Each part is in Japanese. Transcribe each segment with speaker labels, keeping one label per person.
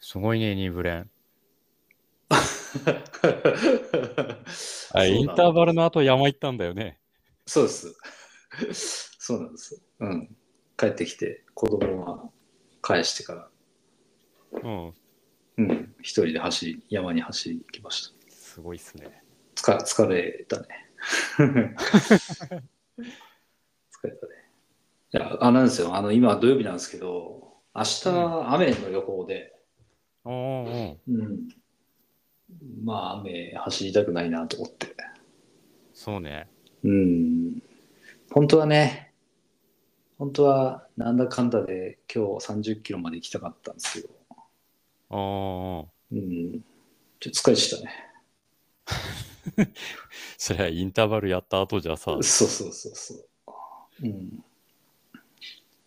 Speaker 1: すごいね、ニーブレン。
Speaker 2: あインター
Speaker 3: ル。
Speaker 2: バルの後山行ったんだよね。
Speaker 3: そうです。そうなんです。うん。帰ってきて、子供は返してか
Speaker 2: う
Speaker 3: ら、
Speaker 2: ん。
Speaker 3: うん、一人で走り、山に走りに行きました。
Speaker 2: すごいっすね。
Speaker 3: つか疲れたね。疲れたね。いや、あ、なんですよ。あの、今土曜日なんですけど、明日、
Speaker 2: うん
Speaker 3: 雨の予報で、
Speaker 2: おーおー
Speaker 3: うん。まあ、雨走りたくないなと思って。
Speaker 2: そうね。
Speaker 3: うん。本当はね、本当はなんだかんだで今日30キロまで行きたかったんですけど、
Speaker 2: おーおー
Speaker 3: うん。ちょっと疲れちゃったね。
Speaker 2: そりゃインターバルやった後じゃさ、
Speaker 3: そうそうそうそう。うん。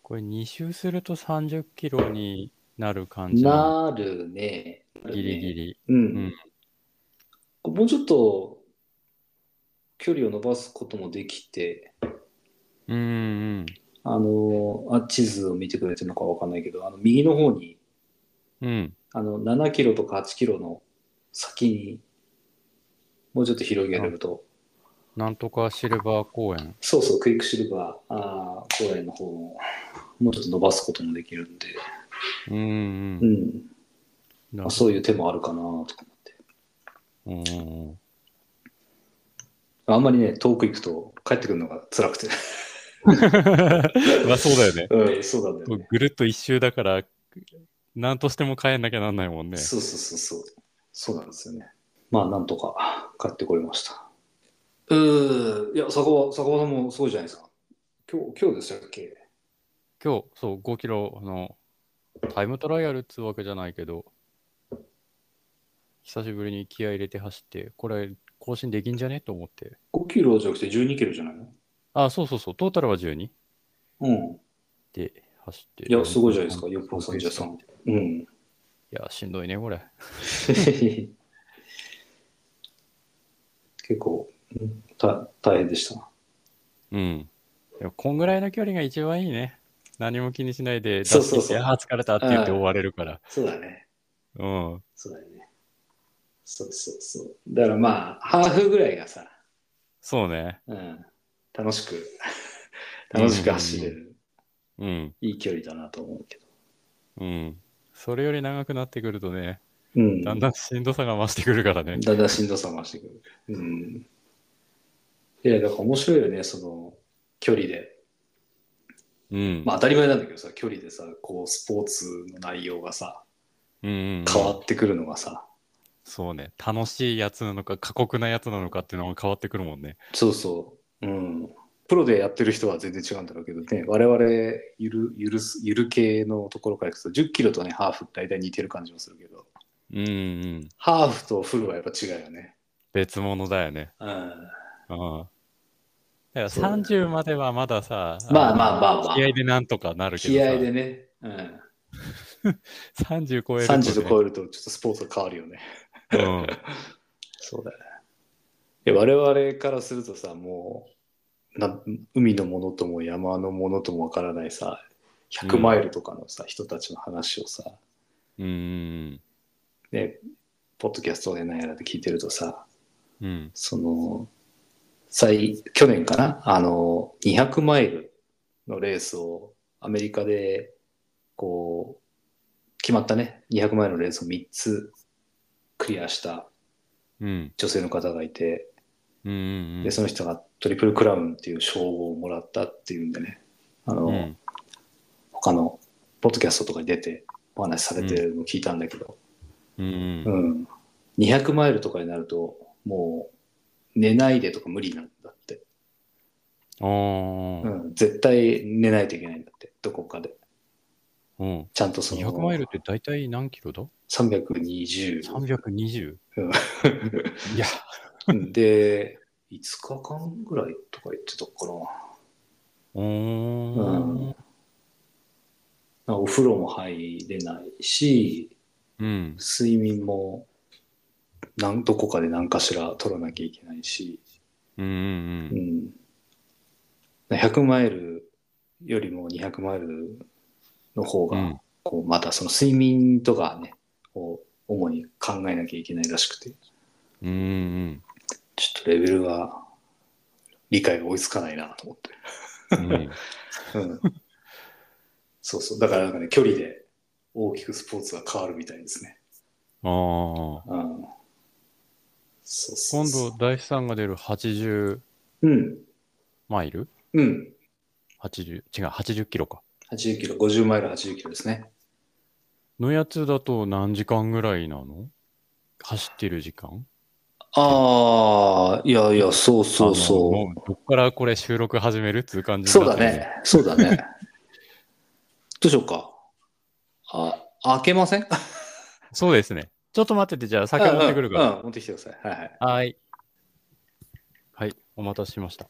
Speaker 2: これ2周すると30キロになる感じの
Speaker 3: なるね。
Speaker 2: ギリギリ。
Speaker 3: うん
Speaker 2: ん
Speaker 3: もうちょっと距離を伸ばすこともできて、
Speaker 2: うんうん
Speaker 3: あのあ地図を見てくれてるのかわかんないけど、あの右の方に
Speaker 2: うん。うん。
Speaker 3: あの7キロとか8キロの先にもうちょっと広げると、
Speaker 2: なんとかシルバー公園。
Speaker 3: そうそう、クイックシルバーあー公園の方をもうちょっと伸ばすこともできるんで、
Speaker 2: うんうん
Speaker 3: う。ん
Speaker 2: な
Speaker 3: まあ、そういう手もあるかなとか思って。
Speaker 2: うんうんうん
Speaker 3: あんまりね、遠く行くと帰ってくるのが辛くて。
Speaker 2: まあそうだよね。
Speaker 3: うん、そうなんだよね。
Speaker 2: ぐるっと一周だから、なんとしても帰んなきゃなんないもんね。
Speaker 3: そうそうそうそう。そうなんですよね。まあ、なんとか帰ってこれました。うーん、いや、坂場、坂場さんもそうじゃないですか。今日、今日でしたっけ
Speaker 2: 今日、そう、5キロのタイムトライアルっつうわけじゃないけど、久しぶりに気合い入れて走って、これ更新できんじゃねと思って。
Speaker 3: ?5 キロじゃなくて12キロじゃないの
Speaker 2: あ、そうそうそう、トータルは12
Speaker 3: うん。
Speaker 2: で走って。
Speaker 3: いや、すごいじゃないですか、よっぽさんじゃさん。うん。
Speaker 2: いや、しんどいね、これ。
Speaker 3: 結構、うんた大変でした。
Speaker 2: うん。でもこんぐらいの距離が一番いいね。何も気にしないで、出
Speaker 3: そうそうそう
Speaker 2: してきてあー疲れたって言って終われるから。
Speaker 3: そうだね。
Speaker 2: うん。
Speaker 3: そうだよね。そうそうそう。だからまあ、ハーフぐらいがさ、
Speaker 2: そうね。
Speaker 3: うん、楽しく、 楽しく走れる、
Speaker 2: うん。
Speaker 3: いい距離だなと思うけど。
Speaker 2: うん。それより長くなってくるとね、
Speaker 3: うん、
Speaker 2: だんだんしんどさが増してくるからね。
Speaker 3: だんだんしんどさ増してくる。うん。いや、だから面白いよね、その、距離で。
Speaker 2: うん。
Speaker 3: まあ当たり前なんだけどさ、距離でさ、こう、スポーツの内容がさ、
Speaker 2: うんうんうん、
Speaker 3: 変わってくるのがさ、
Speaker 2: そうね。楽しいやつなのか、過酷なやつなのかっていうのが変わってくるもんね。
Speaker 3: そうそう。うん。プロでやってる人は全然違うんだろうけどね、我々、ゆる、ゆるす、ゆる系のところからいくと、10キロとね、ハーフって大体似てる感じもするけど、
Speaker 2: うん、うん。
Speaker 3: ハーフとフルはやっぱ違うよね。
Speaker 2: 別物だよね。
Speaker 3: うん。
Speaker 2: うん。だから
Speaker 3: そうだね
Speaker 2: 30まではまださ、
Speaker 3: まあ
Speaker 2: の
Speaker 3: まあまあまあ
Speaker 2: 気合でなんとかなるけど
Speaker 3: 気
Speaker 2: さ、
Speaker 3: 合でね、うん、
Speaker 2: 30超えると、ね。
Speaker 3: 30度超えるとちょっとスポーツが変わるよね。
Speaker 2: える。うん。
Speaker 3: そうだね。いや我々からするとさ、もうな海のものとも山のものともわからないさ、100マイルとかのさ、人たちの話をさ、
Speaker 2: うんうん
Speaker 3: ね、ポッドキャストでなんやらで聞いてるとさ、
Speaker 2: うん。うん。
Speaker 3: その、最、去年かなあの、200マイルのレースをアメリカで、こう、決まったね、200マイルのレースを3つクリアした
Speaker 2: うん。
Speaker 3: 女性の方がいて、
Speaker 2: うんうん。
Speaker 3: で、その人がトリプルクラウンっていう称号をもらったっていうんでね、あの、
Speaker 2: うん。
Speaker 3: 他のポッドキャストとかに出てお話しされてるのを聞いたんだけど、
Speaker 2: うんうん
Speaker 3: う。ん、200マイルとかになると、もう寝ないでとか無理なんだって。
Speaker 2: あ
Speaker 3: う
Speaker 2: あ。
Speaker 3: ん、絶対寝ないといけないんだって、どこかで。
Speaker 2: うん。
Speaker 3: ちゃんとその
Speaker 2: 200マイルって大体何キロだ
Speaker 3: 320。
Speaker 2: ?320?
Speaker 3: うん
Speaker 2: いや、
Speaker 3: うんで、5日間ぐらいとか言ってたかな。
Speaker 2: うーん。
Speaker 3: なんかお風呂も入れないし、
Speaker 2: うん。
Speaker 3: 睡眠も何どこかで何かしら取らなきゃいけないし、
Speaker 2: うんう
Speaker 3: うんん、100マイルよりも200マイルの方
Speaker 2: うん
Speaker 3: がこうまたその睡眠とかねを考えなきゃいけないらしくて、
Speaker 2: うんうん。
Speaker 3: ちょっとレベルが理解が追いつかないなと思って。
Speaker 2: うん
Speaker 3: うんそうそう。だからなんかね、距離で大きくスポーツが変わるみたいですね。
Speaker 2: ああ。
Speaker 3: うん。そうそう
Speaker 2: 今
Speaker 3: そう
Speaker 2: 度、大師さんが出る80
Speaker 3: うん。
Speaker 2: マイル
Speaker 3: うん。
Speaker 2: ?80、違う、80キロか。
Speaker 3: 80キロ、50マイル80キロですね。
Speaker 2: のやつだと何時間ぐらいなの走ってる時間
Speaker 3: ああ、いやいや、そうそう
Speaker 2: あの
Speaker 3: そ
Speaker 2: もうどっからこれ収録始めるっつう感
Speaker 3: う。
Speaker 2: じ
Speaker 3: そう
Speaker 2: な
Speaker 3: だ
Speaker 2: ってる。
Speaker 3: ね。そうだね。どうしようか。あ、開けません
Speaker 2: そうですね。ちょっと待ってて、じゃあ酒持ってくるから。
Speaker 3: うん、うん持ってきてください。はいはい。
Speaker 2: はい。はい、お待たせしました。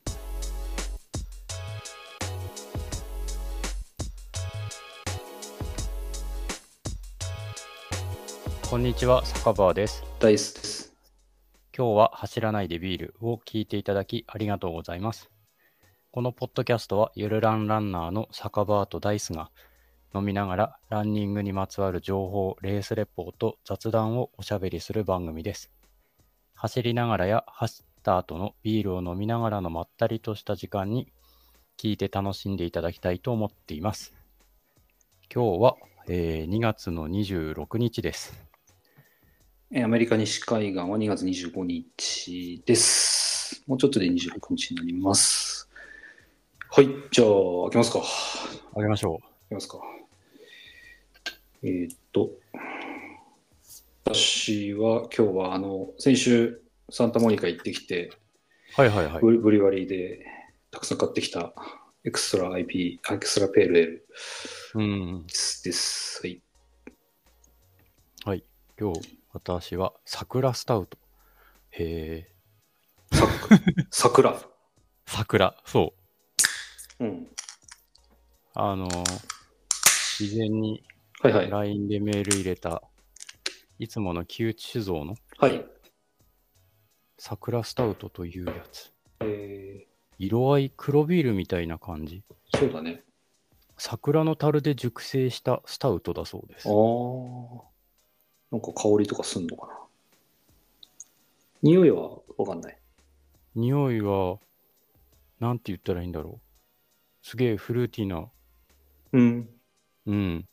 Speaker 2: こんにちは、酒場です。
Speaker 3: ダイスです。
Speaker 2: 今日は走らないでビールを聞いていただきありがとうございます。このポッドキャストはゆるランランナーの酒場とダイスが飲みながらランニングにまつわる情報、レースレポート、雑談をおしゃべりする番組です。走りながらや走った後のビールを飲みながらのまったりとした時間に聞いて楽しんでいただきたいと思っています。今日は、えー2月の26日です。
Speaker 3: えアメリカ西海岸は2月25日です。もうちょっとで26日になります。はい、じゃあ、開けますか。開
Speaker 2: あげましょう。
Speaker 3: けますか。えーっと、私は今日は、あの、先週、サンタモニカ行ってきて、
Speaker 2: はいはいはい。
Speaker 3: ブリブリワリーでたくさん買ってきたエクストラ IP、エクストラペールエール
Speaker 2: うん
Speaker 3: です。はい。
Speaker 2: はい。今日、私は桜スタウト。へえ。
Speaker 3: さ桜。
Speaker 2: 桜。そう。
Speaker 3: うん。
Speaker 2: あのー、事前に
Speaker 3: はいはい。
Speaker 2: LINE でメール入れた、いつもの木内酒造の
Speaker 3: はい。
Speaker 2: 桜スタウトというやつ。
Speaker 3: え
Speaker 2: 色合い黒ビールみたいな感じ。
Speaker 3: ー、そうだね。
Speaker 2: 桜の樽で熟成したスタウトだそうです
Speaker 3: あ。あ。なんか香りとかすんのかな。匂いはわかんない。
Speaker 2: 匂いは、なんて言ったらいいんだろう。すげえフルーティーな、
Speaker 3: うん。
Speaker 2: うん。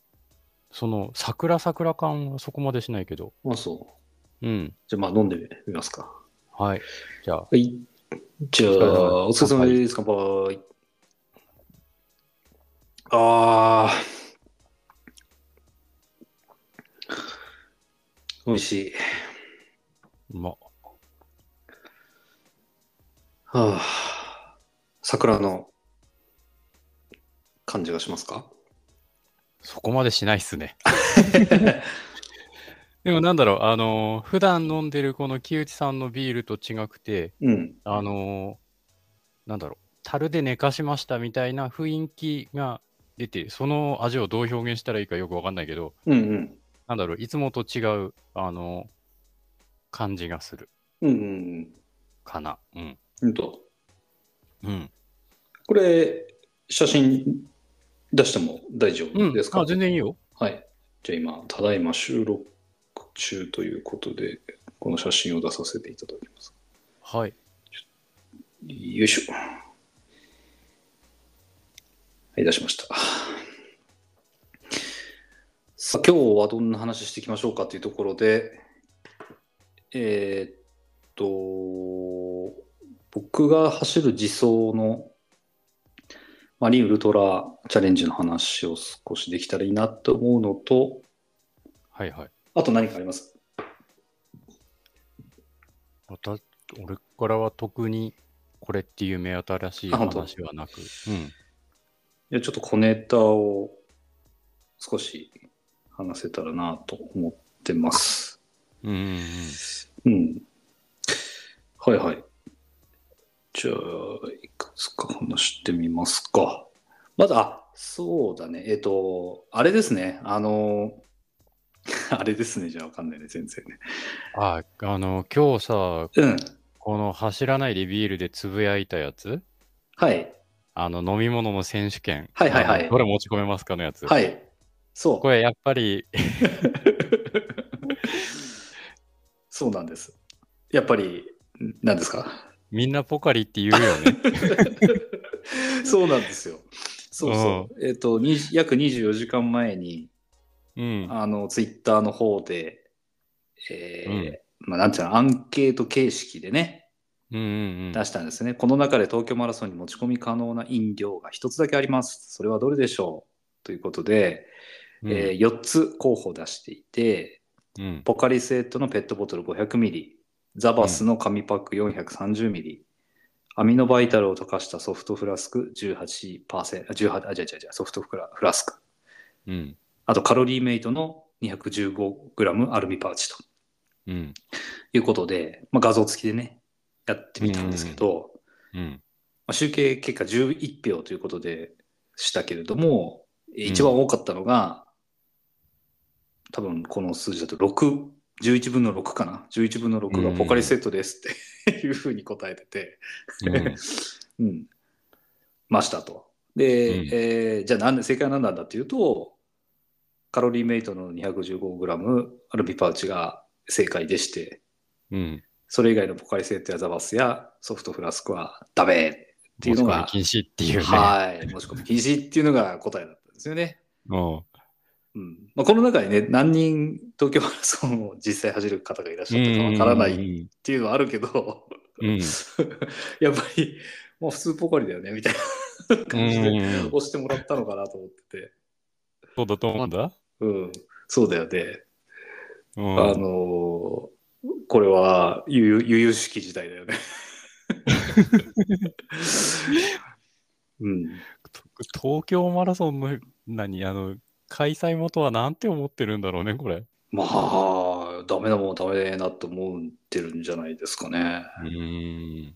Speaker 2: その桜桜感はそこまでしないけど、
Speaker 3: まあそう。
Speaker 2: うん。
Speaker 3: じゃあまあ飲んでみますか。
Speaker 2: はい。じゃあ、
Speaker 3: はい。じゃあ、お
Speaker 2: お
Speaker 3: 疲
Speaker 2: 疲れ様
Speaker 3: れ様です。乾杯。ああ。美味しい。
Speaker 2: うまっ。
Speaker 3: はあ。桜の感じがしますか
Speaker 2: そこまでしないっす ね。でもなんだろう、あのー普段飲んでるこの木内さんのビールと違くて、
Speaker 3: うん。
Speaker 2: あのーなんだろう、樽で寝かしましたみたいな雰囲気が出て、その味をどう表現したらいいかよくわかんないけど、
Speaker 3: うんうん。
Speaker 2: なんだろう、いつもと違う、あのー感じがする
Speaker 3: うんうん
Speaker 2: かな。うん。
Speaker 3: うん。うんと。
Speaker 2: うん。
Speaker 3: これ、写真出しても大丈
Speaker 2: う
Speaker 3: 夫
Speaker 2: ん。
Speaker 3: ですか、
Speaker 2: あ、全然いいよ。
Speaker 3: はい。じゃあ今、ただいま収録中ということで、この写真を出させていただきます。
Speaker 2: はい。
Speaker 3: よいしょ。はい、出しました。さあ、今日はどんな話していきましょうかというところで、えーっと、僕が走る自走のマリンウルトラチャレンジの話を少しできたらいいなと思うのと、
Speaker 2: はいはい。
Speaker 3: あと何かあります
Speaker 2: また俺からは特にこれっていう目新しい
Speaker 3: あ本当
Speaker 2: 話はなく、うん、
Speaker 3: いや、ちょっと小ネタを少し話せたらなと思ってます。
Speaker 2: うんうんうん
Speaker 3: うん。はいはい。じゃあ、いくつか話してみますか。まだ、あそうだね。えっ、と、あれですね。あの、 あれですね。じゃあ、わかんないね。全然ね。
Speaker 2: ああの今日さ
Speaker 3: うん。
Speaker 2: この「走らないでビール」でつぶやいたやつ
Speaker 3: はい。
Speaker 2: あの飲み物の選手権
Speaker 3: はいはいはい
Speaker 2: あのどれ持ち込めますかのやつ、
Speaker 3: はい。そう。
Speaker 2: これやっぱり
Speaker 3: そうなんです。やっぱり、何ですか
Speaker 2: みんなポカリって言うよね。
Speaker 3: そうなんですよ。そうそう。えっ、と、に約24時間前に、
Speaker 2: うん。
Speaker 3: あの、ツイッターの方で、えーまあ、なんていうの、アンケート形式でね、
Speaker 2: うんうん
Speaker 3: 出したんですね。この中で東京マラソンに持ち込み可能な飲料が一つだけあります。それはどれでしょうということで、
Speaker 2: うん。
Speaker 3: えー4つ候補を出していて、
Speaker 2: うん。
Speaker 3: ポカリスエットのペットボトル500ミリ、ザバスの紙パック430ミリ、アミノバイタルを溶かしたソフトフラスク18%、18あ、違う違う違う、ソフトフラフラスク。
Speaker 2: うん。
Speaker 3: あとカロリーメイトの 215g アルミパウチと
Speaker 2: うん。
Speaker 3: いうことで、まあ、画像付きでね、やってみたんですけど、
Speaker 2: うん。
Speaker 3: まあ集計結果11票ということでしたけれども、えー一番多かったのが、多分この数字だと6、11分の6かな。11分の6がポカリセットですって いうふうに答えてて、
Speaker 2: うん。
Speaker 3: うん、ましたと。で、
Speaker 2: うん
Speaker 3: えーじゃあなんで正解は何なんだっていうと、カロリーメイトの 215g アルビパウチが正解でして、
Speaker 2: うん。
Speaker 3: それ以外のポカリセットやザバスやソフトフラスクはダメっ
Speaker 2: 持
Speaker 3: ていう
Speaker 2: ち
Speaker 3: の
Speaker 2: 込
Speaker 3: が
Speaker 2: み禁止っていうね。
Speaker 3: はい。持ち込み禁止っていうのが答えだったんですよね。
Speaker 2: も
Speaker 3: うんまあ、この中にね、何人東京マラソンを実際走る方がいら
Speaker 2: う
Speaker 3: っしゃったかわからないっ
Speaker 2: い。
Speaker 3: ていうのはあるけど、
Speaker 2: うん。
Speaker 3: やっぱり、まあ、普通ポカリだよねみたいな感じ
Speaker 2: う
Speaker 3: で
Speaker 2: ん
Speaker 3: 押してもらったのかなと思ってて、
Speaker 2: そうだと思うんだ。
Speaker 3: うん、そうだよね。
Speaker 2: う
Speaker 3: あ
Speaker 2: ん
Speaker 3: のーこれはゆゆ々しき事態だ よね。うん、
Speaker 2: と東京マラソンの何あの開催元はなんて思ってるんだろうねこれ。
Speaker 3: まあ、ダメなもんはダメだと思ってるんじゃないですかね。
Speaker 2: うん。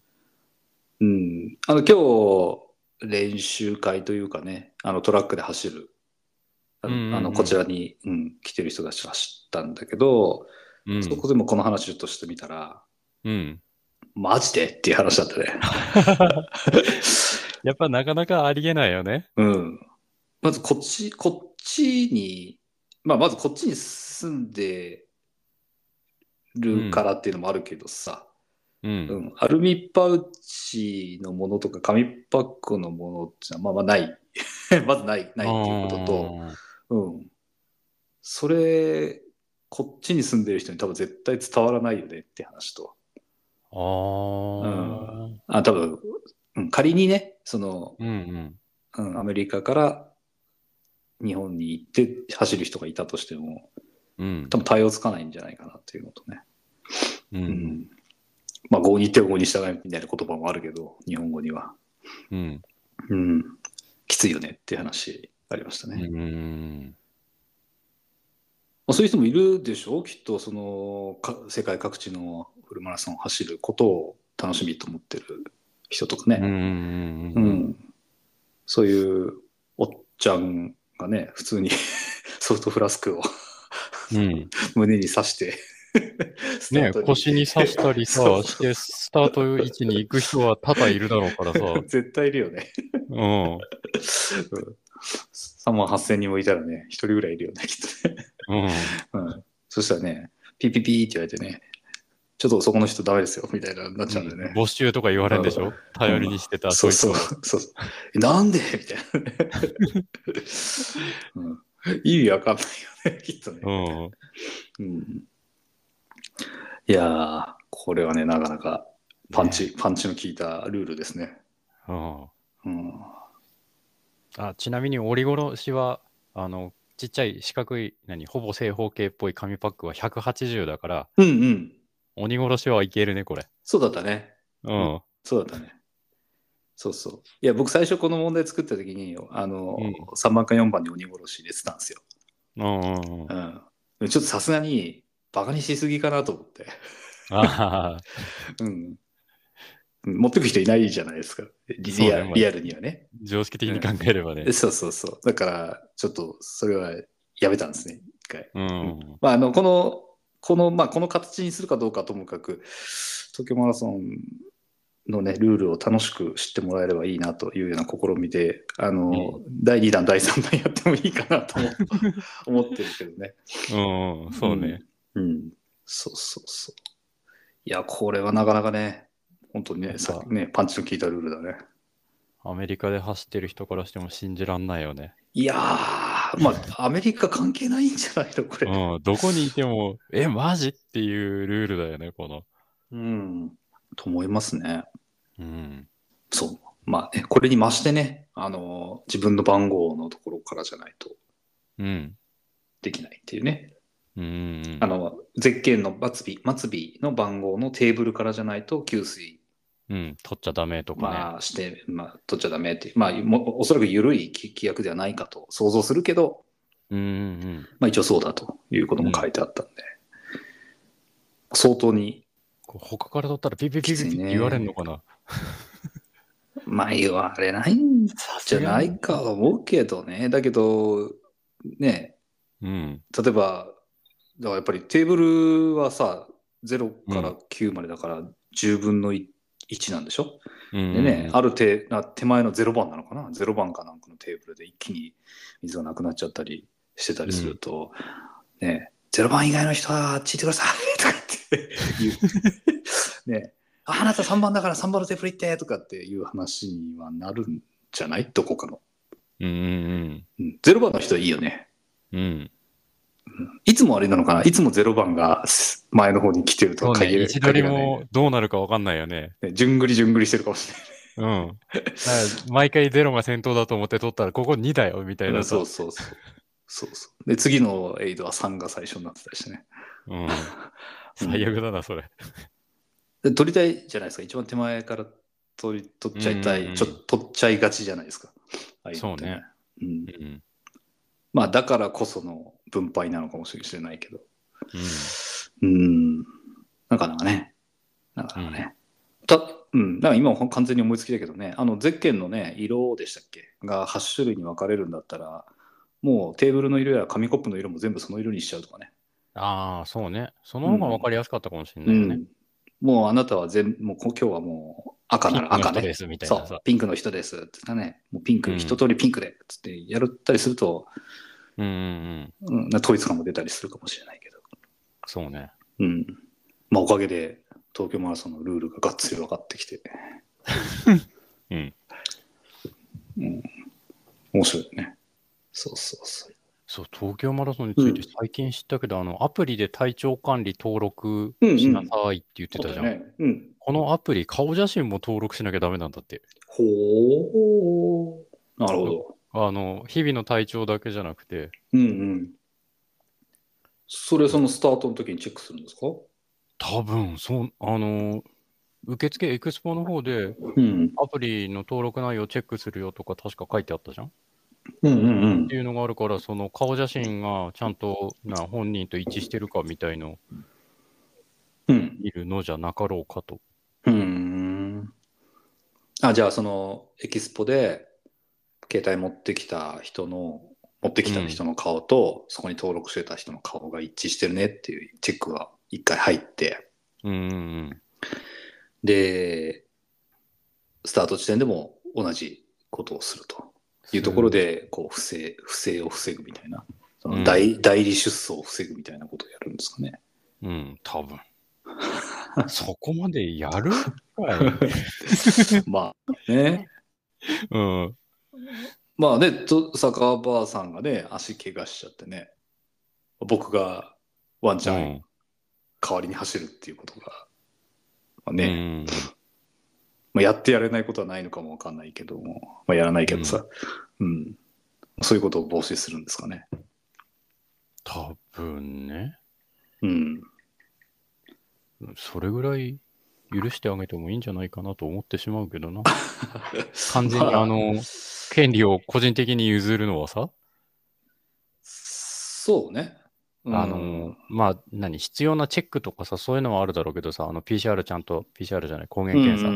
Speaker 3: うん。あの、今日、練習会というかね、あの、トラックで走る、あの、
Speaker 2: うんうんうん
Speaker 3: あのこちらに、うん、来てる人たちが走ったんだけど、
Speaker 2: うん。
Speaker 3: そこでもこの話をとしてみたら、
Speaker 2: うん。
Speaker 3: マジでっていう話だったね。
Speaker 2: やっぱなかなかありえないよね。
Speaker 3: うん。まずこっち、こっちに、まあ、まずこっちに住んでるからっていうのもあるけどさ、
Speaker 2: う。
Speaker 3: うんん、アルミパウチのものとか紙パックのものっていうのはまあまあない。 まずない、ないっていうことと、うん。それ、こっちに住んでる人に多分絶対伝わらないよねって話と。
Speaker 2: あーあー。
Speaker 3: あ、多分、うん、仮にね、その、
Speaker 2: うんうん。
Speaker 3: うん、アメリカから日本に行って走る人がいたとしても、
Speaker 2: うん
Speaker 3: 多分対応つかないんじゃないかなっていうのとね。
Speaker 2: う
Speaker 3: うんん。まあ、合に行っては合に従いみたいな言葉もあるけど、日本語には。
Speaker 2: うん
Speaker 3: うん、きついよねっていう話ありましたね。ま
Speaker 2: うん
Speaker 3: あ、そういう人もいるでしょうきっとそのか世界各地のフルマラソンを走ることを楽しみと思ってる人とか
Speaker 2: うんう
Speaker 3: ね、
Speaker 2: ん
Speaker 3: う
Speaker 2: うんん
Speaker 3: そういうおっちゃんがね普通に ソフトフラスクを
Speaker 2: うん
Speaker 3: 胸に刺してスタ
Speaker 2: ね
Speaker 3: ートに
Speaker 2: 腰に刺したりさ
Speaker 3: そう
Speaker 2: してスタート位置に行く人は多々いるだろうからさ
Speaker 3: 絶対いるよね。
Speaker 2: うん
Speaker 3: うん3万8000人もいたらね、一人ぐらいいるよね、きっとね。
Speaker 2: うん
Speaker 3: うん。そしたらね、ピピピーって言われてね、ちょっとそこの人ダメですよ、みたいな、なっちゃうんだよね。
Speaker 2: 募集とか言われるんでし
Speaker 3: う
Speaker 2: ょ頼りにしてた
Speaker 3: そう
Speaker 2: い
Speaker 3: そう、そうそう。えなんで みたいなね、うん。意味わかんないよね、きっと
Speaker 2: う
Speaker 3: ね。
Speaker 2: の
Speaker 3: うん。いやー、これはね、なかなかパンチ、パンチの効いたルールですね。
Speaker 2: うんうん
Speaker 3: うん。
Speaker 2: あちなみに折り殺しはあのちっちゃい四角い何ほぼ正方形っぽい紙パックは180だから
Speaker 3: うんうん。
Speaker 2: 鬼殺しはいけるねこれ
Speaker 3: そうだったね。
Speaker 2: うん
Speaker 3: そうだったね。そうそう。いや、僕最初この問題作った時に、あの、
Speaker 2: うん
Speaker 3: 3番か4番に鬼殺し入れてたんですよ。
Speaker 2: うんうんうん
Speaker 3: うん、ちょっとさすがにバカにしすぎかなと思って、
Speaker 2: あー
Speaker 3: うん、持ってく人いないじゃないですかリ
Speaker 2: そう
Speaker 3: リ
Speaker 2: ね
Speaker 3: ア
Speaker 2: まあ
Speaker 3: リアルにはね
Speaker 2: 常識的に考えればね
Speaker 3: そうそうそうだからちょっとそれはやめたんですね一回、
Speaker 2: うん
Speaker 3: まあ、あのこのこの,、まあ、この形にするかどうかはともかく東京マラソンのねルールを楽しく知ってもらえればいいなというような試みであの、第2弾第3弾やっても いいかなと思思ってるけどね
Speaker 2: うんうんそうね
Speaker 3: うん。うん。そうそうそう。いや、これはなかなかね、本当にね、さっきね、パンチの効いたルールだね。
Speaker 2: アメリカで走ってる人からしても信じらんないよね。
Speaker 3: いやー、まあ、アメリカ関係ないんじゃないの、これ。
Speaker 2: うん、どこにいても、え、マジっていうルールだよね、この。
Speaker 3: うん。と思いますね。
Speaker 2: うん。
Speaker 3: そう。まあね、これに増してね、あのー自分の番号のところからじゃないと
Speaker 2: うん。
Speaker 3: できないっていうね。
Speaker 2: うん。
Speaker 3: あの、ゼッケンの末尾、末尾の番号のテーブルからじゃないと、給水、
Speaker 2: うん、取っちゃダメとかね。
Speaker 3: まあ、して、まあ、取っちゃダメっていう。まあ、もおそらく緩い規規約ではないかと想像するけど、
Speaker 2: うんうんうん。
Speaker 3: まあ一応そうだということも書いてあったんで、相当に、
Speaker 2: こう他から取ったらピピピピピ
Speaker 3: きつ
Speaker 2: って
Speaker 3: いね
Speaker 2: 言われるのかな。
Speaker 3: まあ言われないん
Speaker 2: さ
Speaker 3: じゃない。かは思うけどね。だけど、ね、
Speaker 2: うん。
Speaker 3: 例えば、だからやっぱりテーブルはさ、0から9までだから10分の1なんでしょ、
Speaker 2: うん、
Speaker 3: でね、ある手な手前の0番なのかな ?0 番かなんかのテーブルで一気に水がなくなっちゃったりしてたりすると、ね、0番以外の人はあっち行ってくださいとかって言う。 ね、ああなた3番だから3番のテーブル行ってとかっていう話にはなるんじゃないどこかの。
Speaker 2: うんうん
Speaker 3: うん、0番の人はいいよね。
Speaker 2: うん。うん。
Speaker 3: いつもあれなのかないつも0番が前の方に来てる
Speaker 2: そ
Speaker 3: と
Speaker 2: うね、
Speaker 3: 限
Speaker 2: 位
Speaker 3: り
Speaker 2: 置取り
Speaker 3: 限ら
Speaker 2: もどうなるかわかんないよね。
Speaker 3: ないね順繰り順繰りしてるかもし
Speaker 2: うん。だから毎回ゼロが先頭だと思って取ったら、ここ2だよ、みた
Speaker 3: れ
Speaker 2: い
Speaker 3: ない。
Speaker 2: なさ。
Speaker 3: そうそうそう。そうそう。で、次のエイドは3が最初になってたりしてね。
Speaker 2: うん。最悪だな、それ。
Speaker 3: で取りたいじゃないですか。一番手前から取り取っちゃいた
Speaker 2: うん
Speaker 3: い、ちょっと取っちゃいがちじゃないですか。ああいのって
Speaker 2: そうね。
Speaker 3: うん
Speaker 2: う、ん。
Speaker 3: まあ、だからこその分配なのかもしれないけど。
Speaker 2: うん
Speaker 3: うん。なかなかね。なかなかね。た、うん。だから今は完全に思いつきだけどね、あの、ゼッケンのね、色でしたっけが8種類に分かれるんだったら、もうテーブルの色や紙コップの色も全部その色にしちゃうとかね。
Speaker 2: ああ、そうね。その方がわかりやすかったかもしれな
Speaker 3: う
Speaker 2: いよね。
Speaker 3: ん。もうあなたは全、もうこ今日はもう赤なら
Speaker 2: ピンクの
Speaker 3: 赤
Speaker 2: 人
Speaker 3: ね
Speaker 2: で。すみたい
Speaker 3: そ
Speaker 2: な
Speaker 3: う
Speaker 2: さ。、
Speaker 3: ピンクの人です。つってね、もうピンク、
Speaker 2: うん
Speaker 3: 一通りピンクで、つってやったりすると、
Speaker 2: うんうんうん。
Speaker 3: うん、な統一感も出たりするかもしれないけど。
Speaker 2: そうね。
Speaker 3: うん。まあ、おかげで、東京マラソンのルールががっつり分かってきて。
Speaker 2: うん。
Speaker 3: うん。面白いよね。そうそうそう。
Speaker 2: そう、東京マラソンについて
Speaker 3: うん
Speaker 2: 最近知ったけど、あの、アプリで体調管理登録しなさいって言ってたじゃん。
Speaker 3: ね。うん。
Speaker 2: このアプリ、顔写真も登録しなきゃダメなんだって。
Speaker 3: ほう。なるほど。
Speaker 2: あの、日々の体調だけじゃなくて、
Speaker 3: うんうん。それ、そのスタートの時にチェックするんですか
Speaker 2: 多分、そう、あの、受付エクスポの方で
Speaker 3: うん。
Speaker 2: アプリの登録内容チェックするよとか確か書いてあったじゃんっ
Speaker 3: うんうんうん
Speaker 2: て。いうのがあるから、その顔写真がちゃんとな本人と一致してるかみたいの
Speaker 3: うん。
Speaker 2: いるのじゃなかろうかと。
Speaker 3: うん。あ、じゃあ、その、エキスポで、携帯持ってきた人の、持ってきた人の顔と、そこに登録してた人の顔が一致してるねっていうチェックが一回入って、
Speaker 2: うんうん
Speaker 3: で、スタート地点でも同じことをするというところで、こう、不正、不正を防ぐみたいな、その代代理出走を防ぐみたいなことをやるんですかね。
Speaker 2: うん。うん、多 分。そこまでやるかい
Speaker 3: まあ、ね。
Speaker 2: うん。
Speaker 3: まあね、と坂場さんがね、足怪我しちゃってね、僕がワンチ
Speaker 2: う
Speaker 3: ャン
Speaker 2: ん
Speaker 3: 代わりに走るっていうことが、まあ
Speaker 2: う
Speaker 3: ね、
Speaker 2: ん。
Speaker 3: まあ、やってやれないことはないのかもわかんないけども、まあ、やらないけどさ、うん、そういうことを防止するんですかね。
Speaker 2: 多分ね。
Speaker 3: うん。
Speaker 2: それぐらい許してあげてもいいんじゃないかなと思ってしまうけど な。完全に
Speaker 3: ま
Speaker 2: あの、権利を個人的に譲るのはさ、
Speaker 3: そうね。うん
Speaker 2: あの、、まあ、何、必要なチェックとかさ、そういうのはあるだろうけどさ、あの、PCR ちゃんと、PCR じゃない、抗原検査、
Speaker 3: 査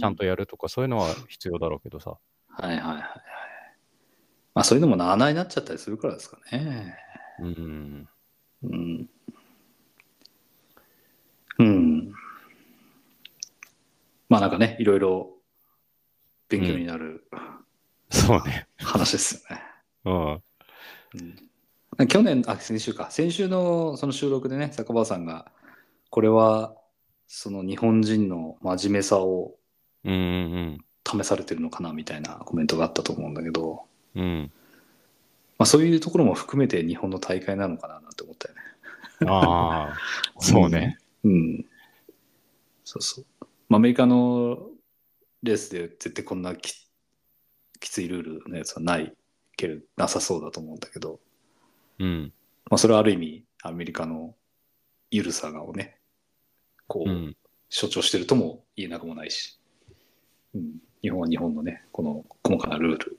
Speaker 2: ちゃんとやるとか、そういうのは必要だろうけどさ、
Speaker 3: はいはいはいはい。まあそういうのもなあなあになっちゃったりするからですかね。
Speaker 2: うん、
Speaker 3: うん。うん。まあなんかね、いろいろ勉強になる
Speaker 2: そうね、
Speaker 3: 話ですよね。
Speaker 2: うん、
Speaker 3: うん 去年、あ、先週か。先週のその収録でね、坂場さんが、これはその日本人の真面目さを
Speaker 2: うんうん
Speaker 3: 試されてるのかなみたいなコメントがあったと思うんだけど、
Speaker 2: うん。うん。
Speaker 3: まあ、そういうところも含めて日本の大会なのかななんて思ったよね。
Speaker 2: ああ、 そうね。
Speaker 3: うん。そうそう。まあ、アメリカのレースで絶対こんなききついルールのやつはないけど、なさそうだと思うんだけど、
Speaker 2: うん。
Speaker 3: まあ、それはある意味アメリカの緩さをね、こ
Speaker 2: う
Speaker 3: う、
Speaker 2: ん。
Speaker 3: 所長してるとも言えなくもないし、うん、日本は日本のね、この細かなルール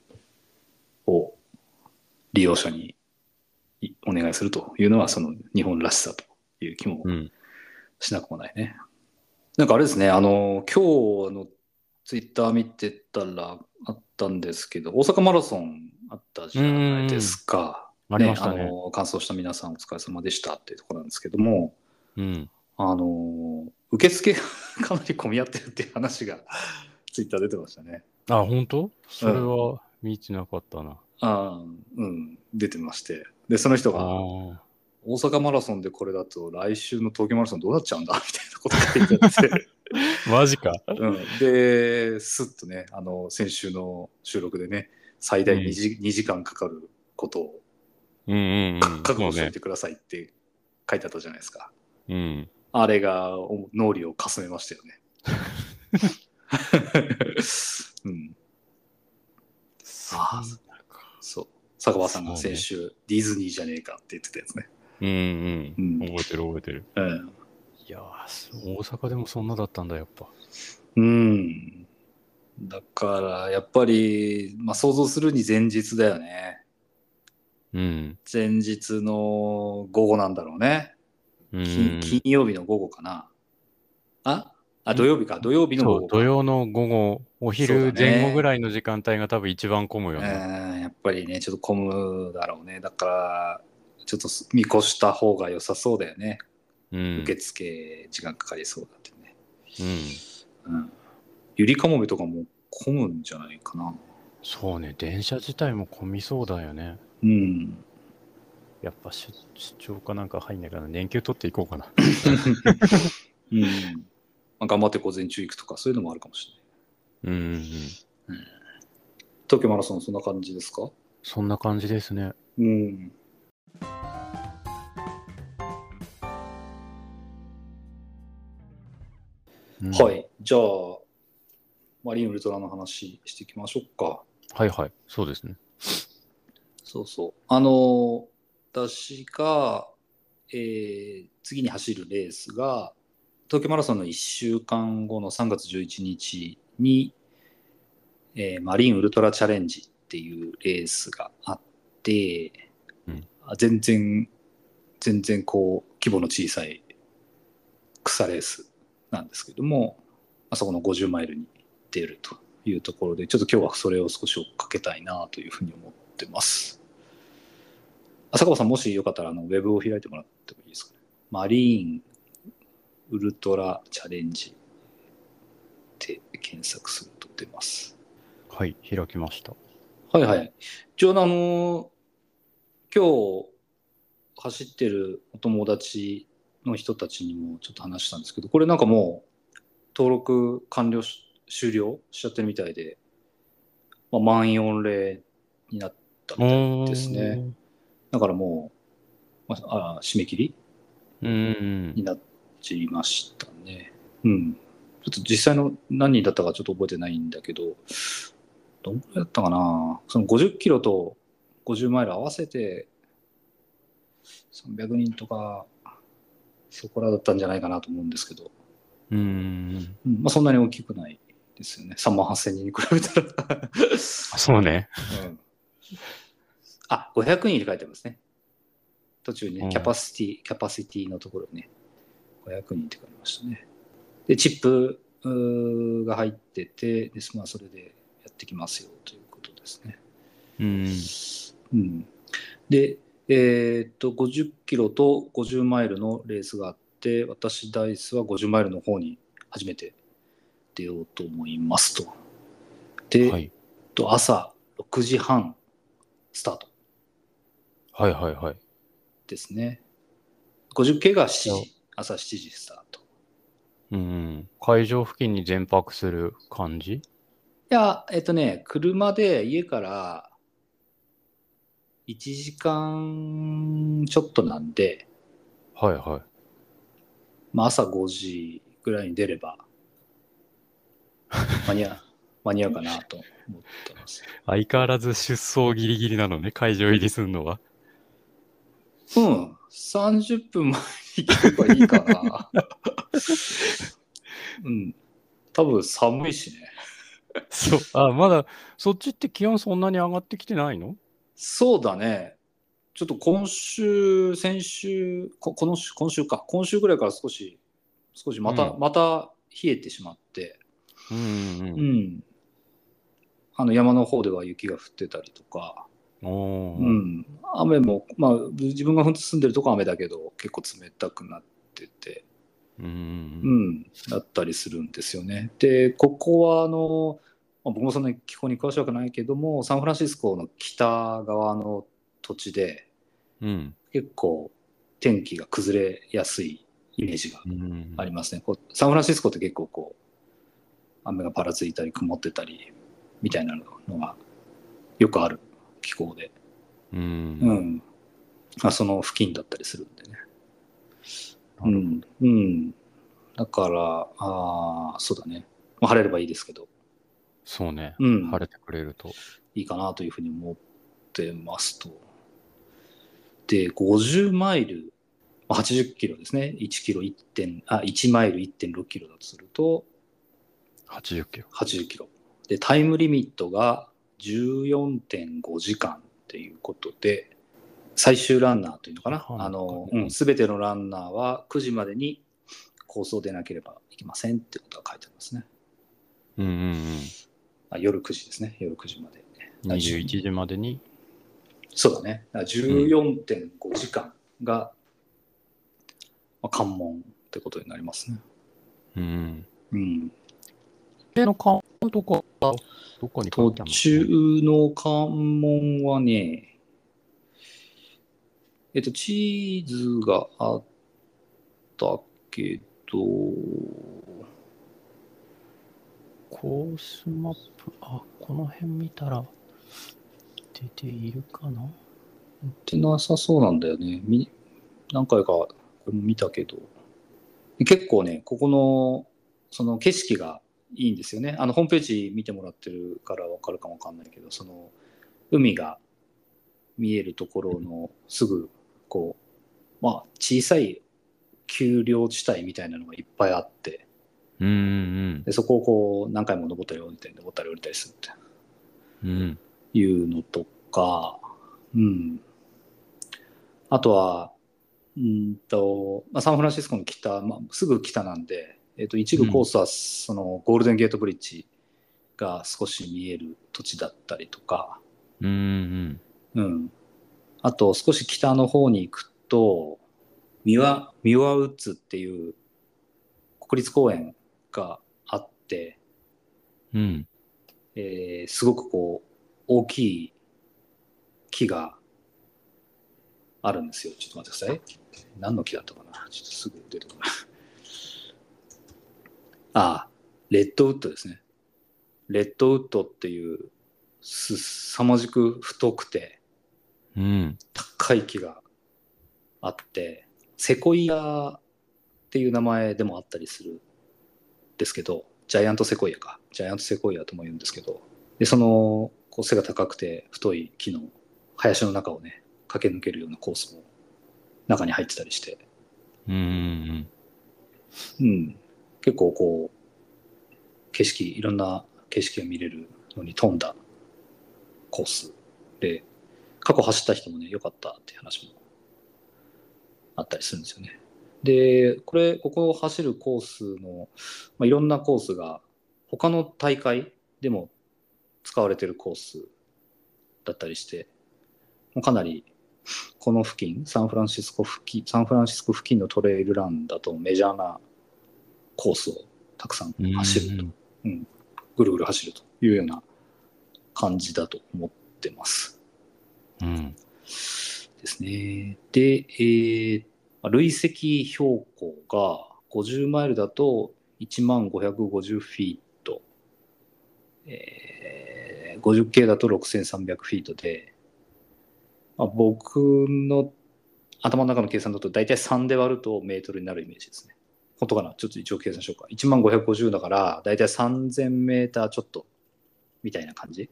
Speaker 3: を利用者にいお願いするというのは、その日本らしさという気も
Speaker 2: うん。
Speaker 3: しなくもないね。なんかあれですね、あの、今日のツイッター見てたらあったんですけど、大阪マラソンあったじゃないですか。
Speaker 2: ありました
Speaker 3: あ
Speaker 2: ね。
Speaker 3: の、完走した皆さんお疲れ様でしたっていうところなんですけども、
Speaker 2: うん。
Speaker 3: あのー受付が かなり混み合ってるっていう話がツイッター出てましたね。
Speaker 2: あ、本当それは見てなかったな。
Speaker 3: あーうん、出てまして。で、その人
Speaker 2: あ
Speaker 3: が、
Speaker 2: あ。
Speaker 3: 大阪マラソンでこれだと、来週の東京マラソンどうなっちゃうんだみたいなこと書いてあって、
Speaker 2: マジか。
Speaker 3: うん、で、すっとね、あの、先週の収録でね、最大
Speaker 2: うん
Speaker 3: 2, 時2時間かかることを
Speaker 2: うんうんうん。
Speaker 3: 覚悟
Speaker 2: そう
Speaker 3: しておい
Speaker 2: ね。
Speaker 3: てくださいって書いてあったじゃないですか。
Speaker 2: うん。
Speaker 3: あれがお脳裏をかすめましたよ ね。うん、あそう。坂場さんが先週、ディズニーじゃねえかって言ってたやつね。
Speaker 2: うんうん
Speaker 3: う。ん。
Speaker 2: 覚えてる覚えてる。
Speaker 3: うん。
Speaker 2: いやー、大阪でもそんなだったんだ、やっぱ。
Speaker 3: うん、だから、やっぱり、まあ、想像するに前日だよね。
Speaker 2: うん。
Speaker 3: 前日の午後なんだろうね。
Speaker 2: うんう
Speaker 3: 金
Speaker 2: ん。
Speaker 3: 金曜日の午後かな。ああ、土曜日か。土曜日の
Speaker 2: そ
Speaker 3: 午
Speaker 2: う、
Speaker 3: 後
Speaker 2: 土
Speaker 3: か。
Speaker 2: 曜の午後、お
Speaker 3: そうだ
Speaker 2: 昼
Speaker 3: ね
Speaker 2: 前後ぐらいの時間帯が多分一番混むよね。
Speaker 3: うんやっぱりね、ちょっと混むだろうね。だから、ちょっと見越した方が良さそうだよね。
Speaker 2: うん。
Speaker 3: 受付時間かかりそうだってね。
Speaker 2: うん。
Speaker 3: うんゆりかもめとかも混むんじゃないかな。
Speaker 2: そうね、電車自体も混みそうだよね。
Speaker 3: うん。
Speaker 2: やっぱ出出張かなんか入んないかな。年休取っていこうかな。
Speaker 3: うん。まあ、頑張って午前中行くとか、そういうのもあるかもしれない。
Speaker 2: うんうんうん。
Speaker 3: 東京マラソン、そんな感じですか
Speaker 2: そんな感じですね。
Speaker 3: うん。
Speaker 2: うん
Speaker 3: はい。じゃあ、マリンウルトラの話していきましょうか。
Speaker 2: はいはい。そうですね。
Speaker 3: そうそう。あの、私が、えー次に走るレースが、東京マラソンの1週間後の3月11日に、えーマリンウルトラチャレンジっていうレースがあって、
Speaker 2: うん
Speaker 3: あ全然、全然こう、規模の小さい草レースなんですけども、あそこの50マイルに出るというところで、ちょっと今日はそれを少し追っかけたいなというふうに思ってます。浅川さん、もしよかったらあのウェブを開いてもらってもいいですかね。マリーンウルトラチャレンジって検索すると出ます。
Speaker 2: はい、開きました。
Speaker 3: はいはい。一応、あの今日走ってるお友達の人たちにもちょっと話したんですけど、これなんかもう登録完了し、終了しちゃってるみたいで、まあ、満員御礼になったみたいですね。。だからもう、まあ、あ締め切り
Speaker 2: うんうん
Speaker 3: になっちましたね。うん。ちょっと実際の何人だったかちょっと覚えてないんだけど、どんくらいだったかなその50キロと50マイル合わせて300人とか、そこらだったんじゃないかなと思うんですけど、
Speaker 2: うん。うん。
Speaker 3: うんまあ、そんなに大きくないですよね。3万8000人に比べたら、
Speaker 2: そうね。
Speaker 3: うんあ、500人って書いてますね。途中にね、
Speaker 2: うん
Speaker 3: キャパシティ、キャパシティのところにね、500人って書いてましたね。で、チップうーが入ってて、でまあ、それでやってきますよということですね。
Speaker 2: うん。
Speaker 3: うん、で、えーっと、50キロと50マイルのレースがあって、私、ダイスは50マイルの方に初めて出ようと思いますと。で、
Speaker 2: はい。
Speaker 3: えっと朝6時半スタート
Speaker 2: はいはいはい。
Speaker 3: ですね。50系が7時、朝7時スタート。
Speaker 2: うん。会場付近に全泊する感じ
Speaker 3: いや、えっとね、車で家から1時間ちょっとなんで、
Speaker 2: はいはい。
Speaker 3: まあ、朝5時ぐらいに出れば、間に合う、間に合うかなと思ってます。
Speaker 2: 相変わらず出走ギリギリなのね、会場入りする のは。
Speaker 3: うん、30分前に行けばいいかな。うん、多分寒いしね。
Speaker 2: そう。あ、まだ、そっちって気温そんなに上がってきてないの
Speaker 3: そうだね。ちょっと今週、先週、ここの週、今週か、今週ぐらいから少し、少しまた、
Speaker 2: う
Speaker 3: また冷えてしまって、
Speaker 2: うん
Speaker 3: う
Speaker 2: うん
Speaker 3: ん。あの山の方では雪が降ってたりとか、
Speaker 2: うん。お
Speaker 3: う
Speaker 2: ー
Speaker 3: ん。雨も、まあ、自分が本当住んでるとこは雨だけど、結構冷たくなってて、
Speaker 2: うんう
Speaker 3: うんん、だったりするんですよね。で、ここは、あの、まあ僕もそんなに気候に詳しくはないけども、サンフランシスコの北側の土地で、
Speaker 2: うん。うん。
Speaker 3: 結構天気が崩れやすいイメージが
Speaker 2: うん
Speaker 3: ありますね。こうサンフランシスコって結構こう雨がぱらついたり曇ってたりみたいなのがよくある気候で、
Speaker 2: う。
Speaker 3: うんんあ、その付近だったりするんでね。
Speaker 2: な
Speaker 3: う
Speaker 2: る
Speaker 3: ん、うん、だからあーそうだね、まあ、晴れればいいですけど、
Speaker 2: そうね。
Speaker 3: うん、
Speaker 2: 晴れてくれると。
Speaker 3: いいかなというふうに思ってますと。で、50マイル、まあ80キロですね。1キロ1点、あ、1マイル1.6キロだとすると、
Speaker 2: 80キロ。
Speaker 3: 80キロ。で、タイムリミットが14.5時間っていうことで、最終ランナーというのかな。
Speaker 2: はい
Speaker 3: あの、
Speaker 2: うん
Speaker 3: すべてのランナーは9時までにコースを出なければいけませんってことが書いてありますね。
Speaker 2: うんうんうん。
Speaker 3: あ夜9時ですね。夜9時まで。
Speaker 2: 21時までに。
Speaker 3: そうだね。だから14.5時間が、まあ、関門ってことになりますね。
Speaker 2: うん。
Speaker 3: うん。
Speaker 2: での関門とか、どこに
Speaker 3: 途
Speaker 2: 書いてあるの
Speaker 3: 中の関門はね、えっと、チーズがあったけど、
Speaker 2: コースマップ、あ、この辺見たら出ているかな
Speaker 3: ってなさそうなんだよね。み何回かこれも見たけど。結構ね、ここの、その景色がいいんですよね。あの、ホームページ見てもらってるからわかるかもわかんないけど、その、海が見えるところのすぐ、こう、まあ、小さい丘陵地帯みたいなのがいっぱいあって、
Speaker 2: うんうん
Speaker 3: でそこをこう、何回も登ったり降りたり、登ったり降りたりするって
Speaker 2: うん。うん。
Speaker 3: いうのとか、うん。あとは、うんと、まあ、サンフランシスコの北、まあ、すぐ北なんで、えっ、と、一部コースは、その、ゴールデンゲートブリッジが少し見える土地だったりとか、
Speaker 2: うんうん。
Speaker 3: うん。あと、少し北の方に行くと、ミワ、ミワウッズっていう国立公園があって、
Speaker 2: うん。
Speaker 3: えーすごくこう、大きい木があるんですよ。ちょっと待ってください。何の木だったかなちょっとすぐ出てこない。ああ、レッドウッドですね。レッドウッドっていう、すさまじく太くて
Speaker 2: うん。
Speaker 3: 高い木があって、セコイアっていう名前でもあったりするんですけど、ジャイアントセコイアか。ジャイアントセコイアとも言うんですけど、で、その、こう背が高くて太い木の林の中をね、駆け抜けるようなコースも中に入ってたりして、
Speaker 2: うんうん
Speaker 3: うん。結構こう、景色、いろんな景色が見れるのに富んだコースで、過去走った人もね、良かったっていう話もあったりするんですよね。で、これ、ここを走るコースの、まあ、いろんなコースが、他の大会でも使われてるコースだったりして、もうかなりこの付近、サンフランシスコ付近、サンフランシスコ付近のトレイルランだとメジャーなコースをたくさん
Speaker 2: うん。
Speaker 3: 走ると、ぐるぐる走るというような感じだと思ってます。
Speaker 2: うん。
Speaker 3: ですね。で、えーまあ累積標高が50マイルだと1万550フィート、えー、50K だと6300フィートで、まあ、僕の頭の中の計算だと大体3で割るとメートルになるイメージですね。本当かなちょっと一応計算しようか。1万550だから大体3000メーターちょっとみたいな感じ。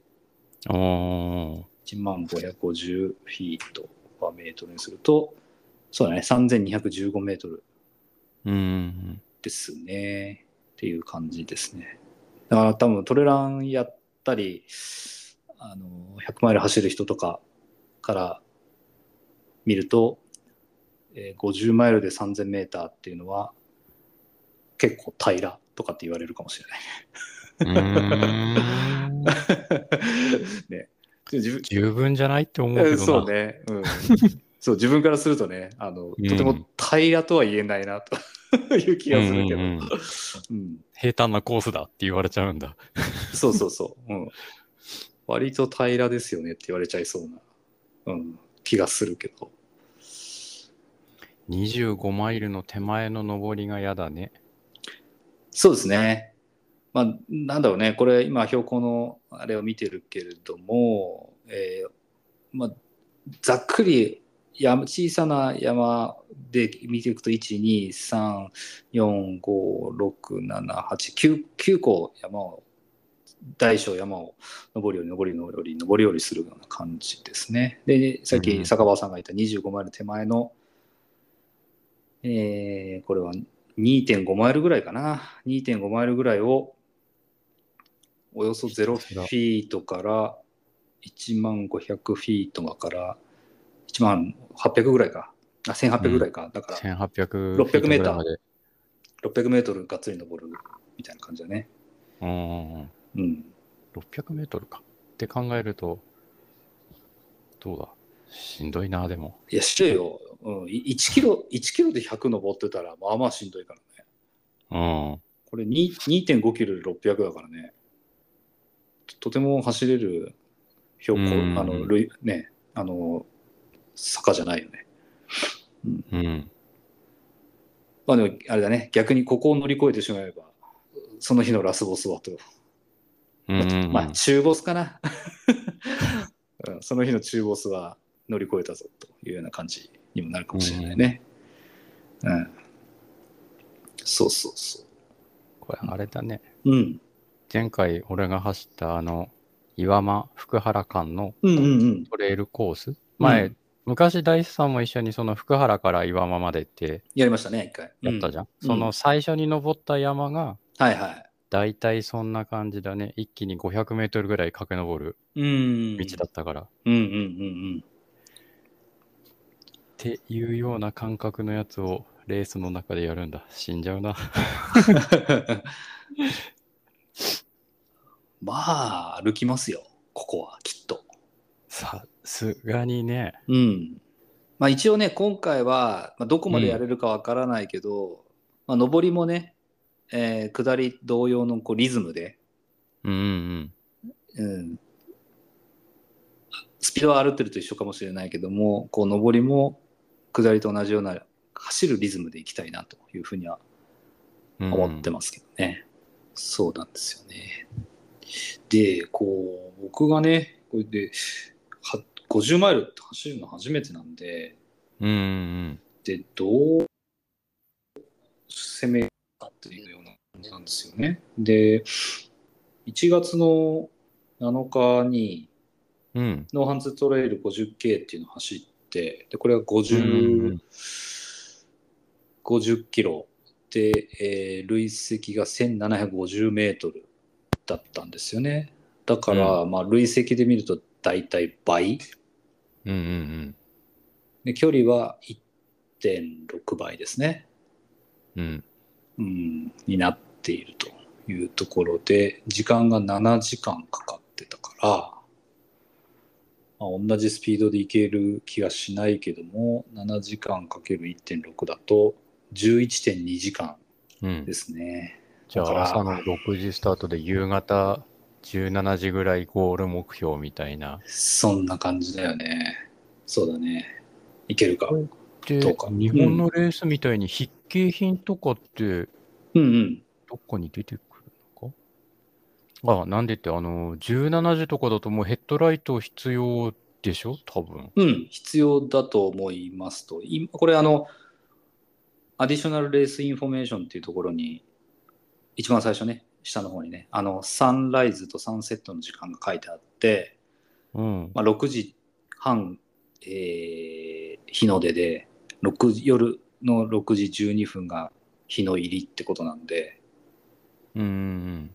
Speaker 2: おー
Speaker 3: 1万550フィートパーメートルにすると、そうだね、3215メートル
Speaker 2: うん。
Speaker 3: ですね。っていう感じですね。だから多分トレランやったり、あの、100マイル走る人とかから見ると、えー50マイルで3000メーターっていうのは結構平らとかって言われるかもしれ ない。
Speaker 2: うーん
Speaker 3: ね。自分
Speaker 2: 十分じゃないって思うけど
Speaker 3: え
Speaker 2: な。
Speaker 3: ーそうね。うん。そう、自分からするとね、あの、
Speaker 2: うん
Speaker 3: とても平らとは言えないな、と いう気がするけど。
Speaker 2: う
Speaker 3: うん
Speaker 2: うん
Speaker 3: ん
Speaker 2: うん平坦なコースだって言われちゃうんだ。
Speaker 3: そうそうそう。うん。割と平らですよねって言われちゃいそうな、うん、気がするけど。
Speaker 2: 25マイルの手前の上りが嫌だね。
Speaker 3: そうですね。まあ、なんだろうね、これ今、標高のあれを見てるけれども、えーまあ、ざっくり山小さな山で見ていくと、1、2、3、4、5、6、7、8、9、9個山を、大小山を登り降り、登り降り、登り降りするような感じですね。で、さ
Speaker 2: う
Speaker 3: っ
Speaker 2: ん
Speaker 3: き坂場さんが言った25マイル手前の、えーこれは2.5マイルぐらいかな。2.5マイルぐらいを、およそ0フィートから1万500フィートから1万800ぐらいか。あ、1800ぐらいか。だから
Speaker 2: 1800
Speaker 3: 600メーター
Speaker 2: まで。
Speaker 3: 600メートルがっつり登るみたいな感じだね。
Speaker 2: うんうんうん。
Speaker 3: うん。
Speaker 2: 600メートルか。って考えると、どうだしんどいな、でも。
Speaker 3: いや、しれよ。うん。い1キロ、1キロで100登ってたら、まあまあしんどいから
Speaker 2: う
Speaker 3: ね。
Speaker 2: ん。
Speaker 3: これに2.5キロで600だからね。ととても走れる標高、
Speaker 2: うん
Speaker 3: あの、ルイね、あの、坂じゃないよね。
Speaker 2: うん。
Speaker 3: まあでも、あれだね、逆にここを乗り越えてしまえば、その日のラスボスはと。
Speaker 2: うんうんうん
Speaker 3: まあ、中ボスかな、 うんその日の中ボスは乗り越えたぞというような感じにもなるかもしれないね。うん。そうそうそ
Speaker 2: これ、あれだね。
Speaker 3: う。うん。
Speaker 2: 前回、俺が走った、あの、岩間、福原間の
Speaker 3: うんうんうん。
Speaker 2: トレイルコース。前、
Speaker 3: うん
Speaker 2: 昔、大地さんも一緒にその福原から岩間までって
Speaker 3: やりましたね、一回。
Speaker 2: やったじゃん。
Speaker 3: うん
Speaker 2: その最初に登った山が、
Speaker 3: ゃん。はいは
Speaker 2: だいたいそんな感じだね。一気に500メートルぐらい駆け上る
Speaker 3: い。うん。
Speaker 2: 道だったから。っ
Speaker 3: うんうんうん
Speaker 2: ていうような感覚のやつをレースの中でやるんだ。死んじゃうな。
Speaker 3: うん。 まあ、歩きますよ、ここは、きっと。
Speaker 2: さすがにね。
Speaker 3: うん。まあ一応ね、今回は、まあ、どこまでやれるかわからないけど、まあ上りもね、えー下り同様のこうリズムで、
Speaker 2: うんうん
Speaker 3: うん、スピードは歩ってると一緒かもしれないけども、こう上りも下りと同じような走るリズムでいきたいなというふうには
Speaker 2: うん。
Speaker 3: 思ってますけどね。そうなんですよね。で、こう、僕がね、これで、は50マイルって走るの初めてなんで、
Speaker 2: うんうん
Speaker 3: でどう攻めるかっていうような感じなんですよね。で1月の7日に
Speaker 2: うん。うん。
Speaker 3: ノーハンズトレイル 50K っていうのを走ってでこれが
Speaker 2: うんう
Speaker 3: 50
Speaker 2: んうん
Speaker 3: 50キロで、えー累積が1750メートルだったんですよね。だから、まあ累積で見ると大体倍
Speaker 2: うんうん
Speaker 3: で距離は1.6倍ですね。
Speaker 2: うん。うん。
Speaker 3: うん、になっているというところで、時間が7時間かかってたから、まあ、同じスピードでいける気がしないけども、7時間かける1.6だと、11.2時間
Speaker 2: うん
Speaker 3: で、すね。
Speaker 2: じゃ
Speaker 3: だか
Speaker 2: あ
Speaker 3: ら
Speaker 2: 朝の6時スタートで夕方17時ぐらいゴール目標みたいな。
Speaker 3: そんな感じだよね。そうだね。いけるか。うん
Speaker 2: で
Speaker 3: そうか
Speaker 2: 日本のレースみたいに筆記品とかって
Speaker 3: うん。
Speaker 2: どこに出てくるのかあ、なんでって、あの、17時とかだともうヘッドライト必要でしょ多分。
Speaker 3: うん、必要だと思いますと。今、これあの、アディショナルレースインフォメーションっていうところに、一番最初ね、下の方にね、あの、サンライズとサンセットの時間が書いてあって、
Speaker 2: うん。
Speaker 3: まあ、6時半、えー日の出で、6時夜の6時12分が日の入りってことなんで、
Speaker 2: うんうんうん。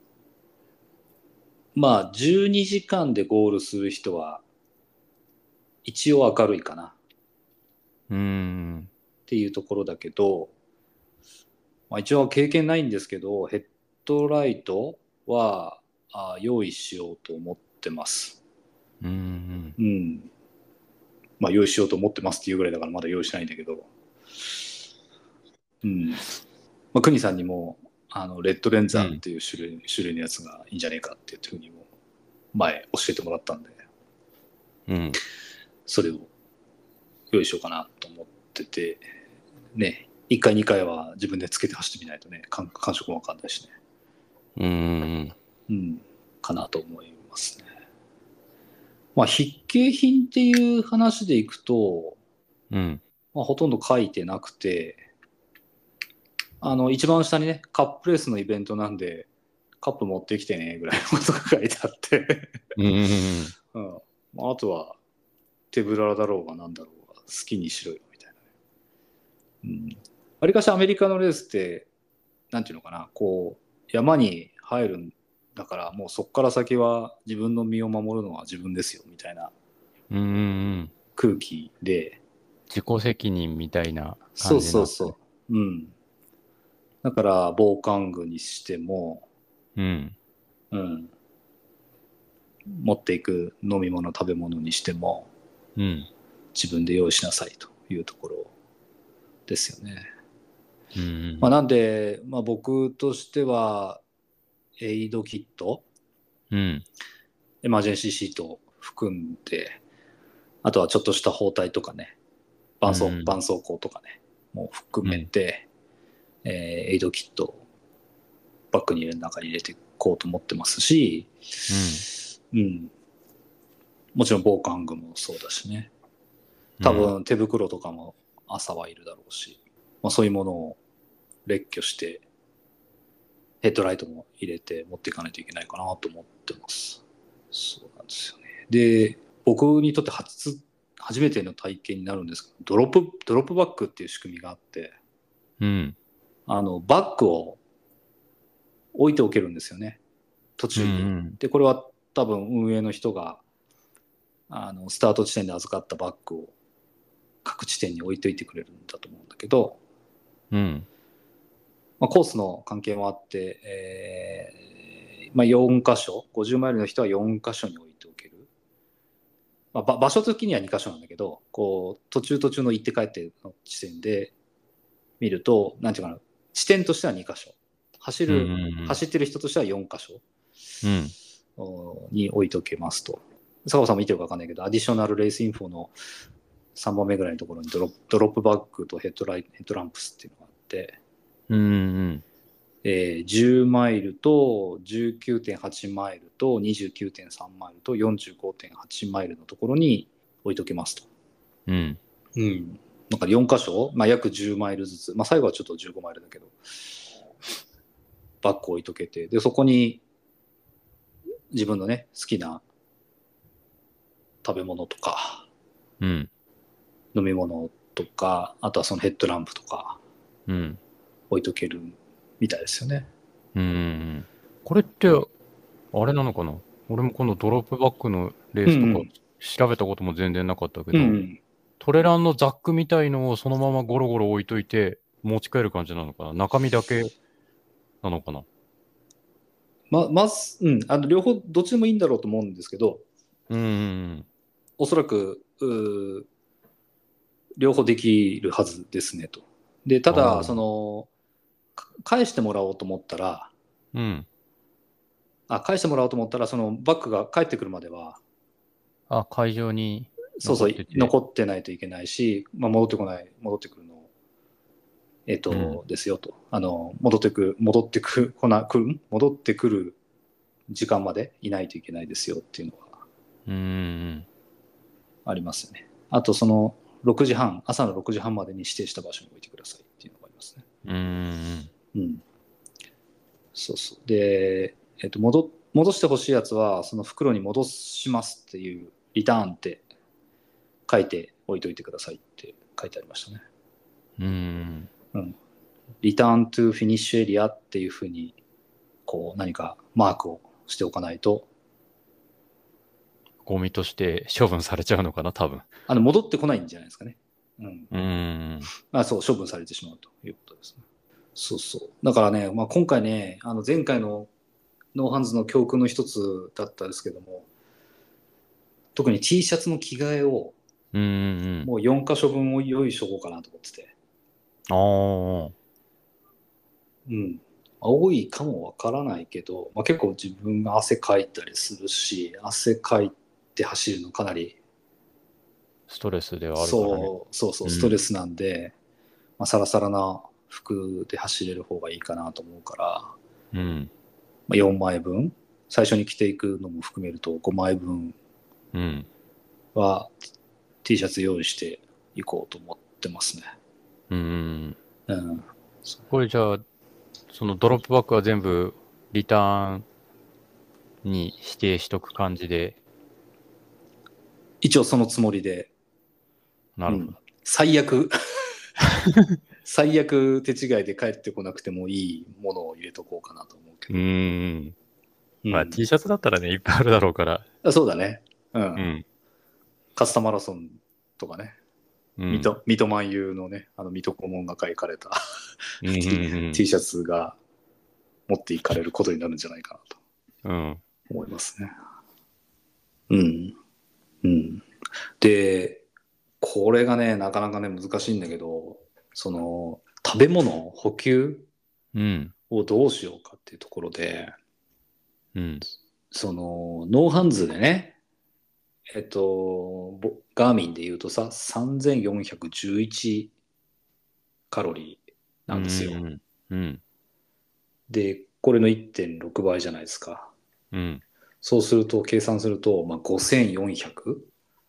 Speaker 3: まあ、12時間でゴールする人は、一応明るいかな。
Speaker 2: うん。
Speaker 3: っていうところだけど、まあ、一応経験ないんですけどヘッドライトはあ用意しようと思ってます。
Speaker 2: うんうん。
Speaker 3: うん。まあ用意しようと思ってますっていうぐらいだからまだ用意しないんだけど。うん。まあ、国さんにもあのレッドレンザーっていう種類,、種類のやつがいいんじゃねえかっていうふうにも前教えてもらったんで
Speaker 2: うん。
Speaker 3: それを用意しようかなと思ってて、ね、1回、2回は自分でつけて走ってみないとね、感感触もわかんないしね、
Speaker 2: うんうん
Speaker 3: うん、かなと思いますね。まあ、筆形品っていう話でいくと、
Speaker 2: うん。うん。
Speaker 3: まあ、ほとんど書いてなくて、あの、一番下にね、カップレースのイベントなんで、カップ持ってきてね、ぐらいのことが書いてあって、
Speaker 2: うんうんうん。
Speaker 3: うん。まあ、あとは、手ぶらだろうがなんだろうが、好きにしろよ、みたいなね。うん。わりかしアメリカのレースって、なんていうのかな、こう、山に入るんだから、もうそこから先は自分の身を守るのは自分ですよ、みたいな
Speaker 2: うんうんうん。
Speaker 3: 空気で、
Speaker 2: 自己責任みたいな感じ
Speaker 3: そうそうそう。うん。だから、防寒具にしても、
Speaker 2: う。うん。
Speaker 3: うん。持っていく飲み物、食べ物にしても、
Speaker 2: うん。
Speaker 3: 自分で用意しなさいというところですよね。
Speaker 2: うん
Speaker 3: まあ、なんで、まあ、僕としてはエイドキット
Speaker 2: うん。
Speaker 3: エマージェンシーシートを含んであとはちょっとした包帯とかね絆創,、
Speaker 2: うん
Speaker 3: 絆創膏とかねもう含めて、えーエイドキットをバッグに入れる中に入れていこうと思ってますし、うん、もちろん防寒具もそうだしね。多分手袋とかも朝はいるだろうし、まあ、そういうものを列挙してヘッドライトも入れて持っていかないといけないかなと思ってますそうなんですよねで僕にとって初初めての体験になるんですけどドロップドロップバックっていう仕組みがあって
Speaker 2: うん。うん。
Speaker 3: あのバッグを置いておけるんですよね途
Speaker 2: う
Speaker 3: 中
Speaker 2: ん
Speaker 3: に、
Speaker 2: うん。
Speaker 3: でこれは多分運営の人があのスタート地点で預かったバッグを各地点に置いといてくれるんだと思うんだけど、
Speaker 2: うん。
Speaker 3: まあ、コースの関係もあって、えーまあ、4箇所50マイルの人は4箇所に置いておける、まあ、ば場所的には2箇所なんだけどこう途中途中の行って帰っての地点で見るとなんていうかな地点としては2箇所走る、走ってる人としては4箇所、
Speaker 2: うん。
Speaker 3: に置いとけますと。佐藤さんも見てるか分かんないけど、アディショナルレースインフォの3番目ぐらいのところにドロップドロップバッグとヘッドライヘッドランプスっていうのがあって、
Speaker 2: うんうん。
Speaker 3: えー10マイルと19.8マイルと29.3マイルと45.8マイルのところに置いとけますと。
Speaker 2: うん。
Speaker 3: うん。なんか4箇所、まあ、約10マイルずつ、まあ、最後はちょっと15マイルだけど、バッグ置いとけて、で、そこに自分のね、好きな食べ物とか、
Speaker 2: うん。
Speaker 3: 飲み物とか、あとはそのヘッドランプとか
Speaker 2: うん。
Speaker 3: 置いとけるみたいですよね。
Speaker 2: うん。これって、あれなのかな俺もこのドロップバックのレースとか調べたことも全然なかったけ
Speaker 3: う
Speaker 2: ど、
Speaker 3: ん。
Speaker 2: トレランのザックみたいのをそのままゴロゴロ置いといて持ち帰る感じなのかな中身だけなのかな
Speaker 3: ま、まず、うん、あの両方どっちでもいいんだろうと思うんですけど、
Speaker 2: うんうん
Speaker 3: おそらく、うー両方できるはずですねと。で、た
Speaker 2: う
Speaker 3: だ、
Speaker 2: ん
Speaker 3: その、か返してもらおうと思ったら、
Speaker 2: うん。うん。
Speaker 3: あ、返してもらおうと思ったら、そのバッグが帰ってくるまでは、
Speaker 2: あ、会場に。
Speaker 3: そうそう
Speaker 2: 残って、て
Speaker 3: 残ってないといけないし、まあ、戻ってこない、戻ってくるのをえっと、
Speaker 2: う
Speaker 3: ですよと。あの、戻ってく、戻ってく、こな、くる、戻ってくる時間までいないといけないですよっていうのは
Speaker 2: うんうん
Speaker 3: ありますよね。あと、その、6時半、朝の6時半までに指定した場所に置いてくださいっていうのがありますね。
Speaker 2: うんうん
Speaker 3: うん。そうそう。で、えっと、戻、戻してほしいやつは、その袋に戻しますっていう、リターンって書いて置いといてくださいって書いてありましたね。
Speaker 2: うんうん
Speaker 3: リターントゥフィニッシュエリアっていうふうに、こう何かマークをしておかないと、
Speaker 2: ゴミとして処分されちゃうのかな、多分。
Speaker 3: あの、戻ってこないんじゃないですかね。うん。
Speaker 2: うんうん
Speaker 3: まあそう、処分されてしまうということですね。そうそう。だからね、まあ今回ね、あの前回のノーハンズの教訓の一つだったですけども、特に T シャツの着替えを
Speaker 2: うん。うんうん
Speaker 3: もう4箇所分を用意しとこうかなと思ってて。
Speaker 2: あー
Speaker 3: うん、多いかもわからないけど、まあ、結構自分が汗かいたりするし汗かいて走るのかなり、
Speaker 2: ストレスではあるからね。
Speaker 3: そうそうそ
Speaker 2: う
Speaker 3: う
Speaker 2: ん
Speaker 3: ストレスなんで、まあ、サラサラな服で走れる方がいいかなと思うから、
Speaker 2: うん。
Speaker 3: まあ、4枚分最初に着ていくのも含めると5枚分
Speaker 2: うん。
Speaker 3: は T シャツ用意していこうと思ってますね。
Speaker 2: うんうん。
Speaker 3: うん、
Speaker 2: これじゃあ、そのドロップバックは全部リターンに指定しとく感じで、
Speaker 3: 一応そのつもりで
Speaker 2: なるほ
Speaker 3: う
Speaker 2: ど
Speaker 3: ん。最悪 最悪手違いで帰ってこなくてもいいものを入れとこうかなと思うけ
Speaker 2: うん
Speaker 3: ど、
Speaker 2: うん。
Speaker 3: うん
Speaker 2: まあ T シャツだったらね、いっぱいあるだろうから。
Speaker 3: あそうだね、うん
Speaker 2: うん。
Speaker 3: カスタマラソンとかね、
Speaker 2: うん
Speaker 3: 水戸水戸満遊のねあの水戸顧問が書かれた
Speaker 2: うんうんうん
Speaker 3: T シャツが持っていかれることになるんじゃないかなと
Speaker 2: うん。
Speaker 3: 思いますねうんうんでこれがねなかなかね難しいんだけどその食べ物補給
Speaker 2: うん。
Speaker 3: をどうしようかっていうところで、
Speaker 2: うん。
Speaker 3: その、ノーハンズでね、えっと、ぼガーミンで言うとさ、3411カロリーなんですよ。
Speaker 2: うん。うん。
Speaker 3: で、これの1.6倍じゃないですか。
Speaker 2: うん。
Speaker 3: そうすると、計算すると、まあ、5400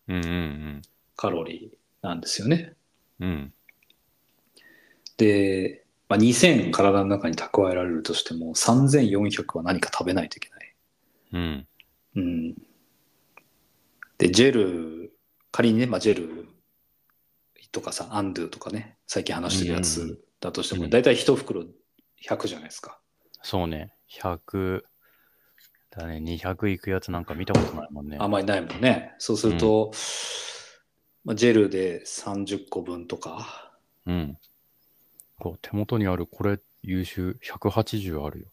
Speaker 2: うん。うん。
Speaker 3: カロリーなんですよね。
Speaker 2: うん。
Speaker 3: で、まあ、2000体の中に蓄えられるとしても、3400は何か食べないといけない。
Speaker 2: うん。
Speaker 3: うん。で、ジェル、仮にね、まあ、ジェルとかさ、アンドゥとかね、最近話してるや
Speaker 2: うんうん
Speaker 3: つだとしても、
Speaker 2: うん
Speaker 3: だいたい1袋100じゃないですか。
Speaker 2: そうね。100だね。200いくやつなんか見たことないもんね。
Speaker 3: あんまりないもんね。そうすると、まあ、ジェルで30個分とか、
Speaker 2: うん。こう手元にあるこれ優秀180あるよ。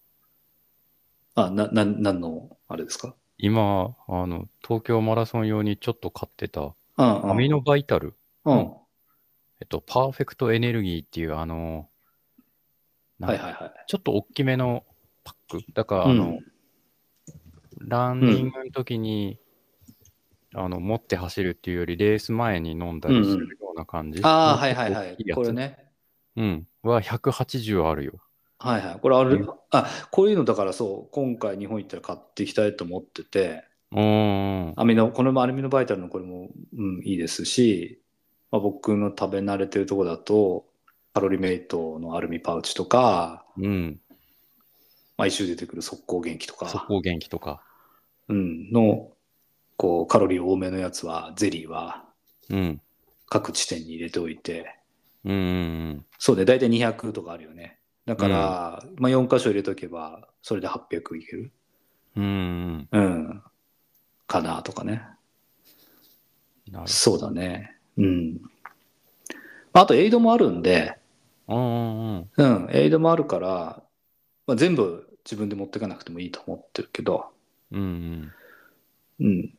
Speaker 3: あ、な、な、なんの、あれですか
Speaker 2: 今、あの、東京マラソン用にちょっと買ってた、
Speaker 3: うん、うん。
Speaker 2: アミノバイタル、
Speaker 3: うん。
Speaker 2: えっと、パーフェクトエネルギーっていう、あの、な
Speaker 3: はいはいはい。
Speaker 2: ちょっと大きめのパック。だから、あの、ランニングの時に、あの、持って走るっていうより、レース前に飲んだりするような感じ。
Speaker 3: ああ、はいはいは
Speaker 2: 大
Speaker 3: い
Speaker 2: きい。やつ
Speaker 3: これ。ね。
Speaker 2: うん。は180あるよ。
Speaker 3: はいはい。これあ
Speaker 2: う
Speaker 3: る
Speaker 2: ん、
Speaker 3: あ、こういうのだからそう、今回日本行ったら買っていきたいと思ってて、
Speaker 2: うーん。
Speaker 3: アミノ、このアルミノバイタルのこれも、うん、いいですし、まあ、僕の食べ慣れてるとこだと、カロリーメイトのアルミパウチとか、
Speaker 2: うん。
Speaker 3: 毎週出てくる速攻元気と
Speaker 2: 速
Speaker 3: か、
Speaker 2: 攻元気とか。
Speaker 3: うん、の、こう、カロリー多めのやつは、ゼリーは
Speaker 2: うん。
Speaker 3: 各地点に入れておいて、
Speaker 2: うんうん
Speaker 3: そうね、だいたい200とかあるよね。だから、まあ4箇所入れとけば、それで800いける。
Speaker 2: うん。うんうん
Speaker 3: うん。かなとかね。
Speaker 2: うん。なる
Speaker 3: そうだね。うん。まああと、エイドもあるんで、
Speaker 2: ほど。うんうんうん。
Speaker 3: うん、エイドもあるから、まあ、全部自分で持ってかなくてもいいと思ってるけど、
Speaker 2: うん
Speaker 3: うん。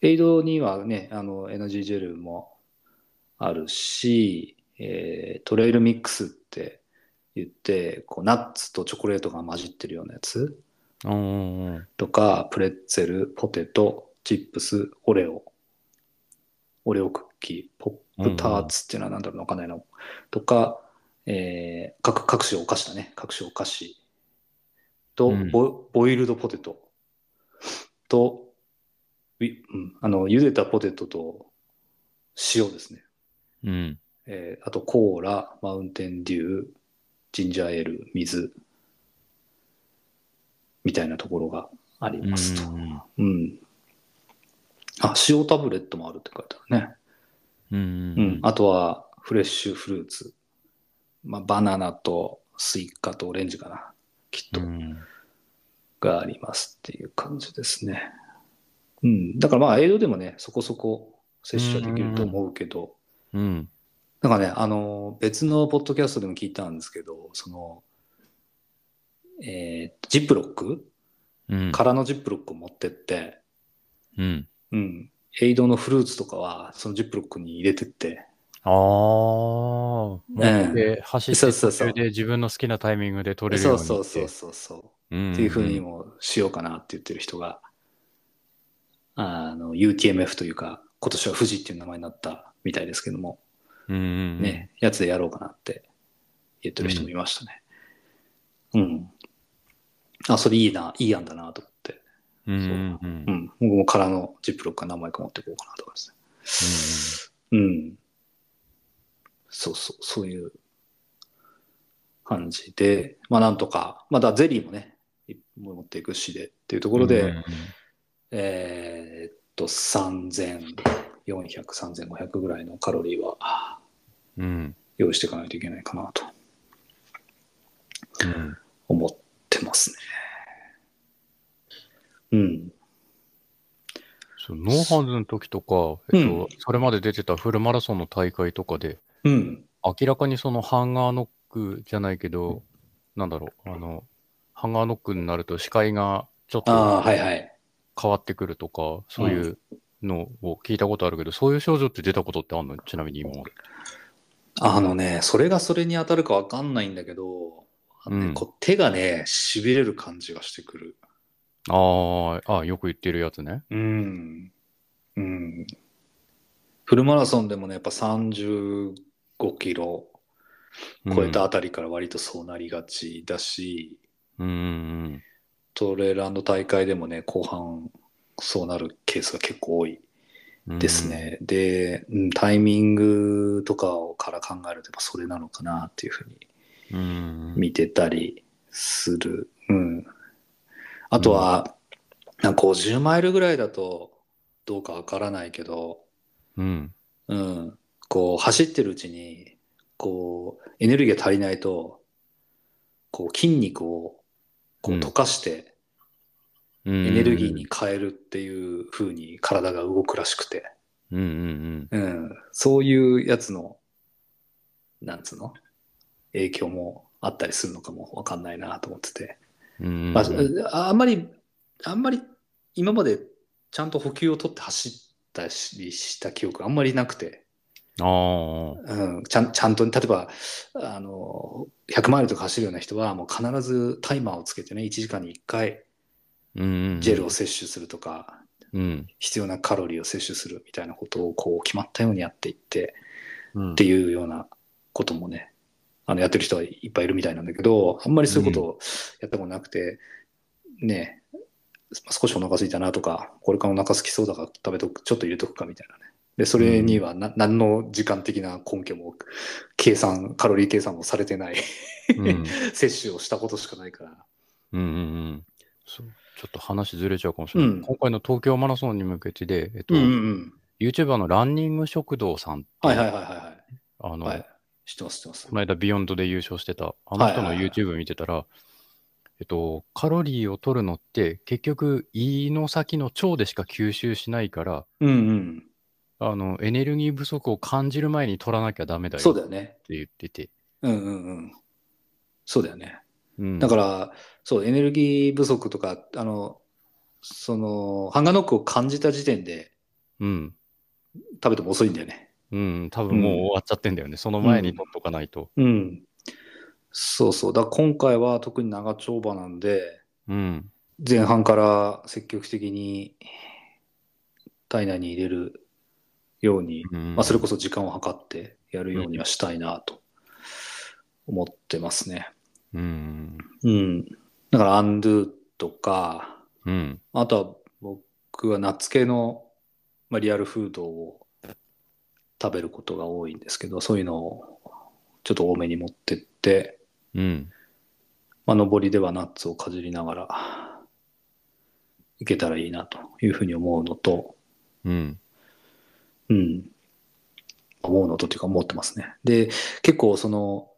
Speaker 3: エイドにはね、あの、エナジージェルもあるし、えートレイルミックスって言って、こう、ナッツとチョコレートが混じってるようなやつ
Speaker 2: うん。うんうんうん。
Speaker 3: とか、プレッツェル、ポテト、チップス、オレオ、オレオクッキー、ポップターツっていうのはなんだろうなわかんないな。ととか、えー各各種お菓子だね。各種お菓子と、
Speaker 2: うん
Speaker 3: ボボイルドポテトと、ウィうん、あの、茹でたポテトと塩ですね。
Speaker 2: うん。
Speaker 3: えーあとコーラ、マウンテンデュー、ジンジャーエール、水、みたいなところがありますと。
Speaker 2: うん
Speaker 3: うん。あ、塩タブレットもあるって書いてあるね。
Speaker 2: うん
Speaker 3: うん。あとは、フレッシュフルーツ。まあ、バナナとスイカとオレンジかな。きっと、
Speaker 2: うん
Speaker 3: がありますっていう感じですね。うん。だからまあ、栄養でもね、そこそこ摂取はできると思うけど、
Speaker 2: うん。
Speaker 3: なんかね、あの、別のポッドキャストでも聞いたんですけど、その、えージップロック
Speaker 2: うん。
Speaker 3: 空のジップロックを持ってって、
Speaker 2: うん。
Speaker 3: うん。エイドのフルーツとかは、そのジップロックに入れてって、
Speaker 2: ああ。持って走って
Speaker 3: そうそう
Speaker 2: 途
Speaker 3: そう
Speaker 2: 中で自分の好きなタイミングで取れる
Speaker 3: そ
Speaker 2: ように
Speaker 3: う
Speaker 2: って。
Speaker 3: そうそうそうそ
Speaker 2: うん。
Speaker 3: う。
Speaker 2: っ
Speaker 3: っていうふうにもしようかなって言ってる人が、あの、UTMF というか、今年は富士っていう名前になったみたいですけども、
Speaker 2: うんうん。
Speaker 3: ね、やつでやろうかなって言ってる人もいましたね。うん。あ、それいいな、いい案だなと思って。
Speaker 2: うんうんうん
Speaker 3: う。ん。僕も空のジップロックは何枚か持っていこうかなと思いますね。うん。そうそう、そういう感じで、まあなんとか、まだゼリーもね、い持っていくしでっていうと
Speaker 2: と
Speaker 3: ころで、えーっと、3400、3500ぐらいのカロリーは
Speaker 2: うん。
Speaker 3: 用意していかないといけないかなと
Speaker 2: うん
Speaker 3: 思ってますね。うん。
Speaker 2: そうノーハンズの時とか、えっと、それまで出てたフルマラソンの大会とかで、
Speaker 3: うん。
Speaker 2: 明らかにそのハンガーノックじゃないけど、なんだろう、あの、ハンガーノックになると視界がちょっ
Speaker 3: ああ、
Speaker 2: と
Speaker 3: はいはい。
Speaker 2: 変わってくるとか、そういうのを聞いたことあるけど、そういう症状って出たことってあるのちなみに今まで。
Speaker 3: あのね、それがそれに当たるかわかんないんだけど、あのね
Speaker 2: うん
Speaker 3: こう手がね、痺れる感じがしてくる。
Speaker 2: あーあ、よく言ってるやつね。
Speaker 3: うん。うん。フルマラソンでもね、やっぱ35キロ超えたあたりから割とそうなりがちだし、
Speaker 2: うん。うん
Speaker 3: トレランの大会でもね、後半そうなるケースが結構多い
Speaker 2: うんうん
Speaker 3: です。ね。で、うん、タイミングとかをから考えると、やっぱそれなのかなっていうふうに
Speaker 2: うん。
Speaker 3: 見てたりする。うん。あとは、なんか50マイルぐらいだとどうかわからないけど、
Speaker 2: うん。
Speaker 3: うん、こう走ってるうちにこうエネルギーが足りないとこう筋肉をこう
Speaker 2: うん
Speaker 3: 溶かして
Speaker 2: エ
Speaker 3: エネルギーに。変えるっていう風に体が動くらしくて、
Speaker 2: うんうん
Speaker 3: うん、そういうやつのなんつうの影響もあったりするのかもわかんないなと思ってて、
Speaker 2: うんうんうん。
Speaker 3: まあ、あんまりあんまり今までちゃんと補給を取って走ったりした記憶あんまりなくて。
Speaker 2: ああ。
Speaker 3: うん、ちゃんちゃんと、例えば、あの、100マイルとか走るような人は、もう必ずタイマーをつけてね、1時間に1回
Speaker 2: うんうんうん
Speaker 3: ジェルを摂取するとか、
Speaker 2: うん。
Speaker 3: 必要なカロリーを摂取するみたいなことを、こう、決まったようにやっていって、
Speaker 2: うん
Speaker 3: っていうようなこともね、あの、やってる人はいっぱいいるみたいなんだけど、あんまりそういうことをやったことなくて、ね、少しお腹空いたなとか、これからお腹空きそうだから食べとく、ちょっと入れとくかみたいなね。で、それにはな、何の時間的な根拠も、計算、カロリー計算もされてない
Speaker 2: うん
Speaker 3: 摂取をしたことしかないから。
Speaker 2: うんうんうんそうちょっと話ずれちゃうかもしれない。
Speaker 3: うん
Speaker 2: 今回の東京マラソンに向けてで、えっと、
Speaker 3: うん。
Speaker 2: YouTuber のランニング食堂さんって
Speaker 3: はいはいはいは
Speaker 2: あ
Speaker 3: い
Speaker 2: の、
Speaker 3: はい。はい。知ってます知ってます
Speaker 2: こ。の間ビヨンドで優勝してた、あの人の
Speaker 3: はいはいはい
Speaker 2: YouTube 見てたら、えっと、カロリーを取るのって結局胃の先の腸でしか吸収しないから、
Speaker 3: うんうん。
Speaker 2: あの、エネルギー不足を感じる前に取らなきゃダメだよ
Speaker 3: そうだ
Speaker 2: っ
Speaker 3: よね。
Speaker 2: て言ってて。
Speaker 3: うんうんうん。そうだよね。
Speaker 2: うん
Speaker 3: だから、そう、エネルギー不足とか、あの、その、ハンガーノックを感じた時点で
Speaker 2: うん。
Speaker 3: 食べても遅いんだよね。
Speaker 2: うん。多分もう終わっちゃってんだよね。その前に取っとかないと。
Speaker 3: うん。そうそう。だから今回は特に長丁場なんで、
Speaker 2: うん。
Speaker 3: 前半から積極的に体内に入れるように、
Speaker 2: うん
Speaker 3: まあ、それこそ時間を計ってやるようにはしたいなと思ってますね。
Speaker 2: うん。
Speaker 3: うん。だから、アンドゥとか、
Speaker 2: うん。
Speaker 3: あとは僕は夏系の、まあ、リアルフードを食べることが多いんですけど、そういうのをちょっと多めに持ってって、
Speaker 2: うん。
Speaker 3: まあ、上りではナッツをかじりながらいけたらいいなというふうに思うのと、
Speaker 2: うん。
Speaker 3: うん。思うのとっていうか思ってますね。で、結構その、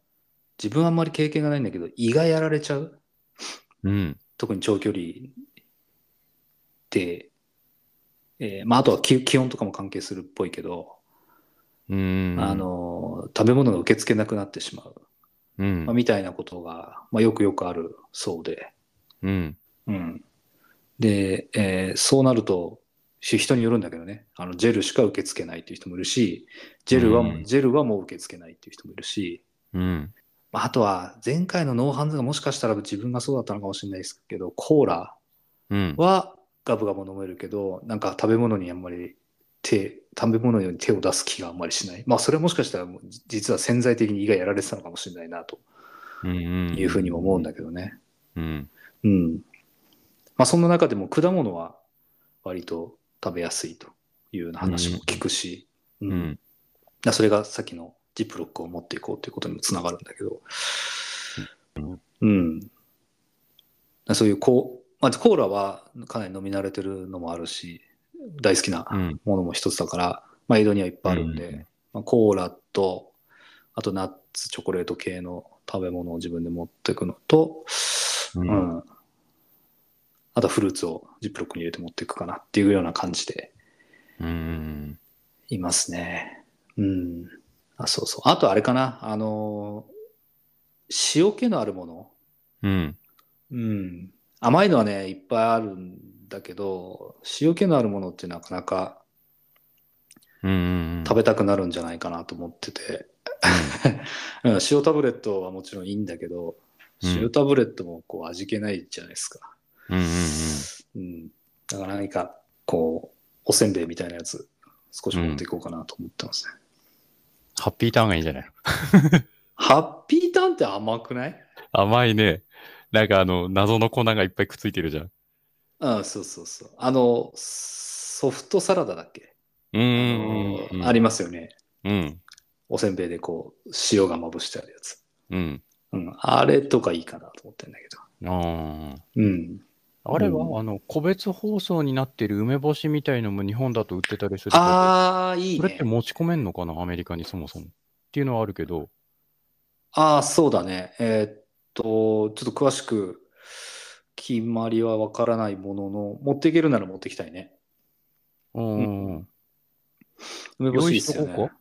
Speaker 3: 自分はあんまり経験がないんだけど、胃がやられちゃう
Speaker 2: うん。
Speaker 3: 特に長距離で、えーまあ、あとは気気温とかも関係するっぽいけど、
Speaker 2: うん。
Speaker 3: あ、の食べ物が受け付けなくなってしまう、
Speaker 2: うん
Speaker 3: まあ、。みたいなことが、まあ、よくよくあるそうで、
Speaker 2: うん。
Speaker 3: うん、で、えーそうなるとし人によるんだけどねあのジェルしか受け付けないっていう人もいるしジェルはもう、
Speaker 2: うん
Speaker 3: ジェルはもう受け付けないっていう人もいるし、
Speaker 2: うん。
Speaker 3: まあ、あとは前回のノーハンズがもしかしたら自分がそうだったのかもしれないですけどコーラ
Speaker 2: うん。
Speaker 3: はガブガブ飲めるけど、なんか食べ物にあんまり手、食べ物に手を出す気があんまりしない。まあそれはもしかしたらもうじ実は潜在的に胃がやられてたのかもしれないなと
Speaker 2: うん。
Speaker 3: いうふうにも思うんだけどね。
Speaker 2: うん。
Speaker 3: うん。まあそんな中でも果物は割と食べやすいというような話も聞くし、う
Speaker 2: うんん。
Speaker 3: だそれがさっきのジップロックを持っていこうということにもつながるんだけど、うん。だそういうこう、まずコーラはかなり飲み慣れてるのもあるし、大好きな
Speaker 2: うん。
Speaker 3: ものも一つだから、まあ、江戸にはいっぱいあるんで、
Speaker 2: うん
Speaker 3: まあ、コーラと、あとナッツ、チョコレート系の食べ物を自分で持っていくのと、
Speaker 2: う
Speaker 3: うんん。あとはフルーツをジップロックに入れて持っていくかなっていうような感じで、
Speaker 2: うん。
Speaker 3: いますね。うん。あ、そうそう。あとあれかな。あのー塩気のあるもの。
Speaker 2: うん。
Speaker 3: うん。甘いのはね、いっぱいあるんだけど、塩気のあるものってなかなか
Speaker 2: うん。
Speaker 3: 食べたくなるんじゃないかなと思って て。うん、塩タブレットはもちろんいいんだけど、
Speaker 2: うん
Speaker 3: 塩タブレットもこう味気ないじゃないですか。
Speaker 2: うん。うん。
Speaker 3: うん。だから何か、こう、おせんべいみたいなやつ、少し持っていこうかなと思ってますね。
Speaker 2: ハッピーターンがいいんじゃない
Speaker 3: ハッピーターンって甘くない
Speaker 2: 甘いね。なんかあの、謎の粉がいっぱいくっついてるじゃん。
Speaker 3: うん、そうそうそう。あの、ソフトサラダだっけ、
Speaker 2: う
Speaker 3: あ
Speaker 2: ん
Speaker 3: の。あり
Speaker 2: ま
Speaker 3: ますよね。
Speaker 2: うん。
Speaker 3: おせんべいでこう、塩がまぶしてあるやつ。
Speaker 2: うん。
Speaker 3: うん、あれとかいいかなと思ってんだけど。
Speaker 2: あ
Speaker 3: うん。
Speaker 2: あ。あれ
Speaker 3: う
Speaker 2: は、あの、個別包装になってる梅干しみたいのも日本だと売ってたりするけど
Speaker 3: ああ、いい
Speaker 2: それって
Speaker 3: ね。
Speaker 2: 持ち込めんのかな、アメリカにそもそも。っていうのはあるけど。
Speaker 3: ああ、そうだね。えーっと、ちょっと詳しく、決まりはわからないものの、持っていけるなら持ってきたいね。
Speaker 2: うん。
Speaker 3: 梅干しいいっすよ
Speaker 2: 用意しとこ
Speaker 3: ね
Speaker 2: う。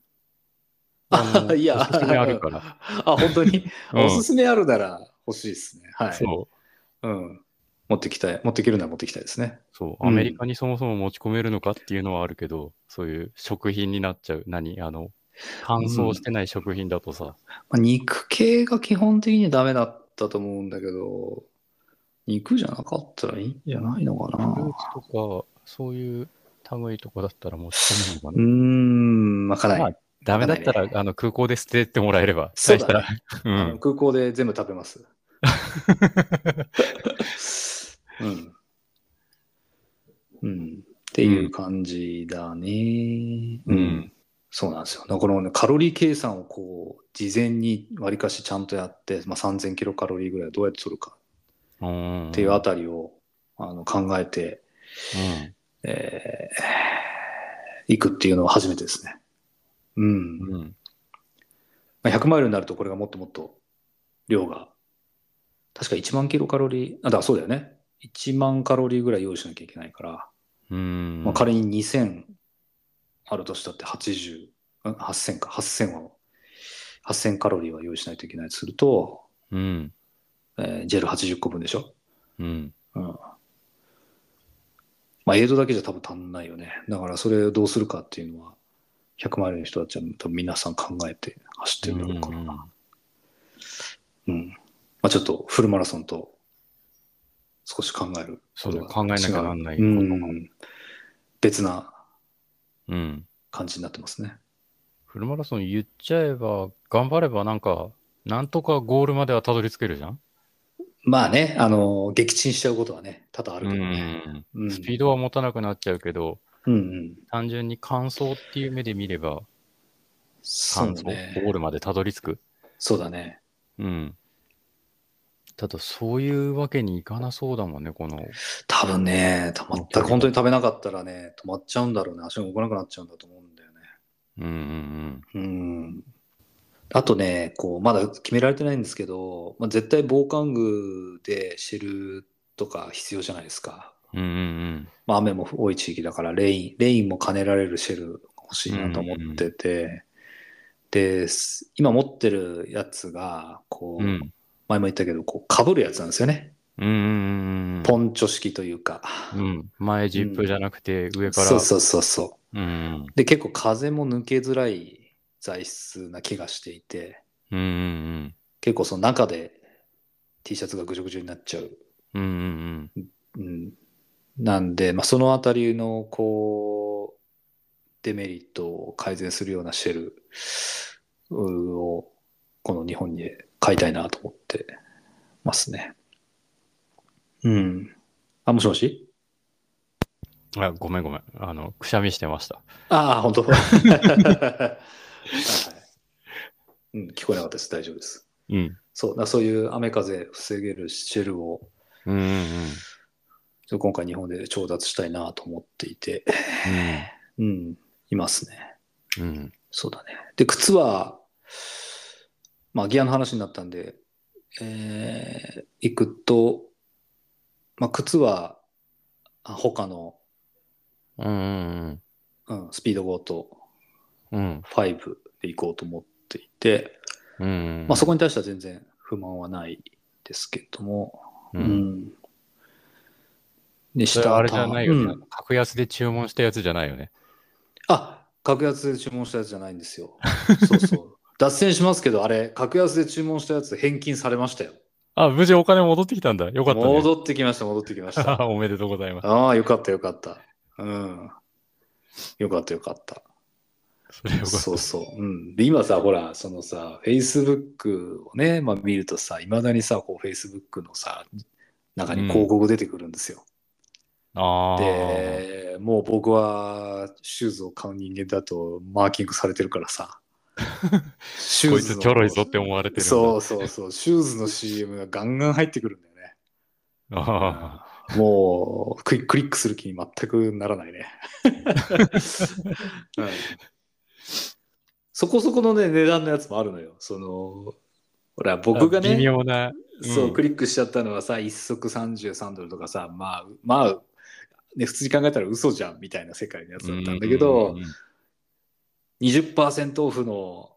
Speaker 3: あ
Speaker 2: の
Speaker 3: いや
Speaker 2: おすすめあるから。
Speaker 3: あ、本当 に、
Speaker 2: うん
Speaker 3: おすすめあるなら欲しいですね。はい。
Speaker 2: そう。
Speaker 3: うん。持ってきたい。持っていけるなら持ってきたいですね。
Speaker 2: そう。
Speaker 3: うん
Speaker 2: アメリカにそもそも持ち込めるのかっていうのはあるけど、そういう食品になっちゃう。何あの、乾燥してない食品だとさ。
Speaker 3: まあ肉系が基本的にダメだったと思うんだけど、肉じゃなかったらいいんじゃないの
Speaker 2: フ
Speaker 3: か
Speaker 2: ルー
Speaker 3: な。
Speaker 2: ツとか、そういう類とかだったら持ち込めるのか
Speaker 3: うー
Speaker 2: な。
Speaker 3: ん、わから
Speaker 2: ま
Speaker 3: な
Speaker 2: あ
Speaker 3: い。、
Speaker 2: ダメだったら、
Speaker 3: わかんないね
Speaker 2: あの空港で捨ててもらえれば。
Speaker 3: そう
Speaker 2: 大
Speaker 3: だね
Speaker 2: したら。う
Speaker 3: あの
Speaker 2: ん。
Speaker 3: 空港で全部食べ ます。うん。うん。っていう感じだね。
Speaker 2: うん
Speaker 3: そうなんですよ。だからこのね、カロリー計算をこう、事前にわりかしちゃんとやって、まあ、3000キロカロリーぐらいをどうやって取るか
Speaker 2: うん。
Speaker 3: っていうあたりを、あの考えて、えー行くっていうのは初めてですね。うん。
Speaker 2: うん。うん。
Speaker 3: まあ、100マイルになるとこれがもっともっと量が、確か1万キロカロリー、あ、だからそうだよね。1万カロリーぐらい用意しなきゃいけないから、
Speaker 2: うん。
Speaker 3: まあ、仮に2000あるとしたって80、ん8000か、8000は、8000カロリーは用意しないといけないとすると、
Speaker 2: うん。
Speaker 3: えージェル80個分でしょ。
Speaker 2: うん。
Speaker 3: うん。まあ、エイドだけじゃ多分足んないよね。だからそれをどうするかっていうのは、100マイルの人たちは多分皆さん考えて走ってるんだろうからな。うんまあ、ちょっとフルマラソンと少し考える
Speaker 2: そ
Speaker 3: こ
Speaker 2: う
Speaker 3: と
Speaker 2: だ
Speaker 3: が違
Speaker 2: 考え
Speaker 3: う。
Speaker 2: なきゃなんないこ
Speaker 3: う
Speaker 2: とが
Speaker 3: ん。別な
Speaker 2: うん。
Speaker 3: 感じになってますね。
Speaker 2: フルマラソン言っちゃえば、頑張ればなんか、なんとかゴールまではたどり着けるじゃん、
Speaker 3: まあね、あの、撃沈しちゃうことはね、多々あるけどね。うん
Speaker 2: スピードは持たなくなっちゃうけど、
Speaker 3: うんうん。
Speaker 2: 単純に完走っていう目で見れば、
Speaker 3: そ
Speaker 2: 完
Speaker 3: う
Speaker 2: 走、
Speaker 3: だ
Speaker 2: ゴー
Speaker 3: ね。
Speaker 2: ルまでたどり着く。
Speaker 3: そうだね。
Speaker 2: うん。ただ、そういうわけにいかなそうだもんね、この。
Speaker 3: 多分ね、たまった本当に食べなかったらね、止まっちゃうんだろうね。足が動かなくなっちゃうんだと思うんだよね。
Speaker 2: うんうん
Speaker 3: うん。あとね、こう、まだ決められてないんですけど、まあ、絶対防寒具でシェルとか必要じゃないですか。
Speaker 2: うん。うんうん
Speaker 3: まあ、雨も多い地域だからレイン、レインも兼ねられるシェル欲しいなと思ってて、です今持ってるやつが、こ
Speaker 2: う
Speaker 3: う、
Speaker 2: ん。うん。
Speaker 3: 前も言ったけど、こう、被るやつなんですよね。
Speaker 2: うんうんうん。
Speaker 3: ポンチョ式というか。
Speaker 2: うん。前ジップじゃなくて、上から。
Speaker 3: そうそうそうそう。
Speaker 2: うん
Speaker 3: で、結構風も抜けづらい材質な気がしていて、
Speaker 2: うん。うんうん
Speaker 3: 結構その中で T シャツがぐじょぐじょになっちゃう。
Speaker 2: うん。うんうん
Speaker 3: うん、なんで、まあ、そのあたりの、こう、デメリットを改善するようなシェルうーを、この日本に買いたいなと思ってますね。うん。あ、もしもし
Speaker 2: うん。あ、ごめんごめん。あの、くしゃみしてました。
Speaker 3: ああ、本当はい、うん。聞こえなかったです。大丈夫です。
Speaker 2: うん。
Speaker 3: そう、だからそういう雨風防げるシェルを、
Speaker 2: うんうんうん。
Speaker 3: ちょっと今回日本で調達したいなと思っていて、うん、いますね。
Speaker 2: うん。うん。
Speaker 3: そうだね。で、靴は、まあ、ギアの話になったんで、えー、行くと、まあ、靴は、あ他の、
Speaker 2: うんうん
Speaker 3: うん、スピードゴート
Speaker 2: うん。うん。
Speaker 3: 5で行こうと思っていて、
Speaker 2: うん。
Speaker 3: まあ、そこに対しては全然不満はないですけども、
Speaker 2: う
Speaker 3: うん。
Speaker 2: ん。
Speaker 3: で、
Speaker 2: それはあれじゃないよね。
Speaker 3: うん
Speaker 2: 格安で注文したやつじゃないよね。
Speaker 3: あ、格安で注文したやつじゃないんですよ。そ うそう。脱線しますけど、あれ、格安で注文したやつ返金されましたよ。
Speaker 2: あ、無事お金戻ってきたんだ。よかった、ね。
Speaker 3: 戻ってきました、戻ってきました。
Speaker 2: おめでとうございます。
Speaker 3: ああ、よかった、よかった。うん。よかった、よかった。
Speaker 2: それよかった。
Speaker 3: そうそう。うん。で、今さ、ほら、そのさ、Facebook をね、まあ見るとさ、いまだにさ、こう、Facebook のさ、中に広告出てくるんですよ。
Speaker 2: ああ。
Speaker 3: で、もう僕は、シューズを買う人間だと、マーキングされてるか らさ。シ
Speaker 2: こいつちょろいぞって思われてるんだ。
Speaker 3: そうそうそう。シューズの CM がガンガン入ってくるんだよね。
Speaker 2: あ
Speaker 3: もうクリ、クリックする気に全くならな いね。うんそこそこのね、値段のやつもあるのよ。その、ほら、
Speaker 2: ー
Speaker 3: 僕が
Speaker 2: 微
Speaker 3: ね、
Speaker 2: 妙な。うん
Speaker 3: そう、クリックしちゃったのはさ、一足33ドルとかさ、まあ、まあ、ね、普通に考えたら嘘じゃんみたいな世界のやつだったんだけ
Speaker 2: う
Speaker 3: ど
Speaker 2: ん、うん
Speaker 3: 20%オフの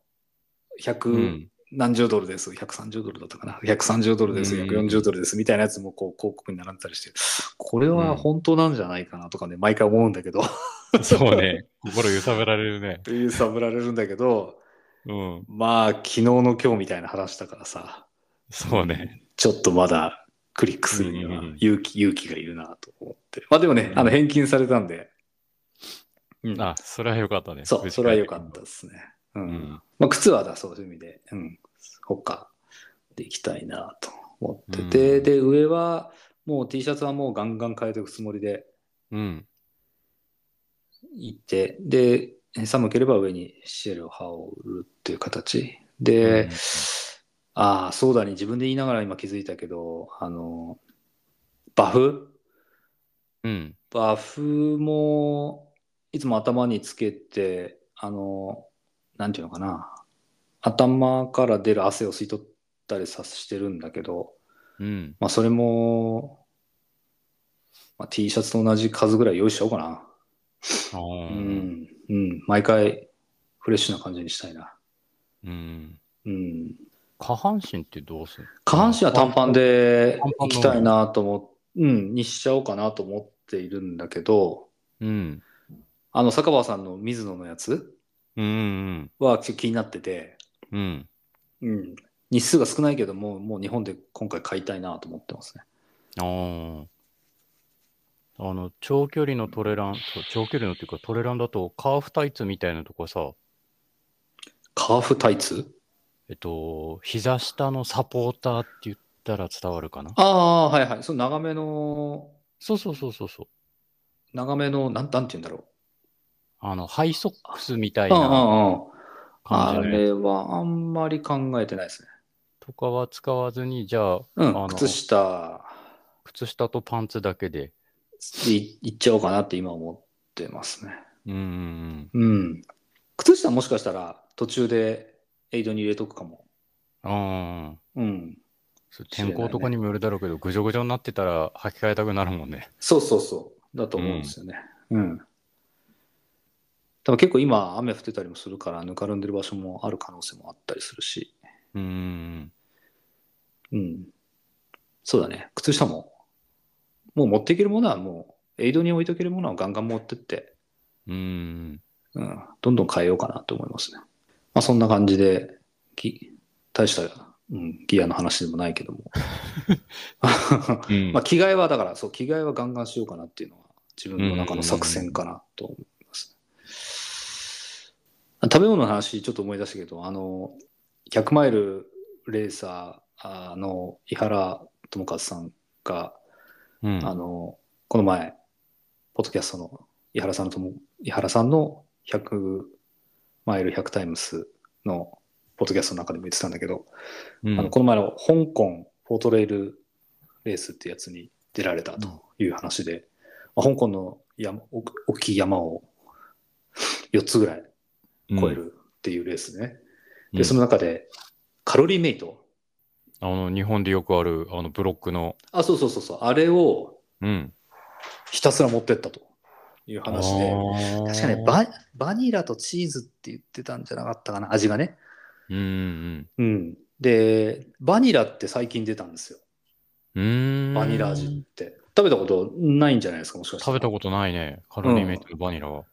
Speaker 3: 100、
Speaker 2: うんうん
Speaker 3: 何十ドルです、130ドルだったかな、130ドルです、
Speaker 2: うん
Speaker 3: 140ドルです、みたいなやつもこう広告に並んでたりして、これは本当なんじゃないかなとかね、毎回思うんだけど、
Speaker 2: そうね。心揺さぶられるね。
Speaker 3: 揺さぶられるんだけど、
Speaker 2: うん。
Speaker 3: まあ、昨日の今日みたいな話だからさ、
Speaker 2: そうね。
Speaker 3: ちょっとまだクリックするに
Speaker 2: う
Speaker 3: は
Speaker 2: んうんうん
Speaker 3: 勇気、勇気がいるなと思って。まあでもね、
Speaker 2: うん
Speaker 3: あの返金されたんで、うん
Speaker 2: あ、それはよかったね。
Speaker 3: そう、それは良かった。ですね。う。
Speaker 2: うんん。
Speaker 3: まあ、靴はだそういう意味で、うん、他でいきたいなと思ってて、
Speaker 2: うん
Speaker 3: で、上はもう T シャツはもうガンガン変えていくつもりで
Speaker 2: うん。
Speaker 3: いて、で、寒ければ上にシェルを羽織るっていう形で、
Speaker 2: うん
Speaker 3: ああ、そうだね、自分で言いながら今気づいたけど、あの、バフ
Speaker 2: うん。
Speaker 3: バフもいつも頭につけて、あの、なんていうのかな、頭から出る汗を吸い取ったりさしてるんだけど、
Speaker 2: うん。
Speaker 3: まあ、それも、まあ、T シャツと同じ数ぐらい用意しちゃおうかな。
Speaker 2: あ
Speaker 3: う
Speaker 2: ー
Speaker 3: ん、うん、毎回フレッシュな感じにしたいな。
Speaker 2: うん。
Speaker 3: うん。
Speaker 2: 下半身ってどうする
Speaker 3: 下半身は短パンで
Speaker 2: 短パン
Speaker 3: 行
Speaker 2: の
Speaker 3: きたいなと思っ、うん、にしちゃおうかなと思っているんだけど、
Speaker 2: うん。
Speaker 3: あの、坂場さんの水野のやつ
Speaker 2: うんうん
Speaker 3: はちょっと気になってて、
Speaker 2: うん。うん。
Speaker 3: うん、日数が少ないけども、もう日本で今回買いたいなと思ってますね。
Speaker 2: ああ。あの、長距離のトレラン、そう長距離のっていうかトレランだと、カーフタイツみたいなとこさ、
Speaker 3: カーフタイツ
Speaker 2: えっと、膝下のサポーターって言ったら伝わるかな
Speaker 3: ああ、はいはい。その長めの、
Speaker 2: そうそうそうそうそう。
Speaker 3: 長めの、なん、なんて言うんだろ。
Speaker 2: あの、ハイソックスみたいう
Speaker 3: うんう
Speaker 2: なん
Speaker 3: うん。あ
Speaker 2: 感じのやつ
Speaker 3: れはあんまり考えてないですね。
Speaker 2: とかは使わずに、じゃあ、
Speaker 3: う
Speaker 2: あの
Speaker 3: ん、靴下
Speaker 2: 靴下とパンツだけで。
Speaker 3: いいっちゃおうかなって今思ってますね。
Speaker 2: うんうんうん。
Speaker 3: うん。靴下もしかしたら途中でエイドに入れとくかも。
Speaker 2: ああ。
Speaker 3: うん。
Speaker 2: そう天候とかにもよるだろうけど、ぐじょぐじょになってたら履き替えたくなるもんね。
Speaker 3: そうそうそう。だと思うんですよね。うん。多分結構今雨降ってたりもするからぬかるんでる場所もある可能性もあったりするし。
Speaker 2: うんうんうん。
Speaker 3: うん。そうだね。靴下も。もう持っていけるものはもう、エイドに置いとけるものはガンガン持ってって。
Speaker 2: うんうん。
Speaker 3: うん、どんどん変えようかなと思いますね。まあそんな感じで、ぎ大した、うん、ギアの話でもないけども。
Speaker 2: うん
Speaker 3: まあ着替えはだから、そう、着替えはガンガンしようかなっていうのは自分の中の作戦かなと思います、ね。食べ物の話ちょっと思い出したけど、あの、100マイルレーサーあの井原智和さんが、
Speaker 2: うん
Speaker 3: あの、この前、ポッドキャストの井原さんとも、井原さんの100マイル100タイムスのポッドキャストの中でも言ってたんだけど、
Speaker 2: うん
Speaker 3: あのこの前の香港フォートレイルレースってやつに出られたという話で、まあ香港の山大大きい山を4つぐらい越えるっていうレースね。
Speaker 2: うん
Speaker 3: で、その中でカロリーメイト。
Speaker 2: あの日本でよくあるあのブロックの、
Speaker 3: あ、そうそうそうそう、あれを
Speaker 2: うん、
Speaker 3: ひたすら持ってったという話で。確かね
Speaker 2: バ
Speaker 3: バ、バニラとチーズって言ってたんじゃなかったかな、味がね。
Speaker 2: うんうん
Speaker 3: うん。で、バニラって最近出たんですよ。
Speaker 2: うんうーん
Speaker 3: バニラ味って。食べたことないんじゃないですか、もしかして。
Speaker 2: 食べたことないねカロリーメイトのバニラは、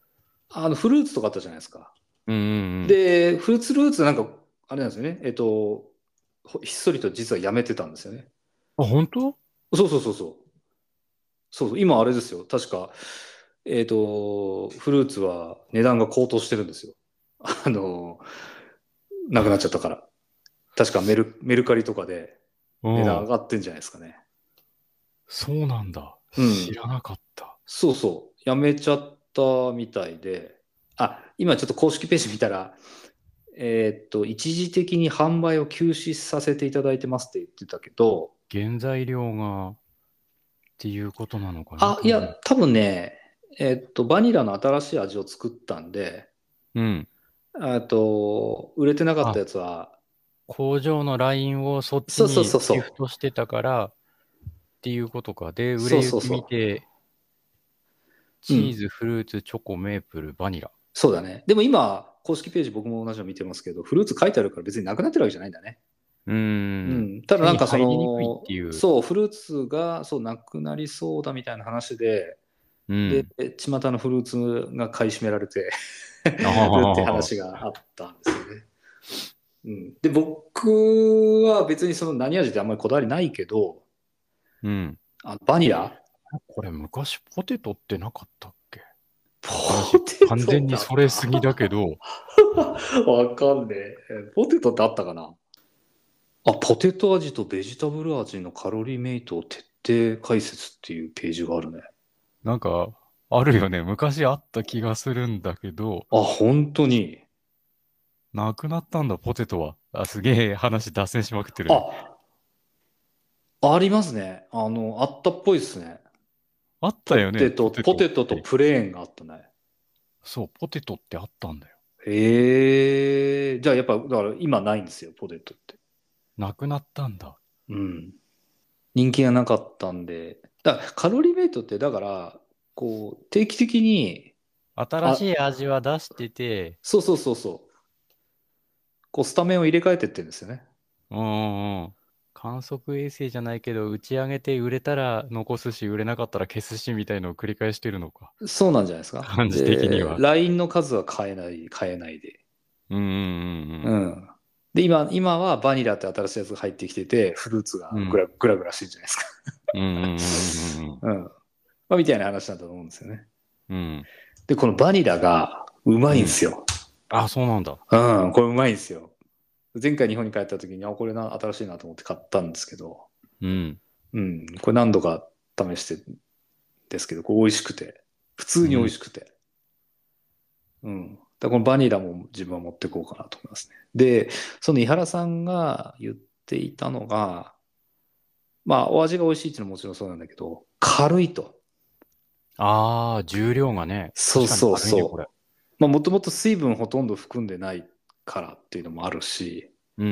Speaker 3: あの、フルーツとかあったじゃないですか。
Speaker 2: うんうんうん、
Speaker 3: で、フルーツルーツなんか、あれなんですよね。えっと、ほひっそりと実はやめてたんですよね。
Speaker 2: あ本当
Speaker 3: そうそうそうそう。そうそう、今あれですよ。確か、えっ、と、フルーツは値段が高騰してるんですよ。あの、なくなっちゃったから。確かメルメルカリとかで
Speaker 2: うん
Speaker 3: 値段上がってんじゃないですかね。
Speaker 2: そうなんだ、
Speaker 3: うん
Speaker 2: 知らなかった
Speaker 3: そうそう。やめちゃったみたいで。あ、今ちょっと公式ページ見たら、えっ、と、一時的に販売を休止させていただいてますって言ってたけど、
Speaker 2: 原材料がっていうことなのかな
Speaker 3: あ、いや、多分ね、えっと、バニラの新しい味を作ったんで、
Speaker 2: うん
Speaker 3: えっと、売れてなかったやつは、
Speaker 2: 工場のラインをそっち
Speaker 3: そうそう
Speaker 2: に
Speaker 3: そうそう
Speaker 2: シフトしてたからっていうことかで売
Speaker 3: そ
Speaker 2: れ
Speaker 3: うそ
Speaker 2: 行
Speaker 3: う
Speaker 2: き
Speaker 3: そう
Speaker 2: 見てチーズ、フルーツ、チョコ、メープル、バニラ。
Speaker 3: そうだね。でも今、公式ページ僕も同じの見てますけど、フルーツ書いてあるから別になくなってるわけじゃないんだね。
Speaker 2: うー。
Speaker 3: うんん。ただなんかそ
Speaker 2: 手に入りにくい
Speaker 3: の
Speaker 2: っていう、
Speaker 3: そう、フルーツが、そう、なくなりそうだみたいな話で、
Speaker 2: うん
Speaker 3: で、巷のフルーツが買い占められて、
Speaker 2: あー
Speaker 3: って話があったんですよね。うん、で僕は別にその何味ってあんまりこだわりないけど
Speaker 2: うん。
Speaker 3: あバニラ
Speaker 2: これ昔ポテトってなかったっけ
Speaker 3: ポテトだ
Speaker 2: 完全にそれすぎだけど、
Speaker 3: わかんねええポテトってあったかなあポテト味とベジタブル味のカロリーメイトを徹底解説っていうページがあるね
Speaker 2: なんか、あるよね。昔あった気がするんだけど、
Speaker 3: あ本当に
Speaker 2: なくなったんだ、ポテトは。あ、すげえ話脱線しまくってる。
Speaker 3: あありますねあのあったっぽいですね
Speaker 2: あったよね。
Speaker 3: ポテトポテトとプレーンがあったね
Speaker 2: そう、ポテトってあったんだよ。
Speaker 3: へえじゃあやっぱだから今ないんですよポテトって
Speaker 2: なくなったんだ。
Speaker 3: うん人気がなかったんでだからカロリーメイトってだからこう定期的に
Speaker 2: 新しい味は出してて、
Speaker 3: そうそうそうそうこうスタメンを入れ替えてってるんですよね
Speaker 2: うんうんうん。観測衛星じゃないけど、打ち上げて売れたら残すし、売れなかったら消すしみたいのを繰り返してるのか。
Speaker 3: そうなんじゃないですか
Speaker 2: 感じ的には
Speaker 3: で LINE の数は変えない変えないで
Speaker 2: うんうんうん
Speaker 3: う
Speaker 2: うん。
Speaker 3: んで今今はバニラって新しいやつが入ってきててフルーツがグラ,、グラグラしてるじゃないですか
Speaker 2: うんうんうんうんうん。
Speaker 3: うん、まあ、みたいな話だと思うんですよね
Speaker 2: うん。
Speaker 3: でこのバニラがうまいんですよ、
Speaker 2: あ、そうなんだ。
Speaker 3: うん、これうまいんですよ。前回日本に帰った時に、あ、これな、新しいなと思って買ったんですけど、
Speaker 2: うん。
Speaker 3: うん、これ何度か試してですけど、これ美味しくて、普通に美味しくて。うん。だからこのバニラも自分は持ってこうかなと思いますね。で、その井原さんが言っていたのが、まあ、お味が美味しいっていうのはもちろんそうなんだけど、軽いと。
Speaker 2: ああ、重量がね。
Speaker 3: そうそう
Speaker 2: 確かに軽いね
Speaker 3: そう
Speaker 2: これ
Speaker 3: まあ、もともと水分ほとんど含んでないからっていうのもあるし、
Speaker 2: うんう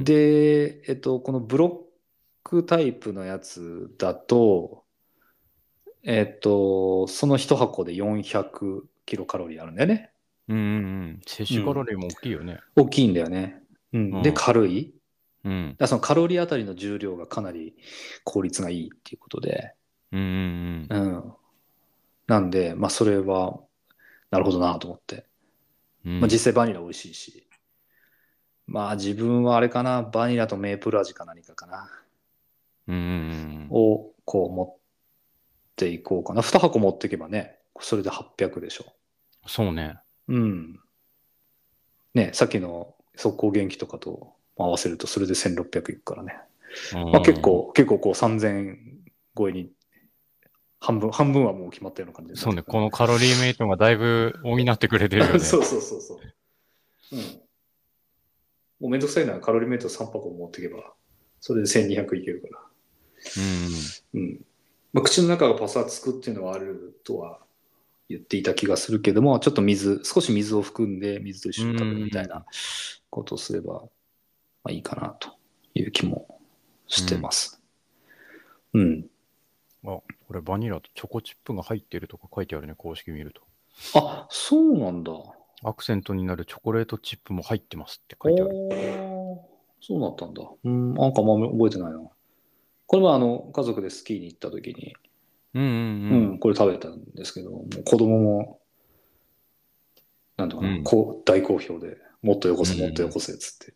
Speaker 2: ん。
Speaker 3: で、えっと、このブロックタイプのやつだと、えっと、その一箱で400キロカロリーあるんだよね。
Speaker 2: うんうんうん。摂取カロリーも大きいよね。
Speaker 3: 大きいんだよね。うん。
Speaker 2: う
Speaker 3: で、
Speaker 2: ん
Speaker 3: 軽い。
Speaker 2: うん。
Speaker 3: だからそのカロリーあたりの重量がかなり効率がいいっていうことで。
Speaker 2: うんうん
Speaker 3: うん。なんで、まあ、それは、なるほどなと思って。
Speaker 2: うん。
Speaker 3: まあ、実際バニラ美味しいし。まあ、自分はあれかな。バニラとメープル味か何かかな。
Speaker 2: うんうんうん。
Speaker 3: をこう持っていこうかな。2箱持っていけばね、それで800でしょ。
Speaker 2: そうね。
Speaker 3: うん。ね、さっきの速攻元気とかと合わせるとそれで1600いくからね。ま
Speaker 2: ま
Speaker 3: あ、結。構、結構こう3000超えに半分、半分はもう決まったような感じ
Speaker 2: そうね。このカロリーメイトがだいぶ補ってくれてる よね。
Speaker 3: そうそうそうそう。うん。もうめんどくさいならカロリーメイト3箱持っていけば、それで1200いけるから。
Speaker 2: うんうん。
Speaker 3: うんまあ、口の中がパサつくっていうのはあるとは言っていた気がするけども、ちょっと水、少し水を含んで水と一緒に食べるみたいなことをすれば、まあ、いいかなという気もしてます。うん。
Speaker 2: これバニラとチョコチップが入ってるとか書いてあるね、公式見ると。
Speaker 3: あ、そうなんだ。
Speaker 2: アクセントになるチョコレートチップも入ってますって書いてある。
Speaker 3: おーそうだったんだ。うん、なんかあんま覚えてないな。これはあの、家族でスキーに行った時に、
Speaker 2: うんう
Speaker 3: うんん、これ食べたんですけど、もう子供も、なんとかな、
Speaker 2: うん
Speaker 3: こう大好評で、もっとよこせ、もっとよこせっつ って、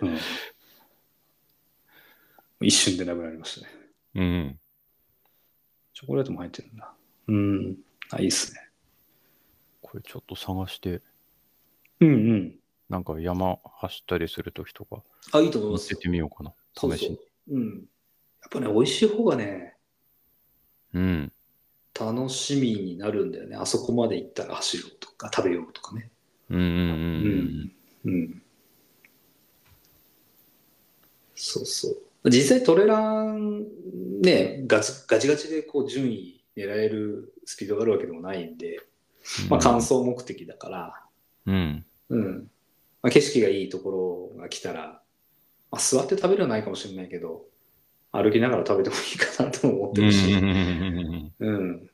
Speaker 3: うん一瞬でなくなりましたね。
Speaker 2: うん。うん。
Speaker 3: チョコレートも入ってるんだ。うん、あ、いいっすね。
Speaker 2: これちょっと探して、
Speaker 3: うんうん。
Speaker 2: なんか山走ったりするときとか、
Speaker 3: あ、いいと思い
Speaker 2: 乗
Speaker 3: ま
Speaker 2: せ
Speaker 3: すよ。
Speaker 2: てみようかな。
Speaker 3: そう
Speaker 2: 試し
Speaker 3: そ
Speaker 2: に。
Speaker 3: う。うん。やっぱね、美味しい方がね、
Speaker 2: うん。
Speaker 3: 楽しみになるんだよね。あそこまで行ったら走ろうとか、食べようとかね。
Speaker 2: うんうんうんうん。
Speaker 3: うん。そうそう。実際トレランね、ガチガチガチでこう順位狙えるスピードがあるわけでもないんで、まあ完走目的だから、
Speaker 2: うん。
Speaker 3: うん。まあ、景色がいいところが来たら、まあ、座って食べるのはないかもしれないけど、歩きながら食べてもいいかなとも思っ
Speaker 2: う
Speaker 3: て
Speaker 2: んうん
Speaker 3: る
Speaker 2: う
Speaker 3: し、
Speaker 2: ん
Speaker 3: うん。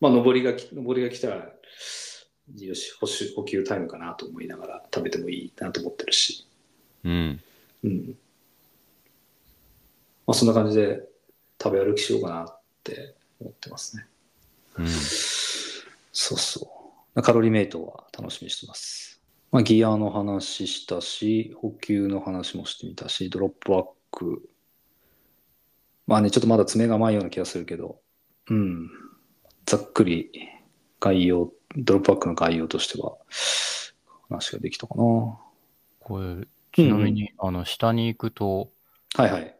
Speaker 3: まあ上りがき、上りが来たら、よし、補修補給タイムかなと思いながら食べてもいいなと思ってるし。
Speaker 2: うんうん。
Speaker 3: うん。まあ、そんな感じで食べ歩きしようかなって思ってますね。
Speaker 2: うん。
Speaker 3: そうそう。カロリーメイトは楽しみにしてます。まあ、ギアの話したし、補給の話もしてみたし、ドロップバック。まあね、ちょっとまだ爪が甘いような気がするけど、うん。ざっくり概要、ドロップバックの概要としては、話ができたかな。は
Speaker 2: これ、ちなみに、あの、下に行くと、
Speaker 3: いはい。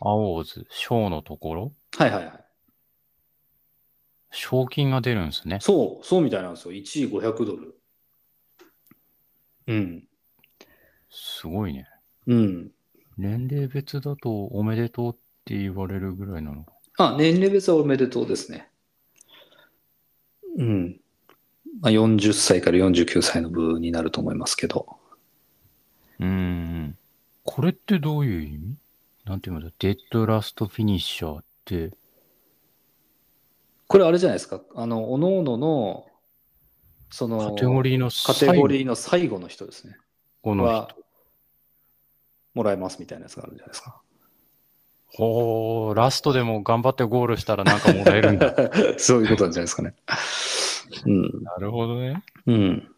Speaker 2: 青ズ、小のところ、
Speaker 3: はいはいはい。
Speaker 2: 賞金が出るんですね。
Speaker 3: そう、そうみたいなんですよ。1位500ドル。うん。
Speaker 2: すごいね。
Speaker 3: うん。
Speaker 2: 年齢別だとおめでとうって言われるぐらいなのか。
Speaker 3: あ、年齢別はおめでとうですね。うん。まあ、40歳から49歳の部になると思いますけど。
Speaker 2: うーん。これってどういう意味なんていうんだデッドラストフィニッシャーって。
Speaker 3: これあれじゃないですか。あの、おののの、その、
Speaker 2: カテゴリーの
Speaker 3: カテゴ
Speaker 2: ー
Speaker 3: リーの最後の人ですね。
Speaker 2: この
Speaker 3: は、もらえますみたいなやつがあるんじゃないですか。
Speaker 2: 人。ほー、ラストでも頑張ってゴールしたらなんかもらえるんだ。
Speaker 3: そういうことなんじゃないですかね。うん。
Speaker 2: なるほどね。
Speaker 3: うん。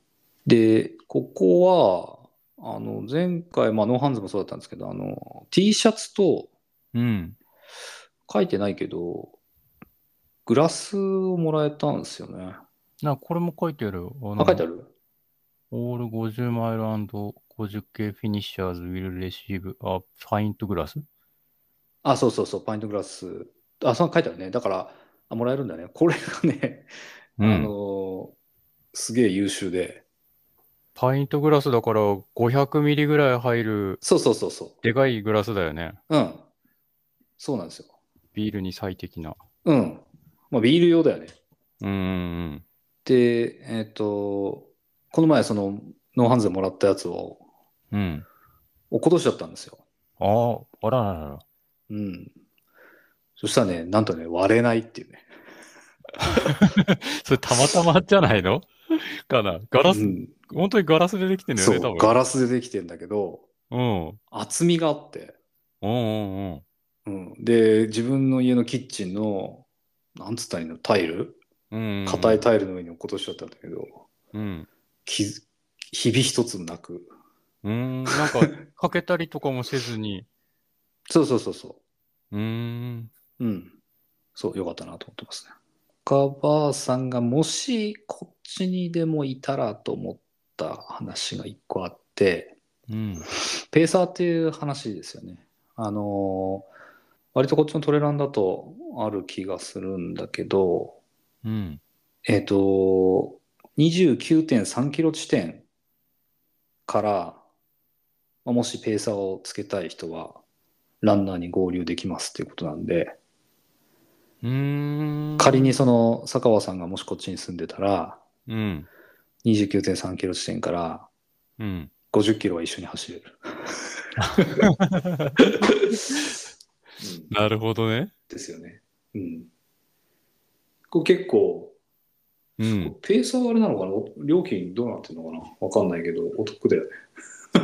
Speaker 3: で、ここは、あの、前回、まあ、ノーハンズもそうだったんですけど、あの、T シャツと、
Speaker 2: うん。
Speaker 3: 書いてないけど、グラスをもらえたんですよね。
Speaker 2: な、これも書いてある。
Speaker 3: あ、書いてあ
Speaker 2: る。
Speaker 3: る
Speaker 2: オール50マイル50系フィニッシャーズ will receive a pint glass?
Speaker 3: あ、そうそうそう、パイントグラス。あ、そう書いてあるね。だから、あ、もらえるんだね。これがね、
Speaker 2: う
Speaker 3: あの
Speaker 2: ん。
Speaker 3: ー、すげえ優秀で。
Speaker 2: パイントグラスだから500ミリぐらい入る
Speaker 3: そうそうそうそ
Speaker 2: でかいグラスだよね。
Speaker 3: う。うん。そうなんですよ。
Speaker 2: ビールに最適な。
Speaker 3: うん。まあ、ビール用だよね。
Speaker 2: うんうん
Speaker 3: で、えっ、と、この前、その、ノーハンズでもらったやつを、
Speaker 2: うん。うん。
Speaker 3: お今年だったんですよ。
Speaker 2: ああ、あらららら。
Speaker 3: うん。そしたらね、なんとね、割れないっていうね。
Speaker 2: それたまたまじゃないの かなガラス、
Speaker 3: うん、
Speaker 2: 本当にガラスでできてんだよ
Speaker 3: そ
Speaker 2: ね、多
Speaker 3: う、
Speaker 2: 分。
Speaker 3: ガラスでできてんだけど、
Speaker 2: うん。
Speaker 3: 厚みがあって、
Speaker 2: うんうんうん。
Speaker 3: うん、で、自分の家のキッチンの、なんつったらいいの、タイル
Speaker 2: うんうん。
Speaker 3: 硬いタイルの上に落っことしちゃったんだけど、
Speaker 2: うん。
Speaker 3: きひび一つもなく。
Speaker 2: うーん。なん か、かけたりとかもせずに。
Speaker 3: そうそうそうそう
Speaker 2: ーん。
Speaker 3: う。うん。そう、よかったなと思ってますね。おばあさんがもしこっちにでもいたらと思った話が一個あって、
Speaker 2: うん。
Speaker 3: ペーサーっていう話ですよね。あのー割とこっちのトレランだとある気がするんだけど、
Speaker 2: うん。
Speaker 3: えっ、と、29.3キロ地点から、まあもしペーサーをつけたい人は、ランナーに合流できますっていうことなんで、
Speaker 2: うーん。
Speaker 3: 仮にその、坂和さんがもしこっちに住んでたら、
Speaker 2: うん。
Speaker 3: 29.3キロ地点から
Speaker 2: うん。
Speaker 3: 50キロは一緒に走れる。うん
Speaker 2: なるほどね。
Speaker 3: ですよね。うん。これ結構、
Speaker 2: うん。
Speaker 3: ペーサーはあれなのかな料金どうなってるのかなわかんないけど、お得だよね。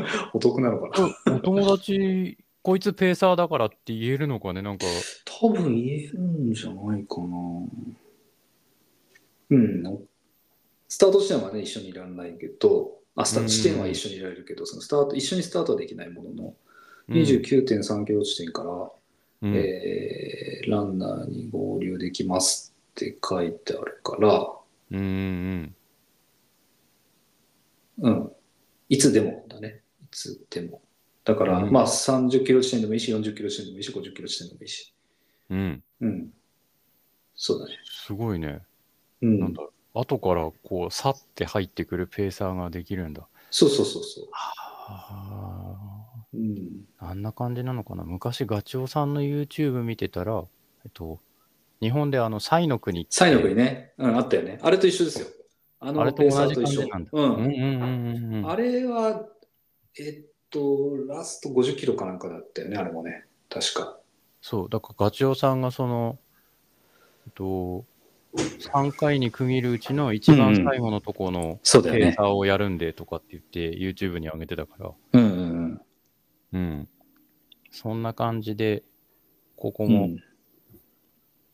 Speaker 3: お得なのかな
Speaker 2: お友達、こいつペーサーだからって言えるのかねなんか、
Speaker 3: 多分言えるんじゃないかな。うん。スタート地点はね、一緒にいられないけど、あ、スター
Speaker 2: うん
Speaker 3: ト地点は一緒にいられるけど、そのスタート、一緒にスタートはできないものの、
Speaker 2: うん
Speaker 3: 29.3キロ地点から、
Speaker 2: うん
Speaker 3: えーランナーに合流できますって書いてあるから、
Speaker 2: うんうん
Speaker 3: うん。いつでもだね。いつでも。だから、
Speaker 2: うん
Speaker 3: まあ30キロ地点でもいいし、40キロ地点でもいいし、50キロ地点でもいいし。
Speaker 2: うん。うん。
Speaker 3: うん。そうだね。
Speaker 2: すごいね。
Speaker 3: う
Speaker 2: なん
Speaker 3: ん。
Speaker 2: だろう。後からこう、さって入ってくるペーサーができるんだ。
Speaker 3: そうそうそうそ
Speaker 2: ああ。
Speaker 3: う。うん。
Speaker 2: あんな感じなのかな昔、ガチオさんの YouTube 見てたら、えっと、日本であの、サイの国って。
Speaker 3: サイの国ね。うん、あったよね。あれと一緒ですよ。あ
Speaker 2: あれ
Speaker 3: の
Speaker 2: と
Speaker 3: ペ
Speaker 2: 同
Speaker 3: ー
Speaker 2: じ
Speaker 3: サーと一
Speaker 2: 感
Speaker 3: 緒
Speaker 2: じなんだ。
Speaker 3: う
Speaker 2: うんうん
Speaker 3: ん。
Speaker 2: うんうんうん。
Speaker 3: あれは、えっと、ラスト50キロかなんかだったよね、あれもね。確か。
Speaker 2: そう、だからガチオさんがその、えっと、3回に区切るうちの一番最後のとこの
Speaker 3: そう
Speaker 2: ペー。サーをやるんでとかって言って、YouTube に上げてたから、
Speaker 3: うんうん
Speaker 2: うん。そんな感じで、ここ
Speaker 3: うん。
Speaker 2: も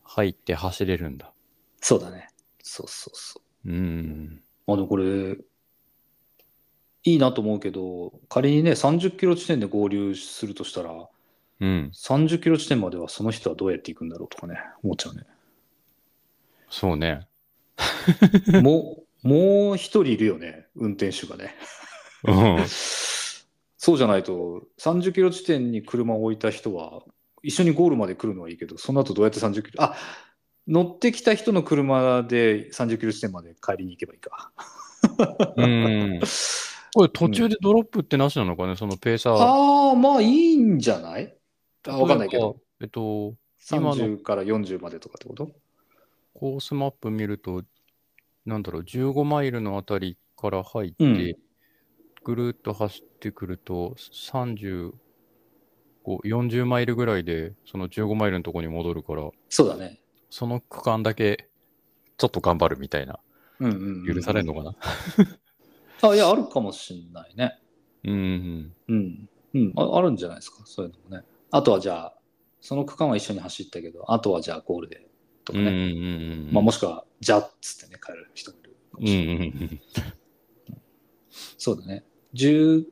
Speaker 2: 入って走れるんだ。
Speaker 3: そうだね。そうそうそう。
Speaker 2: うん。
Speaker 3: あの、これ、いいなと思うけど、仮にね、30キロ地点で合流するとしたら、
Speaker 2: うん。
Speaker 3: 30キロ地点まではその人はどうやって行くんだろうとかね、思っちゃうね。
Speaker 2: そうね。
Speaker 3: もう、もう一人いるよね、運転手がね。
Speaker 2: うん。
Speaker 3: そうじゃないと、30キロ地点に車を置いた人は、一緒にゴールまで来るのはいいけど、その後どうやって30キロ、あ乗ってきた人の車で30キロ地点まで帰りに行けばいいか。
Speaker 2: うん。これ途中でドロップってなしなのかね、そのペーサー。
Speaker 3: ああ、まあいいんじゃないあわかんないけど。
Speaker 2: 例えば。えっと、今の
Speaker 3: 30から40までとかってこと
Speaker 2: コースマップ見ると、なんだろう、15マイルのあたりから入って、
Speaker 3: うん
Speaker 2: ぐるっと走ってくると、35、40マイルぐらいで、その15マイルのとこに戻るから、
Speaker 3: そうだね。
Speaker 2: その区間だけ、ちょっと頑張るみたいな。
Speaker 3: うんうんうん
Speaker 2: 許されるのかな
Speaker 3: あ、いや、あるかもしんないね。
Speaker 2: うんうん。
Speaker 3: うん。うんあ。あるんじゃないですか、そういうのもね。あとはじゃあ、その区間は一緒に走ったけど、あとはじゃあゴールでと
Speaker 2: う
Speaker 3: か
Speaker 2: んうんう
Speaker 3: ね。
Speaker 2: ん。
Speaker 3: まあ、もしくは、じゃっつってね、帰る人もいるか
Speaker 2: う
Speaker 3: も
Speaker 2: ん
Speaker 3: し
Speaker 2: う
Speaker 3: れない。
Speaker 2: んうん。
Speaker 3: そうだね。10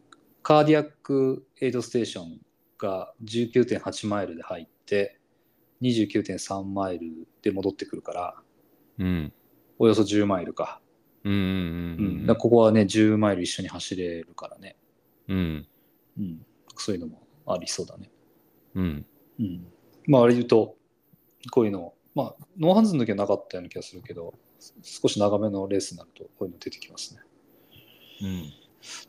Speaker 3: カーディアックエイドステーションが19.8マイルで入って、29.3マイルで戻ってくるから、
Speaker 2: うん
Speaker 3: およそ10マイルか。
Speaker 2: うんうんうんうん
Speaker 3: だからここはね、10マイル一緒に走れるからね。
Speaker 2: うん。
Speaker 3: うん、そういうのもありそうだね。
Speaker 2: うん。
Speaker 3: うん、まあ、あれ言うと、こういうの、まあ、ノーハンズの時はなかったような気がするけど、少し長めのレースになると、こういうの出てきますね。
Speaker 2: うん。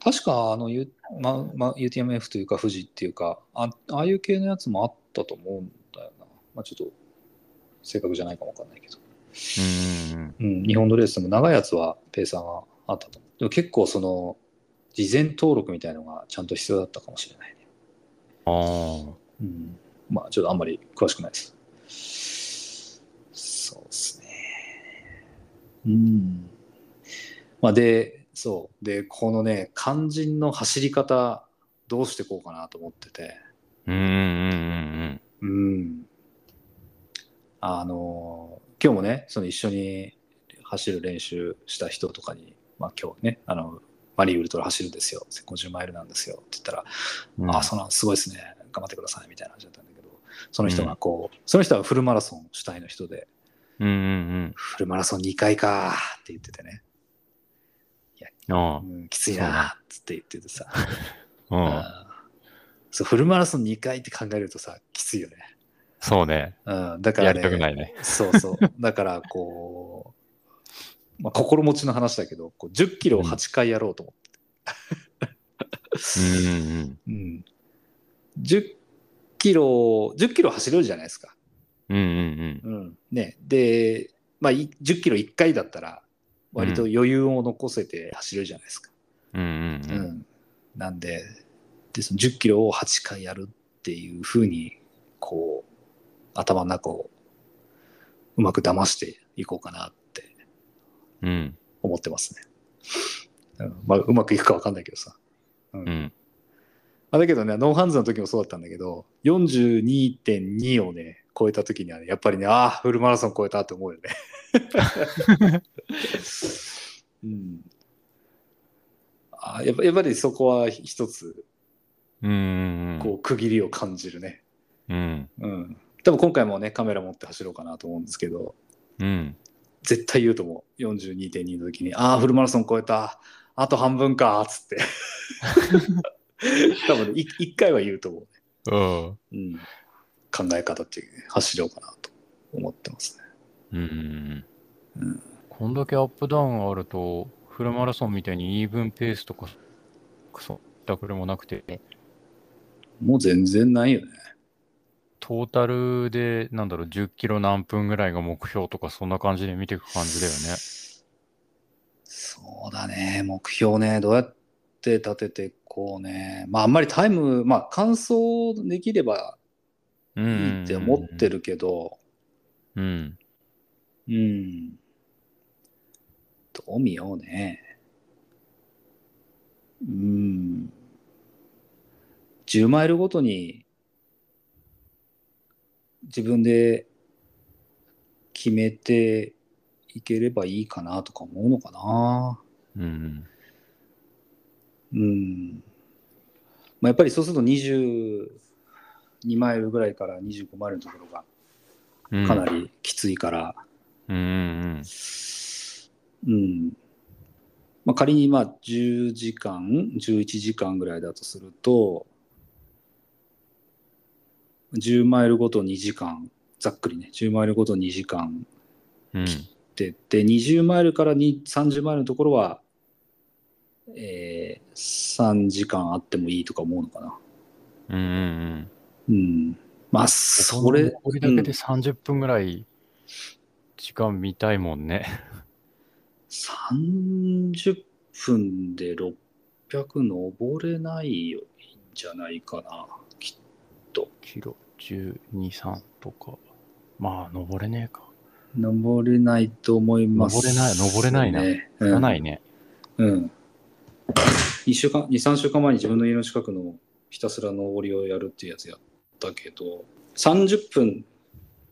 Speaker 3: 確かあの、U まま、UTMF というか、富士っていうかあ、ああいう系のやつもあったと思うんだよな。まあ、ちょっと正確じゃないかもわかんないけど。
Speaker 2: うん。
Speaker 3: うん、日本のレースでも長いやつはペーサーがあったと思う。でも結構その事前登録みたいのがちゃんと必要だったかもしれないね。
Speaker 2: ああ。
Speaker 3: うん、まあちょっとあんまり詳しくないです。そうですね。うん。まあで、そう。で、このね、肝心の走り方、どうしてこうかなと思ってて。
Speaker 2: うん。うん。
Speaker 3: うん。あのー今日もね、その一緒に走る練習した人とかに、まあ今日ね、あの、マリーウルトラ走るんですよ、50マイルなんですよって言ったら、
Speaker 2: うん。
Speaker 3: ああ、その、すごいですね、頑張ってくださいみたいな話だったんだけど、その人がこう、その人はフルマラソン主体の人で、
Speaker 2: うん。うん。
Speaker 3: フルマラソン2回かーって言っててね、
Speaker 2: うん。あ
Speaker 3: うん、きついなーっつって言っててさ、
Speaker 2: あ。うん。
Speaker 3: あーそうフルマラソン2回って考えるとさ、きついよね。
Speaker 2: そうね。
Speaker 3: うん、だから、
Speaker 2: や
Speaker 3: ね、
Speaker 2: りたくないね。
Speaker 3: そうそう。だから、こう、まあ、心持ちの話だけど、こう10キロを8回やろうと思って。
Speaker 2: うん。
Speaker 3: うん10キロ、10キロ走れるじゃないですか。
Speaker 2: うん。うん。
Speaker 3: うん。ね。で、まあ、い10キロ1回だったら、割と余裕を残せて走れるじゃないですか。
Speaker 2: うん。うん。
Speaker 3: う。
Speaker 2: うんん。
Speaker 3: なんで、で、その10キロを8回やるっていうふうに、こう、頭の中をうまく騙していこうかなって
Speaker 2: うん。
Speaker 3: 思ってますね。うんまあ、うまくいくかわかんないけどさ。
Speaker 2: うん。
Speaker 3: あだけどね、ノーハンズの時もそうだったんだけど、42.2をね、超えた時にはね、やっぱりね、ああ、フルマラソン超えたって思うよね。 うん、あーやっぱやっぱりそこは一つ、
Speaker 2: うん。
Speaker 3: こう、区切りを感じるね。
Speaker 2: うん。
Speaker 3: うん。多分今回もね、カメラ持って走ろうかなと思うんですけど、
Speaker 2: うん。
Speaker 3: 絶対言うと思う。42.2の時に、ああ、フルマラソン超えた。あと半分か、つ って。多分ね、い一回は言うと思う、
Speaker 2: うん。
Speaker 3: ねうん。考え方っていう、ね、走ろうかなと思ってますね。
Speaker 2: うん。
Speaker 3: うん、
Speaker 2: こんだけアップダウンあると、フルマラソンみたいにイーブンペースとか、クソ、ダクルもなくて、
Speaker 3: もう全然ないよね。
Speaker 2: トータルで、なんだろう、10キロ何分ぐらいが目標とか、そんな感じで見ていく感じだよね。
Speaker 3: そうだね。目標ね。どうやって立ててこうね。まあ、あんまりタイム、まあ、完走できれば
Speaker 2: うん
Speaker 3: い
Speaker 2: うんうんうん。
Speaker 3: いって思ってるけど、
Speaker 2: うん。
Speaker 3: うん。どう見ようね。うん。10マイルごとに自分で決めていければいいかなとか思うのかな。
Speaker 2: うん。
Speaker 3: うん。まあ、やっぱりそうすると22マイルぐらいから25マイルのところが
Speaker 2: うん
Speaker 3: かな。りきついから、
Speaker 2: うんうん
Speaker 3: うん。まあ、仮にまあ10時間、11時間ぐらいだとすると、10マイルごと2時間、ざっくりね、10マイルごと2時間
Speaker 2: うん。
Speaker 3: で、で、20マイルからに30マイルのところは、えー、3時間あってもいいとか思うのかな。
Speaker 2: うんうんうん。
Speaker 3: うん。まあ、それ、
Speaker 2: これだけで30分ぐらい時間見たいもんね。
Speaker 3: 30分で600登れないよいいんじゃないかな。き
Speaker 2: キロ12、3とか。まあ、登れねえか。
Speaker 3: 登れないと思います、
Speaker 2: 登れない登れないな
Speaker 3: ね。
Speaker 2: いかな
Speaker 3: う
Speaker 2: いね。
Speaker 3: ん。うん。2週間、2、3週間前に自分の家の近くのひたすら登りをやるっていうやつやったけど、30分、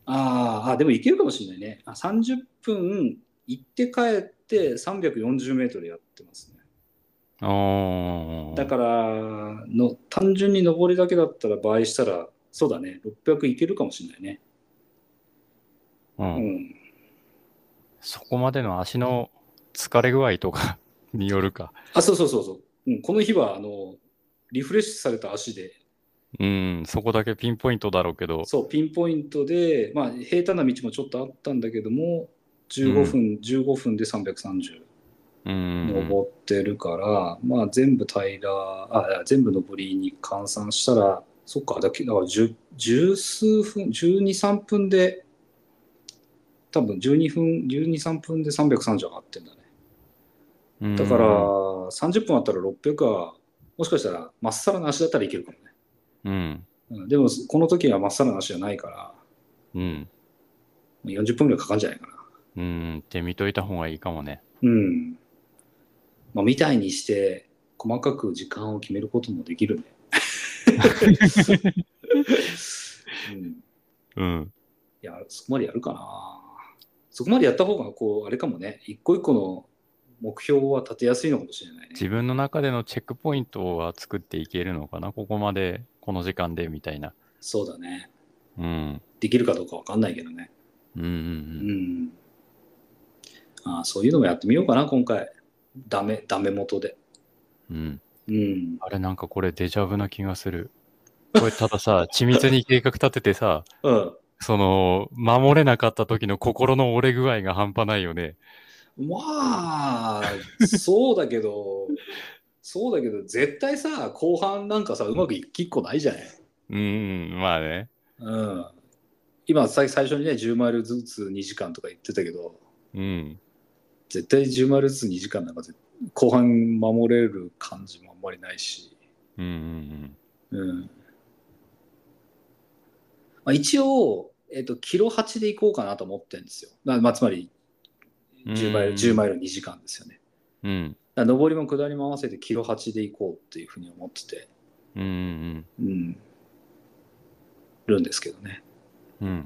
Speaker 3: あーあ、でもいけるかもしれないね。あ30分行って帰って340メートルやってますね。
Speaker 2: ああ。
Speaker 3: だからの単純に上りだけだったら倍したらそうだね600いけるかもしれないね、
Speaker 2: ら、う
Speaker 3: う
Speaker 2: ん、
Speaker 3: ん、
Speaker 2: そこまでの足の疲れ具合とか によるか。
Speaker 3: あそうそうそうそう、うん、この日はあのリフレッシュされた足で、
Speaker 2: うん、そこだけピンポイントだろうけど、
Speaker 3: そう、ピンポイントで、まあ、平坦な道もちょっとあったんだけども、15分、15分で330
Speaker 2: うん、
Speaker 3: 登ってるから、まあ、全部平ら、あ、全部登りに換算したら、そっか、だけだから十十数分、12、3分で、多分12分、12、3分で330上がってんだね。
Speaker 2: うん
Speaker 3: だから、30分あったら600は、もしかしたら、まっさらな足だったらいけるかもね。
Speaker 2: うん、
Speaker 3: うん、でも、この時はまっさらな足じゃないから、
Speaker 2: うん、
Speaker 3: 40分ぐらいかかるんじゃないかな。
Speaker 2: うん、って見といた方がいいかもね。
Speaker 3: うん。まあ、みたいにして、細かく時間を決めることもできるね。うん、い
Speaker 2: うん、
Speaker 3: や、そこまでやるかな。そこまでやった方が、こう、あれかもね、一個一個の目標は立てやすいのかもしれないね。
Speaker 2: 自分の中でのチェックポイントは作っていけるのかな、ここまで、この時間でみたいな。
Speaker 3: そうだね。
Speaker 2: うん、
Speaker 3: できるかどうかわかんないけどね。
Speaker 2: うん、う、
Speaker 3: うんん。ああそういうのもやってみようかな、今回。ダメ、ダメ元で。
Speaker 2: うん。うん
Speaker 3: うん。
Speaker 2: あれ、なんかこれ、デジャブな気がする。これ、ただ さ、緻密に計画立ててさ、
Speaker 3: うん。
Speaker 2: その、守れなかった時の心の折れ具合が半端ないよね。
Speaker 3: まあ、そうだけど、そうだけど、絶対さ、後半なんかさ、うまくいきっこないじゃない。
Speaker 2: うん、まあね。
Speaker 3: うん。今さ、最初にね、10マイルずつ2時間とか言ってたけど、
Speaker 2: うん。
Speaker 3: 絶対10マイルずつ2時間なんか絶、後半守れる感じもあんまりないし、
Speaker 2: うんうん
Speaker 3: うん。まあ、一応、えっと、キロ8で行こうかなと思ってるんですよ。なまあ、つまり、10マイル、
Speaker 2: うん
Speaker 3: 10マイル2時間ですよね。
Speaker 2: うん。うん。
Speaker 3: だから上りも下りも合わせてキロ8で行こうっていうふうに思ってて、
Speaker 2: うんうん
Speaker 3: うん、るんですけどね。
Speaker 2: うん。うん。
Speaker 3: ま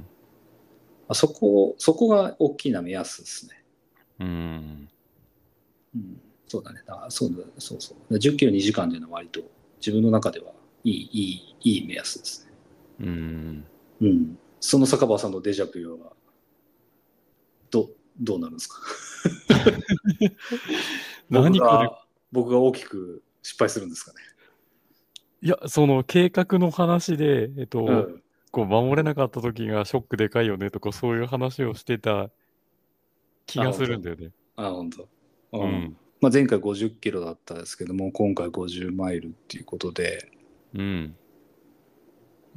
Speaker 3: あそこ、そこが大きな目安ですね。
Speaker 2: うん。
Speaker 3: うん、そうだね。だからそうだそうそう。10キロ2時間っていうのは割と自分の中ではいい、いい、いい目安ですね。
Speaker 2: うん。
Speaker 3: うん。その坂場さんのデジャブ用は、ど、どうなるん ですか
Speaker 2: 何
Speaker 3: 僕
Speaker 2: これ
Speaker 3: が、僕が大きく失敗するんですかね。
Speaker 2: いや、その計画の話で、えっと、
Speaker 3: うん。
Speaker 2: こう守れなかった時がショックでかいよねとか、そういう話をしてた気がするんだよね。
Speaker 3: あ、本当。
Speaker 2: う
Speaker 3: うん
Speaker 2: ん。
Speaker 3: まあ、前回50キロだったんですけども今回50マイルっていうことで
Speaker 2: うん。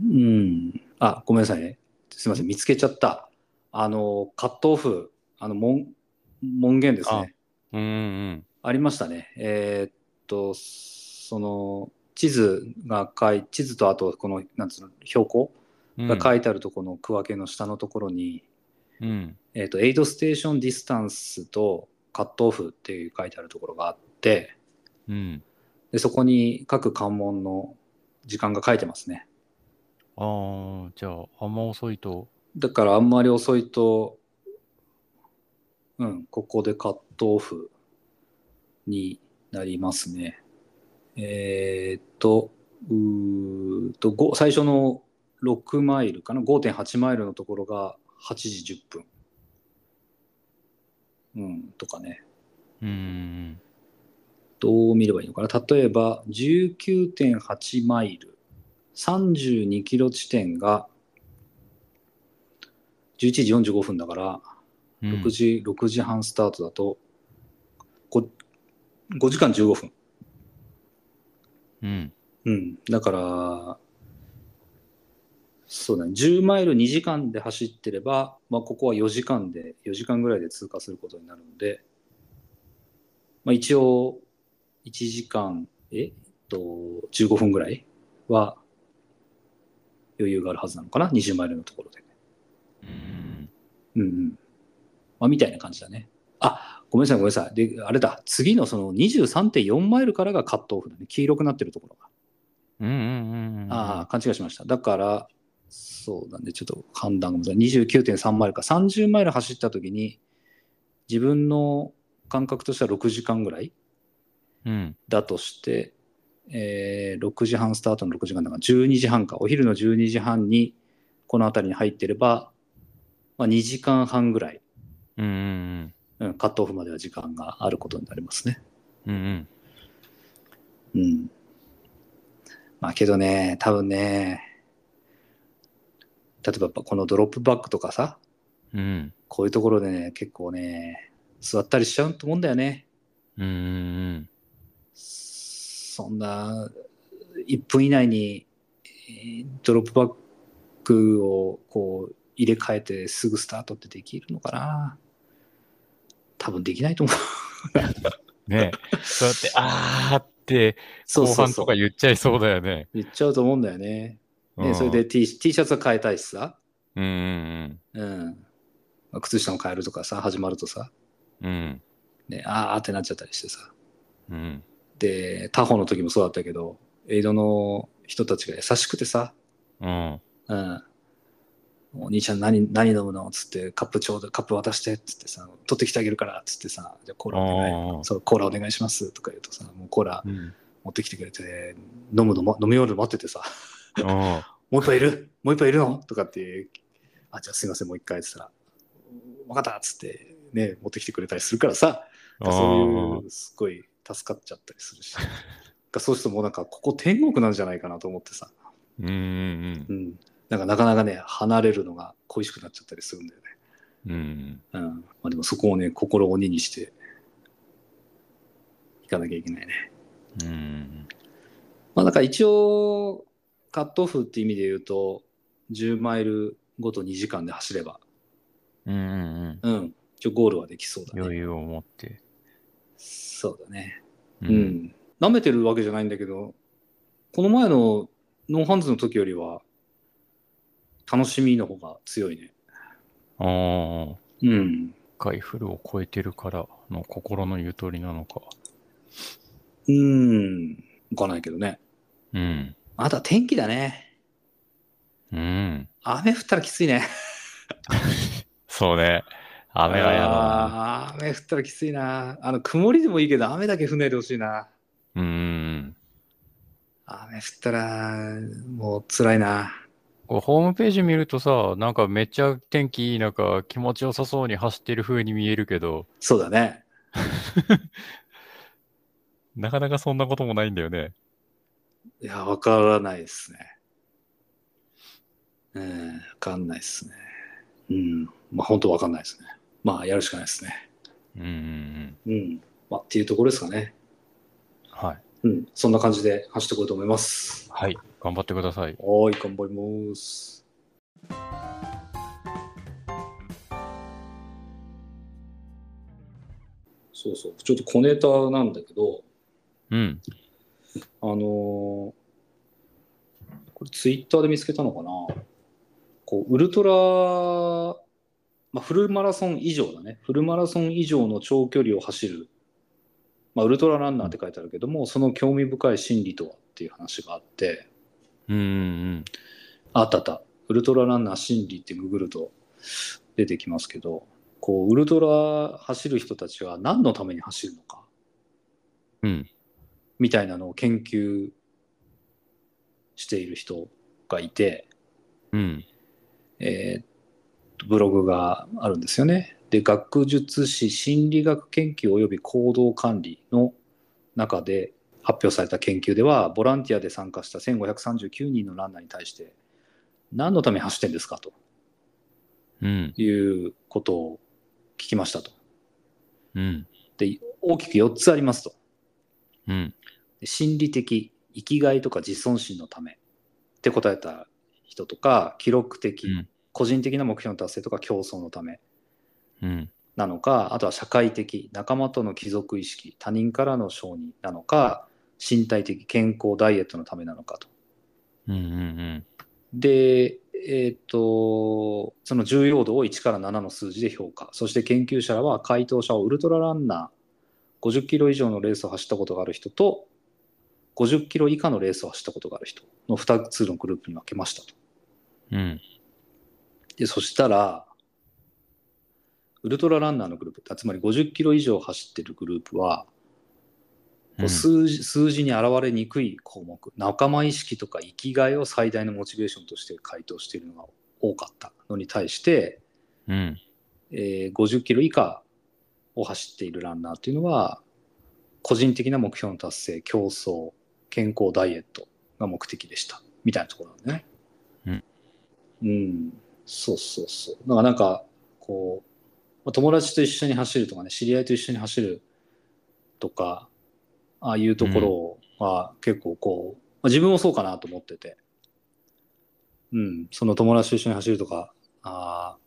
Speaker 3: うんあごめんなさいねすいません見つけちゃったあのカットオフあの門門限ですね
Speaker 2: うんうん。
Speaker 3: ありましたねえーっとその地図が書い地図とあとこのなんつうの標高
Speaker 2: うん。
Speaker 3: が書いてあるとこの区分けの下のところに、
Speaker 2: うん。
Speaker 3: えーっとエイドステーションディスタンスとカットオフっていう書いてあるところがあって、
Speaker 2: うん。
Speaker 3: でそこに各関門の時間が書いてますね。
Speaker 2: ああ、じゃあ、あんま遅いと。
Speaker 3: だからあんまり遅いと、うん、ここでカットオフになりますね。えーっと、うーっと、ご最初の6マイルかな、5.8マイルのところが8時10分。うん、とかね。
Speaker 2: うん。
Speaker 3: どう見ればいいのかな例えば19.8マイル32キロ地点が11時45分だから
Speaker 2: うん
Speaker 3: 6時、6時半スタートだと 5, 5時間15分、
Speaker 2: うん。
Speaker 3: うん、だからそうだね10マイル2時間で走ってれば、まあ、ここは4時間で4時間ぐらいで通過することになるので、まあ、一応1時間えっと15分ぐらいは余裕があるはずなのかな20マイルのところで
Speaker 2: うん。
Speaker 3: うんうんまあみたいな感じだねあごめんなさいごめんなさいであれだ次のその23.4マイルからがカットオフだね黄色くなってるところが
Speaker 2: うんうんうんうん。
Speaker 3: ああ、勘違いしました。だから、そうなんで、ちょっと判断が難しい。29.3マイルか、30マイル走った時に、自分の感覚としては6時間ぐらい
Speaker 2: うん。
Speaker 3: だとして、えー6時半スタートの6時間だから、12時半か、お昼の12時半に、この辺りに入ってれば、まあ、2時間半ぐらい、
Speaker 2: うんうん
Speaker 3: うん、カットオフまでは時間があることになりますね。
Speaker 2: うん。うんうん。
Speaker 3: うん。まあけどね、多分ね、例えばやっぱこのドロップバックとかさ、
Speaker 2: うん。
Speaker 3: こういうところでね、結構ね、座ったりしちゃうと思うんだよね。
Speaker 2: うんうん
Speaker 3: そんな、1分以内にえードロップバックをこう入れ替えてすぐスタートってできるのかな多分できないと思う。
Speaker 2: うん。ねえそうやって、あーって、
Speaker 3: そ
Speaker 2: 後
Speaker 3: うそう
Speaker 2: 半
Speaker 3: そ
Speaker 2: と
Speaker 3: う
Speaker 2: か。言っちゃいそうだよね。
Speaker 3: 言っちゃうと思うんだよね。ね
Speaker 2: うん
Speaker 3: それで T, T シャツは変えたいしさ、
Speaker 2: うんうん
Speaker 3: うん。まあ靴下も変えるとかさ、始まるとさ、
Speaker 2: うん。うん。
Speaker 3: ね、あーってなっちゃったりしてさ。
Speaker 2: うん。
Speaker 3: で、他方の時もそうだったけど、エイドの人たちが優しくてさ、
Speaker 2: うん。
Speaker 3: うん。お兄ちゃん何、何飲むのつって、カップちょうだい、カップ渡して、つってさ、取ってきてあげるから、つってさ、じゃあコーラお願
Speaker 2: あー
Speaker 3: い、そう、コーラお願いします、とか言うとさ、もうコーラ
Speaker 2: うん。
Speaker 3: 持ってきてくれて、飲むのま、飲み終わるの待っててさ、
Speaker 2: うん
Speaker 3: もう一杯いるもう一杯いるのとかっていう、あ、じゃあすいません、もう一回、つったら、わかったっつって、ね、持ってきてくれたりするからさ、そういう、すごい助かっちゃったりするし、そうするともうなんか、ここ天国なんじゃないかなと思ってさ、
Speaker 2: うんうん
Speaker 3: うん、なんかなかなかね、離れるのが恋しくなっちゃったりするんだよね。
Speaker 2: うん。うん。
Speaker 3: うん。まあでもそこをね、心を鬼にして、いかなきゃいけないね。
Speaker 2: うん。
Speaker 3: まあだから一応、カットオフって意味で言うと、10マイルごと2時間で走れば、
Speaker 2: うんうん
Speaker 3: うん、一応ゴールはできそうだね。
Speaker 2: 余裕を持って。
Speaker 3: そうだね。
Speaker 2: う
Speaker 3: う。ん。舐めてるわけじゃないんだけど、この前のノンハンズの時よりは、楽しみの方が強いね。
Speaker 2: ああ。
Speaker 3: うん。
Speaker 2: 回フルを超えてるからの心のゆとりなのか。
Speaker 3: うーん。わかんないけどね。
Speaker 2: うん。
Speaker 3: あとは天気だね。
Speaker 2: うん。
Speaker 3: 雨降ったらきついね。
Speaker 2: そうね。雨はやだな。
Speaker 3: あー雨降ったらきついな。あの、曇りでもいいけど、雨だけ降んないでほしいな。
Speaker 2: うんうん。
Speaker 3: 雨降ったら、もう辛いな。
Speaker 2: こうホームページ見るとさ、なんかめっちゃ天気いい中、気持ちよさそうに走ってる風に見えるけど、
Speaker 3: そうだね。
Speaker 2: なかなかそんなこともないんだよね。
Speaker 3: いや、わからないですね。うん、わかんないですね。うん。まあ、本当わかんないですね。まあ、やるしかないですね。
Speaker 2: うんうんうん。
Speaker 3: うん。まあ、っていうところですかね。
Speaker 2: はい。
Speaker 3: うん。そんな感じで走ってこようと思います。
Speaker 2: はい。頑張ってください。
Speaker 3: はーい、頑張ります。そうそう、ちょっと小ネタなんだけど、
Speaker 2: うん。
Speaker 3: あのーこれツイッターで見つけたのかなこう、ウルトラ、まあ、フルマラソン以上だね。フルマラソン以上の長距離を走る、まあ、ウルトラランナーって書いてあるけども、その興味深い心理とはっていう話があって、
Speaker 2: うんうん
Speaker 3: あったあった。ウルトラランナー心理ってググると出てきますけど、こう、ウルトラ走る人たちは何のために走るのか、
Speaker 2: うん。うん。
Speaker 3: みたいなのを研究している人がいて、
Speaker 2: うん。
Speaker 3: えーっとブログがあるんですよね。で、学術誌心理学研究及び行動管理の中で発表された研究では、ボランティアで参加した1539人のランナーに対して、何のために走ってんですかと。
Speaker 2: うん。
Speaker 3: いうことを聞きましたと。
Speaker 2: うん。
Speaker 3: で、大きく4つありますと。
Speaker 2: うん。
Speaker 3: で心理的、生きがいとか自尊心のためって答えた人とか、記録
Speaker 2: う
Speaker 3: 的、
Speaker 2: ん
Speaker 3: 個人的な目標の達成とか競争のため
Speaker 2: うん。
Speaker 3: なのか、あとは社会的、仲間との帰属意識、他人からの承認なのか、身体的、健康、ダイエットのためなのかと。
Speaker 2: うんうん
Speaker 3: で、えっとその重要度を1から7の数字で評価そして研究者らは回答者をウルトラランナー50キロ以上のレースを走ったことがある人と50キロ以下のレースを走ったことがある人の2つのグループに分けましたと
Speaker 2: うん。うん。
Speaker 3: でそしたらウルトラランナーのグループあつまり50キロ以上走ってるグループはこう数字数字に表れにくい項目仲間意識とか生きがいを最大のモチベーションとして回答しているのが多かったのに対して、
Speaker 2: うん。
Speaker 3: えー50キロ以下を走っているランナーというのは個人的な目標の達成競争健康ダイエットが目的でした。みたいなところなんだね。うん。うん。そうそうそう。だからなんか、こう、まあ友達と一緒に走るとかね、知り合いと一緒に走るとか、ああいうところは結構こう、まあ、自分もそうかなと思ってて。うん。その友達と一緒に走るとか、ああ、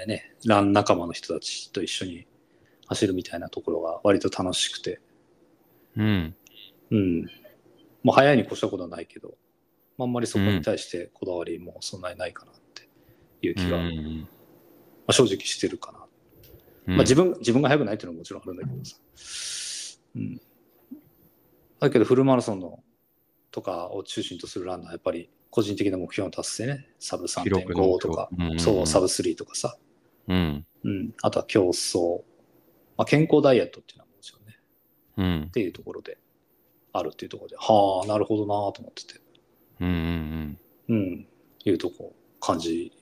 Speaker 3: えーね、ラン仲間の人たちと一緒に走るみたいなところが割と楽しくて。
Speaker 2: うん。
Speaker 3: うん。まあ、早いに越したことはないけど、まああんまりそこに対してこだわりもそんなにないかなっていう
Speaker 2: う
Speaker 3: 気が、ま
Speaker 2: ん。
Speaker 3: あ、正直してるかな。
Speaker 2: ま
Speaker 3: まあ、自分、自分が速くないっていうのはもちろんあるんだけどさ。うん。だけど、フルマラソンのとかを中心とするランナーはやっぱり個人的な目標の達成ね。サブ
Speaker 2: 記録の
Speaker 3: 3.5とか、そう、サブ3とかさ。
Speaker 2: うん。
Speaker 3: うん。あとは競争。まあ、健康ダイエットっていうのはもちろんね。
Speaker 2: うん
Speaker 3: っ。ていうところで、あるっていうところで、はあ、なるほどなと思ってて。
Speaker 2: うん。うん。
Speaker 3: うん、いうとこ感じ、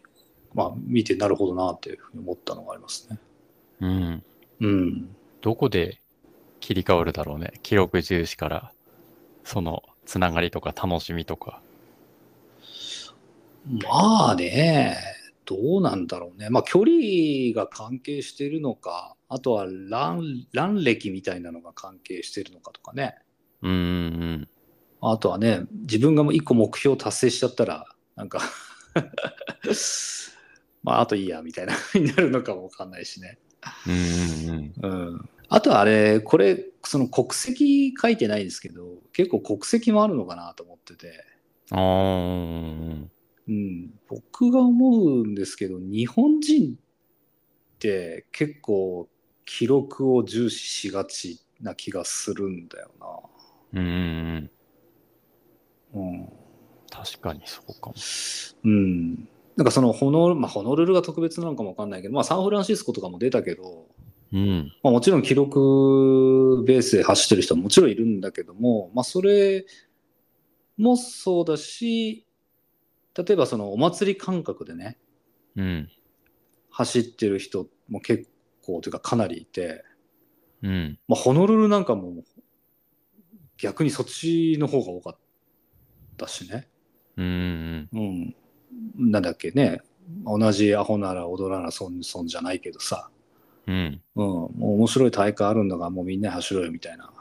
Speaker 3: まあ、見てなるほどなっていうふうに思ったのがありますね。
Speaker 2: うん。うん。
Speaker 3: うん、
Speaker 2: どこで切り替わるだろうね。記録重視から、その、つながりとか楽しみとか。
Speaker 3: まあね、どうなんだろうね、まあ、距離が関係しているのか、あとはランラン歴みたいなのが関係しているのかとかね、
Speaker 2: うん。うん
Speaker 3: あとはね、自分がもう一個目標達成しちゃったら、なんか、まあ、あといいやみたいな 風になるのかもわかんないしね。
Speaker 2: うん。うん。うん。
Speaker 3: うんあとはあれ、これ、その国籍書いてないですけど、結構国籍もあるのかなと思ってて、
Speaker 2: あー
Speaker 3: うん、僕が思うんですけど、日本人って結構記録を重視しがちな気がするんだよ
Speaker 2: うん。うん。うん。
Speaker 3: な。うん。
Speaker 2: 確かにそうかも。
Speaker 3: うん。なんかそのホノル、まあ、ホノルルが特別なのかもわかんないけど、まあサンフランシスコとかも出たけど、
Speaker 2: うん。
Speaker 3: まあ、もちろん記録ベースで走ってる人はもちろんいるんだけども、まあ、それもそうだし例えばそのお祭り感覚でね
Speaker 2: うん。
Speaker 3: 走ってる人も結構というかかなりいて、
Speaker 2: うん。
Speaker 3: まあ、ホノルルなんかも逆にそっちの方が多かったしね、
Speaker 2: うん。うん。
Speaker 3: うん、なんだっけね同じアホなら踊らな損損じゃないけどさ、
Speaker 2: うん。
Speaker 3: うん、もう面白い大会あるんだからもうみんなで走ろうよみたいな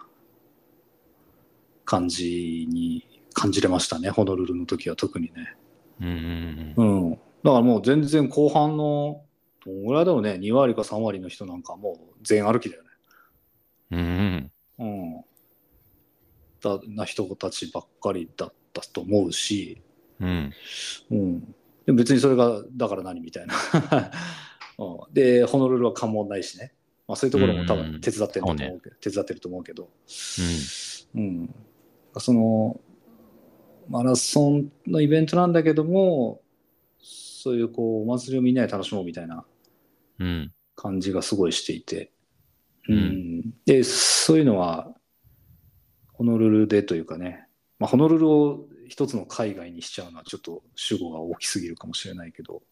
Speaker 3: 感じに感じれましたね、ホノルルの時は特にね。
Speaker 2: うん。うん
Speaker 3: うん。だからもう全然後半の、どんぐらいだろうね、2割か3割の人なんかもう全歩きだよね。
Speaker 2: うん。
Speaker 3: うん。だな人たちばっかりだったと思うし、
Speaker 2: うん。
Speaker 3: うん。でも別にそれが、だから何みたいな、 うん。で、ホノルルは関門ないしね。まあそういうところも多分手伝ってると思うけど、
Speaker 2: うん
Speaker 3: 手伝ってると思うけど。うん、そのマラソンのイベントなんだけどもそういうこうお祭りをみんなで楽しもうみたいな
Speaker 2: うん。
Speaker 3: 感じがすごいしていて、
Speaker 2: うん
Speaker 3: でそういうのはホノルルでというかね、まあ、ホノルルを一つの海外にしちゃうのはちょっと主語が大きすぎるかもしれないけど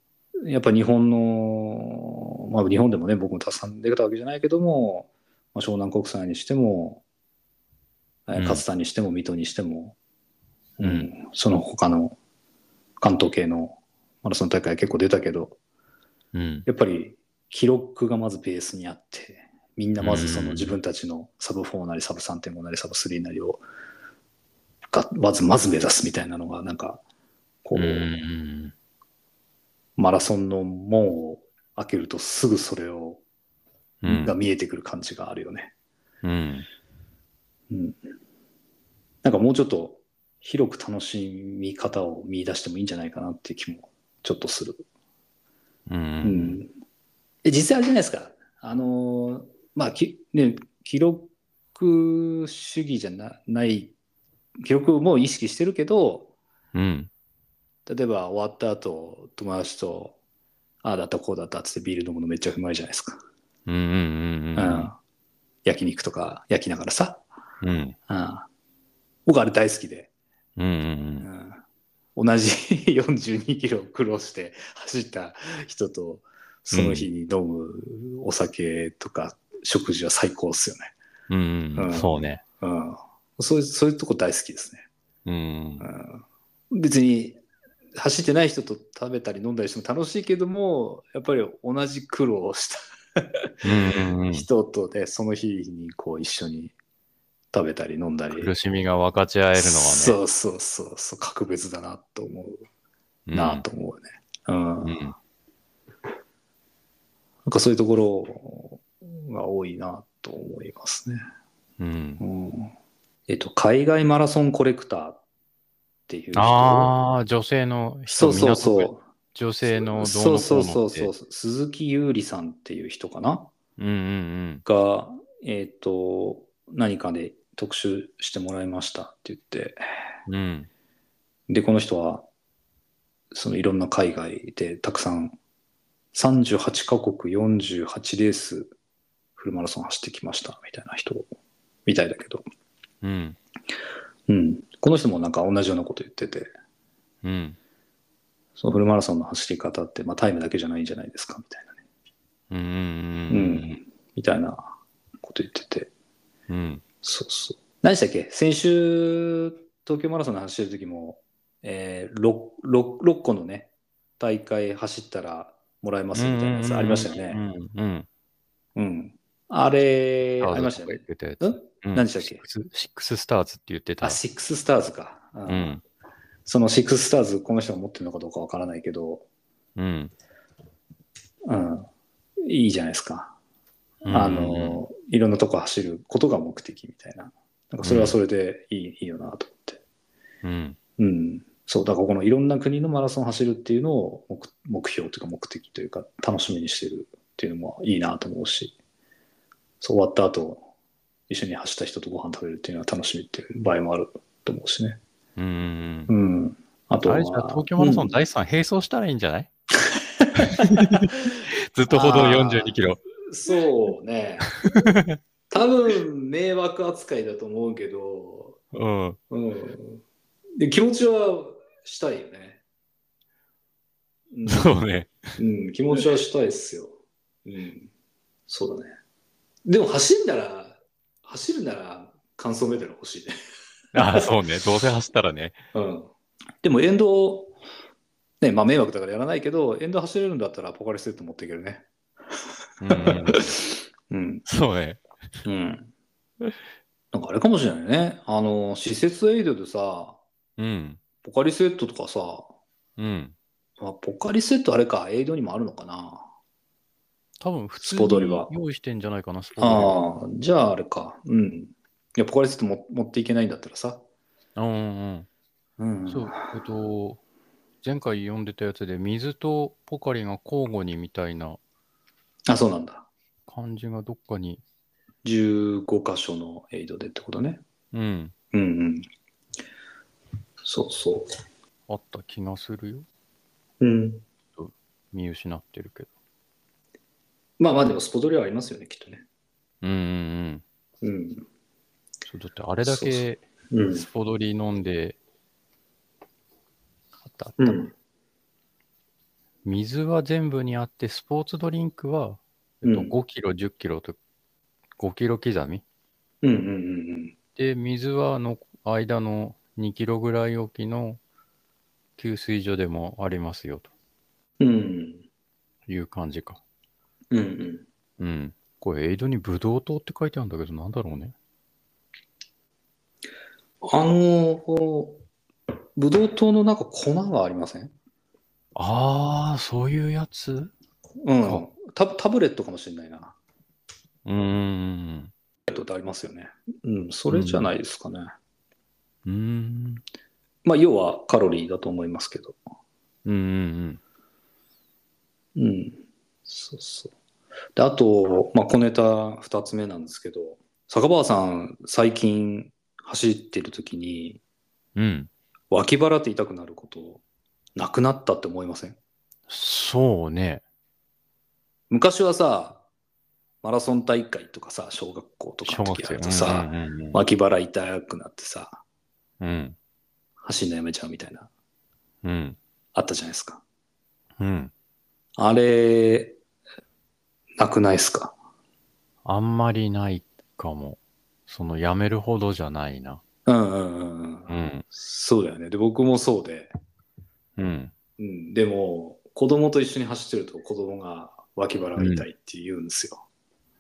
Speaker 3: やっぱ日本の、まあ、日本でもね僕もたくさん出たわけじゃないけども、まあ、湘南国際にしてもえー
Speaker 2: うん
Speaker 3: 勝田にしても水戸にしても、
Speaker 2: うん
Speaker 3: その他の関東系のマラソン大会結構出たけど、
Speaker 2: うん。
Speaker 3: やっぱり記録がまずベースにあって、みんなまずそ
Speaker 2: うん
Speaker 3: の自分たちのサブ4なりサブ3.5なりサブ3なりをが、まずまず目指すみたいなのが、なんか、こ
Speaker 2: う
Speaker 3: う、
Speaker 2: ん。
Speaker 3: マラソンの門を開けるとすぐそれを、
Speaker 2: うん
Speaker 3: が。見えてくる感じがあるよね。
Speaker 2: うん。
Speaker 3: うん。なんかもうちょっと広く楽しみ方を見出してもいいんじゃないかなって気もちょっとする。
Speaker 2: う。
Speaker 3: うんん、え実際あれじゃないですか、あのーまあきね、記録主義じゃなない、記録も意識してるけど、
Speaker 2: うん。
Speaker 3: 例えば終わった後友達と、ああだった、こうだったっつってビール飲むのめっちゃうまいじゃないですか。
Speaker 2: うん。うん。
Speaker 3: う焼肉とか焼きながらさ、
Speaker 2: うん。
Speaker 3: うん僕あれ大好きで、
Speaker 2: うん。
Speaker 3: うん同じ 42キロ苦労して走った人と、その日に飲むお酒とか食事は最高っすよね。
Speaker 2: うん、うん、そうね。
Speaker 3: うん。そういう、そういうとこ大好きですね。
Speaker 2: うん。
Speaker 3: うん別に走ってない人と食べたり飲んだりしても楽しいけどもやっぱり同じ苦労をした
Speaker 2: うんうんうん
Speaker 3: 人とで、その日にこう一緒に食べたり飲んだり
Speaker 2: 苦しみが分かち合えるの
Speaker 3: そうそうそうそう格別だなと思う
Speaker 2: は
Speaker 3: な
Speaker 2: ね。
Speaker 3: と思うね、うん
Speaker 2: うん。う
Speaker 3: なん
Speaker 2: ん
Speaker 3: んかそういうところが多いなと思いますね、
Speaker 2: うん
Speaker 3: うんえっと海外マラソンコレクターっていう人
Speaker 2: ああ、女性の
Speaker 3: そ
Speaker 2: 人
Speaker 3: うそう
Speaker 2: 港
Speaker 3: そう
Speaker 2: 区女性のどうのこ
Speaker 3: そうそう
Speaker 2: の
Speaker 3: そう
Speaker 2: って
Speaker 3: そうそう鈴木優里さんっていう人かな
Speaker 2: うんうん
Speaker 3: がえっ、と何かで特集してもらいましたって言って
Speaker 2: うん。うん。
Speaker 3: でこの人はそのいろんな海外でたくさん38カ国48レースフルマラソン走ってきましたみたいな人みたいだけど、
Speaker 2: うん。
Speaker 3: うん、この人もなんか同じようなこと言ってて
Speaker 2: うん。
Speaker 3: そのフルマラソンの走り方って、まあ、タイムだけじゃないんじゃないですかみたいなね、
Speaker 2: うんうん
Speaker 3: う
Speaker 2: うん
Speaker 3: ん、みたいなこと言ってて
Speaker 2: うん。うん。
Speaker 3: そうそう。何でしたっけ先週、東京マラソンの走ってる時も、えー、6, 6個のね、大会走ったらもらえますみたいなやつありましたよね。
Speaker 2: うんうん。
Speaker 3: うん。あれ、ありましたよね。
Speaker 2: 言って
Speaker 3: うん
Speaker 2: うん
Speaker 3: 何でしたっけ
Speaker 2: シックスシックススターズって言って
Speaker 3: あ、
Speaker 2: た。
Speaker 3: シックススターズか。う
Speaker 2: う。ん。
Speaker 3: そのシックススターズ、この人が持ってるのかどうかわからないけど、
Speaker 2: うん。
Speaker 3: うん。いいじゃないですか。
Speaker 2: うん
Speaker 3: あの、いろんなとこ走ることが目的みたいな。なんかそれはそれでいい,、いいよなと思って。
Speaker 2: うん。
Speaker 3: うん、そう、だからこのいろんな国のマラソン走るっていうのを目目標というか目的というか楽しみにしてるっていうのもいいなと思うし、そう終わった後、一緒に走った人とご飯食べるっていうのは楽しみっていう場合もあると思うしね。
Speaker 2: うんうん
Speaker 3: う。ん。あと
Speaker 2: あ
Speaker 3: は、
Speaker 2: れじゃ東京マラソン
Speaker 3: うん
Speaker 2: 第3並走したらいいんじゃない ずっと歩道42キロ。
Speaker 3: そうね。 多分、迷惑扱いだと思うけど、
Speaker 2: うん。
Speaker 3: うん。で、気持ちはしたいよね。うん
Speaker 2: そうね。
Speaker 3: うん、気持ちはしたいっすよ。うん。そうだね。でも走んなら、走るなら感想メダル欲しいね。
Speaker 2: ああ、そうね。どうせ走ったらね。
Speaker 3: うん。でも沿道、ね、まあ迷惑だからやらないけど、沿道走れるんだったらポカリスエット持っていけるね。
Speaker 2: うんうん。
Speaker 3: うん。
Speaker 2: そうね。
Speaker 3: うん。なんかあれかもしれないね。あの、施設エイドでさ、
Speaker 2: うん。
Speaker 3: ポカリスエットとかさ、
Speaker 2: うん。
Speaker 3: まあ、ポカリスエットあれか、エイドにもあるのかな。
Speaker 2: 多分普通
Speaker 3: スポドリ
Speaker 2: に
Speaker 3: は
Speaker 2: 用意してんじゃないかな、スポドリは。
Speaker 3: ああ、じゃああれか。うん。いや、ポカリスエットも持っていけないんだったらさ。
Speaker 2: うんうん
Speaker 3: うん
Speaker 2: うん。そう、えっと、前回読んでたやつで、水とポカリが交互にみたいな
Speaker 3: あ、そうなんだ。
Speaker 2: 感じがどっかに。
Speaker 3: 15箇所のエイドでってことね。
Speaker 2: うん。
Speaker 3: うんうん。そうそ
Speaker 2: あった気がするよ。
Speaker 3: う。うん。
Speaker 2: 見失ってるけど。
Speaker 3: まあまあでもスポドリはありますよね、きっとね。
Speaker 2: うんうんうん。
Speaker 3: うん。
Speaker 2: そうだってあれだ
Speaker 3: そうそ
Speaker 2: け
Speaker 3: うん
Speaker 2: ス。ポドリ飲んで、あったあった、
Speaker 3: うん。
Speaker 2: 水は全部にあって、スポーツドリンクは、え
Speaker 3: う
Speaker 2: っ
Speaker 3: ん
Speaker 2: と、5キロ、10キロと、5キロ刻み。
Speaker 3: うんうんうん
Speaker 2: で、水はの間の2キロぐらいおきの給水所でもありますよ
Speaker 3: うん。うん。
Speaker 2: という感じか。
Speaker 3: うんうん。
Speaker 2: うん。これ、エイドにブドウ糖って書いてあるんだけど、なんだろうね。
Speaker 3: あのー、ブドウ糖のなんか粉がありません
Speaker 2: ああ、そういうやつ
Speaker 3: うん。タブタブレットかもしれないな。
Speaker 2: うーん。
Speaker 3: タブレットってありますよね。うん、それじゃないですかね。
Speaker 2: うーん。
Speaker 3: まあ、要はカロリーだと思いますけど。
Speaker 2: うんうん
Speaker 3: うん。そうそう。で、あと、まあ、小ネタ二つ目なんですけど、坂川さん、最近走ってる時に、
Speaker 2: うん。うん。
Speaker 3: 脇腹って痛くなること、なくなったって思いません
Speaker 2: そうね。
Speaker 3: 昔はさ、マラソン大会とかさ、小学校とか
Speaker 2: 小
Speaker 3: の
Speaker 2: 学
Speaker 3: 時
Speaker 2: 生
Speaker 3: あるとさ、
Speaker 2: うんうんうん
Speaker 3: 脇腹痛くなってさ、
Speaker 2: うん。
Speaker 3: 走んのやめちゃうみたいな、
Speaker 2: うん。
Speaker 3: あったじゃないですか。
Speaker 2: うん。
Speaker 3: あれ、なくないっすか
Speaker 2: あんまりないかも。その、やめるほどじゃないな。
Speaker 3: うんうんうんうん。
Speaker 2: うん。
Speaker 3: そうだよね。で、僕もそうで。
Speaker 2: うん。
Speaker 3: うん、でも、子供と一緒に走ってると子供が脇腹が痛いって言うんですよ。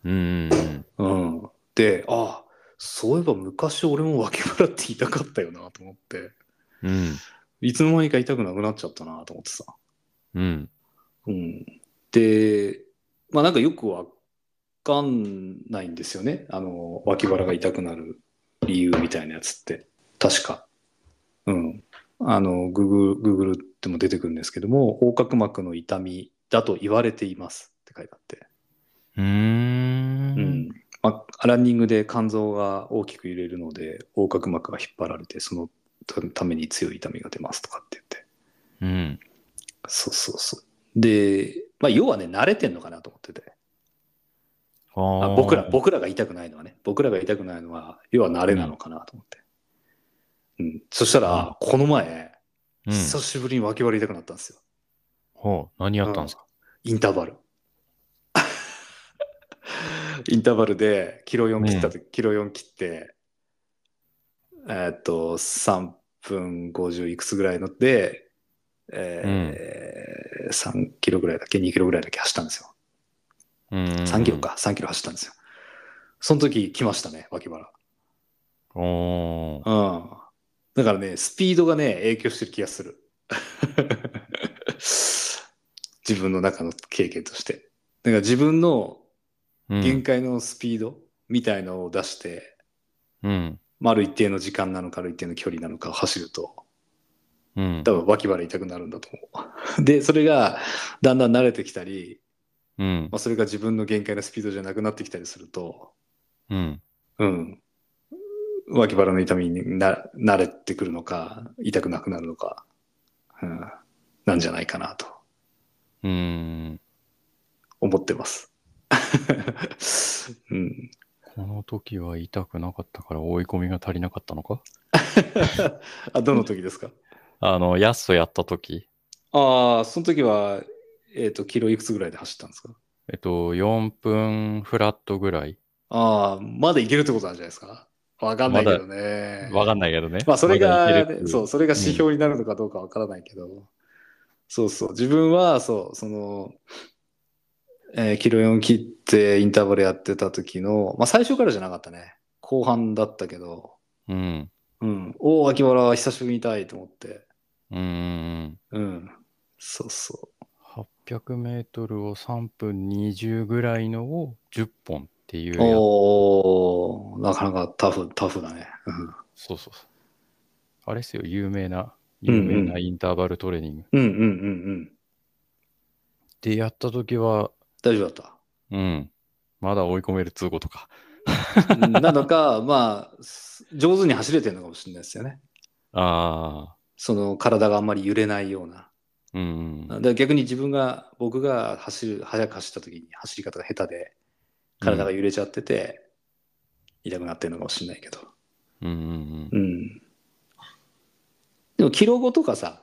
Speaker 2: うんうんうん。
Speaker 3: うん。で、ああ、そういえば昔俺も脇腹って痛かったよなと思って、
Speaker 2: うん。
Speaker 3: いつの間にか痛くなくなっちゃったなと思ってさ。
Speaker 2: うん。
Speaker 3: うん。で、まあなんかよくわかんないんですよね。あの、脇腹が痛くなる理由みたいなやつって。確か。うん。あの、ググ、グーグルでも出てくるんですけども、横隔膜の痛みだと言われていますって書いてあって。
Speaker 2: うー。
Speaker 3: うんん。まあ、ランニングで肝臓が大きく揺れるので、横隔膜が引っ張られて、そのために強い痛みが出ますとかって言っ
Speaker 2: う
Speaker 3: て。
Speaker 2: ん。
Speaker 3: そうそうそう。で、まあ、要はね、慣れてんのかなと思ってて。
Speaker 2: あ
Speaker 3: あ
Speaker 2: ー
Speaker 3: 僕ら、僕らが痛くないのはね、僕らが痛くないのは、要は慣れなのかなと思って。うん。そしたら、この前、
Speaker 2: うん。
Speaker 3: 久しぶりに脇腹痛くなったんですよ。
Speaker 2: ほう。何やったんですか
Speaker 3: インターバル。 インターバルで、キロ4切ったとき、キロ4切って、えーっと、3分50いくつぐらいので、えー3キロぐらいだっけ、2キロぐらいだっけ走ったんですよ。
Speaker 2: うんうんうん。
Speaker 3: 3キロか、3キロ走ったんですよ。その時来ましたね、脇腹。
Speaker 2: おー。
Speaker 3: うん。だからね、スピードがね、影響してる気がする。 自分の中の経験として。だから自分の
Speaker 2: う
Speaker 3: 限
Speaker 2: ん。
Speaker 3: 界のスピードみたいのを出して、
Speaker 2: うん。
Speaker 3: まあ、ある一定の時間なのか、ある一定の距離なのかを走ると、
Speaker 2: うん
Speaker 3: 多。分脇腹痛くなるんだと思う。で、それがだんだん慣れてきたり、
Speaker 2: うん
Speaker 3: ま。あ、それが自分の限界のスピードじゃなくなってきたりすると、
Speaker 2: うん。
Speaker 3: うん。脇腹の痛みにな慣れてくるのか、痛くなくなるのか、うん、なんじゃないかなと
Speaker 2: うん。
Speaker 3: 思ってます。 うん、
Speaker 2: この時は痛くなかったから追い込みが足りなかったのか
Speaker 3: あどの時ですか
Speaker 2: あの、やっそやった時。
Speaker 3: ああ、その時は、えっ、と、キロいくつぐらいで走ったんですか
Speaker 2: えっと、4分フラットぐらい。
Speaker 3: ああ、まだいけるってことなんじゃないですかわかんないけどね。
Speaker 2: わかんないけどね。
Speaker 3: まあ、それ
Speaker 2: まだ
Speaker 3: が
Speaker 2: いけるっ、てい
Speaker 3: そう、それが指標になるのかどうかわからないけど、そうそう、自分は、そう、その、えーキロ4切ってインターバルやってた時の、まあ、最初からじゃなかったね。後半だったけど、
Speaker 2: うん。
Speaker 3: うん、おお、秋原、久しぶりに痛いと思って、
Speaker 2: うんうん
Speaker 3: うん、そうそ
Speaker 2: うん。800メートルを3分20ぐらいのを10本っていう
Speaker 3: う。
Speaker 2: やつ。
Speaker 3: おお、なかなかタフ、タフだね。
Speaker 2: そうそうそう。あれですよ、有名な、有名
Speaker 3: うん
Speaker 2: なインターバルトレーニング。
Speaker 3: うん、うん、うん、うんうん。
Speaker 2: で、やった時は、
Speaker 3: 大丈夫だった。
Speaker 2: うん。まだ追い込めるっつうことか。
Speaker 3: なのか、 まあ、す上手に走れてるのかもしれないですよね。
Speaker 2: ああ。
Speaker 3: その体があんまり揺れないような。
Speaker 2: うん
Speaker 3: だ。から逆に自分が、僕が走る、速く走った時に走り方が下手で、体が揺れちゃってて、痛くなってるのかもしれないけど。
Speaker 2: うんうん
Speaker 3: うん。でも、キロ5とかさ、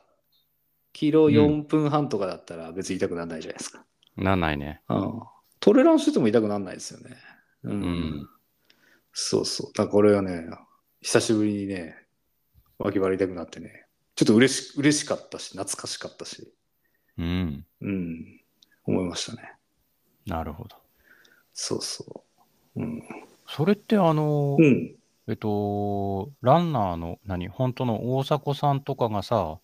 Speaker 3: キロ4分半とかだったら別に痛くならないじゃないですか。
Speaker 2: うん。なんないね。
Speaker 3: うん。トレランしてても痛くならないですよね。う。
Speaker 2: うんん。
Speaker 3: そうそう。だからこれはね、久しぶりにね、脇腹痛くなってね、ちょっと嬉し嬉しかったし、懐かしかったし、
Speaker 2: うん。
Speaker 3: うん、思いましたね。
Speaker 2: なるほど。
Speaker 3: そうそう。うん。
Speaker 2: それってあの、
Speaker 3: うん、
Speaker 2: えっと、ランナーの、何、本当の大迫さんとかがさ、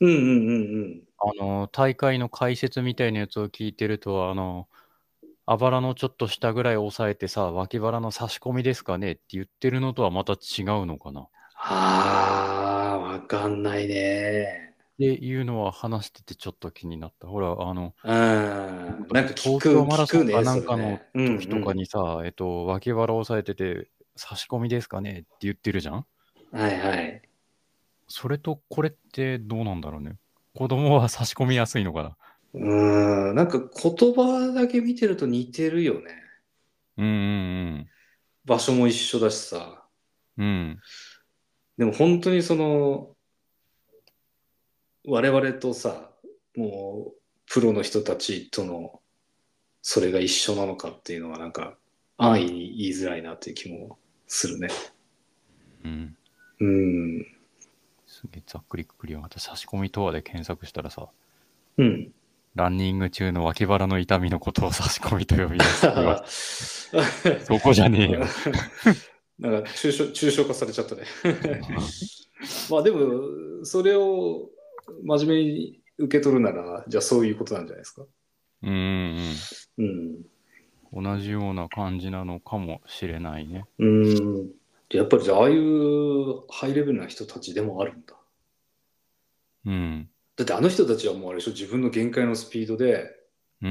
Speaker 3: うん、うん、うん
Speaker 2: あの、大会の解説みたいなやつを聞いてると、あの、あばらのちょっと下ぐらい押さえてさ、脇腹の差し込みですかねって言ってるのとはまた違うのかなっ
Speaker 3: ああ、わかんないね。
Speaker 2: ていうのは話しててちょっと気になった。ほら、あの、
Speaker 3: うん。なんか聞
Speaker 2: 東
Speaker 3: く、
Speaker 2: 京マラソ
Speaker 3: 聞く
Speaker 2: ン
Speaker 3: ね。
Speaker 2: かなんかの
Speaker 3: それね
Speaker 2: 時とか、にさ、えっと、脇腹押さえてて、差し込みですかねって言ってるじゃん
Speaker 3: うんうんはいはい。
Speaker 2: それとこれってどうなんだろうね。子供は差し込みやすいのかな
Speaker 3: うん、なんか言葉だけ見てると似てるよね。
Speaker 2: うんうん
Speaker 3: 場所も一緒だしさ。
Speaker 2: うん。うん。
Speaker 3: でも本当にその、我々とさ、もう、プロの人たちとの、それが一緒なのかっていうのは、なんか、安易に言いづらいなっていう気もするね。
Speaker 2: うん。
Speaker 3: うん。
Speaker 2: すげえざっくりくくりやがって、差し込みとはで検索したらさ、
Speaker 3: うん。
Speaker 2: ランニング中の脇腹の痛みのことを差し込みと呼び出す。う わそこじゃねえよ。
Speaker 3: なんか抽象抽象化されちゃったね。まあでも、それを真面目に受け取るなら、じゃあそういうことなんじゃないですか。
Speaker 2: うんうん
Speaker 3: うん。
Speaker 2: うん。同じような感じなのかもしれないね。
Speaker 3: うん。やっぱりじゃあ、ああいうハイレベルな人たちでもあるんだ。
Speaker 2: うん。
Speaker 3: だってあの人たちはもうあれでしょ、自分の限界のスピードで
Speaker 2: うんうん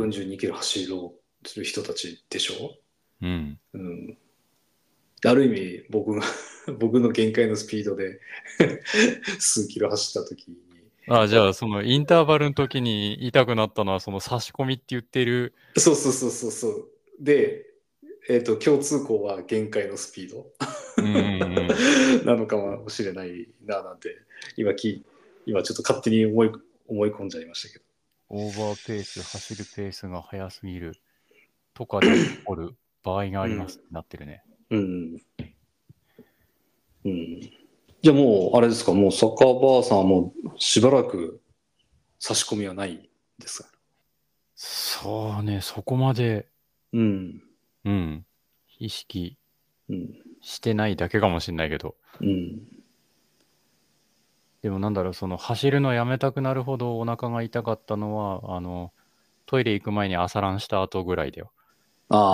Speaker 2: うん。
Speaker 3: 42キロ走ろうとする人たちでしょ
Speaker 2: うん。
Speaker 3: うん。ある意味、僕が、 僕の限界のスピードで 数キロ走った時に、
Speaker 2: あじゃあ、そのインターバルの時に痛くなったのは、その差し込みって言って る。
Speaker 3: そうそうそうそうそう。で、えっ、と、共通項は限界のスピード
Speaker 2: うんうんうん。
Speaker 3: なのかもしれないな、なんて、今き、今ちょっと勝手に思い、思い込んじゃいましたけど。
Speaker 2: オーバーペース、走るペースが速すぎるとかで起こる場合があります、なってるね。
Speaker 3: うん。うん。じゃあもう、あれですか、もうサッカーバーさんはもうしばらく差し込みはないですか
Speaker 2: そうね、そこまで、
Speaker 3: うん。
Speaker 2: うん、意識
Speaker 3: うん。
Speaker 2: してないだけかもしれないけど、
Speaker 3: うん。
Speaker 2: でもなんだろう、その走るのやめたくなるほどお腹が痛かったのは、あの、トイレ行く前に朝ランした後ぐらいだよ。
Speaker 3: あ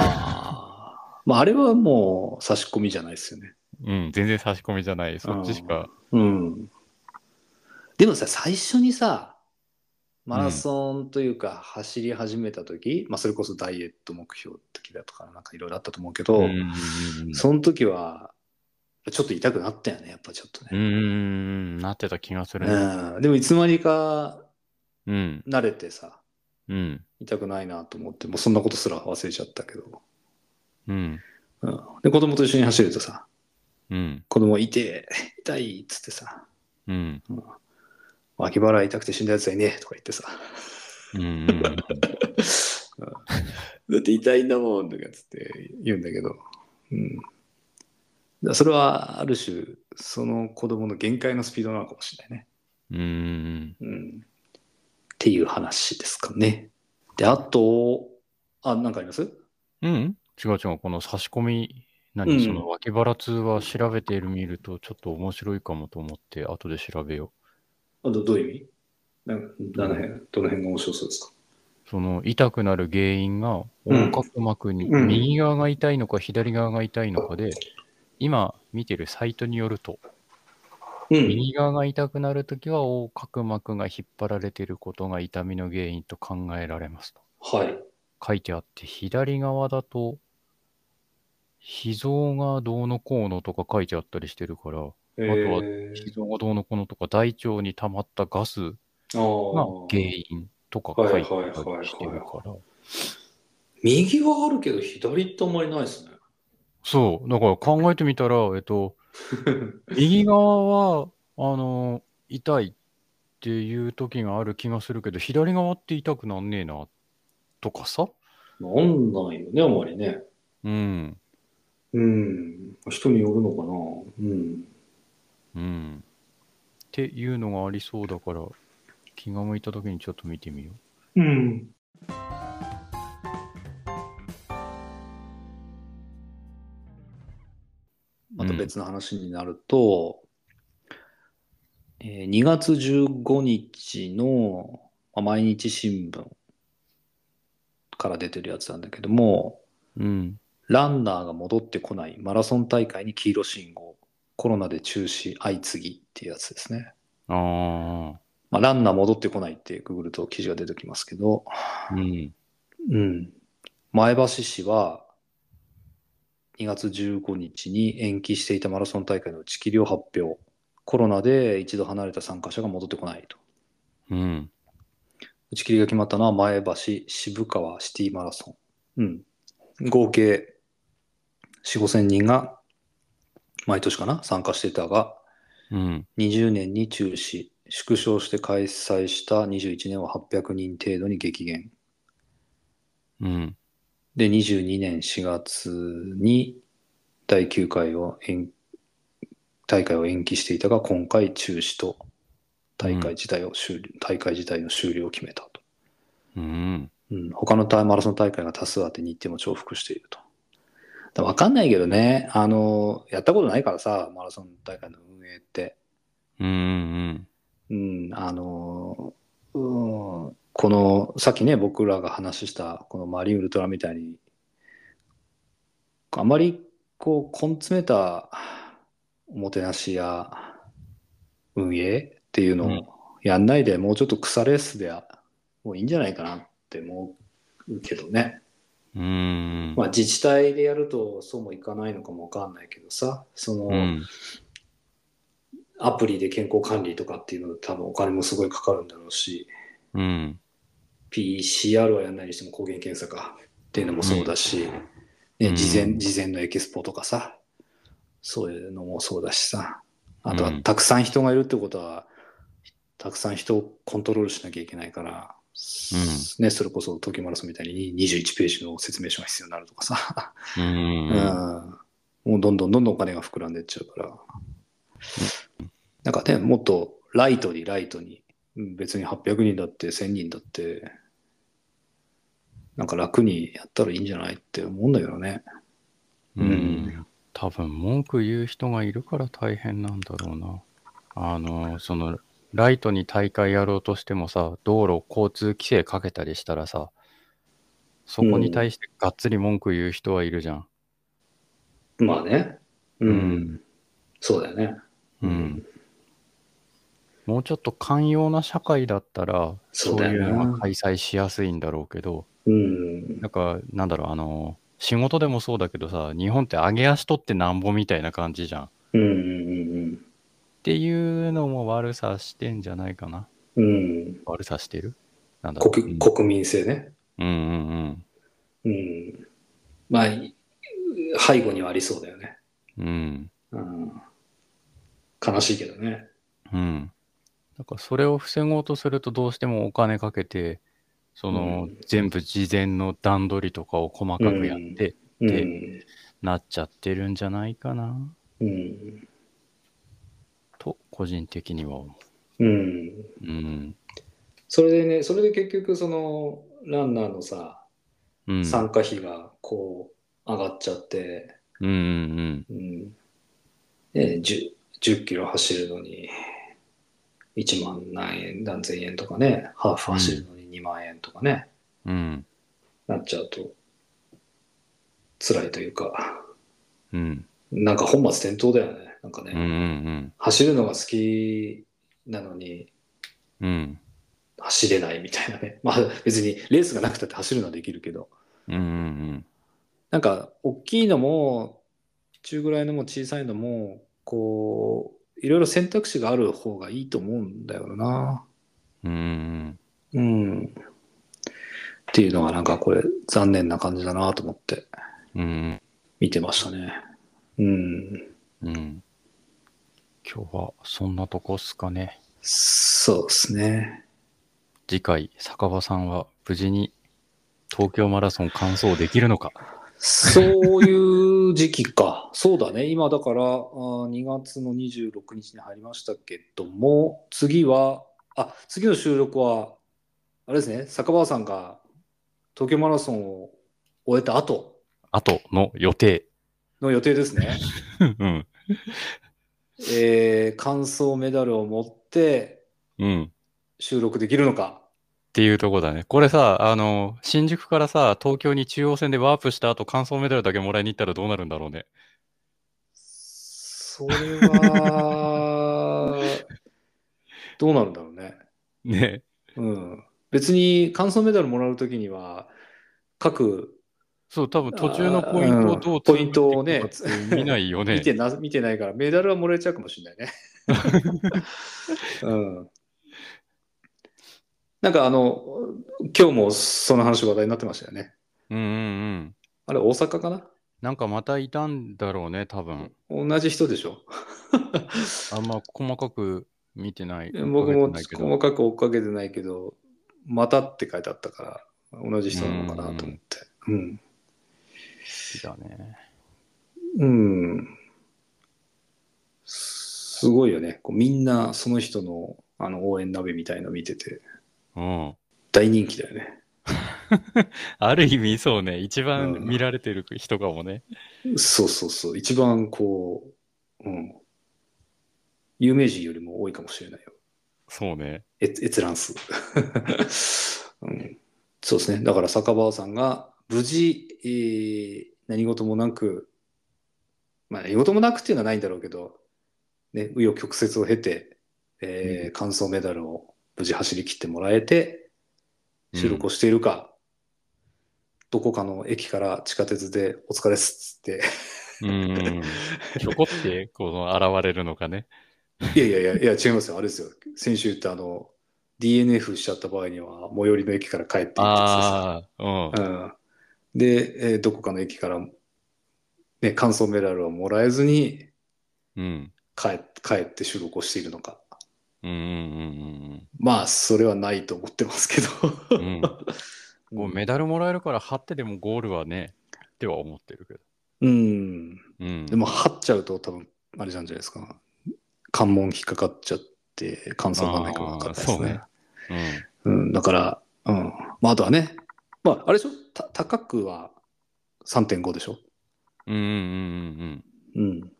Speaker 3: あ。まあ、あれはもう差し込みじゃないですよね。
Speaker 2: うん、全然差し込みじゃない。そっちしか。
Speaker 3: うん。でもさ、最初にさ、マラソンというか、走り始めた時、まあ、それこそダイエット目標の時だとか、なんかいろいろあったと思うけど、
Speaker 2: うんうんうん
Speaker 3: その時は、ちょっと痛くなったよね、やっぱちょっと
Speaker 2: う
Speaker 3: ね。
Speaker 2: ん、なってた気がするね。
Speaker 3: うんでもいつの間にか
Speaker 2: うん、
Speaker 3: 慣れてさ、
Speaker 2: うん、
Speaker 3: 痛くないなと思って、もうそんなことすら忘れちゃったけど。
Speaker 2: うん、
Speaker 3: うん、で、子供と一緒に走るとさ、
Speaker 2: うん、
Speaker 3: 子供いて、痛いっつってさ、
Speaker 2: うん、
Speaker 3: 脇腹痛くて死んだやつはいねえとか言ってさ、
Speaker 2: うん、うん。
Speaker 3: だって痛いんだもんとかっつって言うんだけど、うん。だからそれはある種、その子供の限界のスピードなのかもしれないね。
Speaker 2: うーん。
Speaker 3: うん。っていう話ですかね。で、あと、あ、なんかあります
Speaker 2: うん違う違う。この差し込み、
Speaker 3: うん
Speaker 2: 何その脇腹痛は調べてみるとちょっと面白いかもと思って、後で調べよ
Speaker 3: あどどういう意味なんかどの辺、どの辺が面白そうですか
Speaker 2: う。その痛くなる原因が、
Speaker 3: うん
Speaker 2: 横隔膜に
Speaker 3: うん
Speaker 2: 右側が痛いのか左側が痛いのかで、今見てるサイトによると、
Speaker 3: うん。
Speaker 2: 右側が痛くなるときは横隔膜が引っ張られていることが痛みの原因と考えられますと
Speaker 3: はい。
Speaker 2: 書いてあって、左側だと、脾臓がどうのこうのとか書いてあったりしてるから、
Speaker 3: え
Speaker 2: は
Speaker 3: ー
Speaker 2: 脾臓がどうのこうのとか大腸に溜まったガス
Speaker 3: あ
Speaker 2: が
Speaker 3: ー
Speaker 2: 原因とか書いてあったりしてるから
Speaker 3: 右はあるけど、左ってあんまりないですね。
Speaker 2: そうだから考えてみたらえっと右側はあの痛いっていう時がある気がするけど左側って痛くなんねえなとかさ
Speaker 3: なんないよね、あんまりね。
Speaker 2: うん
Speaker 3: うん。人によるのかな。うん。
Speaker 2: うんっていうのがありそうだから気が向いた時にちょっと見てみよう
Speaker 3: うん。また別の話になると、えー2月15日のまあ毎日新聞から出てるやつなんだけども、
Speaker 2: うん
Speaker 3: ランナーが戻ってこないマラソン大会に黄色信号、コロナで中止相次ぎっていうやつですね。
Speaker 2: あ
Speaker 3: まあ、ランナー戻ってこないってググると記事が出てきますけど、
Speaker 2: あうん
Speaker 3: うん。前橋市は2月15日に延期していたマラソン大会の打ち切りを発表。コロナで一度離れた参加者が戻ってこないと。
Speaker 2: うん
Speaker 3: 打ち切りが決まったのは前橋、渋川シティマラソン。うん。合計4、5千人が毎年かな参加してたが、
Speaker 2: うん
Speaker 3: 20年に中止、縮小して開催した21年は800人程度に激減。
Speaker 2: うん
Speaker 3: で、22年4月に第9回を延大会を延期していたが、今回中止と、大会自体を終了、大会自体の終了を決めたと。
Speaker 2: うん。
Speaker 3: うん、他の大マラソン大会が多数あって日程も重複していると。だわかんないけどね、あの、やったことないからさ、マラソン大会の運営って。
Speaker 2: うんうん
Speaker 3: うん、あの、うん、この、さっきね、僕らが話した、このマリンウルトラみたいに、あまり、こう、根詰めた、おもてなしや、運営っていうの
Speaker 2: うん
Speaker 3: をやんないで、もうちょっと草レースでは、もういいんじゃないかなって思うけどね。
Speaker 2: うん。うん。
Speaker 3: まあ、自治体でやるとそうもいかないのかもわかんないけどさ、その、
Speaker 2: うん。
Speaker 3: アプリで健康管理とかっていうので多分お金もすごいかかるんだろうし、
Speaker 2: うん。
Speaker 3: PCR はやんないにしても抗原検査かっていうのもそうだし、
Speaker 2: うんう
Speaker 3: ね、
Speaker 2: ん
Speaker 3: 事前、事前のエキスポとかさ、そういうのもそうだしさ、あとは
Speaker 2: うん
Speaker 3: たくさん人がいるってことは、たくさん人をコントロールしなきゃいけないから、ね、それこそ東京マラソンみたいに21ページの説明書が必要になるとかさ、
Speaker 2: うん。
Speaker 3: うんもうどんどんどんどんお金が膨らんでいっちゃうから。なんかね、もっとライトにライトに、うん別に800人だって1000人だって、なんか楽にやったらいいんじゃないって思うんだけどね。
Speaker 2: う
Speaker 3: うんん。
Speaker 2: 多分文句言う人がいるから大変なんだろうな。あの、その、ライトに大会やろうとしてもさ、道路交通規制かけたりしたらさ、そこに対してがっつり文句言う人はいるじゃん。
Speaker 3: まあね。うん。
Speaker 2: うん
Speaker 3: そうだよね。
Speaker 2: うん。もうちょっと寛容な社会だったら、そ
Speaker 3: そ
Speaker 2: うう
Speaker 3: だよ
Speaker 2: い
Speaker 3: な
Speaker 2: うのは開催しやすいんだろうけど、
Speaker 3: うん。
Speaker 2: なんか、なんだろう、あの、仕事でもそうだけどさ、日本って上げ足取ってなんぼみたいな感じじゃん。っ
Speaker 3: うん。うん。
Speaker 2: ていうのも悪さしてんじゃないかな。
Speaker 3: うんうん。
Speaker 2: 悪さしてるなんだろう。
Speaker 3: 国国民性ね。
Speaker 2: うんうんうん
Speaker 3: うん。まあ、い背後にはありそうだよね。
Speaker 2: うん。うん。
Speaker 3: うん。悲しいけどね。
Speaker 2: うん。だからそれを防ごうとするとどうしてもお金かけて、その、
Speaker 3: うん
Speaker 2: 全部事前の段取りとかを細かくやって、で
Speaker 3: うん
Speaker 2: なっちゃってるんじゃないかな、
Speaker 3: うん。
Speaker 2: と、個人的には思
Speaker 3: うん。
Speaker 2: う。うん。
Speaker 3: それでね、それで結局、その、ランナーのさ、
Speaker 2: うん。
Speaker 3: 参加費が、こう、上がっちゃって、
Speaker 2: うんうんうん。
Speaker 3: うん。ね、10, 10キロ走るのに、1万何円、何千円とかね、ハーフ走るのに2万円とかね、
Speaker 2: うん。
Speaker 3: なっちゃうと、辛いというか、
Speaker 2: うん。
Speaker 3: なんか本末転倒だよね。なんかね、
Speaker 2: うんうん
Speaker 3: 走るのが好きなのに、
Speaker 2: うん。うん。
Speaker 3: 走れないみたいなね。 まあ別にレースがなくたって走るのはできるけど。
Speaker 2: うんうん
Speaker 3: なんか大きいのも、中ぐらいのも小さいのも、こう、いろいろ選択肢がある方がいいと思うんだよな。
Speaker 2: うん。うん
Speaker 3: うん。っていうのがなんかこれ残念な感じだなと思って
Speaker 2: うん。
Speaker 3: 見てましたね。うん。
Speaker 2: うん。今日はそんなとこっすかね。
Speaker 3: そうですね。
Speaker 2: 次回、酒場さんは無事に東京マラソン完走できるのか。
Speaker 3: そういう時期か。 そうだね。今だから、あー2月の26日に入りましたけども、次は、あ、次の収録は、あれですね、坂場さんが東京マラソンを終えた後
Speaker 2: あとの予定。
Speaker 3: の予定ですね。
Speaker 2: うん。
Speaker 3: えー、完走メダルを持って
Speaker 2: うん。っ
Speaker 3: 収録できるのか。
Speaker 2: ていうとこだね。これさ、あの、新宿からさ、東京に中央線でワープした後、完走メダルだけもらいに行ったらどうなるんだろうね。
Speaker 3: それは、どうなるんだろうね。
Speaker 2: ね。
Speaker 3: うん、別に感想メダルもらうときには各
Speaker 2: そう、多分途中のポイントをどう積んでいくかって見ないよ
Speaker 3: 見
Speaker 2: ね。
Speaker 3: てな、見てないからメダルはもらえちゃうかもしれな いね。うん、なんかあの今日もその話話題になってましたよね。
Speaker 2: うんうんうん。
Speaker 3: あれ大阪かな
Speaker 2: なんかまたいたんだろうね、多分。
Speaker 3: 同じ人でしょ
Speaker 2: あんま細かく見てない。
Speaker 3: 僕も
Speaker 2: 追っかけてないけど
Speaker 3: 細かく追っかけてないけど「また」って書いてあったから同じ人なのかなと思って。うん
Speaker 2: だね。
Speaker 3: うん。すごいよね。こうみんなその人のあの応援鍋みたいの見てて、
Speaker 2: うん。
Speaker 3: 大人気だよね。
Speaker 2: ある意味そうね、一番
Speaker 3: うん
Speaker 2: 見られてる人かもね。
Speaker 3: そうそうそう。一番こう、うん。有名人よりも多いかもしれないよ。
Speaker 2: そうね。
Speaker 3: 閲閲覧数、うん。そうですね。だから坂場さんが無事、えー何事もなく、まあ何事もなくっていうのはないんだろうけど、ね、紆余曲折を経て、えー完走メダルを無事走り切ってもらえて、収録をしているか、どこかの駅から地下鉄でお疲れっすっつって、
Speaker 2: うん。ひょこって、この、現れるのかね。
Speaker 3: いやいやいや、いや違いますよ。あれですよ。先週言ったあの、DNF しちゃった場合には、最寄りの駅から帰っていって
Speaker 2: ああ、うん。
Speaker 3: うんで、えーどこかの駅から、ね、感想メダルはもらえずに
Speaker 2: うん。
Speaker 3: 帰っ帰って収録をしているのか。
Speaker 2: うんうん
Speaker 3: まあ、それはないと思ってますけ
Speaker 2: うんう
Speaker 3: ど。
Speaker 2: ん。うん、もう
Speaker 3: うん
Speaker 2: メダルもらえるから、張ってでもゴールはね、っては思ってるけど。
Speaker 3: うん。
Speaker 2: うん。
Speaker 3: でも、張っちゃうと多分、あれなんじゃないですか。関門引っかかっちゃって、感想がないか分かんないです
Speaker 2: あーそう
Speaker 3: ね
Speaker 2: ね。うん、
Speaker 3: うん、だから、うん。まあ、あとはね、まあ、あれでしょた高くは3.5でしょ
Speaker 2: うんうんうんうんうん。
Speaker 3: うん。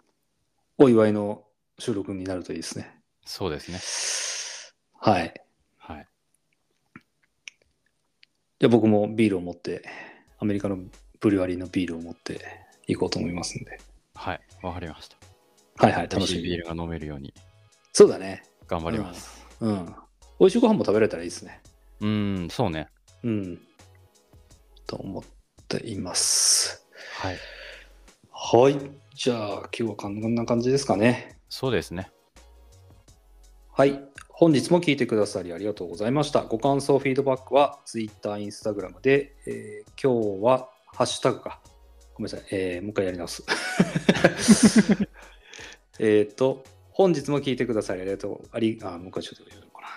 Speaker 3: お祝いの収録になるといいですね。
Speaker 2: そうですね。
Speaker 3: はい。
Speaker 2: はい。
Speaker 3: じゃあ僕もビールを持って、アメリカのブリュワリーのビールを持って行こうと思いますんで。
Speaker 2: はい。わかりました。
Speaker 3: はいはい、
Speaker 2: 楽
Speaker 3: 楽
Speaker 2: し
Speaker 3: し
Speaker 2: いビ
Speaker 3: み。
Speaker 2: ールが飲めるように
Speaker 3: そうだね。
Speaker 2: 頑張ります。
Speaker 3: うん。美味しいご飯も食べられたらいいですね。
Speaker 2: うん、そうね。
Speaker 3: うん。と思っています。
Speaker 2: はい。
Speaker 3: はい。じゃあ今日はこんな感じですかね。
Speaker 2: そうですね。
Speaker 3: はい。本日も聞いてくださりありがとうございました。ご感想、フィードバックは Twitter、Instagram で、えー今日はハッシュタグか。ごめんなさい。えーもう一回やり直す。 えっと、本日も聞いてくださりありがとう。あり、あ、もう一回ちょっとやるかな。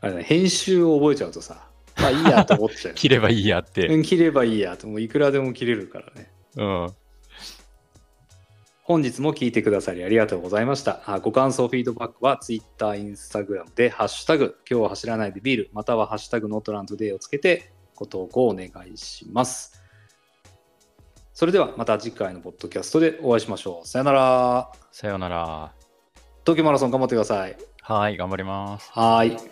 Speaker 3: あれだね、編集を覚えちゃうとさ、まあいいやと思っちゃう
Speaker 2: 。切ればいいやって。
Speaker 3: うん切ればいいやと、もういくらでも切れるからね。
Speaker 2: うん。
Speaker 3: 本日も聞いてくださりありがとうございました。あご感想、フィードバックは Twitter、Instagram で、ハッシュタグ、今日は走らないでビール、またはハッシュタグノートランドデーをつけてご投稿お願いします。それではまた次回のポッドキャストでお会いしましょう。さよなら。
Speaker 2: さようなら。
Speaker 3: 東京マラソン頑張ってください。
Speaker 2: はい、頑張ります。
Speaker 3: はーい。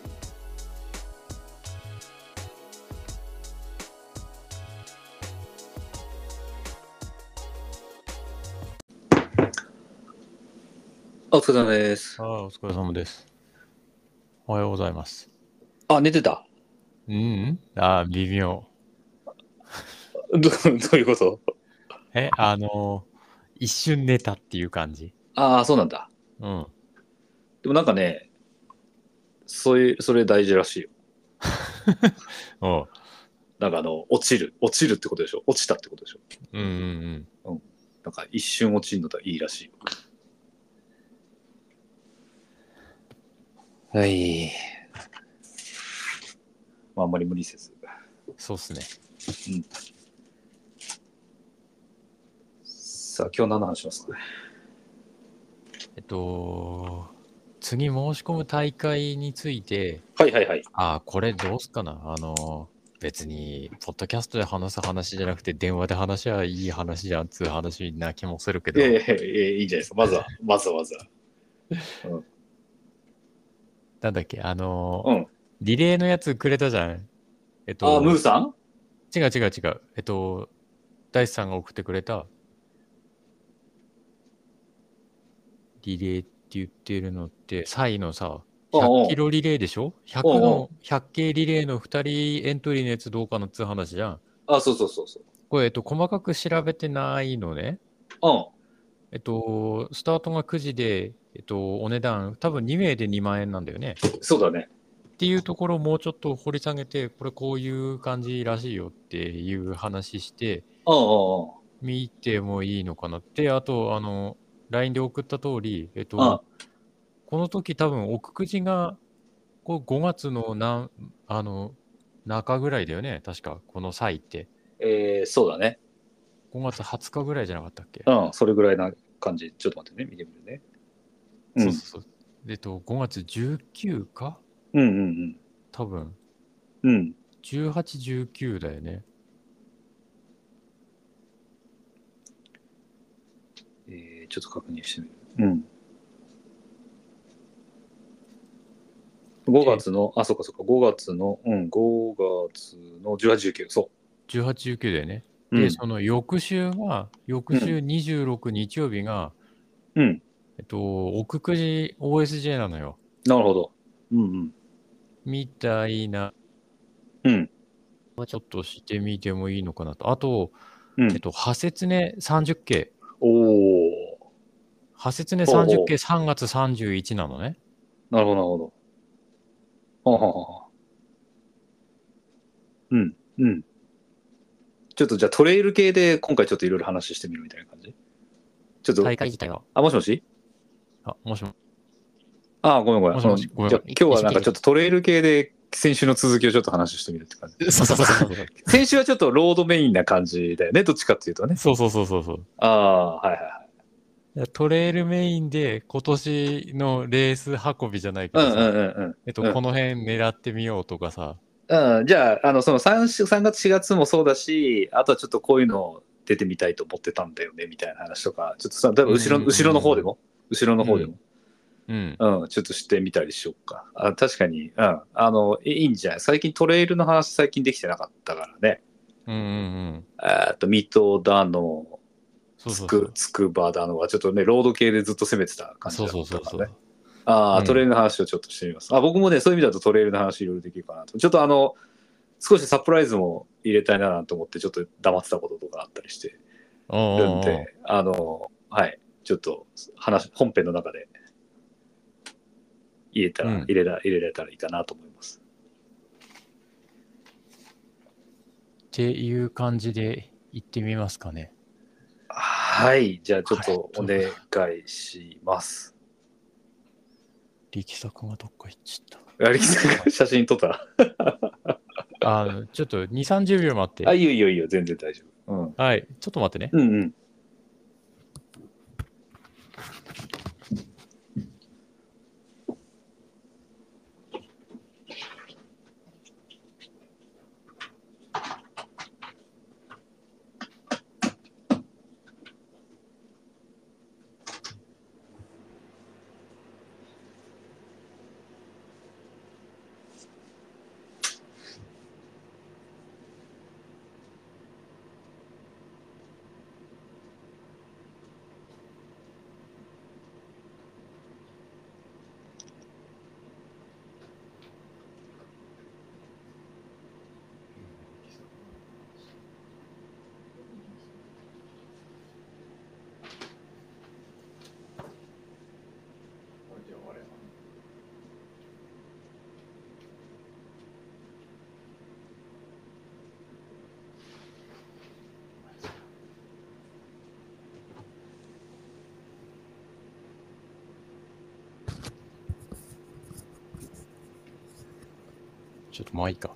Speaker 3: お疲れ様です。
Speaker 2: ああ、お疲れ様です。おはようございます。
Speaker 3: あ、寝てた
Speaker 2: うんああ、微妙。
Speaker 3: どどういうこと
Speaker 2: え、あのー一瞬寝たっていう感じ。
Speaker 3: ああ、そうなんだ。
Speaker 2: うん。
Speaker 3: でもなんかね、そういう、それ大事らしいよ。
Speaker 2: おう
Speaker 3: なんかあの、落ちる。落ちるってことでしょ落ちたってことでしょ
Speaker 2: うんうんうん。
Speaker 3: なんか一瞬落ちるのといいらしいよ。はい。まあ、あんまり無理せず。
Speaker 2: そうっすね。
Speaker 3: さあ、今日何の話しますかね。
Speaker 2: えっと、次申し込む大会について、
Speaker 3: はいはいはい。
Speaker 2: ああ、これどうすっかな。あの、別に、ポッドキャストで話す話じゃなくて、電話で話しゃいい話じゃんっつう話な気もするけど、
Speaker 3: ええええいいじゃないですか。まずは、まずはまずは。
Speaker 2: なんだっけ、あの、
Speaker 3: うん
Speaker 2: リレーのやつくれたじゃん。えっと、
Speaker 3: あー、ムーさん
Speaker 2: 違う違う違う。えっと、大地さんが送ってくれた、リレーって言ってるのって、サイのさ、100キロリレーでしょ ?100 の、100系リレーの2人エントリーのやつどうかのっつう話じゃん。
Speaker 3: あそうそうそうそう。
Speaker 2: これ、えっと、細かく調べてないのね。
Speaker 3: うん。
Speaker 2: えっと、スタートが9時で、えっと、お値段、多分2名で2万円なんだよね。
Speaker 3: そうだね。
Speaker 2: っていうところをもうちょっと掘り下げて、これこういう感じらしいよっていう話して、
Speaker 3: うんうん
Speaker 2: 見てもいいのかなって、あと、あの、LINE で送った通り、えっと、
Speaker 3: うん
Speaker 2: この時多分、奥久慈が、こう5月のなん、あの、中ぐらいだよね、確か、この際って。
Speaker 3: うん。えー、そうだね。
Speaker 2: 5月20日ぐらいじゃなかったっけ
Speaker 3: うん、それぐらいな感じ。ちょっと待ってね、見てみるね。うん
Speaker 2: そうそうそう。えっと、5月19か
Speaker 3: うんうん
Speaker 2: 多分。
Speaker 3: うん。うん。
Speaker 2: 18、19だよね。
Speaker 3: えーちょっと確認してみる。うん。5月の、あ、そうかそうか、5月の、うん、5月の18、19、そ
Speaker 2: 18、19だよね。
Speaker 3: う。
Speaker 2: で、その翌週が、翌週26日曜日が、
Speaker 3: うん、うん。
Speaker 2: えっと、奥久慈 OSJ なのよ。
Speaker 3: なるほど。うん
Speaker 2: みたいな、
Speaker 3: うん。うん。
Speaker 2: ちょっとしてみてもいいのかなと。あと、
Speaker 3: う
Speaker 2: えっ
Speaker 3: ん。
Speaker 2: と、ハセツネ30系。
Speaker 3: おー。
Speaker 2: ハセツネ
Speaker 3: ほうほ
Speaker 2: 30
Speaker 3: う
Speaker 2: 系3月31なのね。
Speaker 3: なるほど、なるほど。はあはあはあうん、うん。ちょっとじゃあトレイル系で今回ちょっといろいろ話してみるみたいな感じちょっと、
Speaker 2: 大会自体は。
Speaker 3: あ、もしもし
Speaker 2: あ、もしも。
Speaker 3: ああ、ごめんごめん。
Speaker 2: もしもし
Speaker 3: うん
Speaker 2: ごめん
Speaker 3: じゃあ今日はなんかちょっとトレイル系で先週の続きをちょっと話してみるって感じ。
Speaker 2: そうそうそうそう。
Speaker 3: 先週はちょっとロードメインな感じだよね。どっちかっていうとね。
Speaker 2: そうそうそうそうそう。
Speaker 3: ああ、はいはいはい
Speaker 2: やトレイルメインで今年のレース運びじゃないけど
Speaker 3: い。
Speaker 2: さ、
Speaker 3: うんうんうんうん。
Speaker 2: えっと、
Speaker 3: うん
Speaker 2: この辺狙ってみようとかさ、
Speaker 3: うん、じゃあ、あの、その 3, 3月、4月もそうだし、あとはちょっとこういうの出てみたいと思ってたんだよね、みたいな話とか、ちょっとさ、例えば後ろ、
Speaker 2: うんうんうん
Speaker 3: 後ろの方でも、後ろの方でも、
Speaker 2: うん、
Speaker 3: うん、ちょっとしてみたりしようか。あ確かに、うん、あの、いいいんじゃない最近トレイルの話最近できてなかったからね。
Speaker 2: うんうんうん
Speaker 3: えーっと、水戸だの、
Speaker 2: そう
Speaker 3: つ
Speaker 2: そう
Speaker 3: く、つくばだのは、ちょっとね、ロード系でずっと攻めてた感じ
Speaker 2: そ
Speaker 3: だ
Speaker 2: う
Speaker 3: ったか
Speaker 2: そうそうそ
Speaker 3: らね。
Speaker 2: う
Speaker 3: ああ、
Speaker 2: うん
Speaker 3: トレイルの話をちょっとしてみます。あ僕もね、そういう意味だとトレイルの話いろいろできるかなと。ちょっとあの、少しサプライズも入れたいななんて思って、ちょっと黙ってたこととかあったりして
Speaker 2: おう
Speaker 3: る
Speaker 2: おうんおう
Speaker 3: で、あの、はい、ちょっと話、本編の中で入れたら、
Speaker 2: うん
Speaker 3: 入れら入れられたらいいかなと思います。
Speaker 2: っていう感じで行ってみますかね
Speaker 3: はい、じゃあちょっとお
Speaker 2: あれ
Speaker 3: 願いします。
Speaker 2: 力作がどっか行っちゃっ
Speaker 3: あリキさんが写真撮った。
Speaker 2: たあのちょっと2 3 0秒待って
Speaker 3: あ、いいよいいよいいよ、全然大丈夫。うん。
Speaker 2: はい、ちょっと待ってね
Speaker 3: うんうん。
Speaker 2: ちょっとまあいいか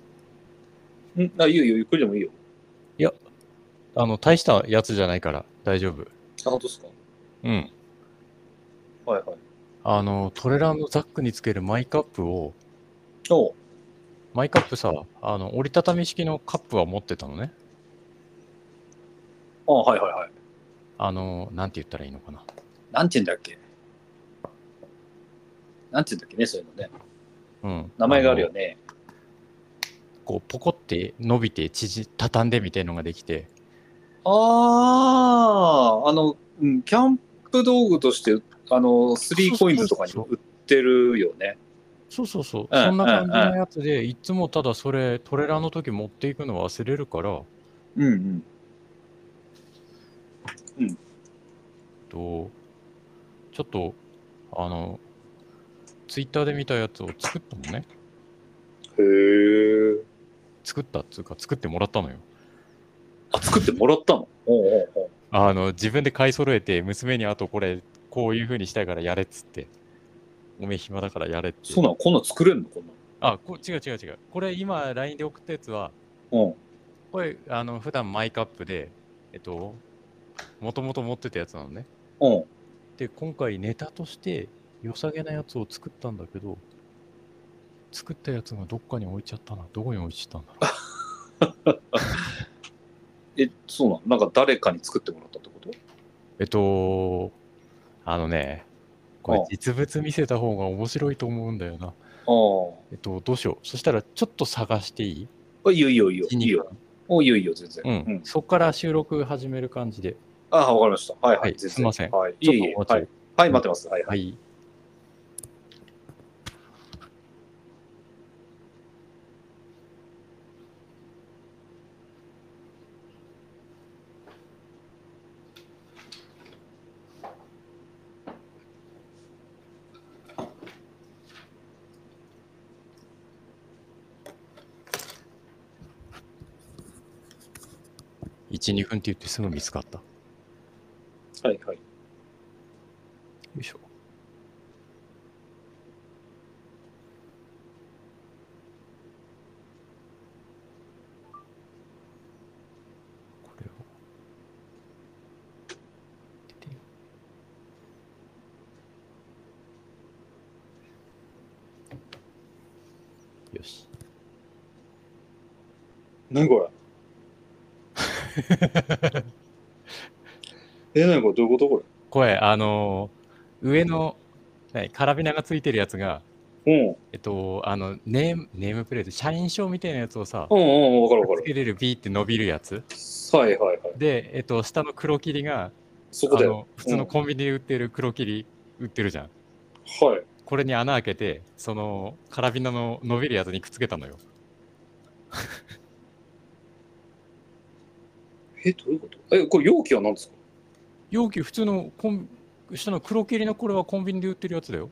Speaker 3: うんあ、いいよいいよ、ゆっくりでもいいよ。
Speaker 2: あの大したやつじゃないから大丈夫
Speaker 3: あ、本当ですか
Speaker 2: うん
Speaker 3: はいはい。
Speaker 2: あのトレランのザックにつけるマイカップを
Speaker 3: おう
Speaker 2: マイカップさあの折りたたみ式のカップは持ってたのね
Speaker 3: あ、はいはいはい。
Speaker 2: あのなんて言ったらいいのかな
Speaker 3: なんて言うんだっけなんて言うんだっけね、そういうのね。
Speaker 2: うん、
Speaker 3: 名前があるよ
Speaker 2: の
Speaker 3: ね。
Speaker 2: こうポコって伸びて縮畳んでみたいのができて
Speaker 3: ああ、あの、うん、キャンプ道具として、あの、スリーコインズとかに
Speaker 2: そうそう
Speaker 3: 売ってるよね。
Speaker 2: そうそうそう、
Speaker 3: うん
Speaker 2: そんな感じのやつで、いつもただそれトレーラーの時持っていくの忘れるから
Speaker 3: うんうん。
Speaker 2: とちょっとあのツイッターで見たやつを作ったのね
Speaker 3: へえ。
Speaker 2: 作ったっつうか作ってもらったのよ
Speaker 3: あ、作ってもらったのおうおうおう
Speaker 2: あの自分で買い揃えて娘にあとこれこういう風にしたいからやれっつっておめえ暇だからやれって
Speaker 3: そうなのこんなん作れんのこんな
Speaker 2: あこ違う違う違うこれ今 LINE で送ったやつは
Speaker 3: の。
Speaker 2: これ、あの、普段マイカップで、えっと、もともと持ってたやつなのね。
Speaker 3: うん。うん。
Speaker 2: で、今回ネタとして、良さげなやつを作ったんだけど、作ったやつがどっかに置いちゃったな。どこに置いちゃったんだろ
Speaker 3: え、そうなのなんか誰かに作ってもらったってこと
Speaker 2: う。えっと、あのね、これ
Speaker 3: あ
Speaker 2: 実物見せた方が面白いと思うんだよな。
Speaker 3: あ
Speaker 2: えっと、どうしよう。そしたらちょっと探していい
Speaker 3: あ。いいよいいよいいよ。い
Speaker 2: 1
Speaker 3: いよ。おいいよいいよ、全然。
Speaker 2: うん、そっから収録始める感じで。
Speaker 3: ああ、わかりました。はいは、
Speaker 2: はいい
Speaker 3: 全然。
Speaker 2: すいません
Speaker 3: はい、い
Speaker 2: ちょ
Speaker 3: え
Speaker 2: っと
Speaker 3: い
Speaker 2: お
Speaker 3: え。
Speaker 2: 待ちを
Speaker 3: はい、はい、待ってます。はい、はい。
Speaker 2: はい。1、2分って言ってすぐ見つかった。よ
Speaker 3: はい、はい。
Speaker 2: いしょ。これを出てよし。
Speaker 3: 何こ れえ、何これどういうことこ
Speaker 2: 声、あのー上の、何カラビナがついてるやつが、
Speaker 3: れうん。
Speaker 2: えっと、あの、ネーム、ネームプレート、社員証みたいなやつをさ、
Speaker 3: うんうんうん、わかるわか
Speaker 2: つけれるビーって伸びるやつ。
Speaker 3: る。はい、はい、はい。
Speaker 2: で、えっと、下の黒霧が、
Speaker 3: そこ
Speaker 2: あ
Speaker 3: だよ。
Speaker 2: の、普通のコンビニで売ってる黒霧売ってるじゃん。
Speaker 3: はい。
Speaker 2: これに穴開けて、その、カラビナの伸びるやつにくっつけたのよ。
Speaker 3: え、どういうことえ、これ容器は何ですか
Speaker 2: 容器、普通のコン、下の黒霧のこれはコンビニで売ってるやつだよ。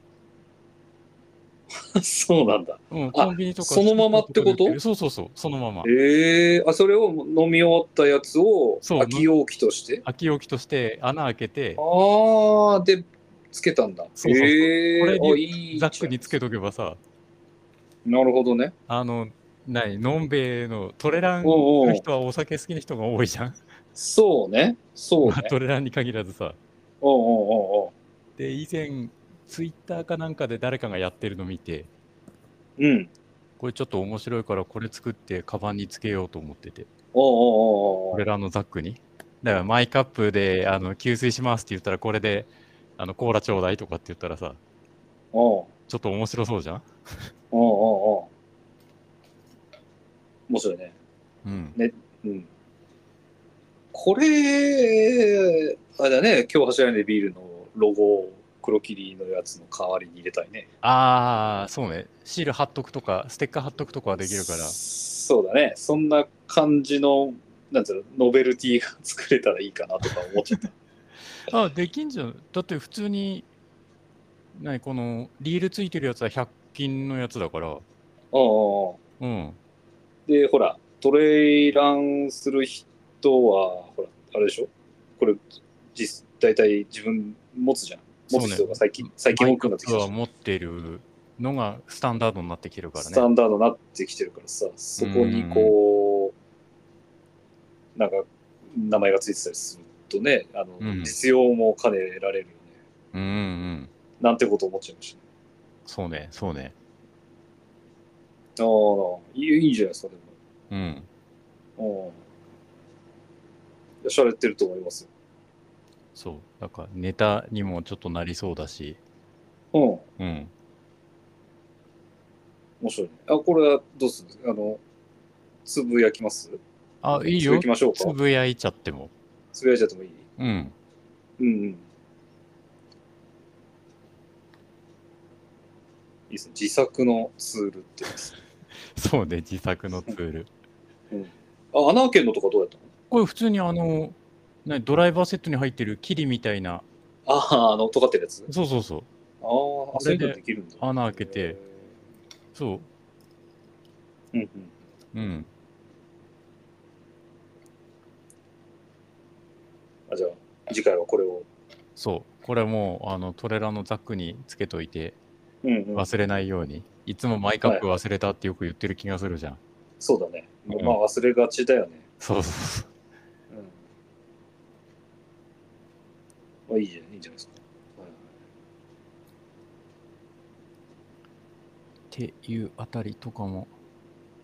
Speaker 3: そうなんだ。
Speaker 2: うん、コンビニとか。
Speaker 3: そのままって
Speaker 2: スーパー
Speaker 3: こと
Speaker 2: かで売るそうそうそう、そのまま。
Speaker 3: ええあ、それを飲み終わったやつを
Speaker 2: そう
Speaker 3: 空き容器として。
Speaker 2: 空き容器として穴開けて、
Speaker 3: ああ、で、つけたんだ。
Speaker 2: そうそうそう
Speaker 3: ええ
Speaker 2: これ
Speaker 3: あ、いい。
Speaker 2: ザックにつけとけばさ、
Speaker 3: なるほどね。
Speaker 2: あの、ない、のんべえのトレランの
Speaker 3: おうおう
Speaker 2: 人はお酒好きな人が多いじゃん。
Speaker 3: そうね。そうね
Speaker 2: まあ。 トレランに限らずさ。
Speaker 3: おうおうおうおう
Speaker 2: で以前ツイッターかなんかで誰かがやってるの見て
Speaker 3: うん。
Speaker 2: これちょっと面白いからこれ作ってカバンにつけようと思ってて
Speaker 3: おうおうおうお
Speaker 2: こ
Speaker 3: う
Speaker 2: れらのザックにだからマイカップであの給水しますって言ったらこれであのコーラちょうだいとかって言ったらさ
Speaker 3: おう
Speaker 2: ちょっと面白そうじゃん
Speaker 3: おうおうおう面白いね。
Speaker 2: うん
Speaker 3: うん。これ、あれだね。今日走らないでビールのロゴを黒霧のやつの代わりに入れたいね。
Speaker 2: ああそうねシール貼っとくとかステッカー貼っとくとかはできるから
Speaker 3: そうだね。そんな感じの、なんつうの、ノベルティが作れたらいいかなとか思っちゃった。
Speaker 2: あできんじゃんだって普通に何このリールついてるやつは100均のやつだから
Speaker 3: うんうんうん
Speaker 2: うん
Speaker 3: で、ほら、トレイランする人は、ほら、あれでしょこれ、実、大体自分持つじゃん。持つ人が最近、最近多くなってき
Speaker 2: マ
Speaker 3: た
Speaker 2: イカッ
Speaker 3: し
Speaker 2: プは持ってるのがスタンダードになってきてるか
Speaker 3: ス
Speaker 2: ら
Speaker 3: タ
Speaker 2: ね。
Speaker 3: ンダードになってきてるからさ、そこにこう、なんか、名前がついてたりするとね、あの、
Speaker 2: うん
Speaker 3: 実用も兼ねられるよね。
Speaker 2: うんうん。
Speaker 3: なんてこと思っちゃいましたね。
Speaker 2: そうね、そうね。
Speaker 3: ああ、いいいいんじゃないですか、でも。
Speaker 2: うん。
Speaker 3: うん。しゃれてると思いますよ。
Speaker 2: そう。なんかネタにもちょっとなりそうだし。
Speaker 3: うん。
Speaker 2: うん。
Speaker 3: 面白いね。あ、これはどうするんですかあの、つぶやきます
Speaker 2: あ、いい
Speaker 3: つぶ
Speaker 2: よ
Speaker 3: やき。ましょう
Speaker 2: つ
Speaker 3: か。
Speaker 2: ぶやいちゃっても。
Speaker 3: つぶやいちゃってもいい
Speaker 2: うん。
Speaker 3: うんうん。いいですね。自作のツールってやつ。
Speaker 2: そうね、自作のツール。
Speaker 3: あ、穴開けるのとかどうやったの
Speaker 2: これ普通にあの、なドライバーセットに入ってるキリみたいな。
Speaker 3: ああ、あの、尖ってるやつ。あ
Speaker 2: そうそうそう。
Speaker 3: あ、そういうのできるんだ。
Speaker 2: 穴開けて。そ
Speaker 3: うんうん。
Speaker 2: う。うん。
Speaker 3: あ、じゃあ、次回はこれを。
Speaker 2: そう。これもうあのトレーラーのザックにつけといて
Speaker 3: うんうん。
Speaker 2: 忘れないように。いつもマイカップ忘れたってよく言ってる気がするじゃん。
Speaker 3: そうだね。
Speaker 2: うん
Speaker 3: まあ、忘れがちだよね。
Speaker 2: そうそうそう。
Speaker 3: うん。あ、いいじゃん、いいんじゃないですか。はい
Speaker 2: っていうあたりとかも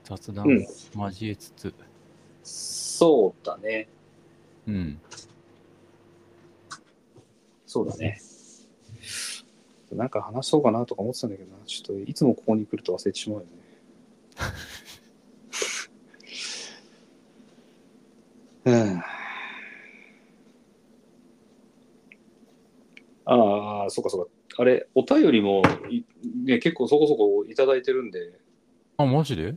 Speaker 2: 雑談
Speaker 3: うん
Speaker 2: 交えつつ、
Speaker 3: そうだね。
Speaker 2: うん、
Speaker 3: そうだね。なんか話そうかなとか思ってたんだけどな、ちょっといつもここに来ると忘れてしまうよね。うん。ああ、そうかそうか。あれ、お便りもい、ね、結構そこそこいただいてるんで、
Speaker 2: あ、マジで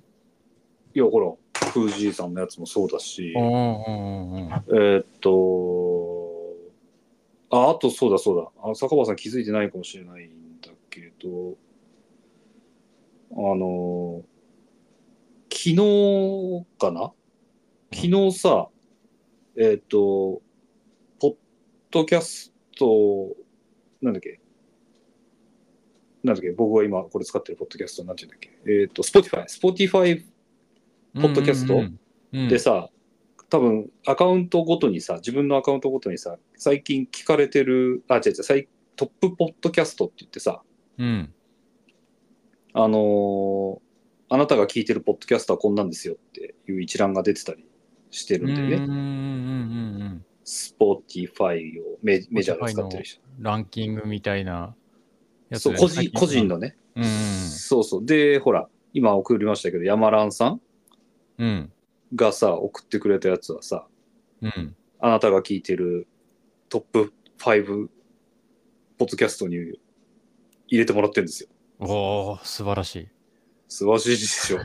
Speaker 3: いや、ほら、クージーさんのやつもそうだし
Speaker 2: あ、あ、うんうんうん。
Speaker 3: えーっと、あ、あとそうだそうだ。あ坂場さん気づいてないかもしれないんだけど、あの、昨日かな昨日さ、えーっと、ポッドキャスト、なんだっけなんだっけ僕が今これ使ってるポッドキャストなんて言うんだっけえーっと、Spotify。Spotify ポッドキャスト
Speaker 2: うんうんうん
Speaker 3: でさ、多分アカウントごとにさ、自分のアカウントごとにさ、最近聞かれてる、あ、違う違う、最トップポッドキャストって言ってさ、
Speaker 2: うん。
Speaker 3: あのーあなたが聞いてるポッドキャストはこんなんですよっていう一覧が出てたりして
Speaker 2: う
Speaker 3: る
Speaker 2: ん
Speaker 3: ん
Speaker 2: うん
Speaker 3: で
Speaker 2: うんう
Speaker 3: ね、
Speaker 2: んうん。
Speaker 3: スポーティファイをメメジャーが使ってる人。
Speaker 2: ランキングみたいなやつ
Speaker 3: そ
Speaker 2: だ
Speaker 3: う
Speaker 2: よね
Speaker 3: 個人、個人。のね、
Speaker 2: うん
Speaker 3: そうそう。で、ほら、今送りましたけど、山蘭さん
Speaker 2: うんうん。
Speaker 3: がさ、送ってくれたやつはさ、
Speaker 2: うんうん。
Speaker 3: あなたが聞いてるトップ5ポッドキャストに入れてもらってるんですよ。
Speaker 2: おお素晴らしい。
Speaker 3: 素晴らしいで しょ。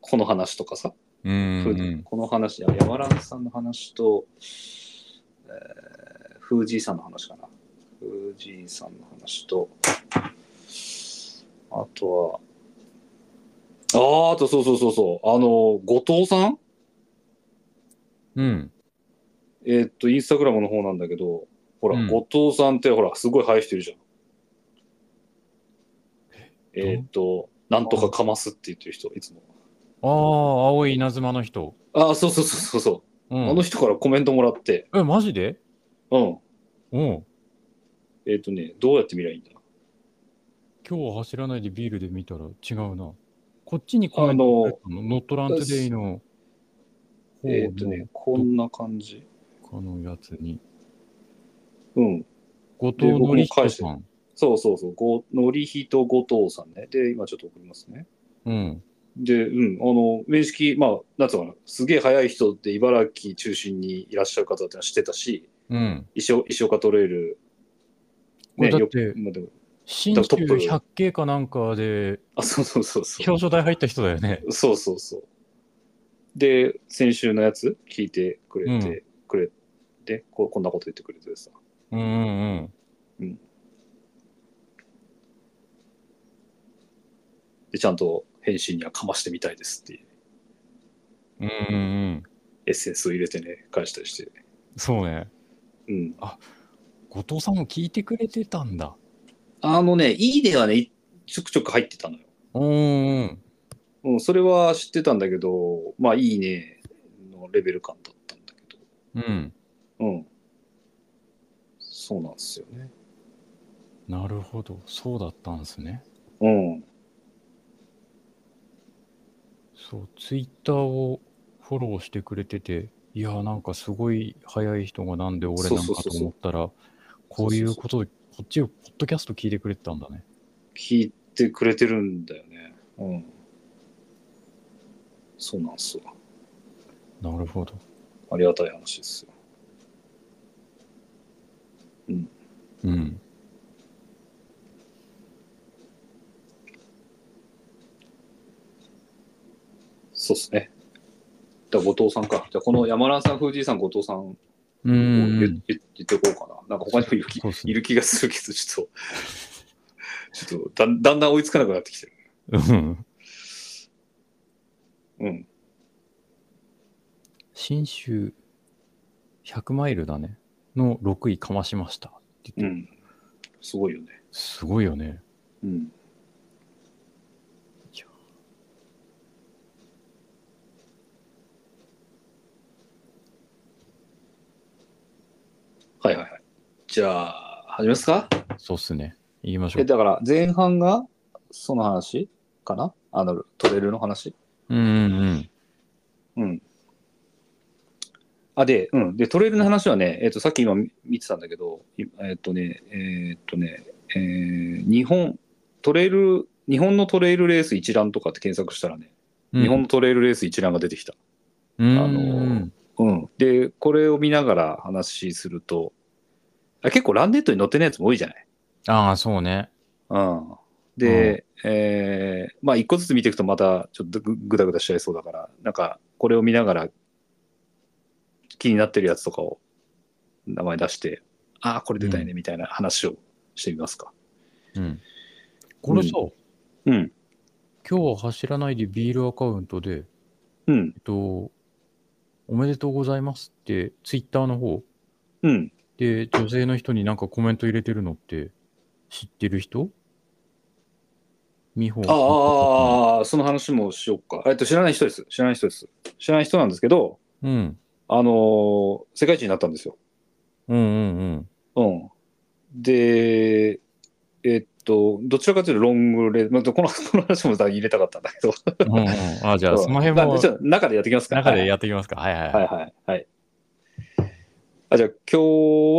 Speaker 3: この話とかさ、
Speaker 2: うんうんうん。
Speaker 3: この話、あ山蘭さんの話と、えー、フージーさんの話かな。フージーさんの話と、あとは、あーあとそうそうそうそう、あの、後藤さん
Speaker 2: うん。
Speaker 3: えーっと、インスタグラムの方なんだけど、ほら、
Speaker 2: うん
Speaker 3: 後藤さんってほら、すごい生えしてるじゃん。えーっと、なんとかかますって言ってる人、いつも。
Speaker 2: ああ、青い稲妻の人。
Speaker 3: ああ、そうそうそうそうそうう、
Speaker 2: ん。
Speaker 3: あの人からコメントもらって、
Speaker 2: え、マジで
Speaker 3: うん。
Speaker 2: おう
Speaker 3: えーっとね、どうやって見りゃいいんだ
Speaker 2: 今日は走らないでビールで見たら違うな。こっちにコメントくれたのノットラントデイの方
Speaker 3: えーっとね
Speaker 2: の、
Speaker 3: こんな感じ。
Speaker 2: このやつに。
Speaker 3: うん。
Speaker 2: 後藤のり
Speaker 3: 僕も返して
Speaker 2: さん。
Speaker 3: そうそうそう、ごのりひと後藤さんね。で、今ちょっと送りますね。
Speaker 2: うん。
Speaker 3: で、うん、あの、面識、まあ、なんつうのかな、すげえ早い人って茨城中心にいらっしゃる方ってのは知ってたし、
Speaker 2: うん。
Speaker 3: 石岡石岡トレイル、
Speaker 2: これだって
Speaker 3: よくまあでも
Speaker 2: 新
Speaker 3: トッ
Speaker 2: 旧
Speaker 3: プ
Speaker 2: 百景かなんかで
Speaker 3: あ、そうそうそうそ
Speaker 2: 表彰台入った人だよね。
Speaker 3: う。そうそうそう。で、先週のやつ聞いてくれて、
Speaker 2: う
Speaker 3: くれてこう、こんなこと言ってくれてさ。
Speaker 2: うんうん
Speaker 3: で、ちゃんと返信にはかましてみたいですっていう
Speaker 2: うん。うんうん。
Speaker 3: エッセンスを入れてね、返したりして。
Speaker 2: そうね。
Speaker 3: うん。
Speaker 2: 後藤さんも聞いてくれてたんだ。
Speaker 3: あのね、いいねはね、いちょくちょく入ってたのよ。
Speaker 2: うんうん。
Speaker 3: うん、それは知ってたんだけど、まあ、いいねのレベル感だったんだけ
Speaker 2: うん。
Speaker 3: ど。うん。そうなんですよね。
Speaker 2: なるほど。そうだったんですね。
Speaker 3: うん。
Speaker 2: そう、ツイッターをフォローしてくれてて、いやー、なんかすごい早い人がなんで俺
Speaker 3: そう
Speaker 2: なん
Speaker 3: そう
Speaker 2: か
Speaker 3: そ
Speaker 2: と
Speaker 3: うそう
Speaker 2: 思ったら、こういうことで、こっちを、ポッドキャスト聞いてくれてたんだね。
Speaker 3: 聞いてくれてるんだよね。うん。そうなんすわ。
Speaker 2: なるほど。
Speaker 3: ありがたい話ですよ。
Speaker 2: うん。
Speaker 3: そうっすね。じゃあ、後藤さんか。じゃあ、この山蘭さん、藤井さん、後藤さんを
Speaker 2: う
Speaker 3: 言,、
Speaker 2: ん。
Speaker 3: 言っておこうかな。なんか他にもいる気
Speaker 2: そうっすね
Speaker 3: いる気がするけど、ちょっと、 ちょっとだん、だんだん追いつかなくなってきてる。
Speaker 2: うん
Speaker 3: うん。
Speaker 2: 新州100マイルだね。の6位かましました。って
Speaker 3: う
Speaker 2: 言って
Speaker 3: ん。すごいよね。
Speaker 2: すごいよね。
Speaker 3: うん。はいはいはい。じゃあ、始めますか
Speaker 2: そうっすね。
Speaker 1: 行きましょ
Speaker 3: え、
Speaker 1: う。
Speaker 3: だから前半がその話かなあの、トレールの話
Speaker 1: うんうんうん。
Speaker 3: うん。あ、で、うん。で、トレールの話はね、えっ、と、さっき今見見てたんだけど、いえっ、とね、えっ、とね、えー日本、トレイル、日本のトレイルレース一覧とかって検索したらね、日本のトレイルレース一覧が出てきた。
Speaker 1: うん、
Speaker 3: あの
Speaker 1: うん
Speaker 3: うん。で、これを見ながら話すると、あ結構ランネットに載ってないやつも多いじゃない
Speaker 1: ああ、そうね。
Speaker 3: うんで、えーまあ一個ずつ見ていくとまたちょっとぐぐだぐだしちゃいそうだから、なんかこれを見ながら気になってるやつとかを名前出して、ああ、これ出たいねみたいな話をしてみますか。
Speaker 1: うん。
Speaker 2: これさ、
Speaker 3: うん。
Speaker 2: 今日は走らないでビールアカウントで、
Speaker 3: うん
Speaker 2: え。っと、おめでとうございますって、ツイッターの方
Speaker 3: うん。
Speaker 2: で女性の人になんかコメント入れてるのって知ってる人美穂
Speaker 3: ああああ、その話もしよっか。えっと、知らない人です。知らない人です。知らない人なんですけど、
Speaker 1: うん。
Speaker 3: あのー世界一になったんですよ。
Speaker 1: うんうんうん。
Speaker 3: うん。で、えっと、どちらかというとロングレース、まあ、このこ の話もさ入れたかったんだけど、
Speaker 1: うんうん、ああ、じゃあ、
Speaker 3: そう
Speaker 1: その辺
Speaker 3: な
Speaker 1: も
Speaker 3: ちょっと中でやっていきますか。
Speaker 1: 中でやっていきますか。はいはい
Speaker 3: はい
Speaker 1: は
Speaker 3: はいはいはい。あ、じゃあ今日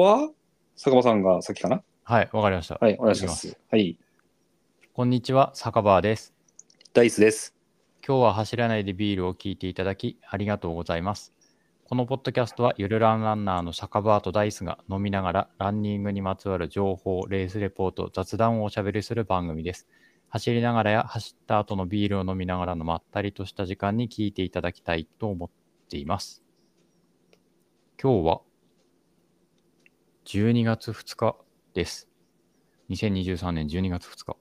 Speaker 3: は、坂場さんが先かな。
Speaker 1: い。はい、わかりました。
Speaker 3: はい、お願いします。はい、
Speaker 2: こんにちは酒場です
Speaker 3: ダイスです。
Speaker 2: 今日は走らないでビールを聞いていただきありがとうございます。このポッドキャストはゆるランランナーの酒場とダイスが飲みながらランニングにまつわる情報、レースレポート、雑談をおしゃべりする番組です。走りながらや走った後のビールを飲みながらのまったりとした時間に聞いていただきたいと思っています。今日は12月2日です。2023年12月2日。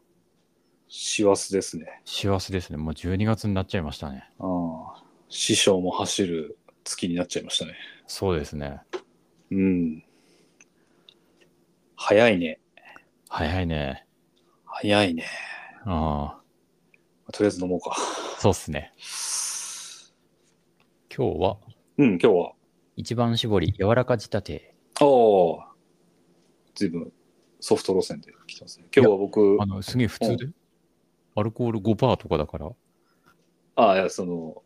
Speaker 3: 師走ですね。
Speaker 2: 師走ですね。もう12月になっちゃいましたね。
Speaker 3: ああ、師匠も走る月になっちゃいましたね。
Speaker 2: そうですね。
Speaker 3: うん。早いね。
Speaker 2: 早いね。
Speaker 3: 早いね。
Speaker 2: あ
Speaker 3: とりあえず飲もうか。
Speaker 2: あ、そうっすね。今日は、
Speaker 3: うん、今日は。
Speaker 2: 一番搾り、柔らか仕立て。
Speaker 3: ああ、随分ソフト路線で来てますね。今日は僕、
Speaker 2: あの、すげえ普通で。アルコール5%とかだから。
Speaker 3: ああ、いや、その、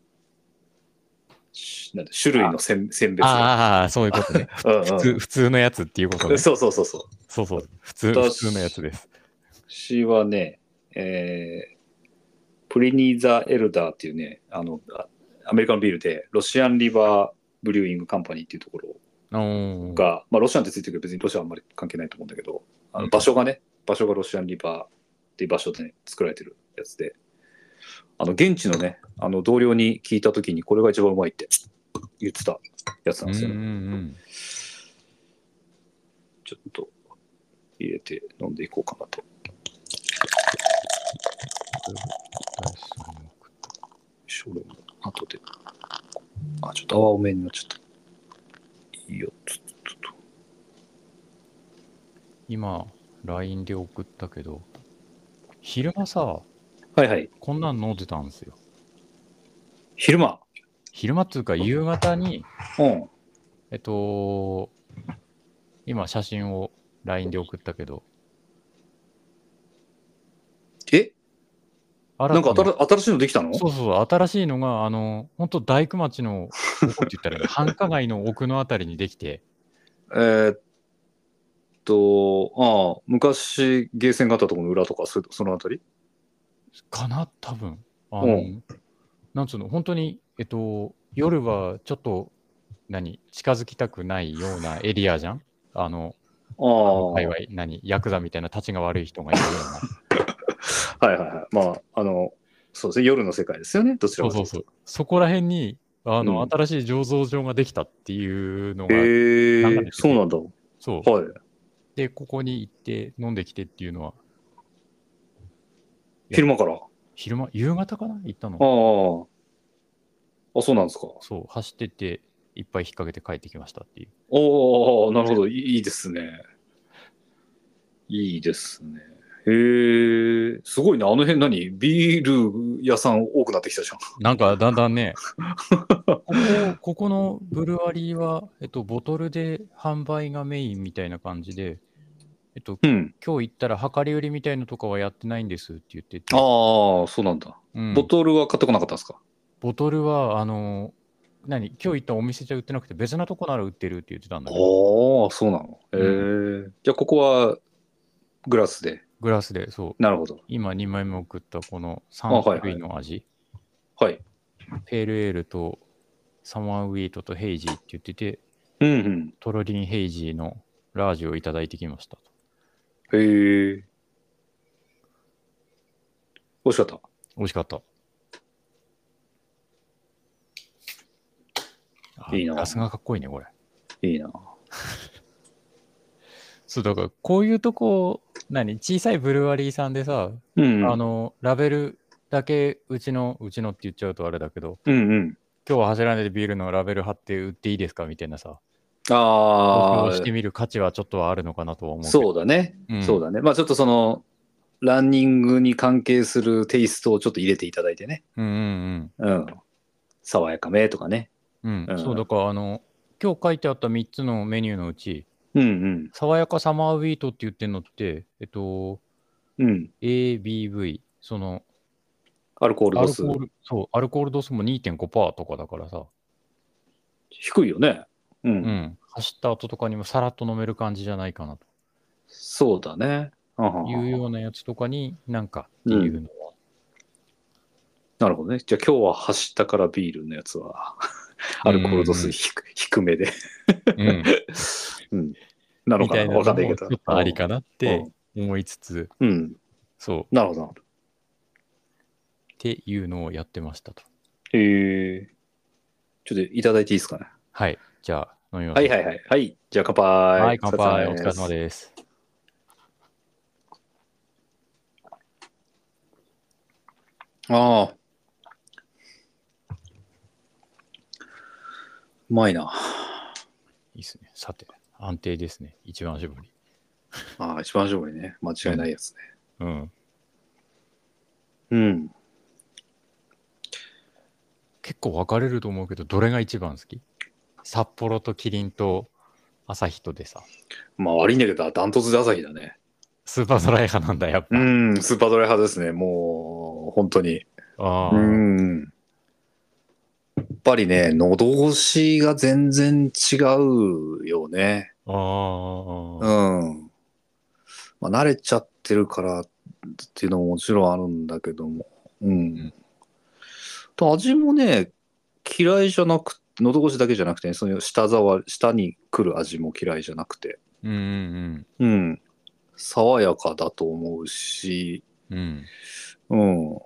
Speaker 3: しなんて種類のせん選別。
Speaker 2: ああ、そういうことね。
Speaker 3: うんうん
Speaker 2: 普通、普通のやつっていうことね。
Speaker 3: そうそうそうそう。
Speaker 2: そうそう。普通、
Speaker 3: 私
Speaker 2: 普通のやつです。
Speaker 3: 私はね、えープリニーザ・エルダーっていうね、あの、あアメリカのビールで、ロシアン・リバー・ブリューイング・カンパニーっていうところ
Speaker 2: おー
Speaker 3: が、まあ、ロシアンってついてるけど、別にロシアはあんまり関係ないと思うんだけど、あ
Speaker 1: う
Speaker 3: の
Speaker 1: ん
Speaker 3: 場所がね、場所がロシアン・リバーっていう場所でね、作られてるやつで、あの、現地のね、あの、同僚に聞いたときに、これが一番うまいって言ってたやつなん
Speaker 1: う
Speaker 3: です
Speaker 1: ん
Speaker 3: よ
Speaker 1: う
Speaker 3: ね。
Speaker 1: ん
Speaker 3: ちょっと入れて飲んでいこうかなと。これも後で。あ、ちょっと泡多めになっちゃった。いいよ、ちょっと。
Speaker 2: 今、LINE で送ったけど、昼間さ、
Speaker 3: はいはい。
Speaker 2: こんなん飲んでたんですよ。
Speaker 3: 昼間。
Speaker 2: 昼間っていうか、夕方に、
Speaker 3: うん。
Speaker 2: えっと、今写真を LINE で送ったけど、
Speaker 3: えな
Speaker 2: 新
Speaker 3: んか
Speaker 2: たな
Speaker 3: 新新しいのできたの
Speaker 2: そうそう、新しいのが、あの、本当大工町の、どこって言 ったらいいの、繁華街の奥のあたりにできて、
Speaker 3: えーっと、ああ、昔、ゲーセンがあったところの裏とか、そそのあたり
Speaker 2: かな、多分あ
Speaker 3: う
Speaker 2: の、なんつうの、本当に、えっと、夜はちょっと、何、近づきたくないようなエリアじゃんあの、
Speaker 3: ああ、は
Speaker 2: 界
Speaker 3: い
Speaker 2: 隈
Speaker 3: は、
Speaker 2: 何、ヤクザみたいな、立ちが悪い人がいるような。
Speaker 3: いはい。まあ、あの、そうですね、夜の世界ですよね、どちら
Speaker 2: そう
Speaker 3: かとい
Speaker 2: そう
Speaker 3: うと。
Speaker 2: そう。そこら辺に、あの、
Speaker 3: うん
Speaker 2: 新しい醸造場ができたっていうのが、
Speaker 3: へえ
Speaker 2: なんかね
Speaker 3: そうなんだ。
Speaker 2: そう。
Speaker 3: はい。
Speaker 2: で、ここに行って飲んできてっていうのは、
Speaker 3: 昼間から。ああ。
Speaker 2: 昼間、夕方かな行ったの。
Speaker 3: あ、そうなんですか。
Speaker 2: そう、走ってって、いっぱい引っ掛けて帰ってきましたっていう。
Speaker 3: おおなるほど。いいいいですね。いいですね。へえ、すごいな。あの辺何ビール屋さん多くなってきたじゃん。
Speaker 2: なんか、だんだんね、ここ、ここのブルワリーは、えっと、ボトルで販売がメインみたいな感じで、えっと、
Speaker 3: うん。
Speaker 2: 今日行ったら量り売りみたいのとかはやってないんですって言ってて、
Speaker 3: ああ、そうなんだ。
Speaker 2: うん
Speaker 3: ボトルは買ってこなかったんですか、
Speaker 2: ボトルは、あの、何、今日行ったお店じゃ売ってなくて、別なとこなら売ってるって言ってたんだけど、
Speaker 3: ああ、そうなの。ええじゃあ、ここはグラスで。
Speaker 2: グラスで、そう、
Speaker 3: なるほど。
Speaker 2: 今2枚目送ったこの
Speaker 3: あ
Speaker 2: 3
Speaker 3: はいはい
Speaker 2: 種類の味、
Speaker 3: はい。
Speaker 2: ペールエールとサマーウィートとヘイジーって言ってて、
Speaker 3: うんうん。
Speaker 2: トロリンヘイジーのラージをいただいてきましたと。
Speaker 3: へえ美味しかった。
Speaker 2: 美味しかった。あ
Speaker 3: いいな
Speaker 2: ガスがかっこいいね、これ。
Speaker 3: いいな。
Speaker 2: そう、だからこういうとこ、何小さいブルワリーさんでさ、
Speaker 3: うん、うん。
Speaker 2: あの、ラベルだけうちの、うちのって言っちゃうとあれだけど、
Speaker 3: うんうん。
Speaker 2: 今日は走らないでビールのラベル貼って売っていいですかみたいなさ、投
Speaker 3: あ
Speaker 2: 票
Speaker 3: あ
Speaker 2: し、てみる価値はちょっとはあるのかなとは思うけど。
Speaker 3: そうだね。
Speaker 2: うん
Speaker 3: そうだね。まあ、ちょっとその、ランニングに関係するテイストをちょっと入れていただいてね。
Speaker 2: うんうん
Speaker 3: うん。爽やかめとかね。
Speaker 2: うん。う、
Speaker 3: うんん
Speaker 2: そう、だからあの、今日書いてあった3つのメニューのうち、
Speaker 3: うん
Speaker 2: 爽やかサマーウィートって言ってんのって、えっと、
Speaker 3: うん。うん。
Speaker 2: ABV、その、
Speaker 3: アルコール
Speaker 2: ア
Speaker 3: 度
Speaker 2: ル
Speaker 3: 数
Speaker 2: コール、そう、アルコール度数も2.5%とかだからさ、
Speaker 3: 低いよね。うん。
Speaker 2: うん、走った後とかにもさらっと飲める感じじゃないかなと
Speaker 3: そうだね。あは
Speaker 2: いう
Speaker 3: は
Speaker 2: ようなやつとかに、なんかっていうのは、
Speaker 3: なるほどね。じゃあ今日は走ったからビールのやつは、アルコール度数低,、低めで。
Speaker 2: うん、
Speaker 3: うん。なの
Speaker 2: み
Speaker 3: か
Speaker 2: た
Speaker 3: ない
Speaker 2: な
Speaker 3: わか
Speaker 2: の
Speaker 3: んないけ
Speaker 2: もち
Speaker 3: ど
Speaker 2: ょっ。とありかなっ
Speaker 3: う
Speaker 2: て
Speaker 3: ん
Speaker 2: 思いつつ、
Speaker 3: うん。
Speaker 2: そう、
Speaker 3: なるほどなるほ
Speaker 2: っていうのをやってましたと。
Speaker 3: ど。へえ。ちょっといただいていいですかね。
Speaker 2: はい、じゃあ飲みま
Speaker 3: は
Speaker 2: す
Speaker 3: いはいはい。はい。じゃあ乾杯。
Speaker 2: はい、乾杯、お疲れ様
Speaker 3: す。
Speaker 2: です。
Speaker 3: ああ。うまいな。
Speaker 2: いいっすね。さて、安定ですね、一番絞り。
Speaker 3: ああ、一番上にね。間違いないやつね。
Speaker 2: うん。
Speaker 3: うん。
Speaker 2: 結構分かれると思うけど、どれが一番好き札幌とキリンと朝日とでさ、
Speaker 3: まあ悪いんだけど、ダントツで朝日だね。
Speaker 2: スーパードライ派なんだ、やっぱ。
Speaker 3: うん、スーパードライ派ですね。もう、本当に。
Speaker 2: ああ、
Speaker 3: うん。やっぱりね、喉越しが全然違うよね。
Speaker 2: ああ
Speaker 3: う、ん。まあ、慣れちゃってるからっていうのももちろんあるんだけども。うん。
Speaker 2: ん
Speaker 3: と味もね、嫌いじゃなく喉越しだけじゃなくてね、その舌触り、舌に来る味も嫌いじゃなくて。
Speaker 2: うんうん
Speaker 3: うん。爽やかだと思うし、
Speaker 2: うん。うん。
Speaker 3: うん。やっ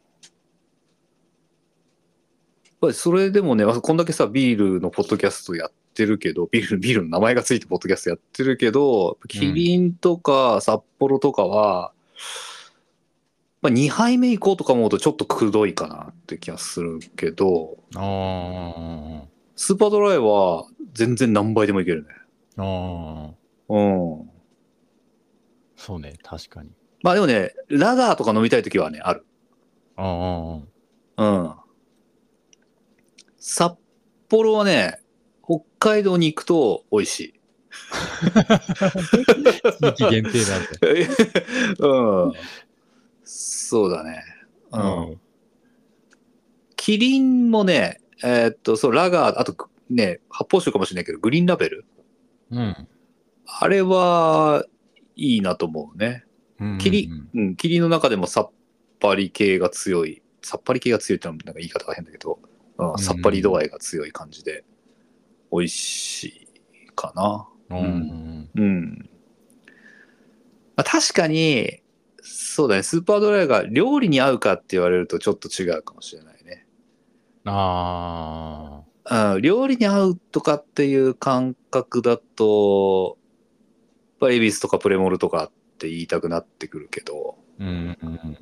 Speaker 3: ぱりそれでもね、あこんだけさ、ビールのポッドキャストやってるけど、ビール、 ビールの名前がついてポッドキャストやってるけど、キリンとか札幌とかは、まあ、2杯目以降とか思うとちょっとくどいかなって気がするけど、
Speaker 2: あ
Speaker 3: スーパードライは全然何杯でもいけるね。
Speaker 2: あ、ああ、
Speaker 3: うん。
Speaker 2: そうね、確かに。
Speaker 3: まあでもね、ラガーとか飲みたいときはね、ある。
Speaker 2: ああ、
Speaker 3: うん。札幌はね、北海道に行くと美味しい。
Speaker 2: 地域限定なんて。
Speaker 3: うん。そうだね。うん。
Speaker 2: うん
Speaker 3: キリンもね、えーっと、そう、ラガー、あとね、発泡酒かもしれないけど、グリーンラベル。
Speaker 2: うん。
Speaker 3: あれは、いいなと思うね。
Speaker 2: うん。
Speaker 3: キリうん、キリンの中でもさっぱり系が強い。さっぱり系が強いってのもなんか言い方が変だけど、うん
Speaker 2: うん
Speaker 3: さっぱり度合いが強い感じで、美味しいかな。
Speaker 2: うんうん。
Speaker 3: うん。まあ、確かに、そうだね、スーパードライが料理に合うかって言われるとちょっと違うかもしれないね。
Speaker 2: ああ、
Speaker 3: うん、料理に合うとかっていう感覚だと、やっぱり恵比寿とかプレモルとかって言いたくなってくるけど、
Speaker 2: うんうんうん。
Speaker 3: うん、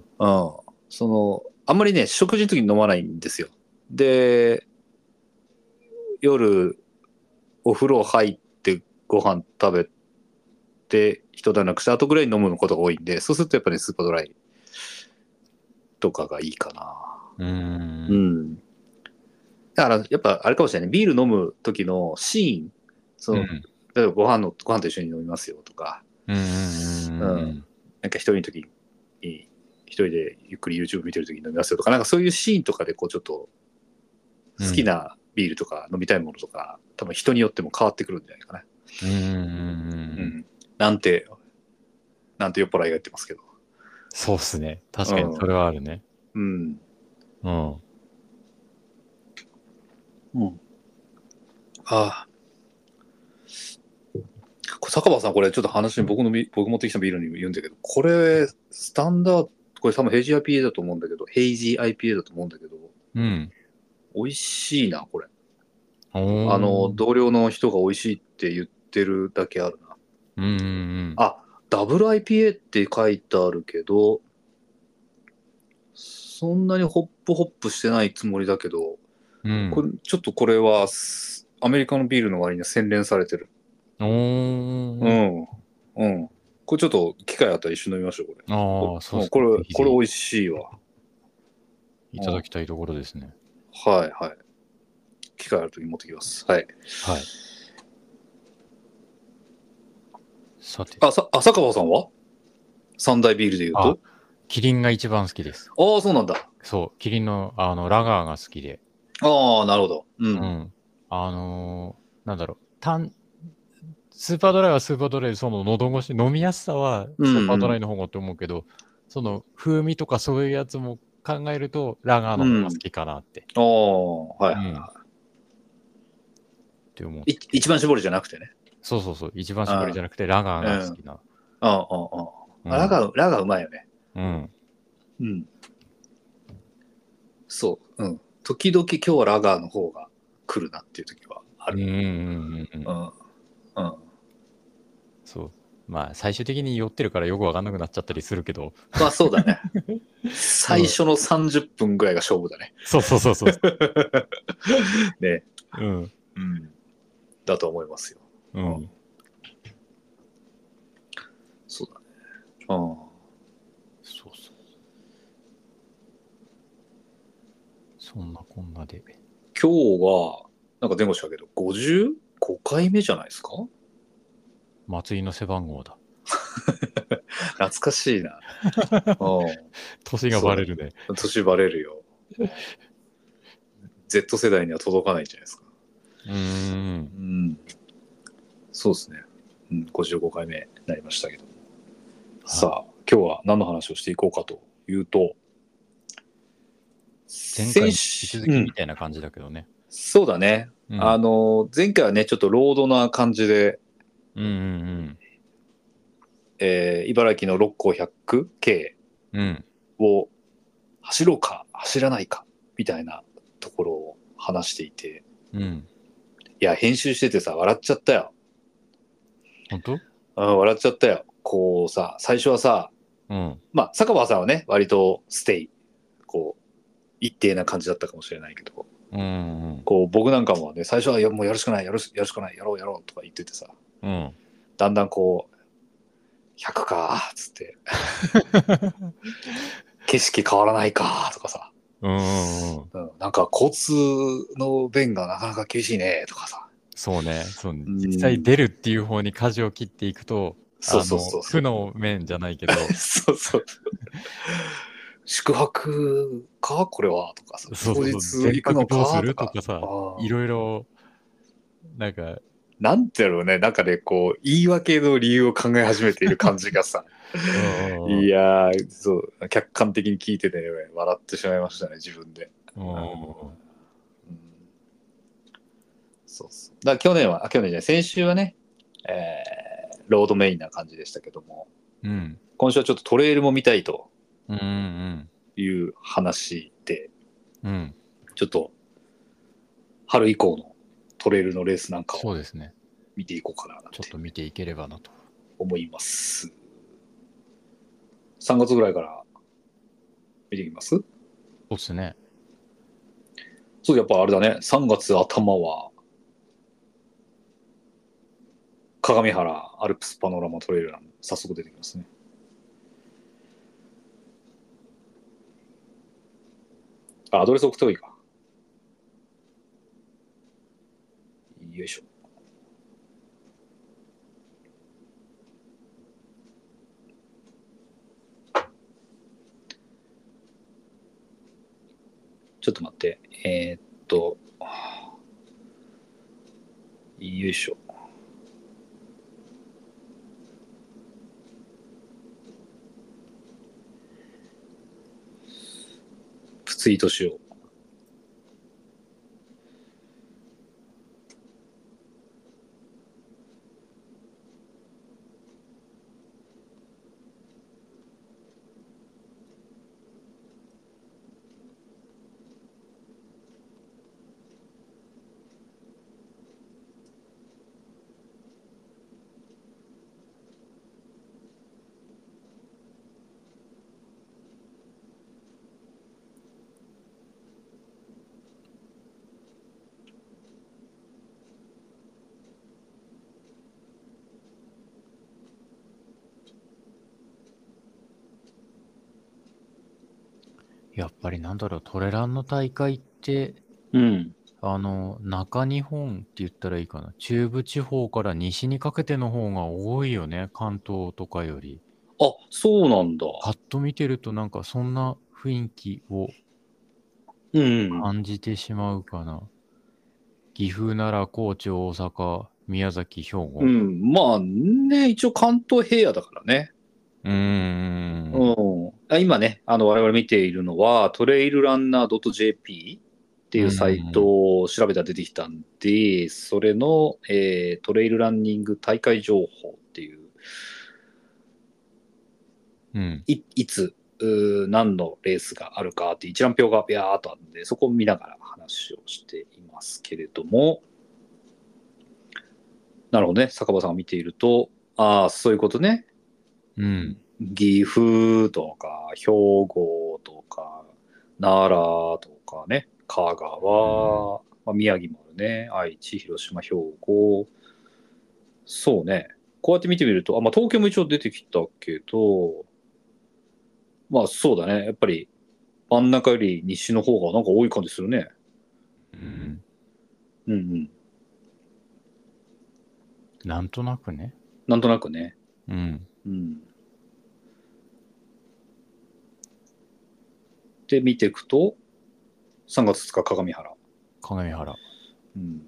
Speaker 3: その、あんまりね、食事の時に飲まないんですよ。で、夜、お風呂入ってご飯食べて、一段落した後ぐらいに飲むことが多いんで、そうするとやっぱり、スーパードライとかがいいかな。
Speaker 2: うん
Speaker 3: う。ん。だから、やっぱあれかもしれないね。ビール飲む時のシーン、その、例えばご飯の、ご飯と一緒に飲みますよとか、
Speaker 2: うん。
Speaker 4: うんうんうんう
Speaker 3: うんなんか一人の時に、一人でゆっくり YouTube 見てる時に飲みますよとか、なんかそういうシーンとかでこうちょっと好きなビールとか飲みたいものとか、多分人によっても変わってくるんじゃないかな。
Speaker 4: うんうんう
Speaker 3: うん
Speaker 4: うん。
Speaker 3: ん。なんて、なんて酔っ払いが言ってますけど。
Speaker 4: そうっすね。確か
Speaker 3: う
Speaker 4: に
Speaker 3: ん
Speaker 4: それはあるね。
Speaker 3: うん。
Speaker 4: うん。
Speaker 3: うん。ああ。これ坂場さん、これちょっと話に僕のビ、僕持ってきたビールにも言うんだけど、これ、スタンダード、これ多分ヘイジー IPA だと思うんだけど、ヘイジー IPA だと思うんだけど、
Speaker 4: うん。
Speaker 3: 美味しいな、これ。
Speaker 4: あ
Speaker 3: あの、、同僚の人が美味しいって言ってるだけあるな。
Speaker 4: うんうんうん。
Speaker 3: あ、ダブル IPA って書いてあるけど、そんなにホップホップしてないつもりだけど、
Speaker 4: うん、
Speaker 3: これちょっとこれはすアメリカのビールの割には洗練されてる。
Speaker 4: おー
Speaker 3: うん。うん。これちょっと機会あったら一緒に飲みましょう、これ。
Speaker 4: ああ、そうっ
Speaker 3: う
Speaker 4: す
Speaker 3: んこれ、
Speaker 4: ぜひぜひ
Speaker 3: これ美味しいわ。
Speaker 4: いただきたいところですね。
Speaker 3: はいはい。機会あるとき持ってきます。はい。
Speaker 4: はい。さて、
Speaker 3: あ、さ浅川さんは三大ビールで言うと
Speaker 2: キリンが一番好きです。
Speaker 3: ああー、そうなんだ。
Speaker 2: そう、キリンのあのラガーが好きで、
Speaker 3: ああ、なるほど。うん。
Speaker 2: う
Speaker 3: うん
Speaker 2: ん。あのーなんだろう、単、スーパードライはスーパードライで、その喉越し、飲みやすさはスーパードライの方がって思うけど、その風味とかそういうやつも考えると、ラガーの方が好きかなって、
Speaker 3: ああ、はい。
Speaker 2: うんって思う。
Speaker 3: い一番搾りじゃなくてね。
Speaker 2: そうそうそう、一番搾りじゃなくて、ラガーが好きな。
Speaker 3: うんうんうん。
Speaker 2: うん
Speaker 3: あラが、ラがうまいよね。
Speaker 2: うん。
Speaker 3: うん。そう。うん。時々今日はラガーの方が来るなっていう時はあ
Speaker 2: うん
Speaker 3: る。
Speaker 2: うんうんうん
Speaker 3: う
Speaker 2: うん。
Speaker 3: ん。うん。
Speaker 2: そう。まあ、最終的に酔ってるからよくわかんなくなっちゃったりするけど、
Speaker 3: まあそう だね。最初の30分ぐらいが勝負だね。
Speaker 2: そうそうそう そう。
Speaker 3: ね。
Speaker 2: うん。
Speaker 3: うん。だと思いますよ。
Speaker 2: うん。
Speaker 3: そうだね。うん。
Speaker 2: そうそう。そんなこんなで。
Speaker 3: 今日は、なんか前後したけど、55回目じゃないですか
Speaker 2: 松井の背番号だ。
Speaker 3: 懐か しいな。う
Speaker 2: 年がバレるね。
Speaker 3: ん。年バレるよ。Z 世代には届かないんじゃないですか。
Speaker 2: うーん。
Speaker 3: うん。そうですね。うん、55回目になりましたけど。さあ、今日は何の話をしていこうかというと、
Speaker 2: 前回に引
Speaker 3: 先
Speaker 2: き
Speaker 3: 週
Speaker 2: 続
Speaker 3: う
Speaker 2: き
Speaker 3: ん
Speaker 2: みたいな感じだけどね。
Speaker 3: そうだね。
Speaker 2: うん
Speaker 3: あの、前回はね、ちょっとロードな感じで、
Speaker 2: うんうん
Speaker 3: えー茨城の六甲百景
Speaker 2: うん。うん。
Speaker 3: を走ろうか、走らないか、みたいなところを話していて、
Speaker 2: うん。
Speaker 3: いや、編集しててさ、笑っちゃったよ。
Speaker 2: 本当
Speaker 3: うん、笑っちゃったよ。こうさ、最初はさ、
Speaker 2: うん。
Speaker 3: まあ、坂場さんはね、割とステイ、こう、一定な感じだったかもしれないけど、
Speaker 2: うんうん
Speaker 3: こう、僕なんかもね、最初はやもうやるしかない、やるしやるしかない、やろう、やろうとか言っててさ、
Speaker 2: うん。
Speaker 3: だんだんこう、100かーっ つって、景色変わらないかーとかさ、
Speaker 2: うんうんうん。
Speaker 3: うん、なんか交通の便がなかなか厳しいねとかさ、
Speaker 2: そうね。そうね。
Speaker 3: うん
Speaker 2: 実際出るっていう方に舵を切っていくと、
Speaker 3: そうそうそうそ
Speaker 2: あ
Speaker 3: う
Speaker 2: の負の面じゃないけど、
Speaker 3: そうそう。宿泊かこれはとかさ、
Speaker 2: そうそうそう。
Speaker 3: 当日行くの
Speaker 2: どうす
Speaker 3: か
Speaker 2: る
Speaker 3: と
Speaker 2: と
Speaker 3: か
Speaker 2: かさ、
Speaker 3: あー
Speaker 2: いろいろ、なんか、
Speaker 3: なんてやろうね、なんかね、こう、言い訳の理由を考え始めている感じ がさ、いやー、そう、客観的に聞いてて、ね、笑ってしまいましたね、自分で。
Speaker 2: うん
Speaker 3: うんそうそう。だから去年は、あ、去年じゃない、先週はね、えーロードメインな感じでしたけども、
Speaker 2: うん。
Speaker 3: 今週はちょっとトレイルも見たいと
Speaker 2: うんうん
Speaker 3: いう話で、
Speaker 2: うん。うん。
Speaker 3: ちょっと、春以降のトレイルのレースなんかを
Speaker 2: そうですね。
Speaker 3: 見ていこうかな、なん
Speaker 2: ちょってと見ていければなと。
Speaker 3: 思います。3月ぐらいから見ていきます
Speaker 2: そうですね。
Speaker 3: そう、やっぱあれだね、3月頭は、鏡原アルプスパノラマトレイルラン、早速出てきますね。あ、アドレス送った方がいいか。よいしょ。ちょっと待って。えーっと、よいしょ。ツイートしよう。
Speaker 2: やっぱりなんだろう、トレランの大会って、
Speaker 3: うん。
Speaker 2: あの、中日本って言ったらいいかな。中部地方から西にかけての方が多いよね、関東とかより。
Speaker 3: あ、そうなんだ。
Speaker 2: パッと見てるとなんかそんな雰囲気を
Speaker 3: うん。
Speaker 2: 感じてしまうかな。岐阜、奈良、高知、大阪、宮崎、兵庫。
Speaker 3: うん。まあね、一応関東平野だからね。
Speaker 2: うーん。
Speaker 3: うん。あ今ね、あの、我々見ているのは、トレイルランナー .jp っていうサイトを調べたら出てきたんで、それの、えートレイルランニング大会情報っていう、
Speaker 2: うん。
Speaker 3: いいつ、うー何のレースがあるかって一覧表がビャーっとあるんで、そこを見ながら話をしていますけれども、なるほどね、坂場さんを見ていると、ああ、そういうことね、
Speaker 2: うん。
Speaker 3: 岐阜とか兵庫とか奈良とかね香川、まあ、宮城もあるね愛知広島兵庫そうねこうやって見てみるとあ、まあ、東京も一応出てきたけどまあそうだねやっぱり真ん中より西の方がなんか多い感じするね
Speaker 2: うん
Speaker 3: うんうん
Speaker 2: なんとなくね。
Speaker 3: なんとなくね
Speaker 2: うん。
Speaker 3: うんで見ていくと3月2日鏡原
Speaker 2: 鏡原。
Speaker 3: うん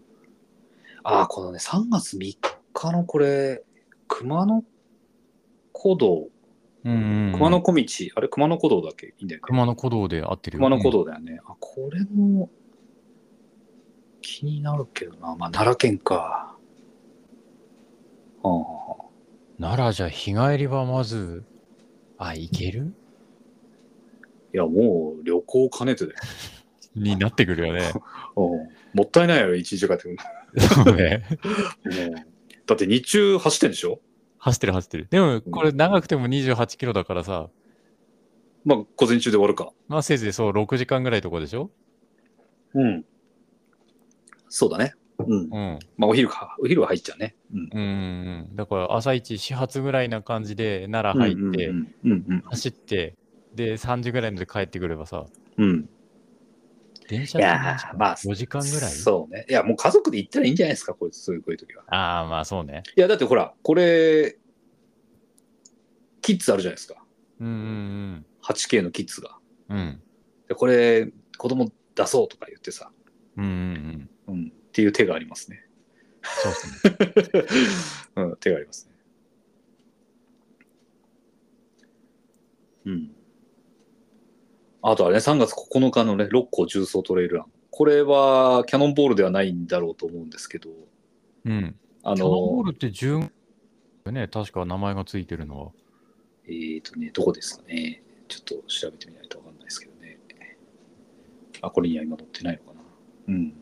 Speaker 3: ああ、このね、3月3日のこれ、熊野古道、
Speaker 2: うん
Speaker 3: 熊野小道、あれ、熊野古道だっけいいんだよね。
Speaker 2: 熊野古道で合ってるよ
Speaker 3: 熊野古道だよね。あ、これも気になるけどな。まあ、奈良県か。ああ、
Speaker 2: 奈良じゃ日帰りはまず、あ、行ける
Speaker 3: いや、もう旅行兼ねてだよ。
Speaker 5: になってくるよね。
Speaker 3: うんもったいないよ、一日かってくる。
Speaker 5: そうね。
Speaker 3: うんだって日中走ってんでしょ
Speaker 5: 走ってる走ってる。でも、これ長くても28キロだからさ、
Speaker 3: まあ、午前中で終わるか。
Speaker 5: まあせいぜいそう6時間ぐらいとこでしょ
Speaker 3: うん。そうだね。うん。
Speaker 5: うん。
Speaker 3: まあ、お昼か、お昼は入っちゃうね。うん。
Speaker 5: うんうんうん。だから朝一始発ぐらいな感じで奈良入って、
Speaker 3: うんうんうん
Speaker 5: 走って、で、3時ぐらいまで帰ってくればさ、
Speaker 3: うんうん
Speaker 5: 電車
Speaker 3: い
Speaker 5: で
Speaker 3: やーまあ
Speaker 2: 5時間ぐらい
Speaker 3: そうねいやもう家族で行ったらいいんじゃないですかこういうそういうこういう時は
Speaker 5: ああ、まあそうね。
Speaker 3: いやだってほらこれキッズあるじゃないですか
Speaker 5: うんうん
Speaker 3: 8K のキッズが
Speaker 2: うん。うん
Speaker 3: でこれ子供出そうとか言ってさ、
Speaker 2: うんうん。
Speaker 3: うん、っていう手がありますね
Speaker 2: そうっすね。
Speaker 3: うん手がありますねうんあとあれね3月9日のね六甲重曹トレイルランこれはキャノンボールではないんだろうと思うんですけど
Speaker 2: うん。
Speaker 3: あ
Speaker 2: キャノンボ
Speaker 3: の
Speaker 2: ールって順ね、確か名前がついてるのは。
Speaker 3: えっ、とね、どこですかね。ちょっと調べてみないとわかんないですけどね。あ、これには今載ってないのかな。うん。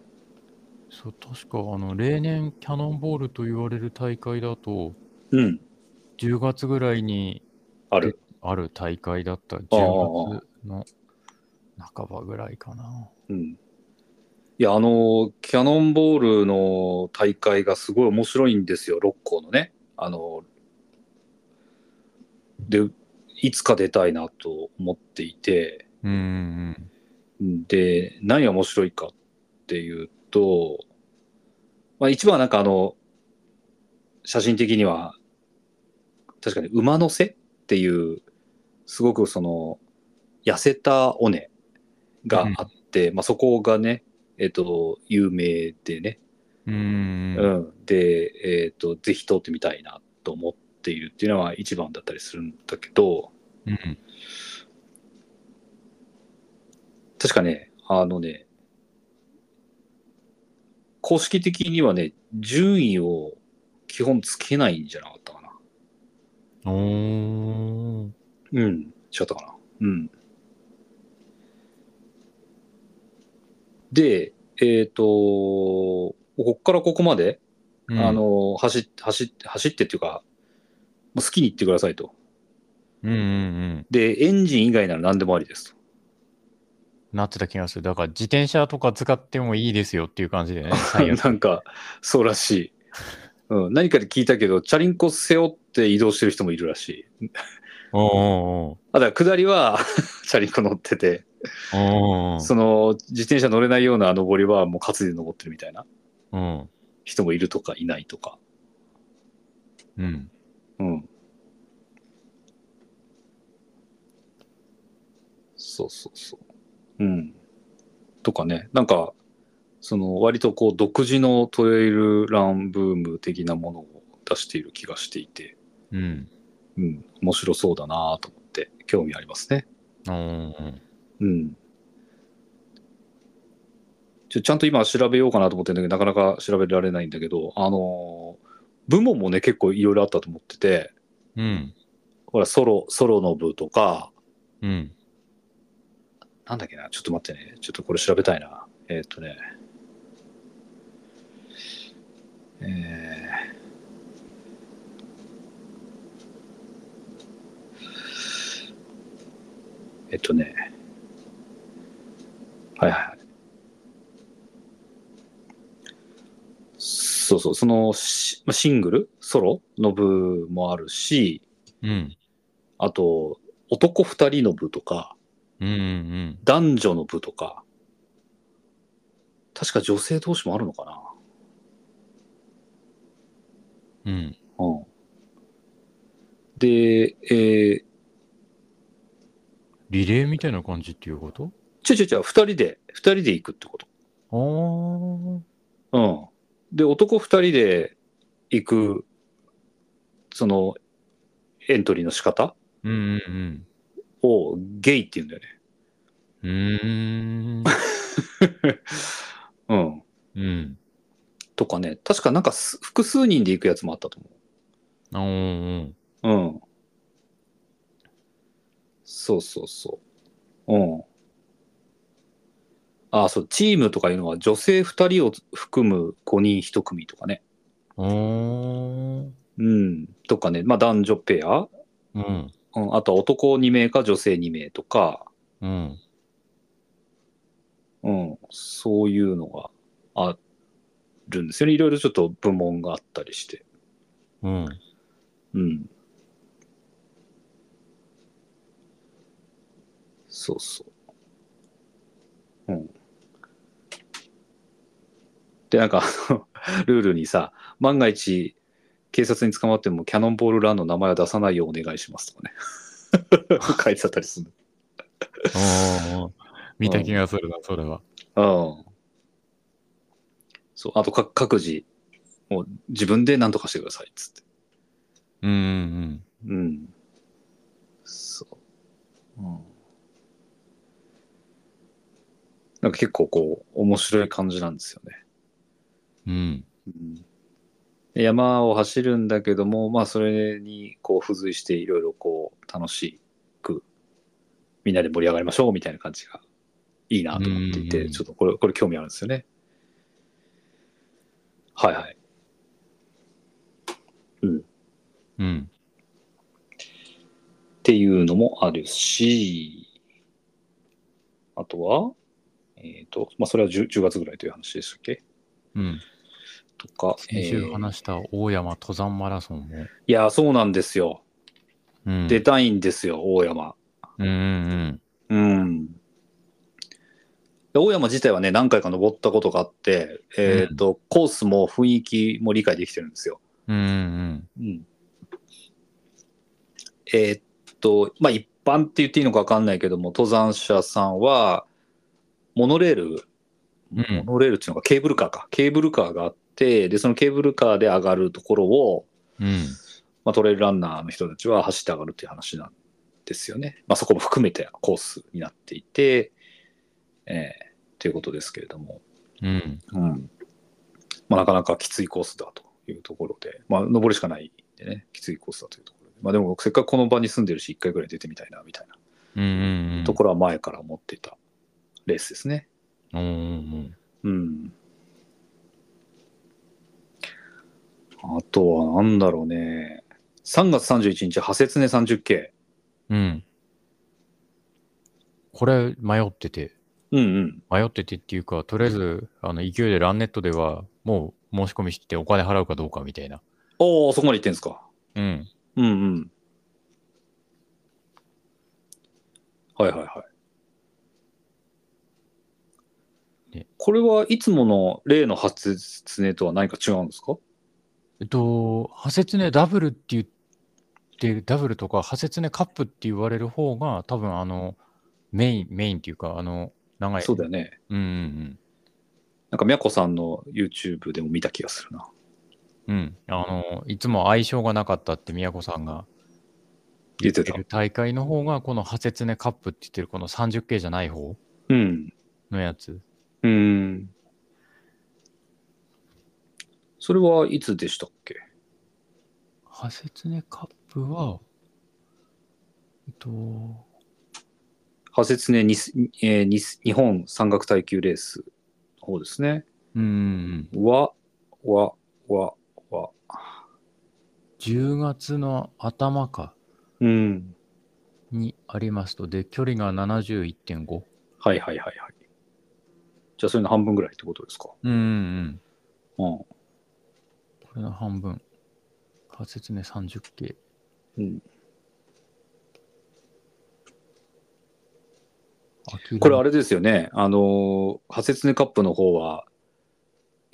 Speaker 2: そう、確か、あの、例年キャノンボールと言われる大会だと、
Speaker 3: うん。
Speaker 2: 10月ぐらいに
Speaker 3: ある。
Speaker 2: ある大会だった。10
Speaker 3: ー
Speaker 2: 月の半ばぐらいかな。
Speaker 3: うん。いや、あの、キャノンボールの大会がすごい面白いんですよ、6校のね。あの、で、いつか出たいなと思っていて、
Speaker 2: うんうん
Speaker 3: で、何が面白いかっていうと、まあ、一番はなんかあの、写真的には、確かに馬の背っていう、すごくその、痩せた尾根があっって、まあ、そこがね、えっ、と、有名でね、
Speaker 4: う
Speaker 3: うんん、で、えっ、と、ぜひ通ってみたいなと思っているっていうのは一番だったりするんだけど、
Speaker 4: うん
Speaker 3: 確かね、あのね、公式的にはね、順位を基本つけないんじゃなかったかな。
Speaker 2: おー
Speaker 3: うん、違ったかな。うん。で、えっ、と、こっからここまで、
Speaker 4: うん
Speaker 3: あの、走って、走って、走ってっていうか、もう好きに行ってくださいと。
Speaker 4: うんうんうん
Speaker 3: で、エンジン以外なら何でもありですと。
Speaker 4: なってた気がするだから自転車とか使ってもいいですよっていう感じでね最悪
Speaker 3: なんか、そうらしい。うん、何かで聞いたけど、チャリンコ背負って移動してる人もいるらしい。
Speaker 4: おうお
Speaker 3: あ、だから下りは チャリンコ乗ってて、
Speaker 4: うおうおう
Speaker 3: その自転車乗れないような登りはもう担いで登ってるみたいな
Speaker 4: うん
Speaker 3: 人もいるとかいないとか。
Speaker 4: うん
Speaker 3: うん。そうそうそう。うん。とかね、なんか、その割とこう独自のトレイルランブーム的なものを出している気がしていて、
Speaker 4: うん
Speaker 3: うん、面白そうだなと思って興味ありますね。
Speaker 4: おうおう
Speaker 3: うん。ちょちゃんと今調べようかなと思ってるんだけど、なかなか調べられないんだけど、あのー部門もね、結構いろいろあったと思ってて、
Speaker 4: うん
Speaker 3: ほら、ソロ、ソロの部とか、
Speaker 4: うん
Speaker 3: なんだっけな、ちょっと待ってね。ちょっとこれ調べたいな。えーっ、とね。えーえっとね。はいはいはい。そうそう、そのシまあシングル、ソロの部もあるし、
Speaker 4: うん
Speaker 3: あと、男二人の部とか、
Speaker 4: うんうん
Speaker 3: 男女の部とか、確か女性同士もあるのかな。
Speaker 4: うん
Speaker 3: うん、で、えー、
Speaker 4: リレーみたいな感じっていうこと
Speaker 3: ちょちょちょ、二人で、二人で行くってこ
Speaker 4: おー
Speaker 3: と。うん。で、男二人で行く、その、エントリーの仕方
Speaker 4: うんうん
Speaker 3: をゲイって言うんだよね。
Speaker 4: うんうーん
Speaker 3: うん。
Speaker 4: うん
Speaker 3: とかね、確かなんかす複数人で行くやつもあったと思う。
Speaker 4: おうおう
Speaker 3: うん。そうそうそう。うん。あ、そう、チームとかいうのは女性2人を含む5人1組とかね。
Speaker 4: おー
Speaker 3: うん。とかね、まあ男女ペア、
Speaker 4: うん
Speaker 3: うん、あとは男2名か女性2名とか、
Speaker 4: うん
Speaker 3: うん、そういうのがあるんですよね。いろいろちょっと部門があったりして。
Speaker 4: うん
Speaker 3: うん。そうそう。うん。で、なんか、あの ルールにさ、万が一、警察に捕まってもキャノンボールランの名前は出さないようお願いしますとかね。 書いてあったりする。
Speaker 4: おうおう見た気がするなそれは
Speaker 3: うん。そう、あとか各自、もう自分で何とかしてくださいっつって。
Speaker 4: うんうん
Speaker 3: うん。そう。うん。なんか結構こう、面白い感じなんですよね。
Speaker 4: うんうん
Speaker 3: うん、で山を走るんだけども、まあそれにこう付随していろいろこう、楽しく、みんなで盛り上がりましょうみたいな感じがいいなと思ってい
Speaker 4: うんう
Speaker 3: て、
Speaker 4: ん
Speaker 3: ちょっとこれ、これ興味あるんですよね。はいはい。
Speaker 4: うん
Speaker 3: っていうのもあるし、あとは、えっ、と、まあ、それは 10, 10月ぐらいという話でしたっけ
Speaker 4: うん、
Speaker 3: とか、
Speaker 4: 先
Speaker 3: え
Speaker 4: 週
Speaker 3: ー
Speaker 4: 話した大山登山マラソンも。
Speaker 3: いや、そうなんですよ。
Speaker 4: うん、
Speaker 3: 出、たいんですよ、大山。
Speaker 4: うんうん
Speaker 3: うん。で大山自体はね、何回か登ったことがあって、えっ、と、コースも雰囲気も理解できてるんですよ。
Speaker 4: うん。うん
Speaker 3: うん。えーっと、まあ一般って言っていいのか分かんないけども、登山者さんは、モノレール、
Speaker 2: うん。
Speaker 3: モノレールっていうのがケーブルカーか。ケーブルカーがあって、で、そのケーブルカーで上がるところを、
Speaker 2: うん。
Speaker 3: まあ、トレイルランナーの人たちは走って上がるっていう話なんですよね。まあ、そこも含めてコースになっていて、えー、ということですけれども、
Speaker 2: うん。
Speaker 3: うんまあ、なかなかきついコースだというところで、まあ、登るしかないんでね、きついコースだというところで、まあ、でもせっかくこの場に住んでるし、一回ぐらい出てみたいなみたい
Speaker 2: うんうんうん。
Speaker 3: なところは前から思っていたレースですね。
Speaker 2: うんうん
Speaker 3: うん。あとはなんだろうね。3月31日、ハセツネ 30K。
Speaker 2: うん。うん。これ、迷ってて、
Speaker 3: うんうん。
Speaker 2: 迷っててっていうか、とりあえず、あの、勢いでランネットでは、もう申し込みしてお金払うかどうかみたいな。
Speaker 3: おお、そこまで行ってんすか。
Speaker 2: うん。
Speaker 3: うんうん。はいはいはい。
Speaker 2: ね
Speaker 3: これはいつもの例の初ねとは何か違うんですか
Speaker 2: えっと、派切ねダブルって言って、ダブルとか、派切ねカップって言われる方が、多分あの、メイン、メインっていうか、あの、長い。
Speaker 3: そうだよね。
Speaker 2: うんうん
Speaker 3: なんか、みやこさんの YouTube でも見た気がするな。
Speaker 2: うん。うん。あの、いつも相性がなかったって、宮子さんが
Speaker 3: 言ってた
Speaker 2: 言る大会の方が、この派切ねカップって言ってる、この 30K じゃない方
Speaker 3: うん。
Speaker 2: のやつ。
Speaker 3: うん。それはいつでしたっけ
Speaker 2: 派切ねカップは、えっと、
Speaker 3: ハセツネに、えーに日本山岳耐久レースの方ですね。
Speaker 2: うんうん、
Speaker 3: わ、わ、わ、わ。
Speaker 2: 10月の頭か
Speaker 3: うん。
Speaker 2: にありますと、で、距離が71.5。
Speaker 3: はいはいはいはい。じゃあ、それの半分ぐらいってことですか。
Speaker 2: うんうん。
Speaker 3: うん。
Speaker 2: これの半分。仮説ね 30K。
Speaker 3: うんこ
Speaker 2: こ
Speaker 3: れ
Speaker 2: れ
Speaker 3: あ
Speaker 2: あれ
Speaker 3: れですよね。あのー、ハセツネカップの方は、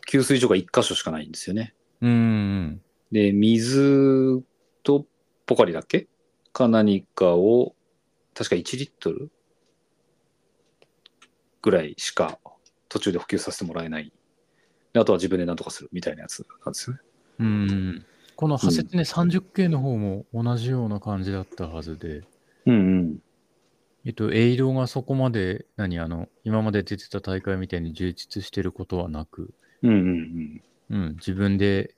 Speaker 3: 給水所が1箇所しかないんですよね。
Speaker 2: うんうん。
Speaker 3: で、水とポカリだっけか何かを、確か1リットルぐらいしか途中で補給させてもらえない。であとは自分で何とかするみたいなやつなんですよね。
Speaker 2: うんうん、この仮説ね 30K の方も同じような感じだったはずで、
Speaker 3: うんうん。
Speaker 2: えっと、エイドがそこまで、何、あの、今まで出てた大会みたいに充実してることはなく、
Speaker 3: うんうんうん。
Speaker 2: うん、自分で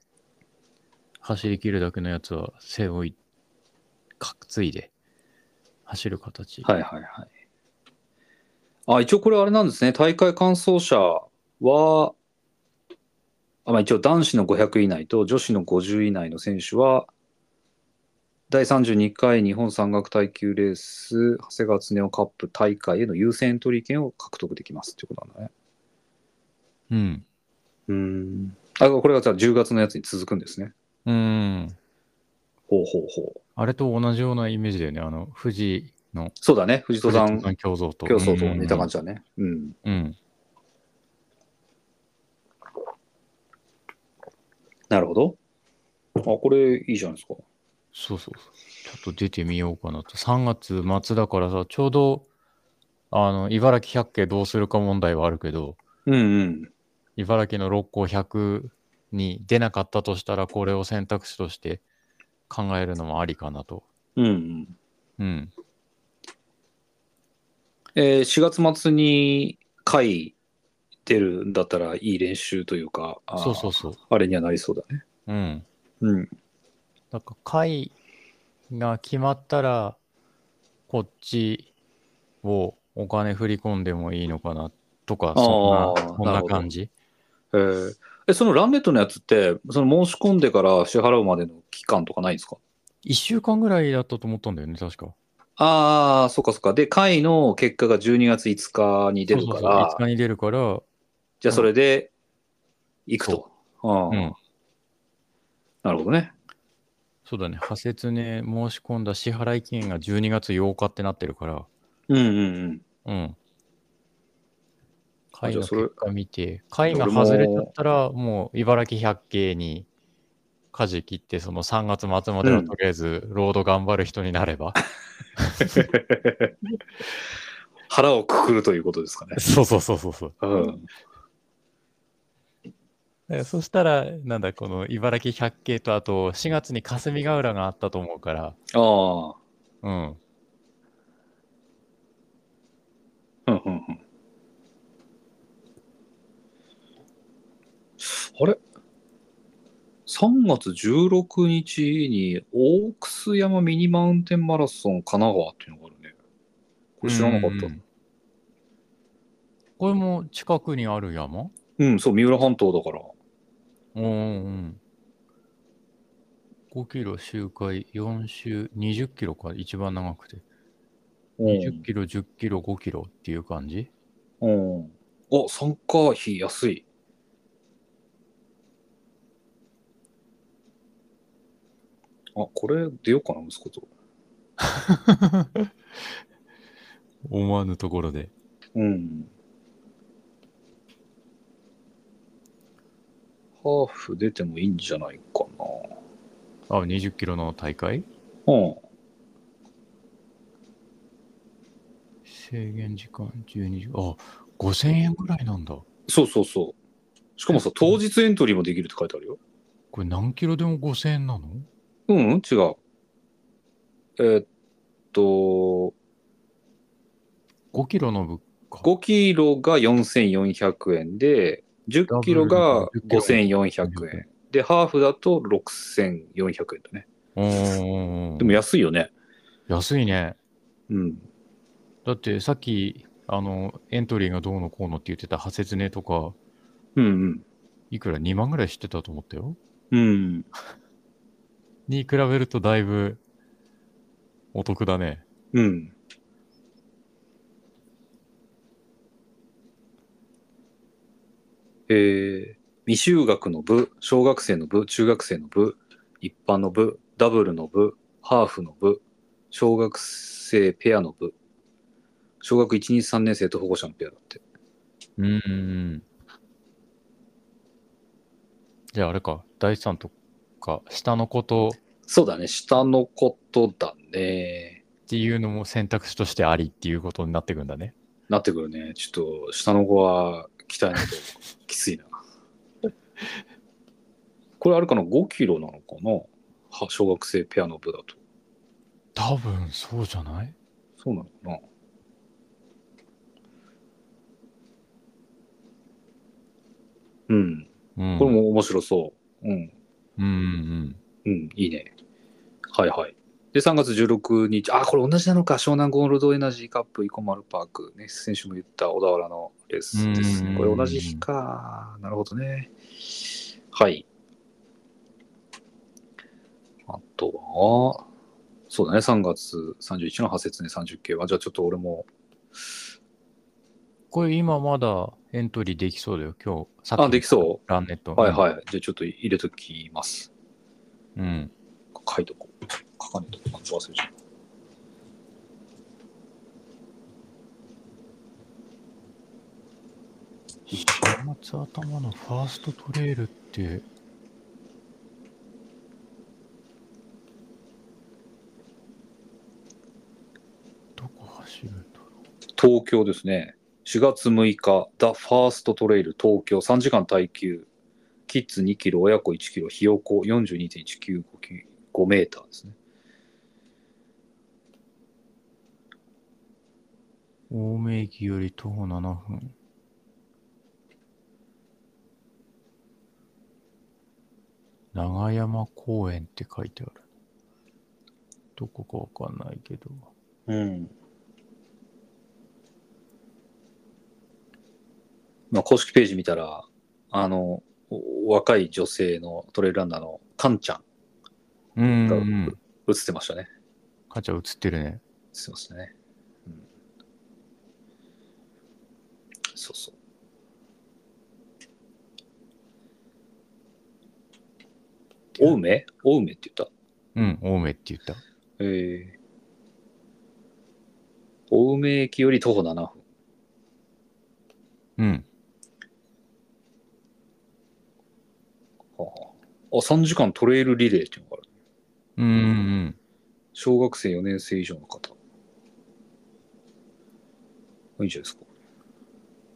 Speaker 2: 走り切るだけのやつは背負い、担いで走る形。
Speaker 3: はいはいはい。あ、一応これあれなんですね。大会完走者は、あまあ、一応男子の500以内と女子の50以内の選手は、第32回日本山岳耐久レース、長谷川恒夫カップ大会への優先エントリー権を獲得できますってことなんだね。
Speaker 2: うん。
Speaker 3: うん。あ、これがじゃあ10月のやつに続くんですね。
Speaker 2: うん。
Speaker 3: ほうほうほう。
Speaker 2: あれと同じようなイメージだよね。あの、富士の
Speaker 3: そうだね。藤戸さん
Speaker 2: 富士競争と。
Speaker 3: 競争と似た感
Speaker 2: じ。
Speaker 3: じだね。うん。
Speaker 2: うん。
Speaker 3: なるほど。あ、これいいじゃないですか。
Speaker 2: そうそうそう。ちょっと出てみようかなと。3月末だからさ、ちょうど、あの、茨城百景どうするか問題はあるけど、
Speaker 3: うんうん。
Speaker 2: 茨城の六甲100に出なかったとしたら、これを選択肢として考えるのもありかなと。
Speaker 3: うんうん。
Speaker 2: うん。
Speaker 3: えー4月末に回出るんだったらいい練習というか、あー
Speaker 2: そうそうそう。
Speaker 3: あれにはなりそうだね。
Speaker 2: うん。
Speaker 3: うん。
Speaker 2: なんか会が決まったら、こっちをお金振り込んでもいいのかなとか、そ
Speaker 3: あー
Speaker 2: んなそん
Speaker 3: なる
Speaker 2: な
Speaker 3: ほど
Speaker 2: 感じ。
Speaker 3: えーえそのランネットのやつって、その申し込んでから支払うまでの期間とかないんですか
Speaker 2: 1週間ぐらいだったと思ったんだよね、確か。
Speaker 3: ああ、そっかそっか。で、回の結果が12月5日に出るか
Speaker 2: そ
Speaker 3: ら、
Speaker 2: うそうそう5日に出るから、
Speaker 3: じゃあそれで行くと。あー
Speaker 2: うん
Speaker 3: なるほどね。
Speaker 2: そうだね、派切ね、申し込んだ支払い期限が12月8日ってなってるから、
Speaker 3: うん うん
Speaker 2: うん。会
Speaker 3: じゃ
Speaker 2: の
Speaker 3: あそれ
Speaker 2: 結果見て、会が
Speaker 3: 俺も
Speaker 2: 外れちゃったら、もう茨城百景に舵切って、その3月末まで
Speaker 3: う
Speaker 2: は
Speaker 3: ん
Speaker 2: と りあえず、ロード頑張る人になれば。
Speaker 3: うん。腹をくくるということですかね。
Speaker 2: そうそうそうそうそう。
Speaker 3: うん。
Speaker 2: だからそしたら、なんだ、この茨城百景と、あと4月に霞ヶ浦があったと思うから、
Speaker 3: ああ。
Speaker 2: うん。
Speaker 3: うんうんうん。あれ ?3 月16日に、大楠山ミニマウンテンマラソン神奈川っていうのがあるね。これ知らなかった。
Speaker 2: う
Speaker 3: うんん、
Speaker 2: これも近くにある山
Speaker 3: そう、三浦半島だから。
Speaker 2: うんうん。5キロ周回、4周、20キロか、一番長くて。20キロ、10キロ、5キロっていう感じ
Speaker 3: うん。うん。あ、参加費安い。あ、これ出ようかな、息子と。
Speaker 2: 思わぬところで。
Speaker 3: うん。ハーフ出てもいいんじゃないかな。
Speaker 2: あ、20キロの大会
Speaker 3: うん。
Speaker 2: 制限時間12時あ、5000円ぐらいなんだ。
Speaker 3: そうそうそう。しかもさ、当日エントリーもできるって書いてあるよ。
Speaker 2: これ何キロでも5000円なの
Speaker 3: うん、うん、違う。えーっと、
Speaker 2: ?5 キロの部か。
Speaker 3: 5キロが4400円で、10キロが
Speaker 2: ダブル
Speaker 3: 5400円。で、ハーフだと6400円だね。
Speaker 2: おー
Speaker 3: でも安いよね。
Speaker 2: 安いね。
Speaker 3: うん。
Speaker 2: だってさっき、あの、エントリーがどうのこうのって言ってたハセツネとか、
Speaker 3: うんうん。
Speaker 2: いくら2万ぐらい知ってたと思ったよ。
Speaker 3: うん。
Speaker 2: に比べるとだいぶお得だね。
Speaker 3: うん。えー未就学の部、小学生の部、中学生の部、一般の部、ダブルの部、ハーフの部、小学生ペアの部、小学1、2、3年生と保護者のペアだって。
Speaker 2: うんうん。じゃああれか、第3とか、下の子とっ
Speaker 3: そうだね、下のことだね。
Speaker 2: ていうのも選択肢としてありっていうことになってくんだね。
Speaker 3: なってくるね。ちょっと、下の子は鍛えないときついな。これあるかな ?5 キロなのかなは小学生ペアの部だと。
Speaker 2: 多分そうじゃない
Speaker 3: そうなのかなうん。
Speaker 2: うん。
Speaker 3: これも面白そう。うん。
Speaker 2: うんうん
Speaker 3: うん、いいね。はいはい。で、3月16日、あ、これ同じなのか、湘南ゴールドエナジーカップ、イコマルパーク、ね、先週も言った小田原のレースです
Speaker 2: うん
Speaker 3: ね。これ同じ日か。なるほどね。はい。あとは、そうだね、3月31の派切ね30系は、じゃあちょっと俺も、
Speaker 2: これ今まだエントリーできそうだよ、今日。さっき
Speaker 3: あ、できそ
Speaker 2: ランネット。
Speaker 3: う。はいはい。じゃあちょっと入れときます。
Speaker 2: い。うん。
Speaker 3: 書いとこう。書かねえと忘れちゃう。
Speaker 2: 松頭のファーストトレイルって、どこ走るんだろ
Speaker 3: 東京ですね。4月6日、The First Trail 東京、3時間耐久、キッズ2キロ、親子1キロ、ひよこ42.195メーターですね。
Speaker 2: う青梅駅より徒歩7分。長山公園って書いてある。どこかわかんないけど。
Speaker 3: うん。まあ、公式ページ見たら、あの、お若い女性のトレイルランナーのカンちゃん、
Speaker 2: うん
Speaker 3: うん
Speaker 2: うん。
Speaker 3: 映ってましたね。
Speaker 2: カチャ映ってるね。
Speaker 3: 映ってましたね。うん。そうそう。青梅青梅って言った。
Speaker 2: うん、青梅って言った。
Speaker 3: えー、青梅駅より徒歩7分。
Speaker 2: うん。
Speaker 3: はあ、あ3時間トレイルリレーっていうのがある。
Speaker 2: うんうん
Speaker 3: 小学生4年生以上の方。いいじゃないですか。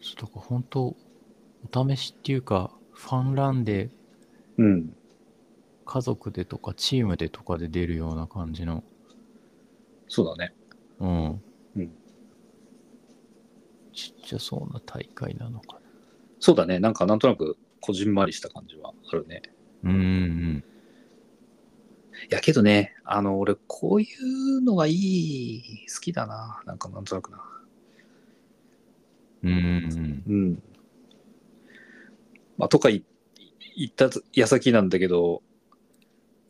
Speaker 2: そうだから本当、お試しっていうか、ファンランで
Speaker 3: うん。
Speaker 2: 家族でとかチームでとかで出るような感じの。
Speaker 3: そうだね。
Speaker 2: うん。
Speaker 3: うん
Speaker 2: ちっちゃそうな大会なのか
Speaker 3: そうだね。なんかなんとなく、こじんまりした感じはあるね。
Speaker 2: な。うんうん
Speaker 3: いやけどね、あの、俺、こういうのがいい、好きだな。なんかなんとなくな。
Speaker 2: うん。うんうんうん。
Speaker 3: うん。まあ、とかい言った矢先なんだけど、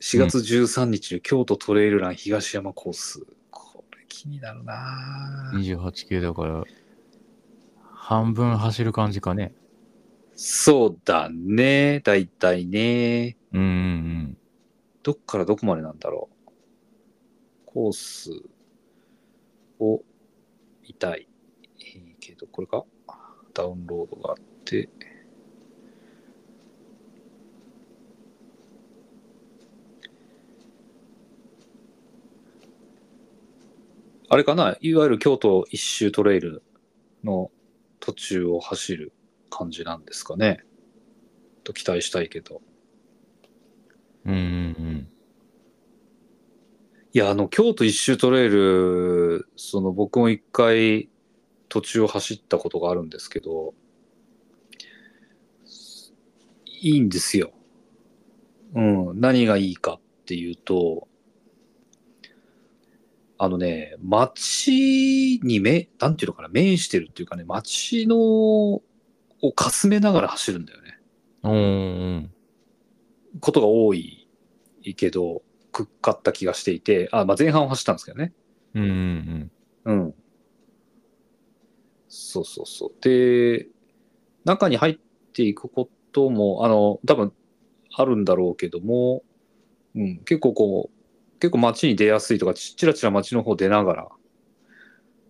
Speaker 3: 4月13日、京都トレイルラン東山コース。これ気になるなぁ
Speaker 2: 28系だから、半分走る感じかね。
Speaker 3: そうだね。だいたいね。
Speaker 2: うんうん
Speaker 3: どっからどこまでなんだろう。コースを見たい。えーけど、これかダウンロードがあって。あれかないわゆる京都一周トレイルの途中を走る感じなんですかね。と期待したいけど。
Speaker 2: うん。うんうん
Speaker 3: いや、あの、京都一周トレイル、その僕も一回途中を走ったことがあるんですけど、いいんですよ。うん、何がいいかっていうと、あのね、街にめ、なんていうのかな、面してるっていうかね、街の、をかすめながら走るんだよね。
Speaker 2: うん。おー
Speaker 3: ことが多いけど、くっかった気がしていて、あ、まあ、前半を走ったんですけどね。
Speaker 2: うんうんうん。
Speaker 3: うん。そうそうそう。で、中に入っていくことも、あの、多分あるんだろうけども、うん、結構こう、結構街に出やすいとか、ちちらちら街の方出ながら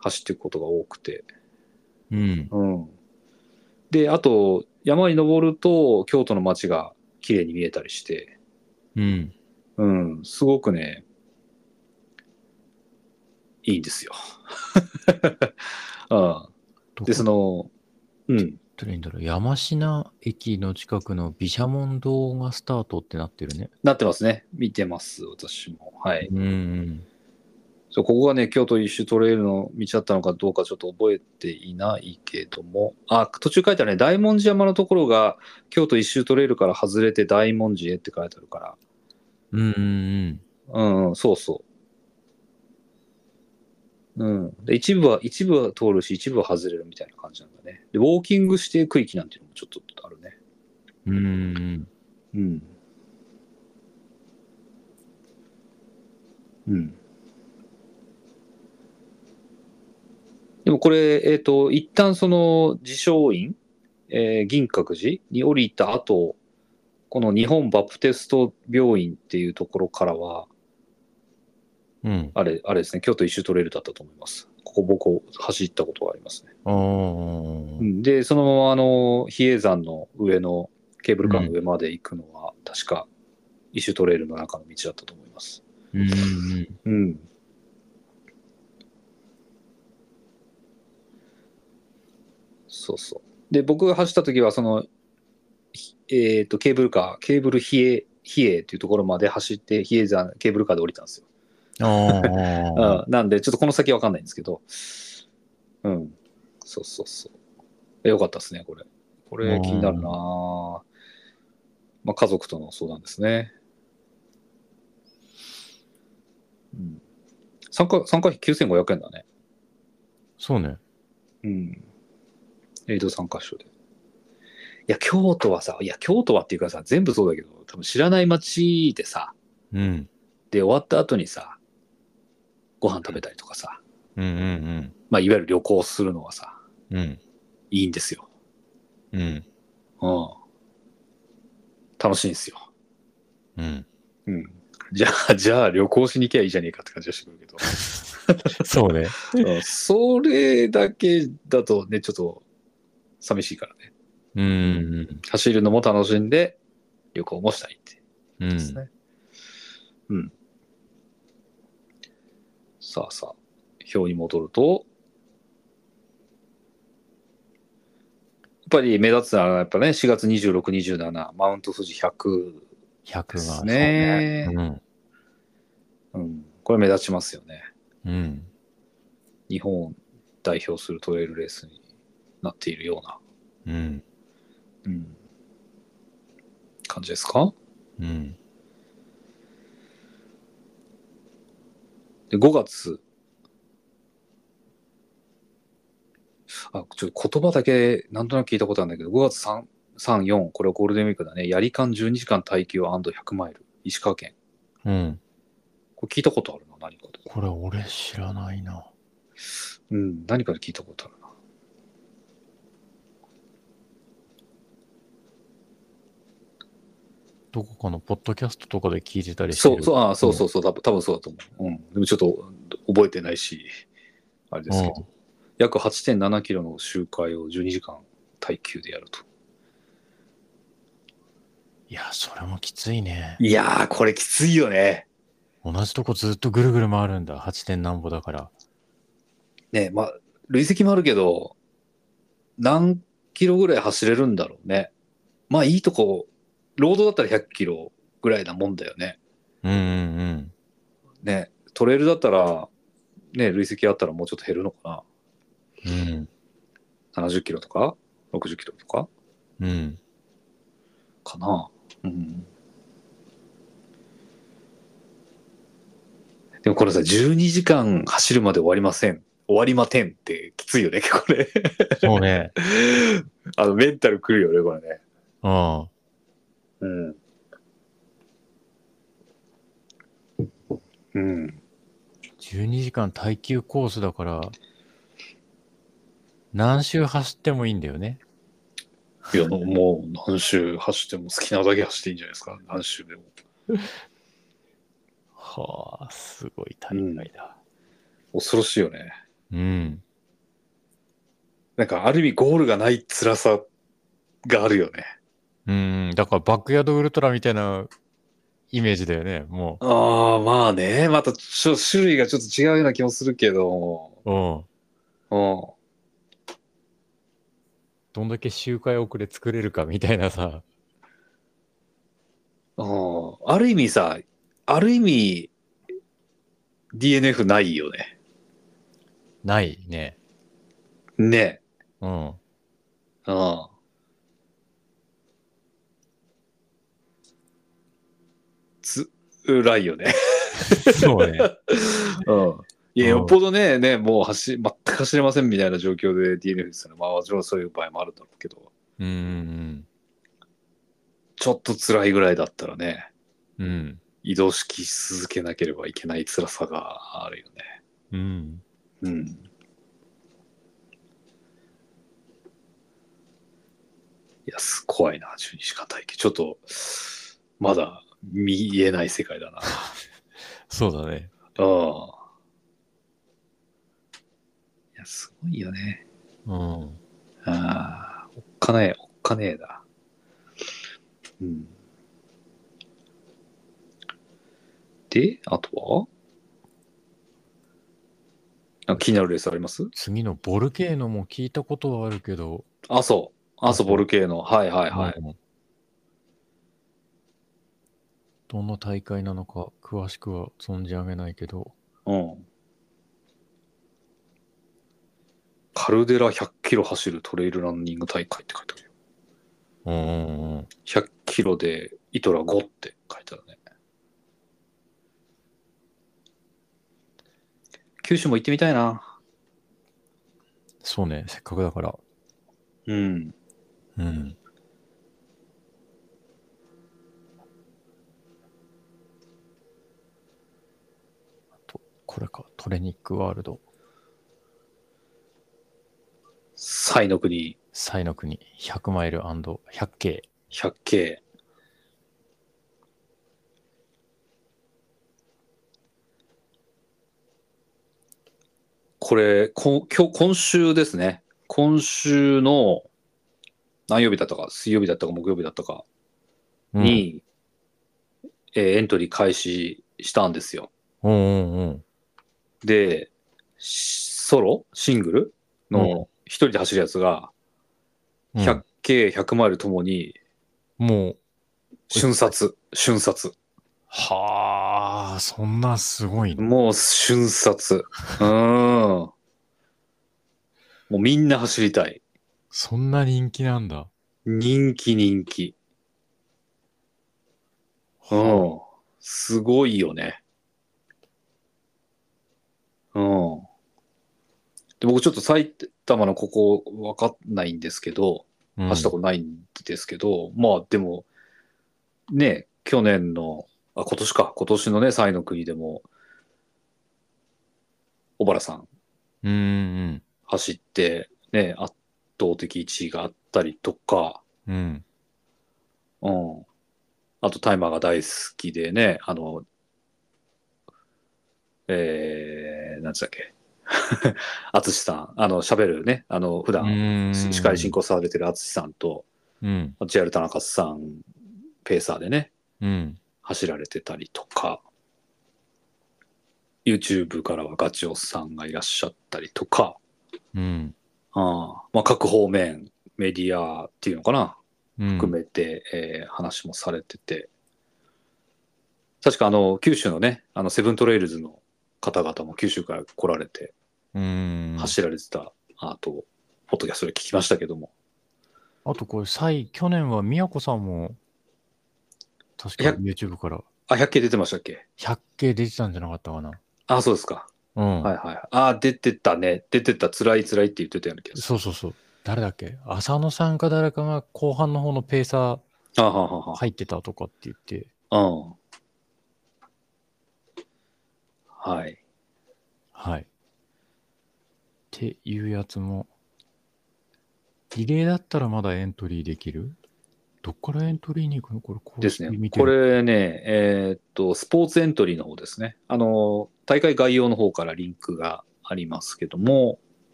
Speaker 3: 走っていくことが多くて、
Speaker 2: うん。
Speaker 3: うん。で、あと、山に登ると、京都の街が綺麗に見えたりして、
Speaker 2: うん。
Speaker 3: うん、すごくね、いいんですよ。 あ
Speaker 2: ど
Speaker 3: で、そ
Speaker 2: こ
Speaker 3: の、うん、
Speaker 2: トレインだろう山科駅の近くの毘沙門堂がスタートってなってるね。
Speaker 3: なってますね。見てます、私も。はい。
Speaker 2: うんうん。
Speaker 3: そうここがね、京都一周トレイルの道だったのかどうかちょっと覚えていないけども、あ、途中書いてあるね、大文字山のところが、京都一周トレイルから外れて大文字へって書いてあるから、
Speaker 2: うんうん
Speaker 3: うんうん、そうそう。うん。で、一部は、一部は通るし、一部は外れるみたいな感じなんだね。で、ウォーキングしていく域なんていうのもちょっとあるね。
Speaker 2: うん。うんうん。
Speaker 3: うん。うん。でもこれ、えっ、と、一旦その、自称院、えー銀閣寺に降りた後、この日本バプテスト病院っていうところからは、
Speaker 2: うん。
Speaker 3: あれ、あれですね、京都一周トレイルだったと思います。ここ僕走ったことがありますね。
Speaker 2: あー
Speaker 3: うんで、そのままあの、比叡山の上のケーブルカーの上まで行くのは、確か一周トレイルの中の道だったと思います。
Speaker 2: うんうん。
Speaker 3: うん。そうそう。で、僕が走った時は、その、ひえっ、と、ケーブルカー、ケーブル比叡、比叡っていうところまで走って、比叡山、ケーブルカーで降りたんですよ。
Speaker 2: ああ。
Speaker 3: うんなんで、ちょっとこの先わかんないんですけど、うん。そうそうそう。えよかったですね、これ。これ気になるなぁまあ、家族との相談ですね。うん。参加、参加費9500円だね。
Speaker 2: そうね。
Speaker 3: うん。エイド参加賞で。いや、京都はさ、いや、京都はっていうかさ、全部そうだけど、多分知らない街でさ、
Speaker 2: うん。
Speaker 3: で、終わった後にさ、ご飯食べたりとかさ、
Speaker 2: うんうん
Speaker 3: まあ、いわゆる旅行するのはさ、
Speaker 2: うん。うん。
Speaker 3: いいんですよ。
Speaker 2: うん。
Speaker 3: うん。楽しいんですよ。
Speaker 2: うん。
Speaker 3: うん。じゃあ、 じゃあ旅行しに行きゃいいじゃねえかって感じがしてくる けど。
Speaker 2: そうね。
Speaker 3: うんそれだけだとね、ちょっと寂しいからね。
Speaker 2: うんうん
Speaker 3: 走るのも楽しんで、旅行もしたいって
Speaker 2: うん。う
Speaker 3: ことです
Speaker 2: ん。
Speaker 3: ね。うん。さあさあ、表に戻ると、ぱり目立つのは、やっぱね、4月26、27、マウント富士100
Speaker 2: 100
Speaker 3: で
Speaker 2: が
Speaker 3: す
Speaker 2: そう
Speaker 3: ね。
Speaker 2: うん。
Speaker 3: うん、これ目立ちますよね。
Speaker 2: うん。
Speaker 3: 日本を代表するトレイルレースになっているような、
Speaker 2: うん。
Speaker 3: うん、感じですか
Speaker 2: うん。
Speaker 3: で ?5 月。あ、ちょっと言葉だけなんとなく聞いたことあるんだけど、5月3、3 4、これはゴールデンウィークだね。やり間12時間耐久 &100 マイル、石川県。
Speaker 2: うん。
Speaker 3: これ聞いたことあるな、何かで。
Speaker 2: これ俺知らないな。
Speaker 3: うん、何かで聞いたことあるな。
Speaker 2: どこかのポッドキャストとかで聞いてたりして
Speaker 3: そう
Speaker 2: る。
Speaker 3: そう、あそうそうそう、多分多分そうだと思う。うん。でもちょっと覚えてないし、あれですけど、
Speaker 2: う
Speaker 3: 約8.7キロの周回を12時間耐久でやると。
Speaker 2: いや、それもきついね。
Speaker 3: いやー、これきついよね。
Speaker 2: 同じとこずっとぐるぐる回るんだ。8点なんぼだから。
Speaker 3: ねまあ、累積もあるけど、何キロぐらい走れるんだろうね。まあ、いいとこ、ロードだったら100キロぐらいなもんだよね。
Speaker 2: うんうんうん。
Speaker 3: ね、トレイルだったら、ね、累積あったらもうちょっと減るのか
Speaker 2: うん。
Speaker 3: な。70キロとか、60キロとか。
Speaker 2: うん。
Speaker 3: かな。うん。でもこれさ、12時間走るまで終わりません。終わりまてんってきついよね、 これ。
Speaker 2: そうね。
Speaker 3: あの、メンタルくるよね、これね。
Speaker 2: うん。
Speaker 3: うん。うん。
Speaker 2: 12時間耐久コースだから、何周走ってもいいんだよね。
Speaker 3: いや、もう何周走っても好きなだけ走っていいんじゃないですか、何周でも。
Speaker 6: はあ、すごい大会だ。
Speaker 3: 恐ろしいよね。
Speaker 2: うん。
Speaker 3: なんか、ある意味ゴールがない辛さがあるよね。
Speaker 2: うん。だからバックヤードウルトラみたいなイメージだよね。も
Speaker 3: ああ、まあね。またちょ、種類がちょっと違うような気もするけど。
Speaker 2: う。うん。
Speaker 3: うん。
Speaker 2: どんだけ周回遅れ作れるかみたいなさ。
Speaker 3: うん。ある意味さ、ある意味、DNF ないよね。
Speaker 2: ないね。
Speaker 3: ね。
Speaker 2: うん。
Speaker 3: うん。つ、らいよね。
Speaker 2: そう ね。
Speaker 3: うん。いや、
Speaker 2: うん
Speaker 3: よっぽどね、ね、もう走、全く走れませんみたいな状況で DNF ですよね。まあ、もちろんそういう場合もあるんだろうけど、
Speaker 2: うんうん
Speaker 3: ちょっと辛いぐらいだったらね。
Speaker 2: うん。うん。
Speaker 3: 移動しき続けなければいけない辛さがあるよね。
Speaker 2: うん。
Speaker 3: うん。いや、す怖いな、12時間待機。ちょっと、まだ見えない世界だな。
Speaker 2: そうだね。
Speaker 3: うん。いや、すごいよね。
Speaker 2: うん。
Speaker 3: ああ、おっかねえ、おっかねえだ。うん。で、あとはなんか気になるレースあります
Speaker 2: 次のボルケーノも聞いたことはあるけど。
Speaker 3: 阿蘇、阿蘇ボルケーノ。はいはいはい。
Speaker 2: うんどの大会なのか詳しくは存じ上げないけど。
Speaker 3: うん。カルデラ100キロ走るトレイルランニング大会って書いてあるよ。
Speaker 2: うんうんうん。
Speaker 3: 100キロでイトラ5って書いてあるね。九州も行ってみたいな。
Speaker 2: そうね、せっかくだから。
Speaker 3: うん。
Speaker 2: うん。あと、これか、トレニックワールド、
Speaker 3: サイの国、
Speaker 2: サイの国、100マイル &100K。
Speaker 3: 100系。これ、こ今日、今週ですね。今週の何曜日だったか、水曜日だったか、木曜日だったか
Speaker 2: うん、
Speaker 3: に、えーエントリー開始したんですよ。
Speaker 2: うんうんうん。
Speaker 3: で、しソロシングル
Speaker 2: う
Speaker 3: の一人で走るやつが、
Speaker 2: うん
Speaker 3: 100K、100マイルともに、
Speaker 2: もう、
Speaker 3: 瞬殺、瞬殺。
Speaker 2: はあ、そんなすごいね。
Speaker 3: もう 瞬殺。うん。もうみんな走りたい。
Speaker 2: そんな人気なんだ。
Speaker 3: 人気人気。うん。すごいよね。うん。で、僕ちょっと埼玉のここわかんないんですけど、
Speaker 2: うん
Speaker 3: 走ったことないんですけど、まあでも、ね、去年の、あ、今年か、今年のね、3位の国でも、小原さん
Speaker 2: うんうん
Speaker 3: 走って、ね、圧倒的1位があったりとか、
Speaker 2: うん。うん。
Speaker 3: うん。あと、タイマーが大好きでね、あの、えー、なんつったっけ。 あつしさん、あの、喋るね、あの、普段、
Speaker 2: うん
Speaker 3: 司会進行されてるあつしさんと、
Speaker 2: うん。
Speaker 3: JR 田中さん、ペーサーでね、
Speaker 2: うん。
Speaker 3: 走られてたりとか、YouTube からはガチオさんがいらっしゃったりとか、
Speaker 2: うん。
Speaker 3: あまあ、各方面、メディアっていうのかな、
Speaker 2: うん
Speaker 3: 含めて、えー話もされてて、確かあの、九州のね、あの、セブントレイルズの方々も九州から来られて、
Speaker 2: うん。
Speaker 3: 走られてた、あと、ポッドキャストで聞きましたけども、
Speaker 2: あとこれ、最、去年は宮子さんも、確か
Speaker 3: いや
Speaker 2: YouTube から
Speaker 3: あ、100系出てましたっけ
Speaker 2: 100系出てたんじゃなかったかな。
Speaker 3: あ、そうですか。
Speaker 2: うん。
Speaker 3: はいはい。あ、出てたね。出てた、辛い辛いって言ってたような気がす
Speaker 2: そうそうそう。誰だっけ浅野さんか誰かが後半の方のペーサ
Speaker 3: る。あははは
Speaker 2: ー入ってたとかって言って、
Speaker 3: うん。はい。
Speaker 2: はい。っていうやつも、リレーだったらまだエントリーできるどっからエントリーに行くのこれ、公式
Speaker 3: ですね。
Speaker 2: 見て
Speaker 3: こ
Speaker 2: る、
Speaker 3: れね、えーっと、スポーツエントリーの方ですね。あの、大会概要の方からリンクがありますけども、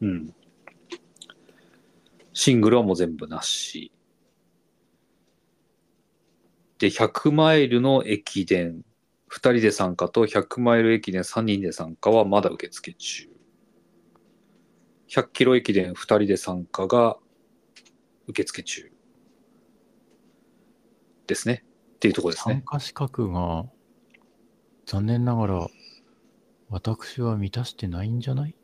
Speaker 3: うん。シングルはもう全部なし。で、100マイルの駅伝、2人で参加と100マイル駅伝3人で参加はまだ受付中。100キロ駅伝2人で参加が受付中。ですね。っていうところです
Speaker 2: 参
Speaker 3: ね。
Speaker 2: 加資格が、残念ながら、私は満たしてないんじゃない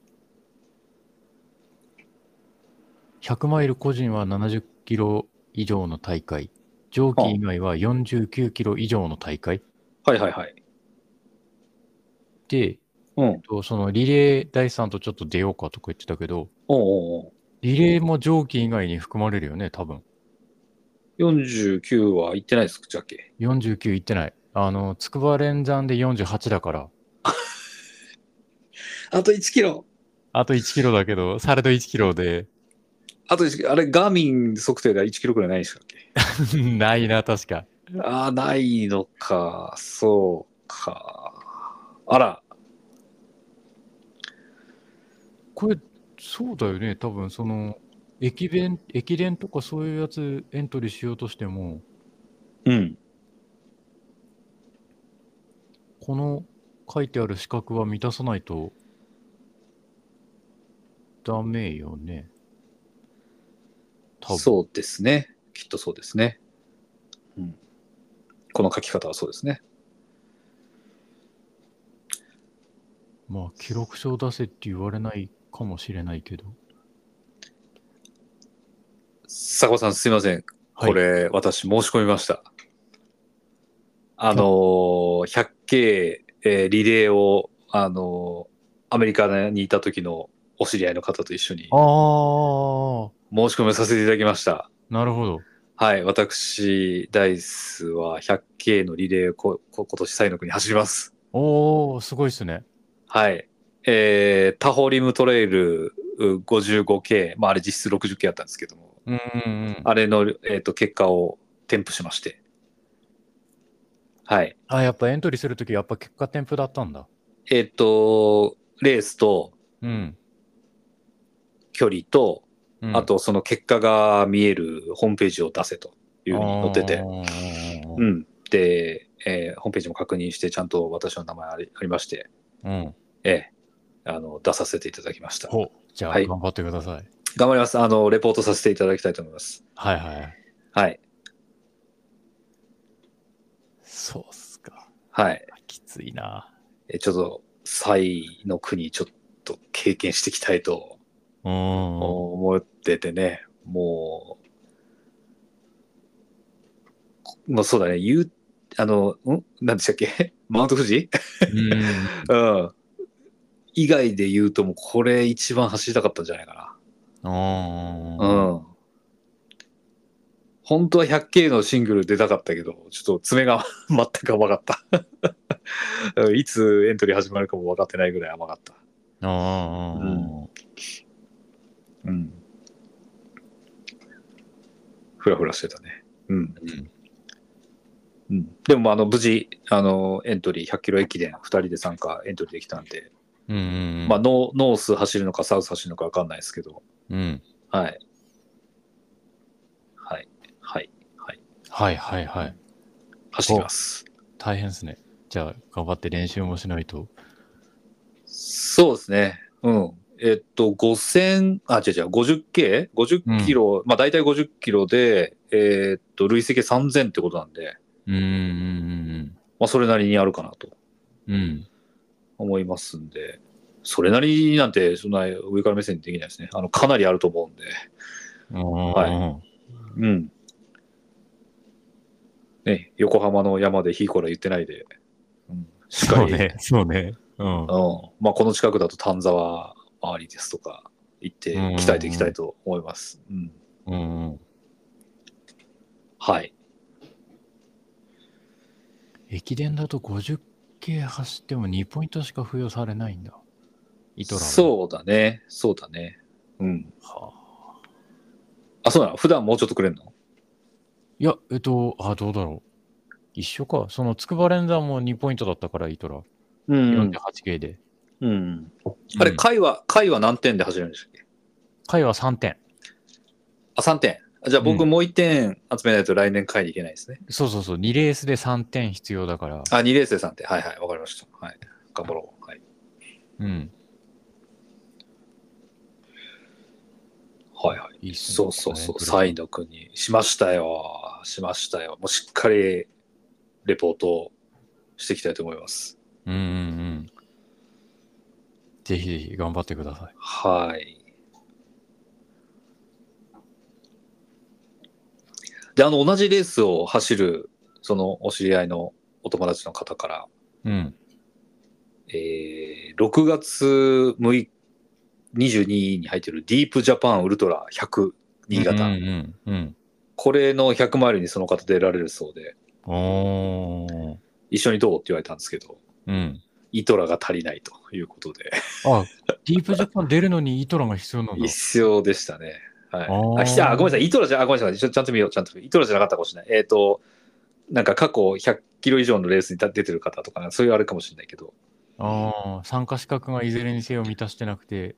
Speaker 2: ?100 マイル個人は70キロ以上の大会、上記以外は49キロ以上の大会
Speaker 3: はいはいはい。
Speaker 2: で、
Speaker 3: うん。おう
Speaker 2: とそのリレー第3とちょっと出ようかとか言ってたけど、
Speaker 3: おうおう
Speaker 2: リレーも蒸気以外に含まれるよね、多分。
Speaker 3: 49は行ってないですじゃっけ。
Speaker 2: 49いってない。あの、筑波連山で48だから。
Speaker 3: あと1キロ。
Speaker 2: あと1キロだけど、されど1キロで。
Speaker 3: あと1キロ。あれ、ガーミン測定が1キロくらいないでしたっ け。
Speaker 2: ないな、確か。
Speaker 3: ああ、ないのか。そうか。あら。
Speaker 2: これ、そうだよね、多分その、駅弁、駅伝とかそういうやつエントリーしようとしても、
Speaker 3: うん。
Speaker 2: この書いてある資格は満たさないと、ダメよね。多分。
Speaker 3: そうですね。きっとそうですね。うん。この書き方はそうですね。
Speaker 2: まあ、記録書を出せって言われないかもしれないけど。
Speaker 3: 坂本さん、すいません。
Speaker 2: はい
Speaker 3: これ、私、申し込みました。あのー、100K、えーリレーを、あのーアメリカにいた時のお知り合いの方と一緒に
Speaker 2: ああ、
Speaker 3: 申し込みをさせていただきました。
Speaker 2: なるほど。
Speaker 3: はい、私、ダイスは 100K のリレーをここ今年、最の国走ります。
Speaker 2: おお、すごいっすね。
Speaker 3: はい。えー、タホリムトレイルう 55K、まあ、あれ実質 60K だったんですけども、
Speaker 2: うんうん。
Speaker 3: あれの、えー、と結果を添付しまして。はい。
Speaker 2: あ、やっぱエントリーするとき、やっぱ結果添付だったんだ。
Speaker 3: えっ、と、レースと
Speaker 2: うん。
Speaker 3: 距離と、
Speaker 2: うん
Speaker 3: あ、とその結果が見えるホームページを出せというふうに載って
Speaker 2: あ
Speaker 3: て。
Speaker 2: ー
Speaker 3: うん。で、えーホームページも確認して、ちゃんと私の名前ありありまして、
Speaker 2: うん。
Speaker 3: ええあの、出させていただきました。
Speaker 2: ほう。じゃあ、
Speaker 3: はい
Speaker 2: 頑張ってください。
Speaker 3: 頑張ります。あの、レポートさせていただきたいと思います。
Speaker 2: はいはい。
Speaker 3: はい。
Speaker 2: そうっすか。
Speaker 3: はい。
Speaker 2: きついな。
Speaker 3: えちょっと、サイの国、ちょっと経験していきたいと
Speaker 2: うーん。
Speaker 3: 思っててね、もう、まあそうだね、言う、あの、ん何でしたっけ マウント富士うん。以外で言うと、もうこれ一番走りたかったんじゃないかな。
Speaker 2: うん。うん。
Speaker 3: うん。本当は 100K のシングル出たかったけど、ちょっと爪が 全く甘かった。 うんいつエントリー始まるかも分かってないぐらい甘かった。
Speaker 2: あー
Speaker 3: うん。ふらふらしてたね。うん。うん、でも、あの、無事、あの、エントリー、100キロ駅伝、2人で参加、エントリーできたんで、
Speaker 2: うんうん。
Speaker 3: まあノー、ノース走るのか、サウス走るのか分かんないですけど、
Speaker 2: うん。
Speaker 3: はい。はい。はい。はい。
Speaker 2: はいはいはい。
Speaker 3: 走ってきます。
Speaker 2: 大変ですね。じゃあ、頑張って練習もしないと。
Speaker 3: そうですね。うん。えっと、5000、あ、違う違う、50K? 50キロ、まあ大体50キロで、えっと、累積3000ってことなんで、
Speaker 2: うんうん
Speaker 3: まあそれなりにあるかなと
Speaker 2: うんうん。うん。
Speaker 3: 思いますんで、それなりになんて、そんな上から目線できないですね。あの、かなりあると思うんで、
Speaker 2: は
Speaker 3: うん。ね、横浜の山でヒーコラ言ってないで、うん、
Speaker 2: い。
Speaker 3: しっか
Speaker 2: そう
Speaker 3: り、
Speaker 2: ね。そうね。うん。
Speaker 3: うんまあ、この近くだと丹沢周りですとか行って
Speaker 2: うん
Speaker 3: 鍛えていきたいと思います。うん
Speaker 2: うんうん。
Speaker 3: はい。
Speaker 2: 駅伝だと 50K 走っても2ポイントしか付与されないんだ。イトラう。
Speaker 3: そうだね。そうだね。うん。あ、そうなの普段もうちょっとくれんの
Speaker 2: いや、えっと、あ、どうだろう。一緒か。その筑波連山も2ポイントだったから、イトラ。
Speaker 3: う。
Speaker 2: 48K で。
Speaker 3: うん。あれ、
Speaker 2: うん
Speaker 3: 回は、回は何点で走るんでしたっけ
Speaker 2: 回は3点。
Speaker 3: あ、3点。あじゃあ僕
Speaker 2: う
Speaker 3: もう1点集めないと来年回に行けないですね。
Speaker 2: そうそうそう。2レースで3点必要だから。
Speaker 3: あ、2レースで3点。はいはい。わかりました。はい。頑張ろう。はい。
Speaker 2: うん。
Speaker 3: はいはい。
Speaker 2: いいっすね
Speaker 3: そうそうそう、
Speaker 2: こ
Speaker 3: サ
Speaker 2: れ
Speaker 3: イ
Speaker 2: ね
Speaker 3: の国。しましたよ。しましたよ。もうしっかりレポートをしていきたいと思います。
Speaker 2: うんうんうん。ぜひぜひ頑張ってください。
Speaker 3: はい。で、あの、同じレースを走る、そのお知り合いのお友達の方から、
Speaker 2: うん。
Speaker 3: えー、6月6日、22に入ってるディープジャパンウルトラ100新潟。
Speaker 2: うんうん
Speaker 3: これの100マイルにその方出られるそうで、
Speaker 2: うん。おー。
Speaker 3: 一緒にどうって言われたんですけど、
Speaker 2: うん。
Speaker 3: イトラが足りないということで、
Speaker 2: あ、ディープジャパン出るのにイトラが必要なんだ。
Speaker 3: 必要でしたね。はい
Speaker 2: あー。
Speaker 3: あ、ひあごめんなさい、イトラじゃ、あごめんなさい、ちょちゃんと見よう、ちゃんと見よう。イトラじゃなかったかもしれない。えっ、と、なんか過去100キロ以上のレースに出てる方とか、そういうあれかもしれないけど、
Speaker 2: ああ、参加資格がいずれにせよ満たしてなくて。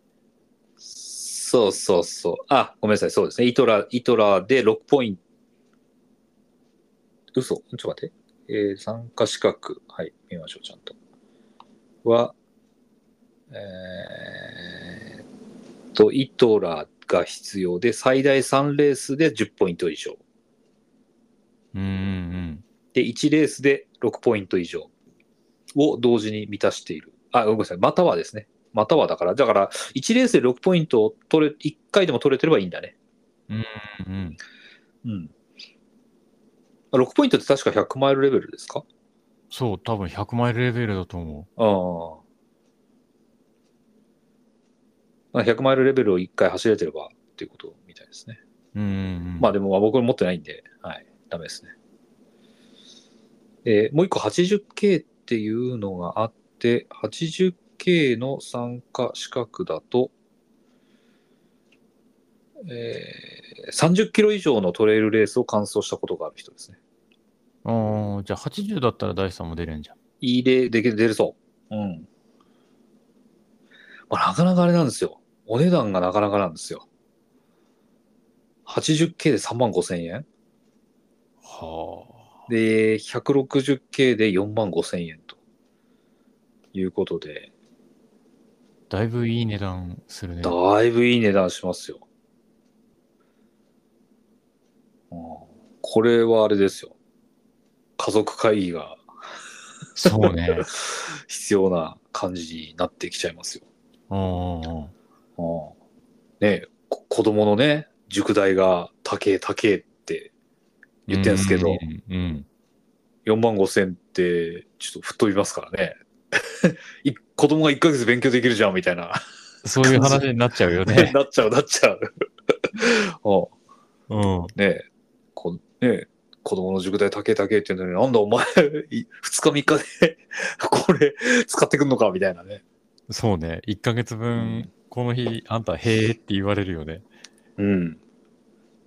Speaker 3: そうそうそう。あ、ごめんなさい、そうですね。イトラ、イトラで6ポイント。嘘ちょっと待って。えー参加資格。はい、見ましょう、ちゃんと。は、えーっと、イトラが必要で、最大3レースで10ポイント以上。
Speaker 2: うんうん
Speaker 3: で、1レースで6ポイント以上を同時に満たしている。あ、ごめんなさい。またはですね。またはだから、だから、1レースで6ポイントを取れ、1回でも取れてればいいんだね。
Speaker 2: うん。うん
Speaker 3: うん。6ポイントって確か100マイルレベルですか
Speaker 2: そう、多分100マイルレベルだと思
Speaker 3: ああ。100マイルレベルを1回走れてればっていうことみたいですね。
Speaker 2: う。うんうんうん。
Speaker 3: まあでもまあ僕も持ってないんで、はい、ダメですね。えーもう一個 80K っていうのがあって、80K の参加資格だと、えー30キロ以上のトレイルレースを完走したことがある人ですね。
Speaker 2: ああ、じゃあ80だったら大地さんも出れんじゃん。
Speaker 3: いい例で出るそう。うん。まあ、なかなかあれなんですよ。お値段がなかなかなんですよ。80K で3万5千円
Speaker 2: はあ。
Speaker 3: で、160K で4万5千円ということで、
Speaker 2: だいぶいい値段するね。
Speaker 3: だいぶいい値段しますよ。これはあれですよ。家族会議が
Speaker 2: そうね。
Speaker 3: 必要な感じになってきちゃいますよ。
Speaker 2: うんうんうん。
Speaker 3: うんねこ子供のね、塾代が高え高えって言ってんすけど、
Speaker 2: うんうん
Speaker 3: 4万5千ってちょっと吹っ飛びますからね。 い子供が1ヶ月勉強できるじゃんみたいな。
Speaker 2: そういう話になっちゃうよね。
Speaker 3: なっちゃう、なっちゃう。うん
Speaker 2: うん。
Speaker 3: ねえ、こねえ子供の塾代高え高えって言うのに、なんだお前、い二日三日で、 これ、使ってくんのかみたいなね。
Speaker 2: そうね。1ヶ月分、この日、あんた、へえって言われるよね。
Speaker 3: うん。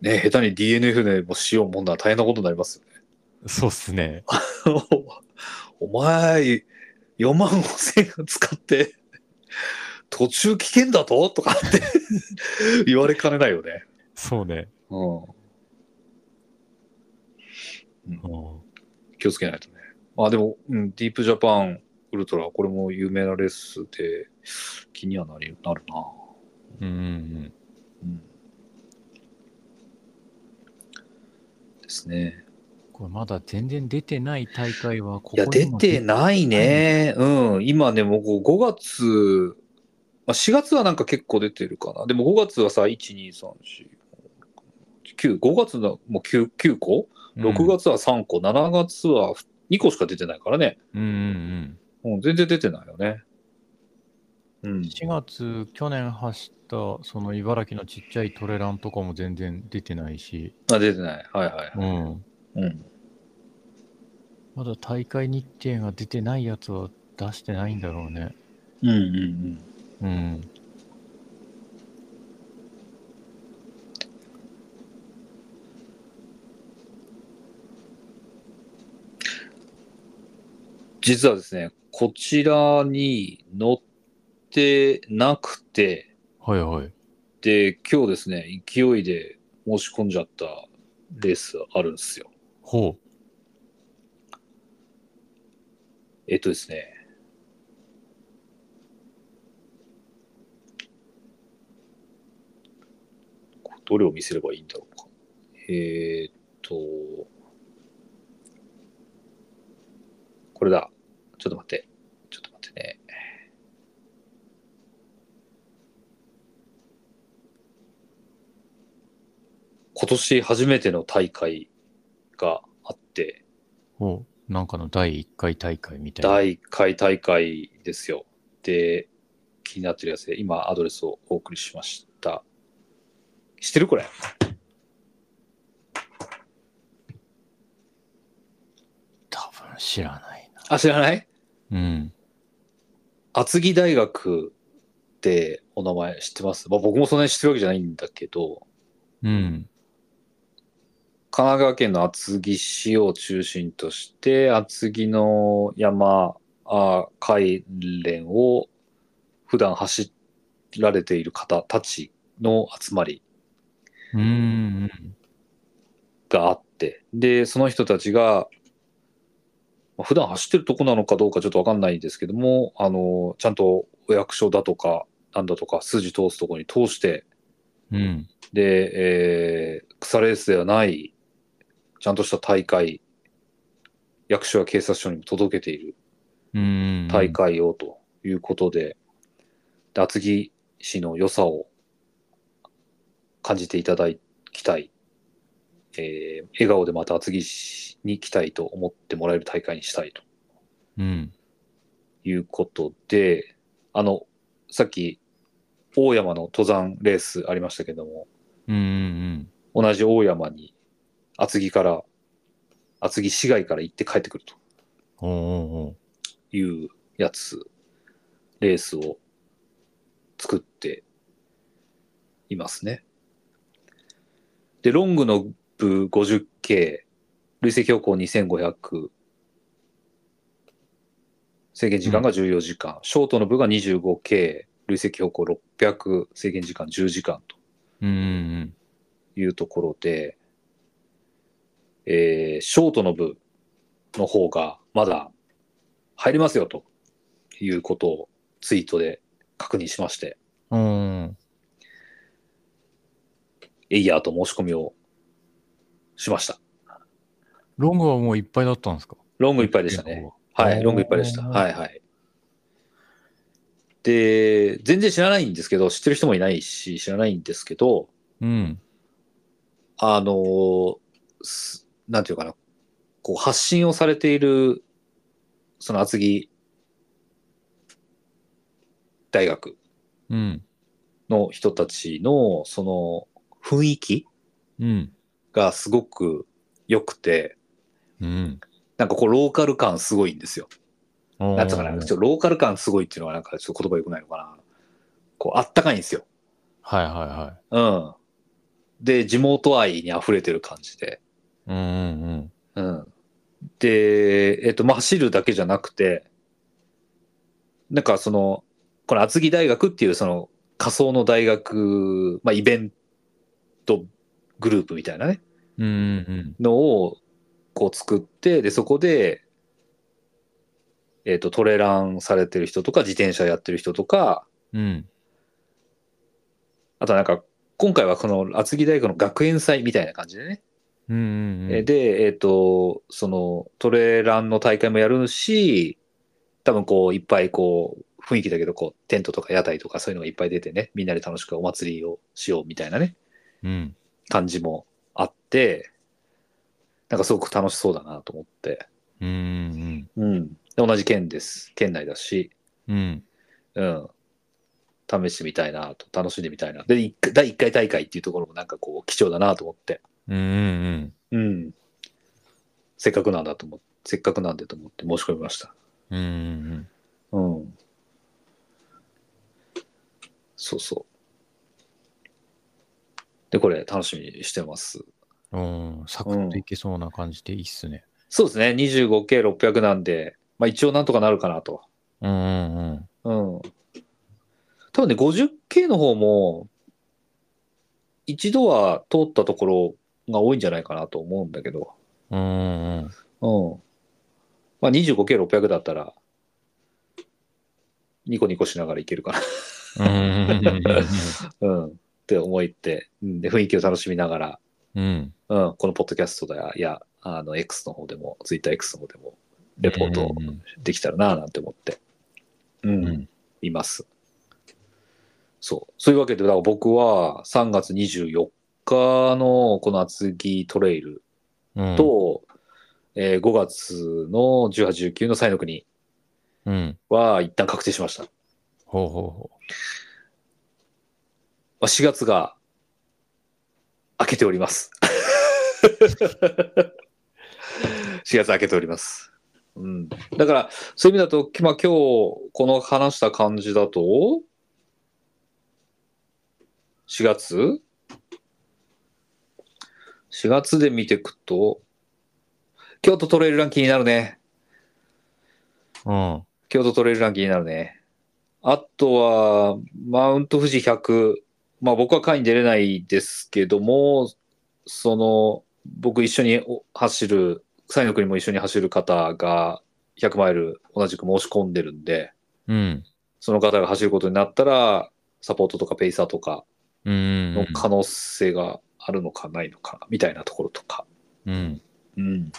Speaker 3: ねえ下手に DNF でもしようもんなら大変なことになります
Speaker 2: そうっすね。
Speaker 3: よね。 お前、4万5千円使って、途中危険だととかって 言われかねないよね。
Speaker 2: そうね。
Speaker 3: うん。
Speaker 2: うん
Speaker 3: 気をつけないとね。まあでも、うん、ディープジャパンウルトラ、これも有名なレースで気にはなりなるな。
Speaker 2: うんうん
Speaker 3: うん。ですね。
Speaker 2: これまだ全然出てない大会はここ
Speaker 3: いや、出
Speaker 2: にも
Speaker 3: てないね。うん。今ね、もう5月、まあ、4月はなんか結構出てるかな。でも5月はさ、1、2、3、4、5、6 7 8 9、5月のもう 9, 9個 ?6 月は3個、7月は2個しか出てないからね。
Speaker 2: うんうんうん
Speaker 3: うん、全然出てないよね。うん。
Speaker 2: 4月、去年走った、その茨城のちっちゃいトレランとかも全然出てないし、
Speaker 3: あ、出てない。はいはいはい。
Speaker 2: うん。
Speaker 3: うん。
Speaker 2: まだ大会日程が出てないやつは出してないんだろうね。
Speaker 3: うんうんうん。
Speaker 2: うん。
Speaker 3: 実はですね、こちらに乗ってなくて、
Speaker 2: はいはい。
Speaker 3: で、今日ですね、勢いで申し込んじゃったレースあるんですよ。
Speaker 2: ほう。
Speaker 3: えっとですね。どれを見せればいいんだろうか。えーっと、これだ。ちょっと待って。ちょっと待ってね。今年初めての大会があって、
Speaker 2: ほう。なんかの第1回大会みたいな。
Speaker 3: 第1回大会ですよ。で、気になってるやつで、今、アドレスをお送りしました。知ってるこれ。
Speaker 2: 多分知らないな。
Speaker 3: あ、知らない
Speaker 2: うん。
Speaker 3: 厚木大学ってお名前知ってます、まあ、僕もそんなに知ってるわけじゃないんだけど、
Speaker 2: うん。
Speaker 3: 神奈川県の厚木市を中心として、厚木の山、あ海連を普段走られている方たちの集まり
Speaker 2: うんうん。
Speaker 3: があって、で、その人たちが、まあ普段走ってるとこなのかどうかちょっとわかんないんですけども、あの、ちゃんとお役所だとか、なんだとか、筋通すとこに通して、
Speaker 2: うん。
Speaker 3: で、えー草レースではない、ちゃんとした大会、役所や警察署にも届けている
Speaker 2: うん。
Speaker 3: 大。会をということで、で厚木市の良さを感じていただきたい、えー笑顔でまた厚木市に来たいと思ってもらえる大会にしたいと
Speaker 2: うん。
Speaker 3: いうことで、あの、さっき、大山の登山レースありましたけども、
Speaker 2: うんうん
Speaker 3: 同じ大山に厚木から、厚木市外から行って帰ってくると。
Speaker 2: うん。おうおうおう
Speaker 3: いうやつ、レースを作っていますね。で、ロングの部 50K、累積標高2500、制限時間が14時間、ショートの部が 25K、累積標高600、制限時間10時間と
Speaker 2: うんうん
Speaker 3: いうところで、えーショートの部の方がまだ入りますよということをツイートで確認しまして、
Speaker 2: うん。うん。
Speaker 3: エイヤーと申し込みをしました。
Speaker 2: ロングはもういっぱいだったんですか
Speaker 3: ロングいっぱいでしたね。は
Speaker 2: お
Speaker 3: い、
Speaker 2: ー
Speaker 3: ロングいっぱいでした。はいはい。で、全然知らないんですけど、知ってる人もいないし、知らないんですけど、
Speaker 2: うん。
Speaker 3: あのーすなんていうかな、こう発信をされている、その厚木大学
Speaker 2: うん。
Speaker 3: の人たちの、その雰囲気
Speaker 2: うん。
Speaker 3: がすごく良くて、
Speaker 2: うん。
Speaker 3: なんかこうローカル感すごいんですよ。
Speaker 2: な
Speaker 3: なんつうかな、ちょっとローカル感すごいっていうのはなんかちょっと言葉良くないのかな。こう、あったかいんですよ。
Speaker 2: はいはいは
Speaker 3: うん。で、地元愛に溢れてる感じで。
Speaker 2: い。うんうんうん。
Speaker 3: うん。で、えっと、まあ、走るだけじゃなくて、なんかその、この厚木大学っていうその仮想の大学、まあ、イベントグループみたいなね、
Speaker 2: うんうん
Speaker 3: のをこう作って、で、そこで、えっと、トレランされてる人とか、自転車やってる人とか、
Speaker 2: うん。うん。
Speaker 3: あとなんか、今回はこの厚木大学の学園祭みたいな感じでね。
Speaker 2: うんうんう
Speaker 3: え
Speaker 2: ん。
Speaker 3: で、えっ、と、そのトレランの大会もやるし、多分こう、いっぱいこう、雰囲気だけど、こう、テントとか屋台とかそういうのがいっぱい出てね、みんなで楽しくお祭りをしようみたいなね、
Speaker 2: うん。
Speaker 3: 感じもあって、なんかすごく楽しそうだなと思って。
Speaker 2: うんうん
Speaker 3: うん。で同じ県です。県内だし、
Speaker 2: うん。うん。
Speaker 3: うん。試してみたいなと、楽しんでみたいな。で、一回第1回大会っていうところもなんかこう、貴重だなと思って。
Speaker 2: うんうん
Speaker 3: うん。せっかくなんだと思って、せっかくなんでと思って申し込みました。
Speaker 2: うん。うんうん
Speaker 3: うん。そうそう。で、これ楽しみにしてます。
Speaker 2: うん。おーサクッといけそうな感じでいいっすね。
Speaker 3: そうですね。25K600 なんで、まあ一応なんとかなるかなと。
Speaker 2: うんうんうん。
Speaker 3: うん。多分ね、50K の方も、一度は通ったところが多いんじゃないかなと思うんだけど。
Speaker 2: うんうん。
Speaker 3: うん。まあ 25K600 だったら、ニコニコしながらいけるかな。
Speaker 2: うんうんうんうん
Speaker 3: うん。って思いって、うん、で、雰囲気を楽しみながら、
Speaker 2: うん。
Speaker 3: うん、このポッドキャストだや、あの、X の方でも、TwitterX の方でも、レポート
Speaker 2: うんうん
Speaker 3: できたらな、なんて思って、うん、
Speaker 2: うん
Speaker 3: います。そう。そういうわけで、だから僕は3月24日のこの厚木トレイル
Speaker 2: うん。
Speaker 3: と、えー5月の18、19のサイの国
Speaker 2: うん。
Speaker 3: は一旦確定しました。ま
Speaker 2: ほうほうほ
Speaker 3: あ4月が明けております。4月明けております。うん、だから、そういう意味だと、きまあ、今日、この話した感じだと、4月 ?4 月で見ていくと、京都トレイルラン気になるね。
Speaker 2: う。うん。
Speaker 3: 京都トレイルラン気になるね。あとは、マウント富士100。まあ僕は会に出れないですけども、その、僕一緒にお走る、サイの国も一緒に走る方が100マイル同じく申し込んでるんで、
Speaker 2: うん。
Speaker 3: その方が走ることになったら、サポートとかペイサーとか
Speaker 2: うんうんう
Speaker 3: の
Speaker 2: ん。
Speaker 3: 可能性があるのかないのか、みたいなところとか。
Speaker 2: うん。
Speaker 3: うん。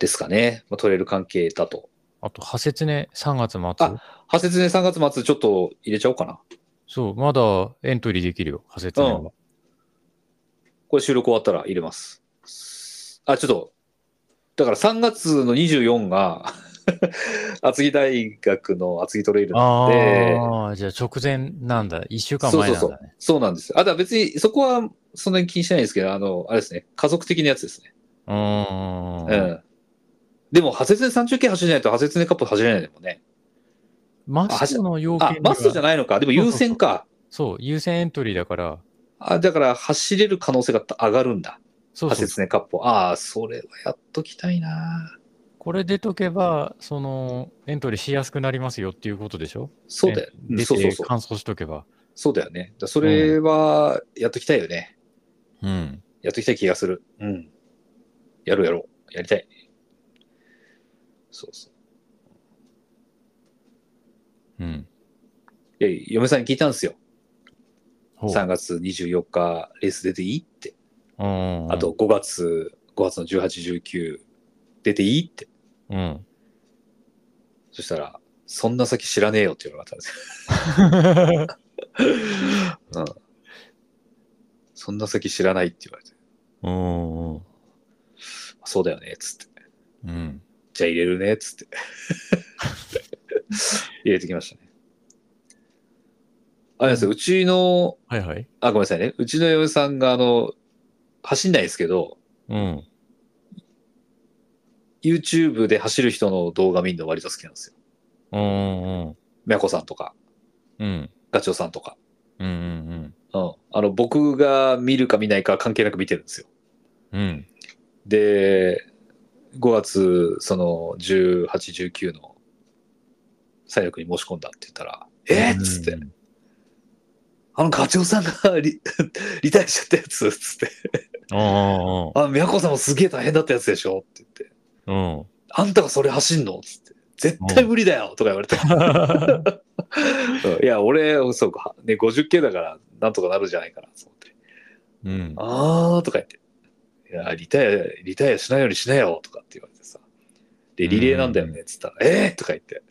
Speaker 3: ですかね。まあ、トレイル関係だと。
Speaker 2: あと、派説ね、3月末。
Speaker 3: ハセツネ3月末ちょっと入れちゃおうかな。
Speaker 2: そう、まだエントリーできるよ、派説ねは。
Speaker 3: うんこれ収録終わったら入れます。あ、ちょっと、だから3月の24が、 厚木大学の厚木トレイルなんで、
Speaker 2: ああ、じゃあ直前なんだ。1週間
Speaker 3: そう
Speaker 2: 前
Speaker 3: そう
Speaker 2: なんだね。
Speaker 3: そう。そうなんですよ。あ、だから別にそこはそんなに気にしてないんですけど、あの、あれですね、家族的なやつですね。
Speaker 2: うー。
Speaker 3: うんん。でも、ハセツネ 30K 走れないと、ハセツネカップ走れないでもんね。
Speaker 2: マストの要件
Speaker 3: あ、マストじゃ
Speaker 2: ない
Speaker 3: ないのか。でも優先か。
Speaker 2: そう、優先エントリーだから、
Speaker 3: あ、だから走れる可能性が上がるんだ。
Speaker 2: そう
Speaker 3: ハ
Speaker 2: そ
Speaker 3: セ
Speaker 2: う。
Speaker 3: ツネカップ。ああ、それはやっときたいな。
Speaker 2: これ出とけば、その、エントリーしやすくなりますよっていうことでしょ
Speaker 3: そうだよ。うん
Speaker 2: 出
Speaker 3: そうそう
Speaker 2: て
Speaker 3: そう。
Speaker 2: 乾燥しとけば。
Speaker 3: そうだよね。だそれは、やっときたいよね。
Speaker 2: うん。
Speaker 3: やっときたい気がする。うん。やろうやろう。やりたい。そうそう。
Speaker 2: うん。
Speaker 3: え、嫁さんに聞いたんですよ。
Speaker 2: ほう。
Speaker 3: 3月24日、レース出ていいって。
Speaker 2: ううんうん
Speaker 3: あと5月、5月の18、19、出ていいって。
Speaker 2: うん。
Speaker 3: そしたら、そんな先知らねえよって言われたんですよ。うん。そんな先知らないって言われて、
Speaker 2: うんうん。
Speaker 3: そうだよね、つって。
Speaker 2: うん。
Speaker 3: じゃあ入れるね、つって。 入れてきましたね。あれなんですよ、うちの、
Speaker 2: はいはい。
Speaker 3: あ、ごめんなさいね。うちの嫁さんが、あの、走んないですけど、
Speaker 2: うん。
Speaker 3: YouTube で走る人の動画見るの割と好きなんですよ。
Speaker 2: うんうん
Speaker 3: みやこさんとか、
Speaker 2: うん。うん。
Speaker 3: ガチョウさんとか。
Speaker 2: うんうん
Speaker 3: うん。あの、僕が見るか見ないか関係なく見てるんですよ。
Speaker 2: うん。うん。
Speaker 3: で、5月、その、18、19の、サイに申し込んだって言ったら、えー、っつって、
Speaker 2: うん
Speaker 3: あのガチョウさんが リリタイアしちゃったやつっつって、
Speaker 2: あ
Speaker 3: あ、みやこさんもすげえ大変だったやつでしょって言って、
Speaker 2: あ。うん。
Speaker 3: あんたがそれ走んのっつって。絶対無理だよとか言われて。うんいや、俺、そうか、ね、50系だから、なんとかなるじゃないかな、と思って。
Speaker 2: うん。
Speaker 3: あーとか言って。いや、リタイア、リタイアしないようにしなよとかって言われてさ。で、リレーなんだよね、っつったら、えーとか言って。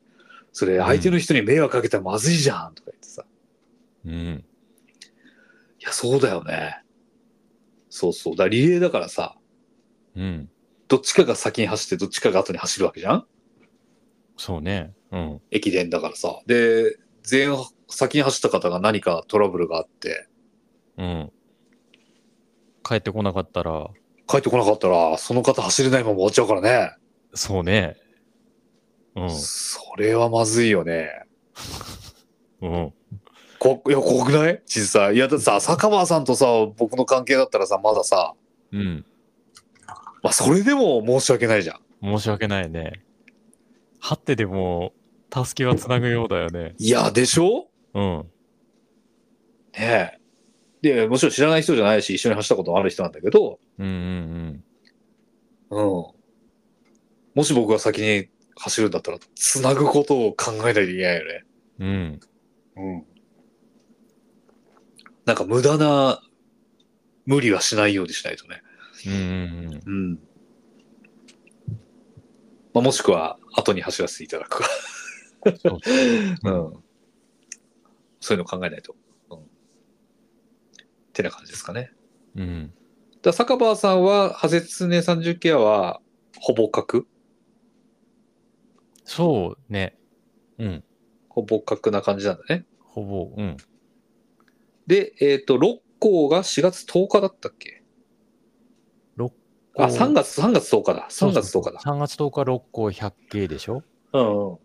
Speaker 3: それ、相手の人に迷惑かけたらまずいじゃんとか言ってさ。
Speaker 2: うん。
Speaker 3: いや、そうだよね。そうそう。だからリレーだからさ、
Speaker 2: うん。
Speaker 3: どっちかが先に走って、どっちかが後に走るわけじゃん
Speaker 2: そうね。うん。
Speaker 3: 駅伝だからさ。で、前、先に走った方が何かトラブルがあって、
Speaker 2: うん。帰ってこなかったら、
Speaker 3: 帰ってこなかったら、その方走れないまま終わっちゃうからね。
Speaker 2: そうね。う
Speaker 3: それはまずいよね。
Speaker 2: ん。うん。
Speaker 3: こいや、怖くない実際。いや、だってさ、坂川さんとさ、僕の関係だったらさ、まださ、
Speaker 2: うん。
Speaker 3: まあ、それでも申し訳ないじゃん。
Speaker 2: 申し訳ないね。はってでも、たすきはつなぐようだよね。
Speaker 3: いや、でしょ
Speaker 2: うん。
Speaker 3: ねえ。で、もちろん知らない人じゃないし、一緒に走ったことある人なんだけど、
Speaker 2: うんうん
Speaker 3: うん。もし僕が先に走るんだったら、つなぐことを考えないといけないよね。
Speaker 2: うん。うん。
Speaker 3: うん。なんか無駄な無理はしないようにしないとね。
Speaker 2: うんうんうん。
Speaker 3: うん。まあ、もしくは、後に走らせていただくか。
Speaker 2: そう
Speaker 3: うん。そういうの考えないと。うん。ってな感じですかね。
Speaker 2: うん。
Speaker 3: だ坂場さんは、ハゼツネ30ケアは、ほぼ角
Speaker 2: そうね。うん。
Speaker 3: ほぼ角な感じなんだね。
Speaker 2: ほぼ、うん。
Speaker 3: で、えっ、と、六校が4月10日だったっけ
Speaker 2: 六
Speaker 3: あ、3月、3月10日だ。3月10日だ。
Speaker 2: 3月10日6個100系でしょ
Speaker 3: うんうん。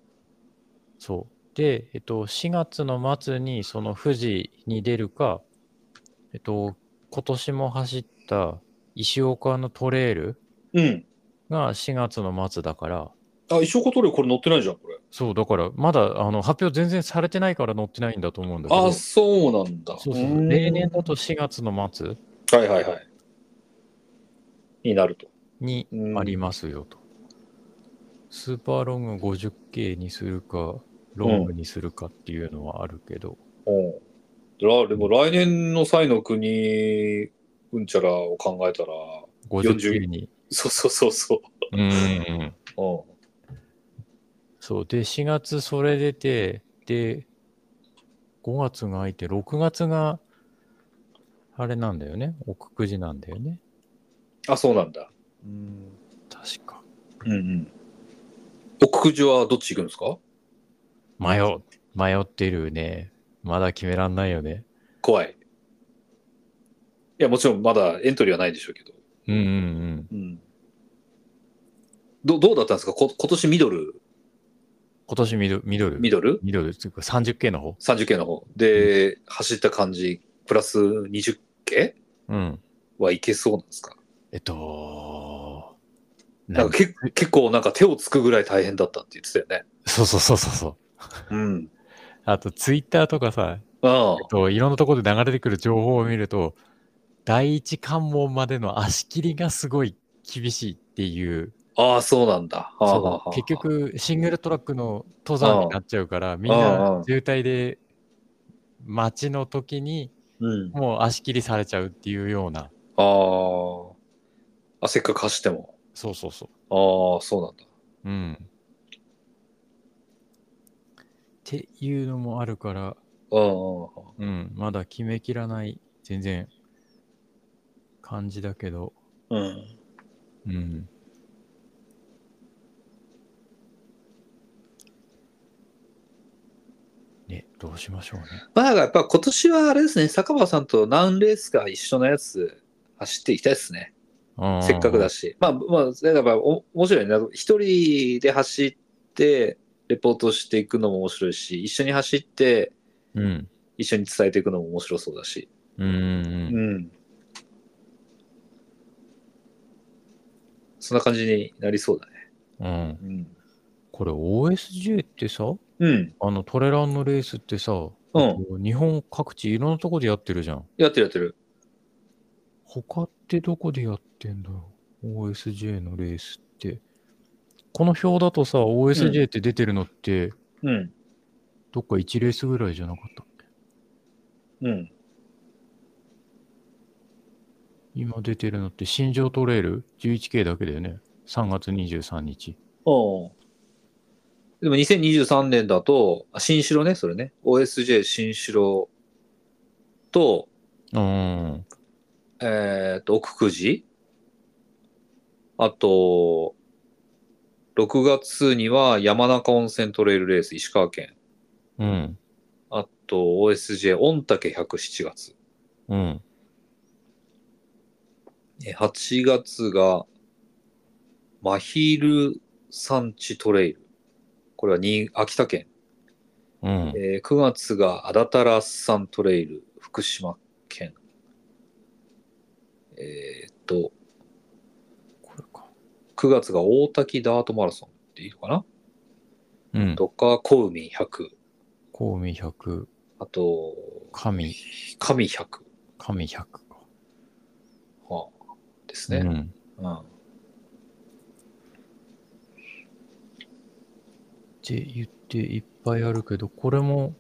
Speaker 2: そう。で、えっと、4月の末にその富士に出るか、えっと、今年も走った石岡のトレイル
Speaker 3: うん。
Speaker 2: が4月の末だから、
Speaker 3: あ、一生ことこれ乗ってないじゃん、これ。
Speaker 2: そう、だから、まだ、あの、発表全然されてないから乗ってないんだと思うんだけど、
Speaker 3: あ、
Speaker 2: そ
Speaker 3: そうなんだ。
Speaker 2: うそう。例年だと4月の末
Speaker 3: はいはいはい。になると。
Speaker 2: に
Speaker 3: うん
Speaker 2: ありますよと。スーパーロング 50K にするか、ロングにするかっていうのはあるけど、
Speaker 3: うん。でらでも来年の際の国、うんちゃらを考えたら、
Speaker 2: 50K に。
Speaker 3: そうそうそうそ
Speaker 2: うんうんうん。
Speaker 3: う。うん。
Speaker 2: そう。で、4月それ出て、で、5月が空いて、6月が、あれなんだよね。奥久慈なんだよね。
Speaker 3: あ、そうなんだ。うん。
Speaker 2: 確か。
Speaker 3: うんうん。奥久慈はどっち行くんですか
Speaker 2: 迷う、迷ってるね。まだ決めらんないよね。
Speaker 3: 怖い。いや、もちろんまだエントリーはないでしょうけど。
Speaker 2: うんうん。
Speaker 3: うん。どどうだったんですかこ今年ミドル、
Speaker 2: 今年ミドル、ミドル、
Speaker 3: ミドル
Speaker 2: ミドルっていうか 30K の方
Speaker 3: ?30K の方。で、走った感じ、プラス 20K
Speaker 2: うん。
Speaker 3: はいけそうなんですか
Speaker 2: えっと、
Speaker 3: なんかけ結構なんか手をつくぐらい大変だったって言ってたよね。
Speaker 2: そうそうそうそうそう。
Speaker 3: うん。
Speaker 2: あと、ツイッターとかさ、
Speaker 3: ああ
Speaker 2: えっといろんなところで流れてくる情報を見ると、第一関門までの足切りがすごい厳しいっていう、
Speaker 3: ああ、そうなんだ。はあはあはあ
Speaker 2: そう結、局シングルトラックの登山になっちゃうから、みん
Speaker 3: あ
Speaker 2: な
Speaker 3: あ
Speaker 2: 渋滞で待ちの時に
Speaker 3: うん、
Speaker 2: もう足切りされちゃうっていうような
Speaker 3: ああ。あ、せっかく走っても。
Speaker 2: そうそうそう。
Speaker 3: ああ、そうなんだ。
Speaker 2: うん。っていうのもあるから、
Speaker 3: うんうん
Speaker 2: うん、まだ決めきらない、全然、感じだけど、
Speaker 3: うん。うん。
Speaker 2: うん。ね、どうしましょうね。
Speaker 3: まあ、だからやっぱ今年はあれですね、坂場さんと何レースか一緒のやつ走っていきたいですね。
Speaker 2: あー
Speaker 3: せっかくだ。し。まあ、まあ、だからお面白いね。一人で走って、レポートしていくのも面白いし、一緒に走って、
Speaker 2: うん。
Speaker 3: 一緒に伝えていくのも面白そうだし。
Speaker 2: うんうんう。
Speaker 3: うんん。そんな感じになりそうだね。
Speaker 2: うん。
Speaker 3: うん。
Speaker 2: これ OSJ ってさ、
Speaker 3: うん。
Speaker 2: あのトレランのレースってさ、
Speaker 3: う
Speaker 2: 日本各地いろんなとこでやってるじゃん。
Speaker 3: やってるやってる。
Speaker 2: 他ってどこでやってんだろう ?OSJ のレースって。この表だとさ、OSJ って出てるのって、
Speaker 3: うん。
Speaker 2: どっか1レースぐらいじゃなかったっけ
Speaker 3: うん。
Speaker 2: 今出てるのって新庄トレイル 11K だけだよね。3月23日。
Speaker 3: おでも2023年だと、あ新城ね、それね。OSJ 新城と、
Speaker 2: うん。
Speaker 3: えっと、奥久慈あと、6月には山中温泉トレイルレース石川県。
Speaker 2: うん。
Speaker 3: あと、OSJ 御嶽100、7月。
Speaker 2: うん。
Speaker 3: え8月が、マヒル山地トレイル。これは新秋田県。
Speaker 2: うん。
Speaker 3: えー9月がアダタラスサントレイル、福島県。えーっと、
Speaker 2: これか。
Speaker 3: 9月が大滝ダートマラソンっていいのかな、
Speaker 2: うん。
Speaker 3: とか、小海100。
Speaker 2: 神戸100、
Speaker 3: あと、
Speaker 2: 神、
Speaker 3: 神100。
Speaker 2: 神100か。
Speaker 3: はあ、です
Speaker 2: う
Speaker 3: ね、
Speaker 2: ん。
Speaker 3: うん
Speaker 2: って言っていっぱいあるけど、これも、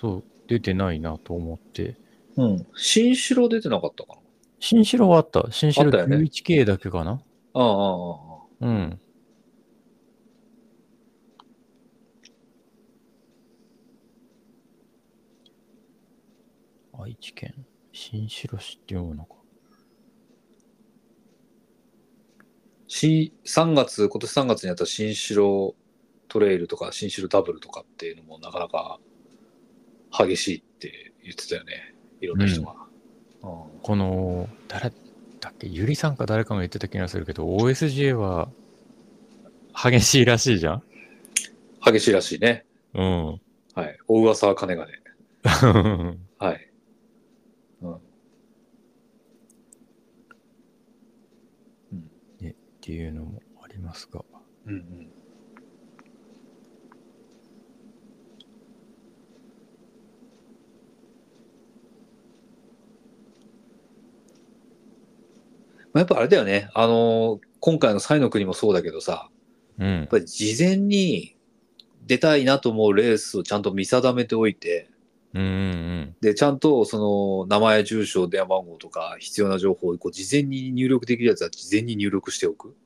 Speaker 2: そう、出てないなと思って。
Speaker 3: うん。新城出てなかったかな
Speaker 2: 新城はあった。新城
Speaker 3: あったよね
Speaker 2: 11K だけかな、
Speaker 3: ああ、ああ、ああ。
Speaker 2: うん。愛知県、新城市って読むのか。
Speaker 3: 新3月、今年3月にやった新城トレイルとか、新城ダブルとかっていうのもなかなか激しいって言ってたよね。いろんな人が。うん
Speaker 2: この、誰だっけ、ゆりさんか誰かが言ってた気がするけど、OSJ は激しいらしいじゃん
Speaker 3: 激しいらしいね。
Speaker 2: うん。
Speaker 3: はい。大噂は金がね。はい。
Speaker 2: っていうのもありますが。
Speaker 3: うんうん。まあ、やっぱあれだよね。あのー今回のサイの国もそうだけどさ、
Speaker 2: うん
Speaker 3: やっ。ぱり事前に出たいなと思うレースをちゃんと見定めておいて、
Speaker 2: うんうん
Speaker 3: で、ちゃんとその名前、住所、電話番号とか必要な情報をこう事前に入力できるやつは事前に入力しておく。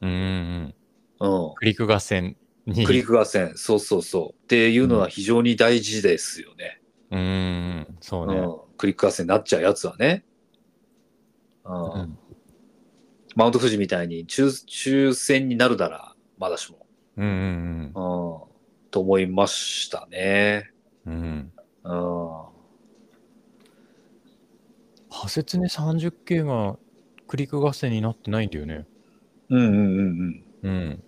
Speaker 2: うん。うんうん
Speaker 3: うん。
Speaker 2: クリック合戦に。
Speaker 3: クリック合戦、そうそうそう。っていうのは非常に大事ですよね。。
Speaker 2: うんうん。そううんね。
Speaker 3: クリック合戦になっちゃうやつはね。うん。
Speaker 2: うん
Speaker 3: マウント富士みたいに抽抽選になるなら、まだしも。
Speaker 2: うんうん
Speaker 3: うん。と思いましたね。
Speaker 2: うん。うん。
Speaker 3: うん。
Speaker 2: 派切ね 30K がクリック合戦になってないんだよね。
Speaker 3: うんうんうんうん。
Speaker 2: うん。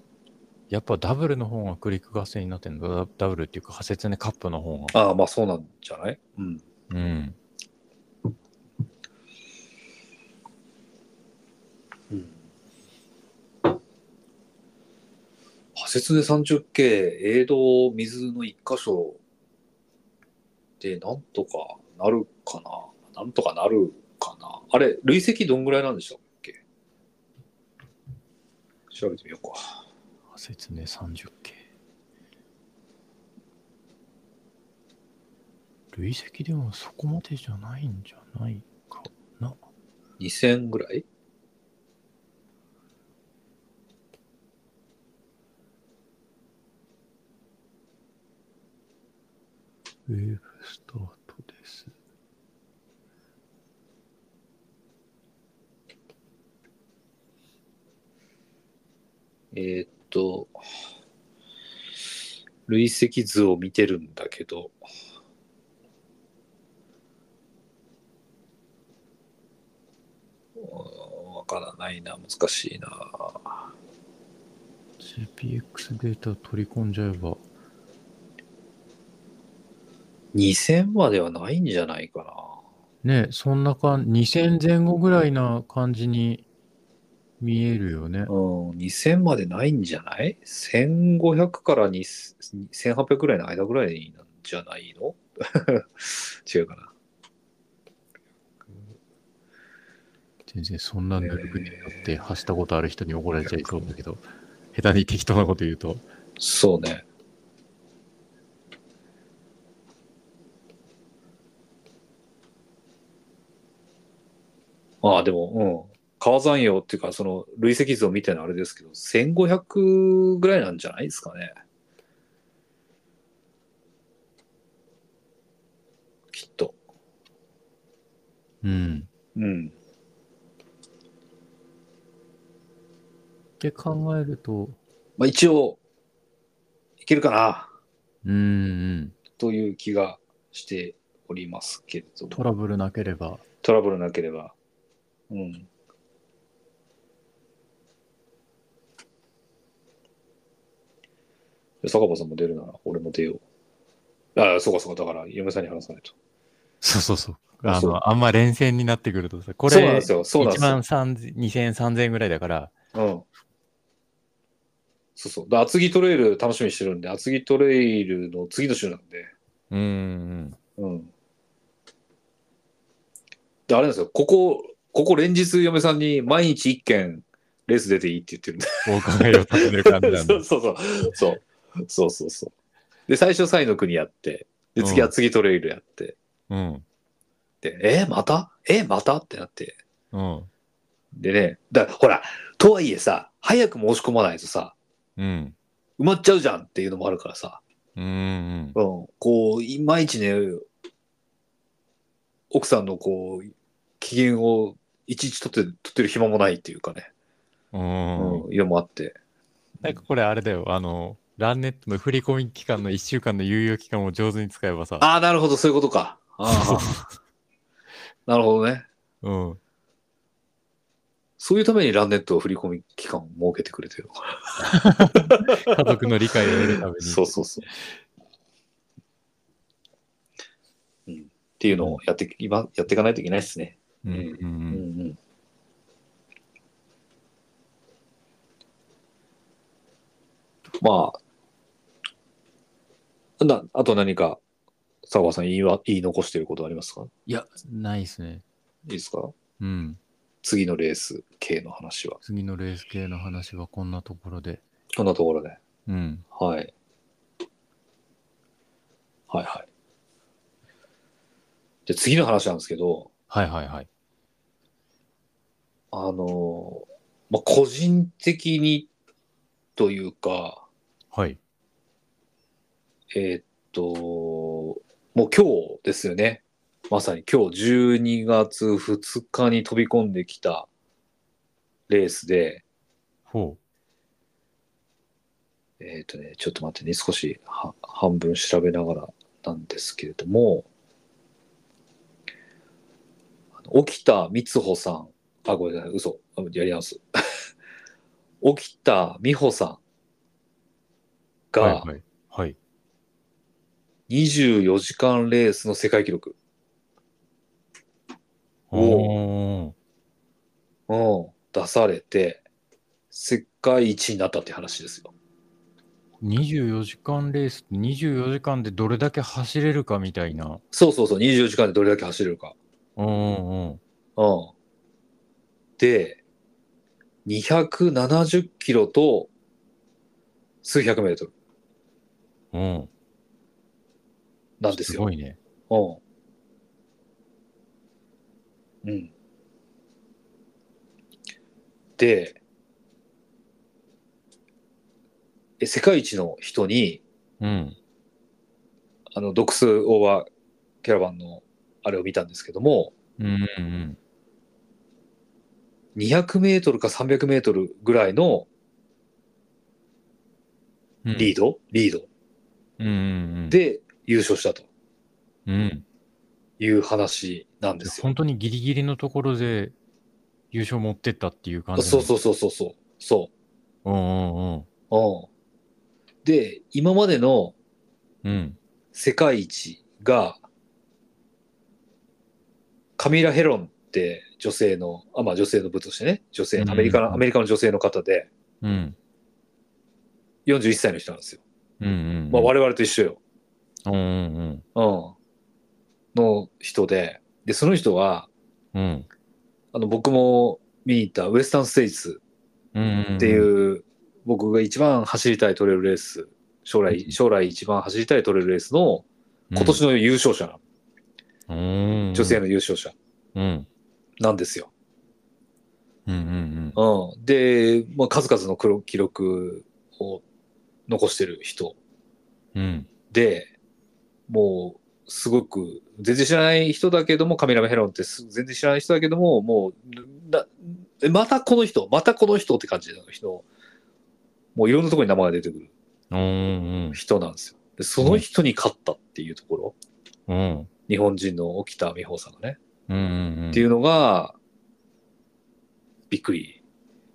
Speaker 2: やっぱダブルの方がクリック合戦になってんだ。ダダブルっていうか、派切ねカップの方が。
Speaker 3: ああ、まあそうなんじゃないうん。
Speaker 2: うん。
Speaker 3: うん。仮説で 30K、映像水の一箇所でなんとかなるかな。なんとかなるかな。あれ、累積どんぐらいなんでしたっけ調べてみようか。
Speaker 2: 派切ね 30K。累積でもそこまでじゃないんじゃないかな。
Speaker 3: 2000ぐらい
Speaker 2: ウェーブスタートです。
Speaker 3: えーっと、累積図を見てるんだけど、うんわからないな、難しいな。
Speaker 2: CPX データ取り込んじゃえば、
Speaker 3: 2000まではないんじゃないかな。
Speaker 2: ね、そんな感じ、2000前後ぐらいな感じに見えるよね。
Speaker 3: うん、2000までないんじゃない ?1500 から2000 1800ぐらいの間ぐらいなんじゃないの 違うかな。
Speaker 2: 全然そんな努力になって走ったことある人に怒られちゃいそうだけど、 下手に適当なこと言うと。
Speaker 3: そうね。ああ、でも、うん。川山用っていうか、その、累積図を見てのあれですけど、1500ぐらいなんじゃないですかね。きっと。
Speaker 2: うん。
Speaker 3: うん。
Speaker 2: って考えると、
Speaker 3: まあ一応、いけるかな、
Speaker 2: うんうん、
Speaker 3: という気がしておりますけれども。
Speaker 2: トラブルなければ、
Speaker 3: トラブルなければ。うん。坂場さんも出るなら、俺も出よう。ああ、そうかそうか。だから、嫁さんに話さないと。
Speaker 2: そうそうそう。
Speaker 3: あ
Speaker 2: あ
Speaker 3: そう
Speaker 2: の、あんま連戦になってくるとさ、こ
Speaker 3: そうなん
Speaker 2: れ
Speaker 3: で、すよ。そうなんで
Speaker 2: 1
Speaker 3: すよ
Speaker 2: 万。3000 2000、3000ぐらいだから、
Speaker 3: うん。そうそう。だ厚木トレイル楽しみにしてるんで、厚木トレイルの次の週なんで。
Speaker 2: うんうん。
Speaker 3: うん。で、あれなんですよ。ここ、ここ連日嫁さんに毎日一件レース出ていいって言ってるんで。
Speaker 2: お伺いを立てる感じなん
Speaker 3: そ
Speaker 2: だ
Speaker 3: う。そうそう。そうそうそうそう。で、最初、サイの国やって、で、次は次トレイルやって、
Speaker 2: うん。
Speaker 3: で、えーまたえーまたってなって。
Speaker 2: うん。
Speaker 3: でね、だほら、とはいえさ、早く申し込まないとさ、
Speaker 2: うん。
Speaker 3: 埋まっちゃうじゃんっていうのもあるからさ、
Speaker 2: うんうん。
Speaker 3: うん、こう、いまいちね、奥さんのこう、機嫌をいちいち取って、取ってる暇もないっていうかね、
Speaker 2: うん
Speaker 3: うん、色もあって。
Speaker 2: なんかこれあれだよ、あの、ランネットの振り込み期間の1週間の猶予期間を上手に使えばさ、
Speaker 3: ああ、なるほど、そういうことか。あ
Speaker 2: そう
Speaker 3: ーなるほどね。
Speaker 2: うん。
Speaker 3: そういうためにランネットを振り込み期間を設けてくれてるのか
Speaker 2: 家族の理解を得るために。
Speaker 3: な。 そうそうそう。うん、っていうのをやって、今、やっていかないといけないですね。
Speaker 2: うんう
Speaker 3: うんんうん。まあ、なあと何か、佐川さん言いわ言い残してることありますかい
Speaker 2: いや、ないですね。
Speaker 3: いですか
Speaker 2: うん。
Speaker 3: 次のレース系の話は。
Speaker 2: 次のレース系の話はこんなところで。
Speaker 3: こんなところで。
Speaker 2: うん。
Speaker 3: はい。はいはい。じゃあ次の話なんですけど、
Speaker 2: はいはいはい。
Speaker 3: あの、まあ、個人的にというか、
Speaker 2: はい。
Speaker 3: えーっと、もう今日ですよね。まさに今日12月2日に飛び込んできたレースで、
Speaker 2: ほ
Speaker 3: えーっとね、ちょっと待ってね、少しは半分調べながらなんですけれども、あの沖田光穂さん、あ、ごめんなさい、嘘、あやり直す。 沖田美穂さん
Speaker 2: う。
Speaker 3: が
Speaker 2: はいはい。はい。
Speaker 3: 24時間レースの世界記録。
Speaker 2: おー。
Speaker 3: うん、出されて、世界一になったって話ですよ。
Speaker 2: 24時間レースって24時間でどれだけ走れるかみたいな。
Speaker 3: そうそうそう、24時間でどれだけ走れるか。
Speaker 2: うんうんうん。
Speaker 3: うん。で、270キロと数百メートル
Speaker 2: うん。
Speaker 3: なんです
Speaker 2: す
Speaker 3: よ。
Speaker 2: ごいね。
Speaker 3: うん。うん。って、え世界一の人に、
Speaker 2: うん。
Speaker 3: あの、ドクスオーバーキャラバンのあれを見たんですけども、
Speaker 2: うんうん
Speaker 3: 200メートルか300メートルぐらいの
Speaker 2: うん。
Speaker 3: リード、リー
Speaker 2: うんうんうん。
Speaker 3: ド、で優勝したと
Speaker 2: うん。
Speaker 3: いう話なんですよ。
Speaker 2: 本当にギリギリのところで優勝持ってったっていう感じ。
Speaker 3: そうそううそうそうそう。そ
Speaker 2: うんうんうん。
Speaker 3: う。うん。で、今までの
Speaker 2: うん。
Speaker 3: 世界一が、カミラ・ヘロンって女性の、あ、まあ女性の部としてね、女性、アメリカ
Speaker 2: うん
Speaker 3: の、アメリカの女性の方で、
Speaker 2: うん。
Speaker 3: 41歳の人なんですよ。
Speaker 2: うんうん。
Speaker 3: まあ我々と一緒よ。
Speaker 2: うんうん
Speaker 3: うん。の人で、で、その人は、
Speaker 2: うん。うん。
Speaker 3: あの、僕も見に行ったウエスタンステイツ
Speaker 2: うんうん。
Speaker 3: っていう、僕が一番走りたいトレイルレース、将来、将来一番走りたいトレイルレースの今年の優勝者なの、
Speaker 2: の
Speaker 3: 女性の優勝者
Speaker 2: うん。
Speaker 3: なんですよ。
Speaker 2: うんうん
Speaker 3: うん、で、まあ、数々の黒記録を残してる人
Speaker 2: うん。うん。
Speaker 3: で、もう、すごく、全然知らない人だけども、カミラ・ヘロンってす全然知らない人だけども、もう、なえまたこの人、またこの人って感じの人、もういろんなところに名前が出てくる
Speaker 2: うん
Speaker 3: 人なんですよ。でその人に勝ったっていうところ、
Speaker 2: うん。うん。
Speaker 3: 日本人の沖田美穂さんがね、
Speaker 2: うんうんうん。
Speaker 3: っていうのが、びっくり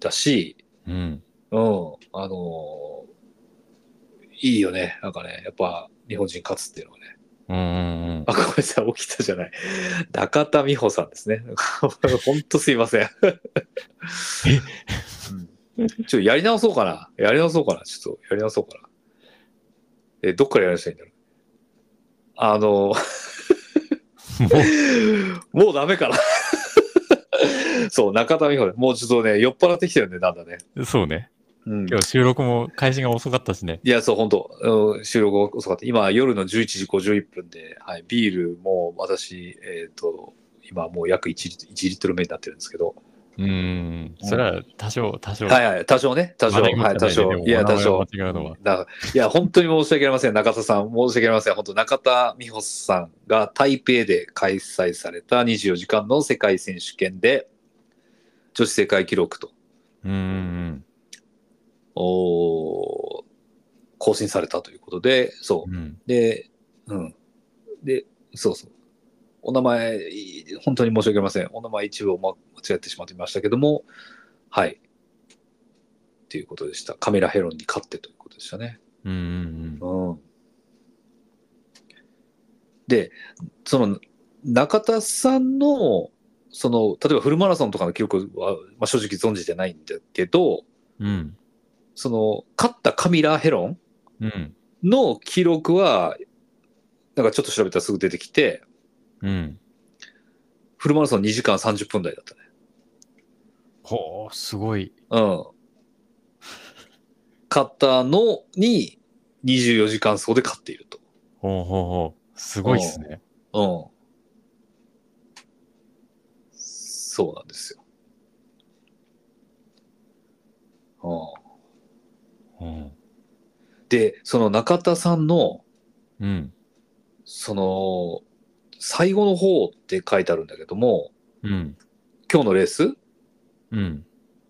Speaker 3: だし、
Speaker 2: うん。
Speaker 3: うん、あのーいいよね。なんかね、やっぱ日本人勝つっていうのはね。
Speaker 2: うんうん
Speaker 3: あ、ごめんなさい、起きたじゃない。中田美穂さんですね。 ほんとすいません。うんちょっとやり直そうかな。やり直そうかな。ちょっとやり直そうかな。え、どっからやり直したらいいんだろう。あのーもう、ダメかな。そう、中田美穂ね。もうちょっとね、酔っ払ってきてるんで、なんだね。
Speaker 2: うん。そうね。
Speaker 3: うん、
Speaker 2: 今日収録も開始が遅かったしね。
Speaker 3: いや、そう、本当、うん、収録が遅かった。今、夜の11時51分で、はい、ビールも私、えっ、と、今もう約 1, 1リットル目になってるんですけど、
Speaker 2: うん。それは多少、多少。
Speaker 3: はいはい、多少ね、多少、
Speaker 2: まだ言
Speaker 3: は
Speaker 2: っ
Speaker 3: い、
Speaker 2: て
Speaker 3: 多
Speaker 2: ないね
Speaker 3: 少、いや、
Speaker 2: でも
Speaker 3: 多
Speaker 2: 名
Speaker 3: 少。
Speaker 2: 前は間違うのは
Speaker 3: だいや、本当に申し訳ありません、中田さん、申し訳ありません。本当、中田美穂さんが台北で開催された24時間の世界選手権で、女子世界記録と、
Speaker 2: うんうん
Speaker 3: おー更新されたということで、そう
Speaker 2: う、ん。
Speaker 3: で、うん。で、そうそう。お名前、い本当に申し訳ありません。お名前一部をま間違ってしまっていましたけども、はい。ということでした。カメラヘロンに勝ってということでしたね。
Speaker 2: うんうん
Speaker 3: うん。で、その、中田さんの、その、例えばフルマラソンとかの記録は、まあ、正直存じてないんだけど、
Speaker 2: うん。うん。
Speaker 3: その、勝ったカミラ・ヘロン
Speaker 2: うん。
Speaker 3: の記録は、なんかちょっと調べたらすぐ出てきて、
Speaker 2: うん。
Speaker 3: フルマラソン2時間30分台だったね。
Speaker 2: ほう、すごい。
Speaker 3: うん。 勝ったのに24時間走で勝っていると。
Speaker 2: ほうほうほう。すごいっすね。
Speaker 3: うん。そうなんですよ。う
Speaker 2: うん。
Speaker 3: ん、で、その中田さんの、
Speaker 2: うん。
Speaker 3: その、最後の方って書いてあるんだけども、
Speaker 2: うん。
Speaker 3: 今日のレース
Speaker 2: うん。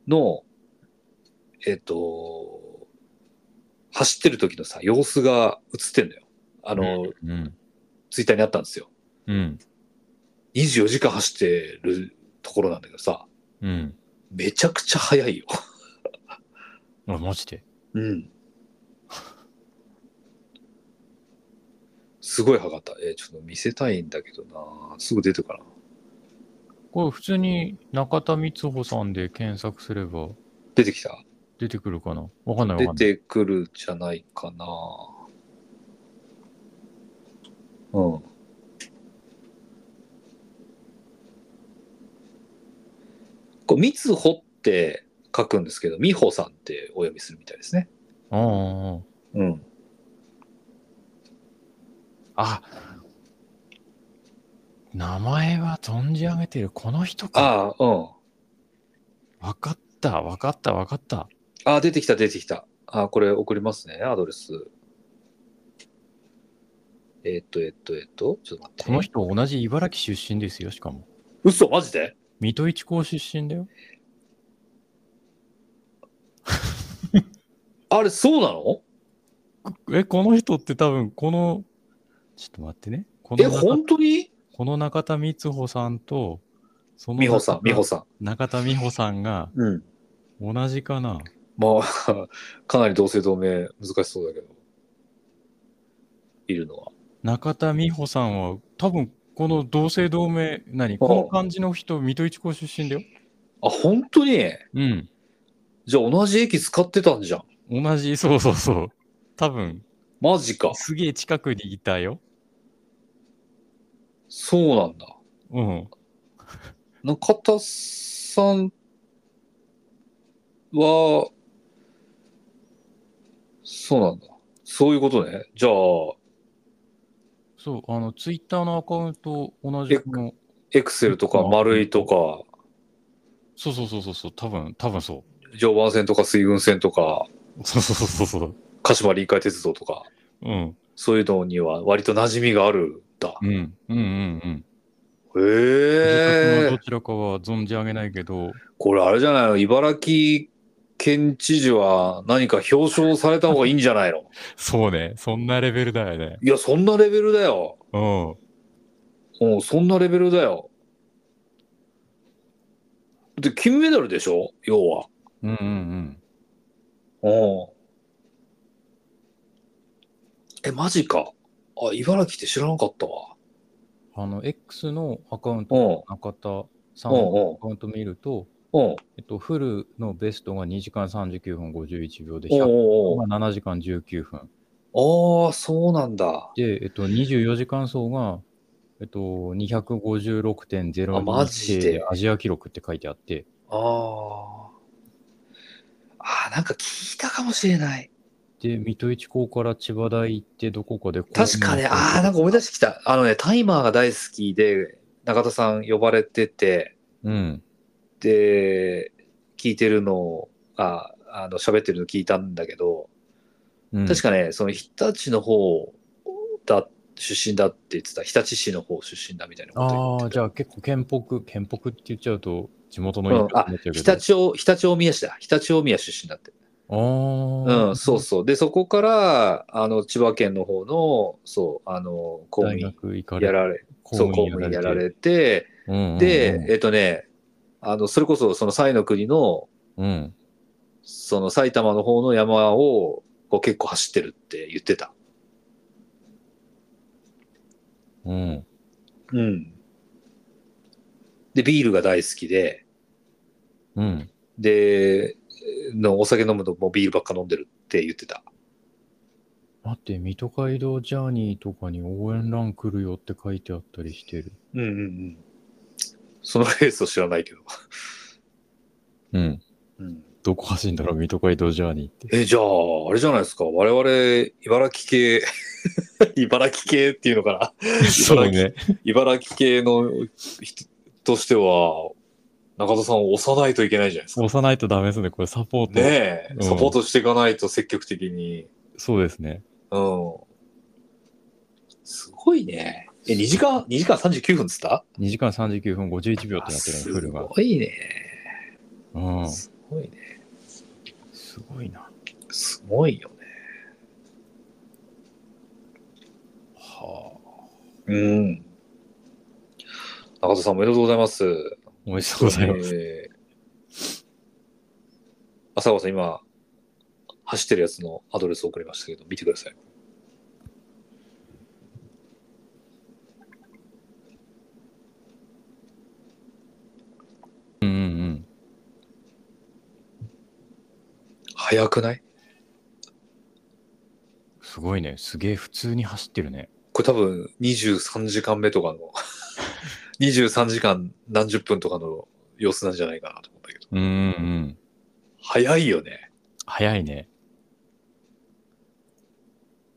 Speaker 3: の、えっ、と、走ってる時のさ、様子が映ってんのよ。あの、
Speaker 2: うん。
Speaker 3: ツイッターにあったんですよ。
Speaker 2: うん。
Speaker 3: 24時間走ってるところなんだけどさ、
Speaker 2: うん。
Speaker 3: めちゃくちゃ速いよ。
Speaker 2: あ、マジで。
Speaker 3: うん。すごい速かった。えーちょっと見せたいんだけどなすぐ出てるかな。
Speaker 2: これ普通に中田光穂さんで検索すれば
Speaker 3: 出てきた
Speaker 2: 出てくるかなわかんないわか
Speaker 3: 出
Speaker 2: んない。
Speaker 3: てくるじゃないかなうん。こう、みつほって書くんですけど、みほさんってお読みするみたいですね。
Speaker 2: あああ
Speaker 3: うん。
Speaker 2: あ。あ名前は存じ上げてる。この人か。
Speaker 3: ああ、うん。
Speaker 2: わかっった、わかった、わかった。
Speaker 3: あ、出てきた、出てきた。あ、これ送りますね、アドレス。えっと、えっと、えっと、ちょっと待って。
Speaker 2: この人同じ茨城出身ですよ、しかも。
Speaker 3: 嘘、マジで
Speaker 2: 水戸一高出身だよ。
Speaker 3: あれ、そうなの
Speaker 2: え、この人って多分、この、ちょっと待ってね。こ
Speaker 3: え、
Speaker 2: の中
Speaker 3: 本当に
Speaker 2: この中田光穂さんと、その
Speaker 3: 美穂さん、美穂
Speaker 2: さ
Speaker 3: さん。
Speaker 2: ん。中田美穂さんが
Speaker 3: うん。
Speaker 2: 同じかな。
Speaker 3: まあ、 かなり同姓同名難しそうだけど。いるのは。
Speaker 2: 中田美穂さんは、多分、この同姓同名、何この感じの人、水戸一高出身だよ。
Speaker 3: あ、本当に
Speaker 2: うん。
Speaker 3: じゃあ同じ駅使ってたんじゃん。
Speaker 2: 同じ、そうそうそう。多分、
Speaker 3: マジか。
Speaker 2: すげえ近くにいたよ。
Speaker 3: そうなんだ。
Speaker 2: うん。
Speaker 3: 中田さんは、そうなんだ。そういうことね。じゃあ、
Speaker 2: そう、あの、ツイッターのアカウント、同じ
Speaker 3: え
Speaker 2: の。
Speaker 3: エクセルとか丸いとか、
Speaker 2: そうそうそうそうそう、多分、多分そ
Speaker 3: 常磐線とか水軍線とか、
Speaker 2: う。そうそうそうそうそう。
Speaker 3: 鹿島臨海鉄道とか、
Speaker 2: うん。
Speaker 3: そういうのには割と馴染みがあるんだ。
Speaker 2: うん。うんうんうん。
Speaker 3: へ
Speaker 2: 自
Speaker 3: え
Speaker 2: 覚のど。ちらかは存じ上げないけど、
Speaker 3: これあれじゃないの茨城県知事は何か表彰された方がいいんじゃないの
Speaker 2: そうね、そんなレベルだよね。
Speaker 3: いや、そんなレベルだよ。
Speaker 2: うん。
Speaker 3: うん、そんなレベルだよ。で、金メダルでしょ要は。
Speaker 2: うんうん
Speaker 3: うん。え、マジか。あ、茨城って知らなかったわ。
Speaker 2: うん。あの、X のアカウン
Speaker 3: う
Speaker 2: ト、
Speaker 3: ん。
Speaker 2: 中田さんの
Speaker 3: うん
Speaker 2: アカウント見ると、
Speaker 3: うん。うん。
Speaker 2: えっと、フルのベストが2時間39分51秒で、
Speaker 3: お
Speaker 2: 100
Speaker 3: うおう
Speaker 2: が7時間19分。
Speaker 3: おうああ、そうなんだ。
Speaker 2: で、えっと、24時間走が、えっと、256.0
Speaker 3: あマジで
Speaker 2: アジア記録って書いてあって、
Speaker 3: ああ。あーなんか聞いたかもしれない。
Speaker 2: で、水戸一高から千葉大行って、どこかでこう
Speaker 3: 確かね、ああ、なんか思い出してきた。あのね、タイマーが大好きで、中田さん呼ばれてて、
Speaker 2: うん。
Speaker 3: で聞いてるのをああの喋ってるの聞いたんだけど、
Speaker 2: うん、
Speaker 3: 確かねその日立の方だ出身だって言ってた日立市の方出身だみたいなこと言って
Speaker 2: ああ、
Speaker 3: た
Speaker 2: じゃあ結構県北、県北って言っちゃうと、地元の
Speaker 3: う
Speaker 2: 人
Speaker 3: ん
Speaker 2: にな
Speaker 3: あ
Speaker 2: っちゃうけ
Speaker 3: 日
Speaker 2: ど。
Speaker 3: 立を日立大宮市だ日立大宮出身だって、
Speaker 2: ああ、
Speaker 3: うん、そうそうでそこからあの千葉県の方のそうあの公務
Speaker 2: 大
Speaker 3: 員
Speaker 2: 学行かれ
Speaker 3: やられ
Speaker 2: 公
Speaker 3: そう公務員やられてで、えっとねあのそれこそその西の国の
Speaker 2: うんうん
Speaker 3: その埼玉の方の山をこう結構走ってるって言ってた。
Speaker 2: うんうん。うん
Speaker 3: うん。で、ビールが大好きで、
Speaker 2: うん。
Speaker 3: で、のお酒飲むともうビールばっか飲んでるって言ってた。
Speaker 2: 待って、水戸街道ジャーニーとかに応援ラン来るよって書いてあったりしてる。
Speaker 3: うんうんうん。そのレースを知らないけど。
Speaker 2: うん。
Speaker 3: うん、
Speaker 2: どこ走んだろう、水戸街道ジャーニーって。
Speaker 3: え、じゃあ、あれじゃないですか。我々、茨城系、 茨城系っていうのかそうね。な。茨城系の人としては、中田さんを押さないといけないじゃないですか。
Speaker 2: 押さないとダメですね、これサポート。
Speaker 3: ねえ、
Speaker 2: うん
Speaker 3: サポートしていかないと積極的に。
Speaker 2: そうですね。
Speaker 3: うん。すごいね。え、2時間、2時間39分っつった
Speaker 2: 2時間39分51秒ってなってる
Speaker 3: す
Speaker 2: の、フルが。
Speaker 3: ごいね。
Speaker 2: うん。
Speaker 3: すごいね。
Speaker 2: すごいな。
Speaker 3: すごいよね。はあ。うん。中田さんおめでとうございます。
Speaker 2: おめでとうございます。
Speaker 3: えー浅川さん、今、走ってるやつのアドレスを送りましたけど、見てください。
Speaker 2: うんうん
Speaker 3: 早くない
Speaker 2: うん。すごいね。すげえ普通に走ってるね。
Speaker 3: これ多分23時間目とか の23時間何十分とかの様子なんじゃないかなと思うんだけど
Speaker 2: うんうんうん。
Speaker 3: 早いよね
Speaker 2: 早いね。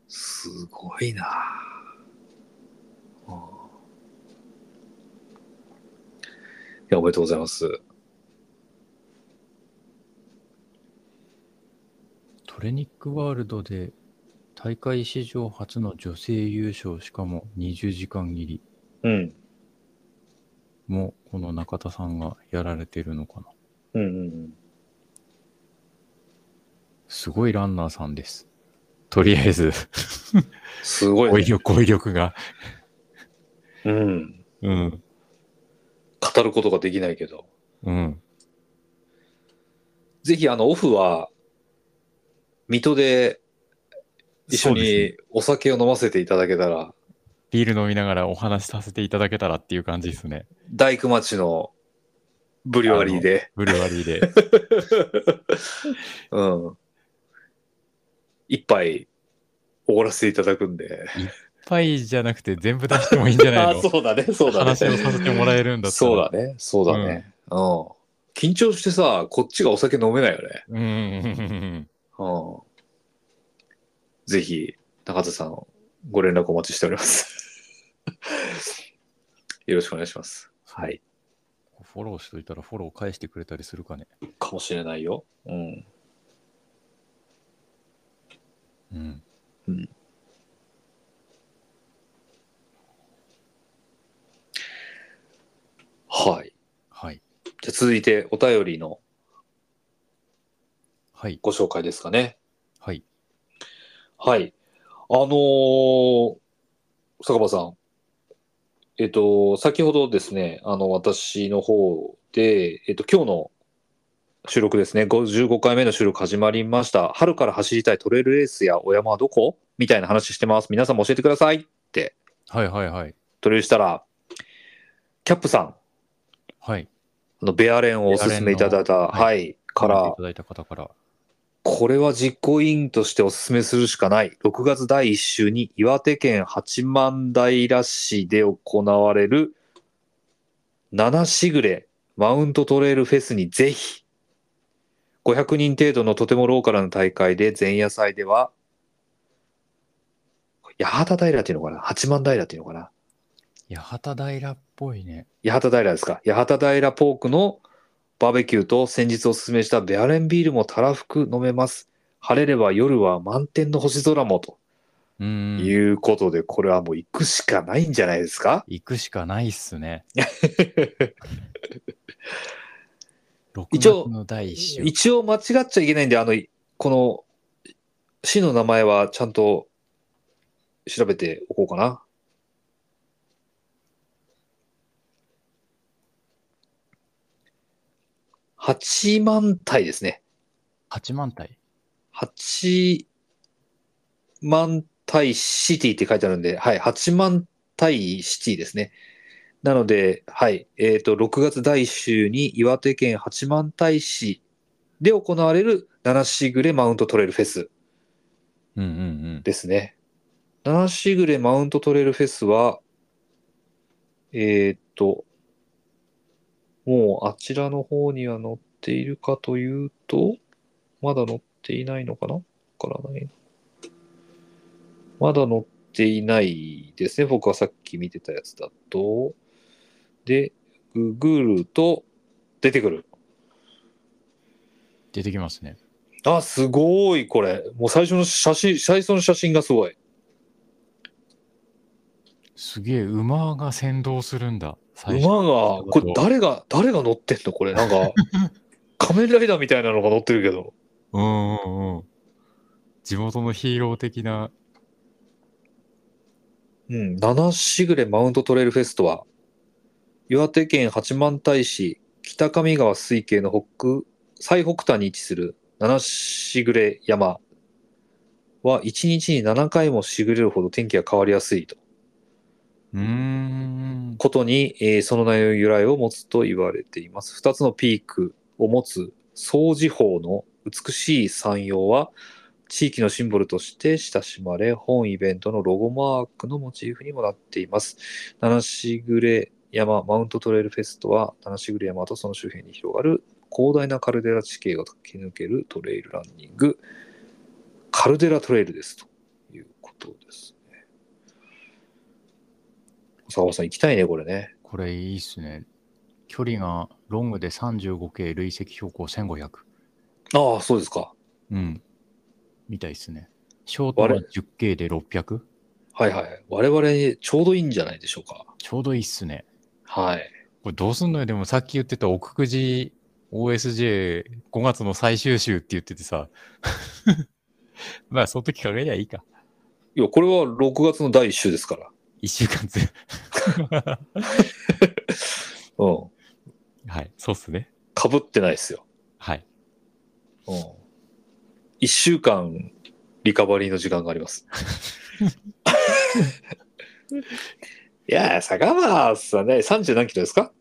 Speaker 3: すごいなうんいやおめでとうございます
Speaker 2: レニックワールドで大会史上初の女性優勝しかも20時間切り
Speaker 3: うん。
Speaker 2: もこの中田さんがやられてるのかな
Speaker 3: うんうん
Speaker 2: すごいランナーさんですとりあえ ず
Speaker 3: すご
Speaker 2: 語
Speaker 3: い、
Speaker 2: 彙
Speaker 3: ね。
Speaker 2: 力語彙力が
Speaker 3: うん。
Speaker 2: うん
Speaker 3: 語ることができないけど。
Speaker 2: うん
Speaker 3: ぜひ、あの、オフは、水戸で一緒
Speaker 2: そうで
Speaker 3: にお酒を飲ませていただけたら、
Speaker 2: ビール飲みながらお話しさせていただけたらっていう感じですね
Speaker 3: 大工町のブリュワリーで、
Speaker 2: ブルワリー で
Speaker 3: うん。一杯おごらせていただくんで。
Speaker 2: パイじゃなくて全部出してもいいんじゃない
Speaker 3: あ
Speaker 2: の
Speaker 3: そうだね、そうだね。
Speaker 2: 話をさせてもらえるんだったら
Speaker 3: そうだね、そうだね。うん。緊張してさ、こっちがお酒飲めないよね。
Speaker 2: うんうんうんうん
Speaker 3: うん。ぜひ、中田さん、ご連絡お待ちしております。 よろしくお願いします。はい。
Speaker 2: フォローしといたらフォロー返してくれたりするかね
Speaker 3: かもしれないよ。うん。
Speaker 2: うん
Speaker 3: はい。
Speaker 2: はい
Speaker 3: じゃあ続いて、お便りの
Speaker 2: はい
Speaker 3: ご紹介ですかね。
Speaker 2: はい
Speaker 3: はい。あのー坂場さん。えっと、先ほどですね、あの、私の方で、えっと、今日の収録ですね、55回目の収録始まりました。春から走りたいトレイルレースやお山はどこみたいな話してます。皆さんも教えてください。
Speaker 2: はいはいはい
Speaker 3: トレイルしたら、キャップさん、
Speaker 2: はい
Speaker 3: あのベアレンをおすすめいただいた、
Speaker 2: ベア
Speaker 3: はい、から
Speaker 2: い、ただいた方から
Speaker 3: これは実行委員としてお勧めするしかない。6月第1週に岩手県八幡平市で行われる七しぐれマウントトレイルフェスにぜひ。500人程度のとてもローカルな大会で前夜祭では、八幡平っていうのかな八幡平っていうのかな
Speaker 2: 八幡平っぽいね
Speaker 3: 八幡平ですか。八幡平ポークのバーベキューと先日お勧めしたベアレンビールもたらふく飲めます。晴れれば夜は満天の星空もと
Speaker 2: うーん
Speaker 3: いうことで、これはもう行くしかないんじゃないですか
Speaker 2: 行くしかないっす ね。6
Speaker 3: 一応
Speaker 2: 月の第一週。
Speaker 3: 一応間違っちゃいけないんで、あの、この市の名前はちゃんと調べておこうかな。八万体ですね。
Speaker 2: 8万体。
Speaker 3: 八万体シティって書いてあるんで、はい、八万体シティですね。なので、はい、えっ、と、6月第1週に岩手県八幡平市で行われる七しぐれマウントトレイルフェス
Speaker 2: うんうんうん。
Speaker 3: ですね。七しぐれマウントトレイルフェスは、えっ、と、もうあちらの方には載っているかというと、まだ載っていないのかなわからないな。まだ載っていないですね。僕はさっき見てたやつだと。で、ググると出てくる。
Speaker 2: 出てきますね。
Speaker 3: あ、すごい、これ。もう最初の写真、最初の写真がすごい。
Speaker 2: すげえ、馬が先導するんだ。最初。
Speaker 3: 馬が、これ誰が、誰が乗ってんのこれ、なん か、仮面ライダーみたいなのが乗ってるけど。
Speaker 2: うんうんうん。地元のヒーロー的な。
Speaker 3: うん、七しぐれマウントトレイルフェスとは、岩手県八幡平市北上川水系の北、最北端に位置する七しぐれ山は、1日に7回もしぐれるほど天気が変わりやすいと。
Speaker 2: うーん。
Speaker 3: ことに、えーその内容由来を持つと言われています。二つのピークを持つ総司法の美しい山陽は、地域のシンボルとして親しまれ、本イベントのロゴマークのモチーフにもなっています。七しぐれ山マウントトレイルフェストは、七しぐれ山とその周辺に広がる広大なカルデラ地形が駆け抜けるトレイルランニング、カルデラトレイルです。ということですね。沢尾さん、行きたいね、これね。
Speaker 2: これいいっすね。距離がロングで 35K 累積標高1500。
Speaker 3: ああ、そうですか。
Speaker 2: うん。みたいですね。ショートは 10K で 600?
Speaker 3: はいはい。我々、ちょうどいいんじゃないでしょうか。
Speaker 2: ちょうどいいっすね。
Speaker 3: はい。
Speaker 2: これどうすんのよ。でもさっき言ってた奥久慈 OSJ5 月の最終週って言っててさ。 まあ、その時考えりゃいいか。
Speaker 3: いや、これは6月の第1週ですから。
Speaker 2: 1週間 ず。
Speaker 3: うん。
Speaker 2: はい。そうっすね。
Speaker 3: かぶってないですよ。
Speaker 2: はい。
Speaker 3: うん。1週間、リカバリーの時間があり ます。いやー、坂川さんね、30何キロですか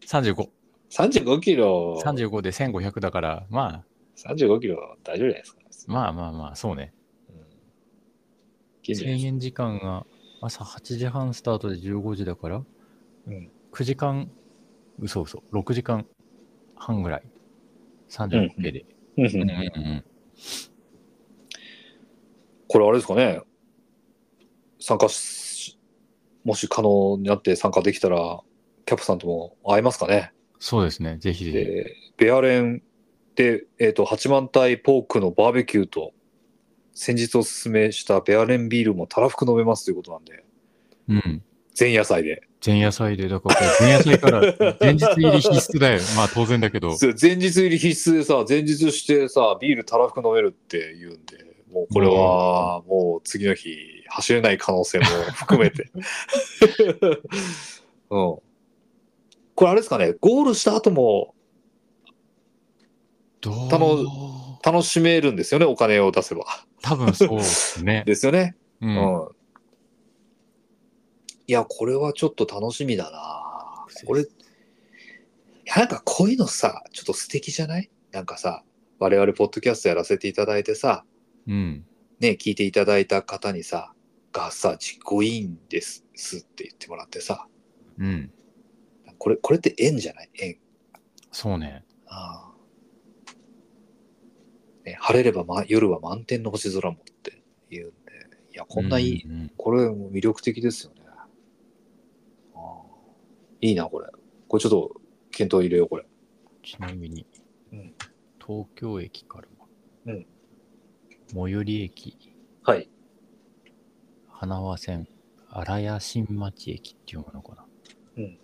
Speaker 2: 35。
Speaker 3: ?35 キロ。
Speaker 2: 35で1500だから、まあ、
Speaker 3: 35キロ大丈夫じゃないですか。
Speaker 2: まあまあまあ、そうね。
Speaker 3: うん近所
Speaker 2: 制
Speaker 3: に
Speaker 2: 限時間が朝8時半スタートで15時だから、
Speaker 3: うん
Speaker 2: 9時間、嘘嘘、6時間半ぐらい。36系で。
Speaker 3: うん
Speaker 7: う
Speaker 3: うんん
Speaker 7: うん
Speaker 3: これあれですかね参加し、もし可能になって参加できたら、キャップさんとも会えますかね、
Speaker 2: そうですね、ぜひぜひ。
Speaker 3: でベアレンで、えー、と八幡平ポークのバーベキューと、先日おすすめしたベアレンビールもたらふく飲めますということなんで、
Speaker 2: うん。
Speaker 3: 前夜祭で。
Speaker 2: 前夜祭で、だからこれ前夜祭から前日入り必須 だよ。まあ当然だけど。
Speaker 3: そう前日入り必須でさ、前日してさ、ビールたらふく飲めるって言うんで、もうこれはもう次の日、走れない可能性も含めて。 うん。これあれですかね、ゴールした後も
Speaker 2: どう
Speaker 3: た楽しめるんですよね、お金を出せば。
Speaker 2: 多分そうですね。
Speaker 3: ですよね。
Speaker 2: う
Speaker 3: うん
Speaker 2: ん。。
Speaker 3: いや、これはちょっと楽しみだなこれ、いやなんかこういうのさ、ちょっと素敵じゃないなんかさ、我々ポッドキャストやらせていただいてさ、
Speaker 2: うん。
Speaker 3: ね、聞いていただいた方にさ、がさ、実行委員ですって言ってもらってさ、
Speaker 2: うん。
Speaker 3: これ、これって縁じゃない縁。
Speaker 2: そうね。
Speaker 3: ああね、晴れれば、ま、夜は満天の星空もって言うんで、いや、こんないい、
Speaker 2: うんうん
Speaker 3: これも魅力的ですよね。ああいいな、これ。これちょっと検討入れよう、これ。
Speaker 2: ちなみに、
Speaker 3: うん
Speaker 2: 東京駅からは、
Speaker 3: うん
Speaker 2: 最寄り駅、
Speaker 3: はい。
Speaker 2: 花輪線、荒谷新町駅っていうのかな。
Speaker 3: うん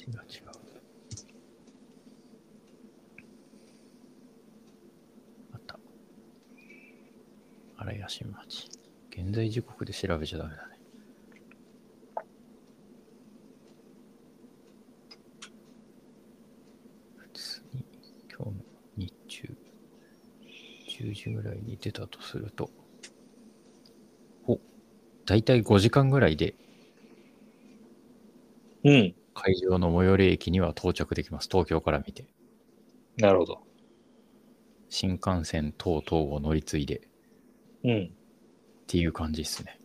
Speaker 2: 違う違う。あった。荒谷新町。現在時刻で調べちゃダメだね。普通に今日の日中10時ぐらいに出たとするとおだいたい5時間ぐらいで
Speaker 3: うん。
Speaker 2: 会場の最寄り駅には到着できます東京から見て
Speaker 3: なるほど。
Speaker 2: 新幹線等々を乗り継いでっ
Speaker 3: うん。
Speaker 2: ていう感じですね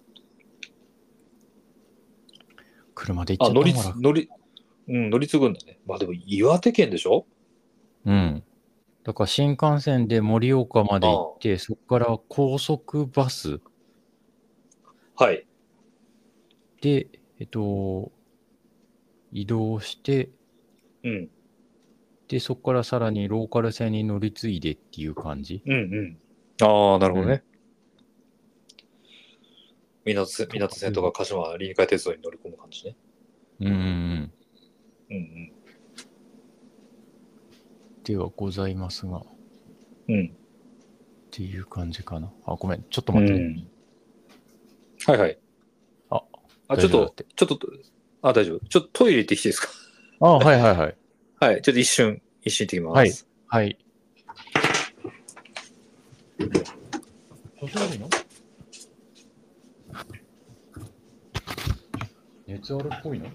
Speaker 2: 車で行っち
Speaker 3: あ、
Speaker 2: ゃ
Speaker 3: 乗
Speaker 2: った
Speaker 3: り
Speaker 2: の
Speaker 3: つ
Speaker 2: か、な
Speaker 3: 乗り、うん、乗り継ぐんだね。まあでも、岩手県でしょ
Speaker 2: うんだから新幹線で盛岡まで行ってそこから高速バス
Speaker 3: はい。
Speaker 2: でえっと移動して
Speaker 3: うん。
Speaker 2: で、そこからさらにローカル線に乗り継いでっていう感じ。
Speaker 3: うんうん。ああ、なるほどね。港線港線とか鹿島臨海鉄道に乗り込む感じね。
Speaker 2: うんうんうん。
Speaker 3: うん
Speaker 2: ではございますが、っ
Speaker 3: うん。うん。
Speaker 2: ていう感じかな。あ、ごめん、ちょっと待ってね。
Speaker 3: うんはいはい。
Speaker 2: あ、
Speaker 3: あちょ
Speaker 2: 大
Speaker 3: っ
Speaker 2: 丈夫だっ
Speaker 3: と
Speaker 2: て、
Speaker 3: ちょっと、あ、大丈夫。ちょっとトイレ行ってきていいですか
Speaker 2: あ、はいはいはい。
Speaker 3: はい。ちょっと一瞬、一瞬行ってきます。
Speaker 2: はいはい。熱あるっぽいの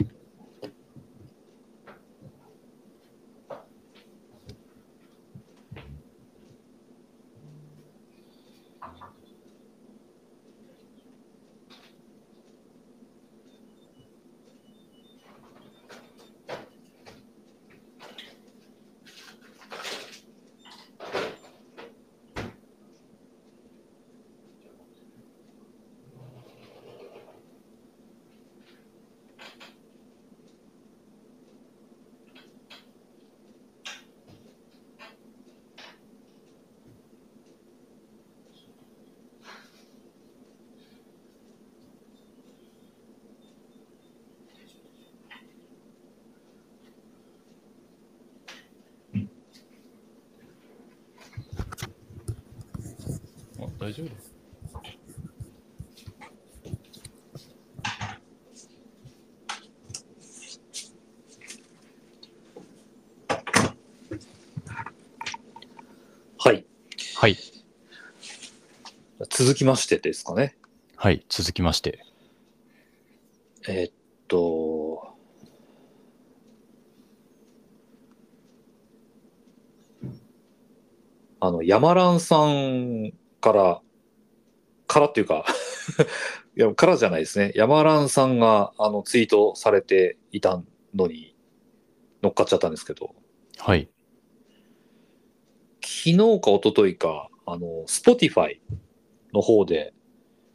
Speaker 8: あ大丈夫です。
Speaker 3: はい。
Speaker 2: はい。
Speaker 3: 続きましてですかね。
Speaker 2: はい。続きまして。
Speaker 3: えーっと、あの、山蘭さんから、からっていうか、 いや、からじゃないですね。山蘭さんが、あの、ツイートされていたのに乗っかっちゃったんですけど、
Speaker 2: はい。
Speaker 3: 昨日か一昨日か、あの、Spotify の方で、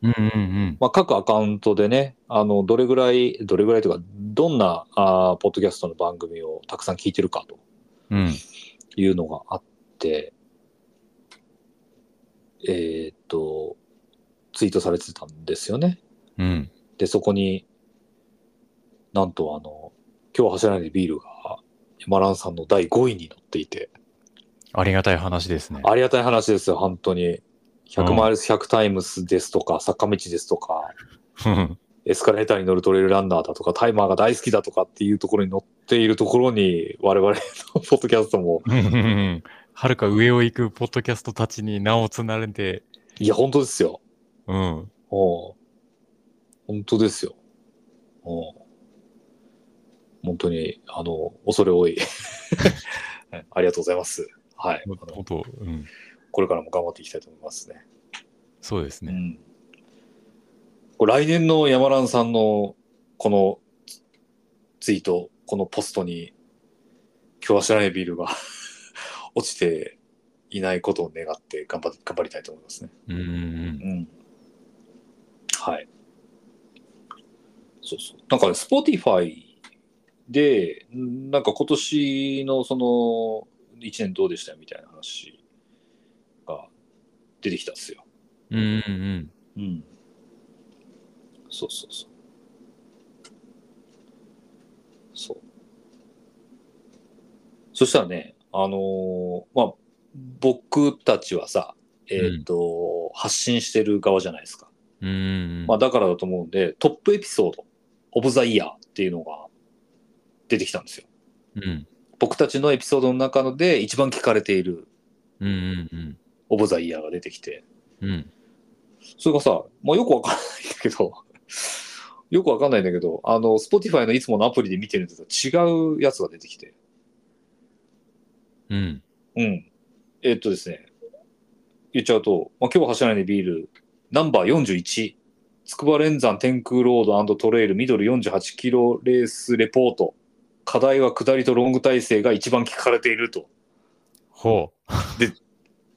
Speaker 8: うんうん
Speaker 3: まあ、各アカウントでね、あの、どれぐらい、どれぐらいというか、どんな、あーポッドキャストの番組をたくさん聞いてるかと
Speaker 8: うん。うん。
Speaker 3: いうのがあって、えーっと、ツイートされてたんですよね。
Speaker 8: うん。
Speaker 3: で、そこに、なんとあの、今日走らないでビールが、山蘭さんの第5位に載っていて、
Speaker 2: ありがたい話ですね。
Speaker 3: ありがたい話ですよ、本当に。100マイルス、100タイムスですとか、坂道ですとか、エスカレーターに乗るトレイルランナーだとか、タイマーが大好きだとかっていうところに乗っているところに、我々の ポッドキャストも、
Speaker 2: はるか上を行くポッドキャストたちに名を連ねて、
Speaker 3: いや、本当ですよ。
Speaker 2: うん。
Speaker 3: おう本当ですよ。おう本当に、あの、恐れ多い。 はいありがとうございます。はい。あの
Speaker 2: 本当、うん。
Speaker 3: これからも頑張っていきたいと思いますね。
Speaker 2: そうです
Speaker 3: う
Speaker 2: ね。
Speaker 3: ん、これ来年の山蘭さんのこのツツイート、このポストに、今日は知らないビールが 落ちていないことを願って頑張頑張りたいと思いますね。
Speaker 8: うんうん
Speaker 3: うん。はい。そうそう。なんかね、Spotify で、んなんか今年のその、1年どうでしたよみたいな話が出てきたんですよ。
Speaker 8: うんうんうん
Speaker 3: うん。そうそうそう。そう。そしたらね、あのーまあ、僕たちはさ、えっ、と、発信してる側じゃないですか。
Speaker 8: うんうん
Speaker 3: まあ、だからだと思うんで、トップエピソード、オブザイヤーっていうのが出てきたんですよ。
Speaker 8: うん
Speaker 3: 僕たちのエピソードの中で一番聞かれている
Speaker 8: うんうんうん
Speaker 3: オブザイヤーが出てきて、
Speaker 8: うん
Speaker 3: それがさ、まあ、よくわかんないんだけど、 よくわかんないんだけど、あの、Spotify のいつものアプリで見てるのと違うやつが出てきて、
Speaker 8: うん
Speaker 3: うん。えっとですね、言っちゃうと、まあ、今日走らないでビール、ナンバー41、筑波連山天空ロードトレイルミドル48キロレースレポート、課題は下りとロング体制が一番聞かれていると
Speaker 2: ほ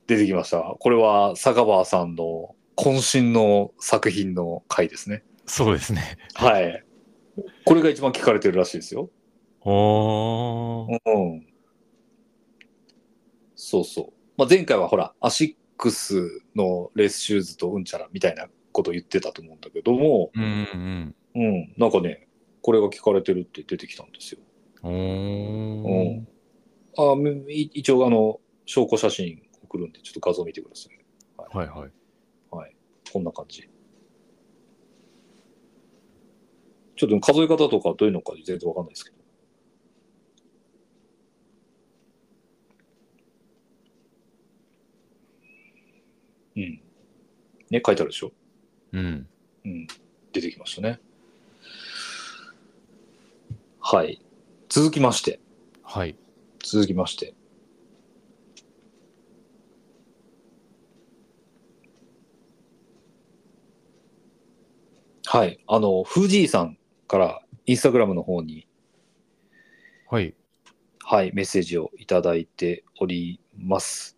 Speaker 3: 出てきました。これは坂場さんの渾身の作品の回ですね。
Speaker 2: う。そうですね。
Speaker 3: はい。これが一番聞かれてるらしいですよ。
Speaker 2: おー。
Speaker 3: うん。そうそう。まあ、前回はほら、アシックスのレースシューズとうんちゃらみたいなこと言ってたと思うんだけども、
Speaker 8: うんうん
Speaker 3: うん、なんかね、これが聞かれてるって出てきたんですよ。
Speaker 8: お
Speaker 3: う
Speaker 8: ー
Speaker 3: ん。あみい一応、あの、証拠写真送るんで、ちょっと画像見てください。
Speaker 8: はいはい
Speaker 3: はい。こんな感じ。ちょっと数え方とかどういうのか全然わかんないですけど。うん。ね、書いてあるでしょ。
Speaker 8: うん
Speaker 3: うん。出てきましたね。はい。続きまして。
Speaker 8: はい
Speaker 3: 続きまして。はい。あの、藤井さんからインスタグラムの方に、
Speaker 8: はい
Speaker 3: はい、メッセージをいただいております。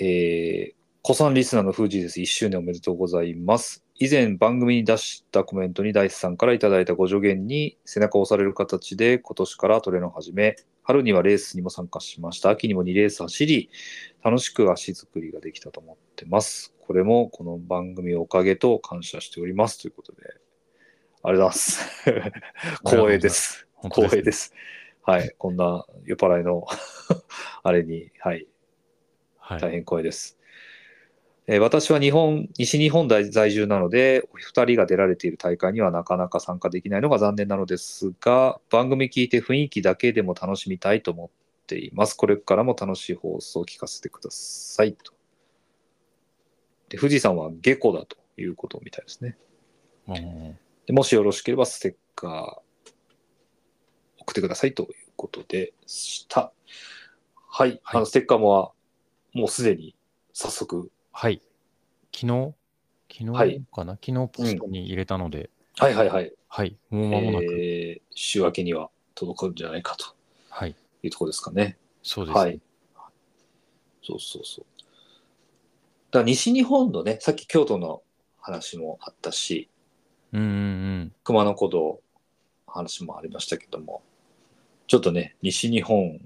Speaker 3: えー、古参リスナーのフージーです。1周年おめでとうございます。以前番組に出したコメントに大地さんからいただいたご助言に背中を押される形で今年からトレの始め、春にはレースにも参加しました。秋にも2レース走り、楽しく足作りができたと思ってます。これもこの番組のおかげと感謝しております。ということで、ありがとうございます。 光栄です。
Speaker 8: 本当
Speaker 3: 光栄
Speaker 8: で
Speaker 3: です。はい。こんな酔っ払いの、あれに、はい。大変光栄です。えー私は日本、西日本在在住なので、お二人が出られている大会にはなかなか参加できないのが残念なのですが、番組聞いて雰囲気だけでも楽しみたいと思っています。これからも楽しい放送を聞かせてくださいと。で、富士山は下戸だということみたいですね。
Speaker 2: うん
Speaker 3: でもしよろしければステッカー送ってくださいということでした。はい。あのステッカーもは、もうすでに早速。
Speaker 2: はい。昨日昨
Speaker 3: はい
Speaker 2: 日かな、昨日ポストに入れたので、
Speaker 3: はいはいはい。
Speaker 2: はい。もう間もなく。
Speaker 3: えー、週明けには届くんじゃないかと
Speaker 2: はい。
Speaker 3: いうところですかね。
Speaker 2: そうです。
Speaker 3: はい。そうそうそう。だから西日本のね、さっき京都の話もあったし、
Speaker 2: うんうんうん。
Speaker 3: 熊野古道の話もありましたけども、ちょっとね、西日本、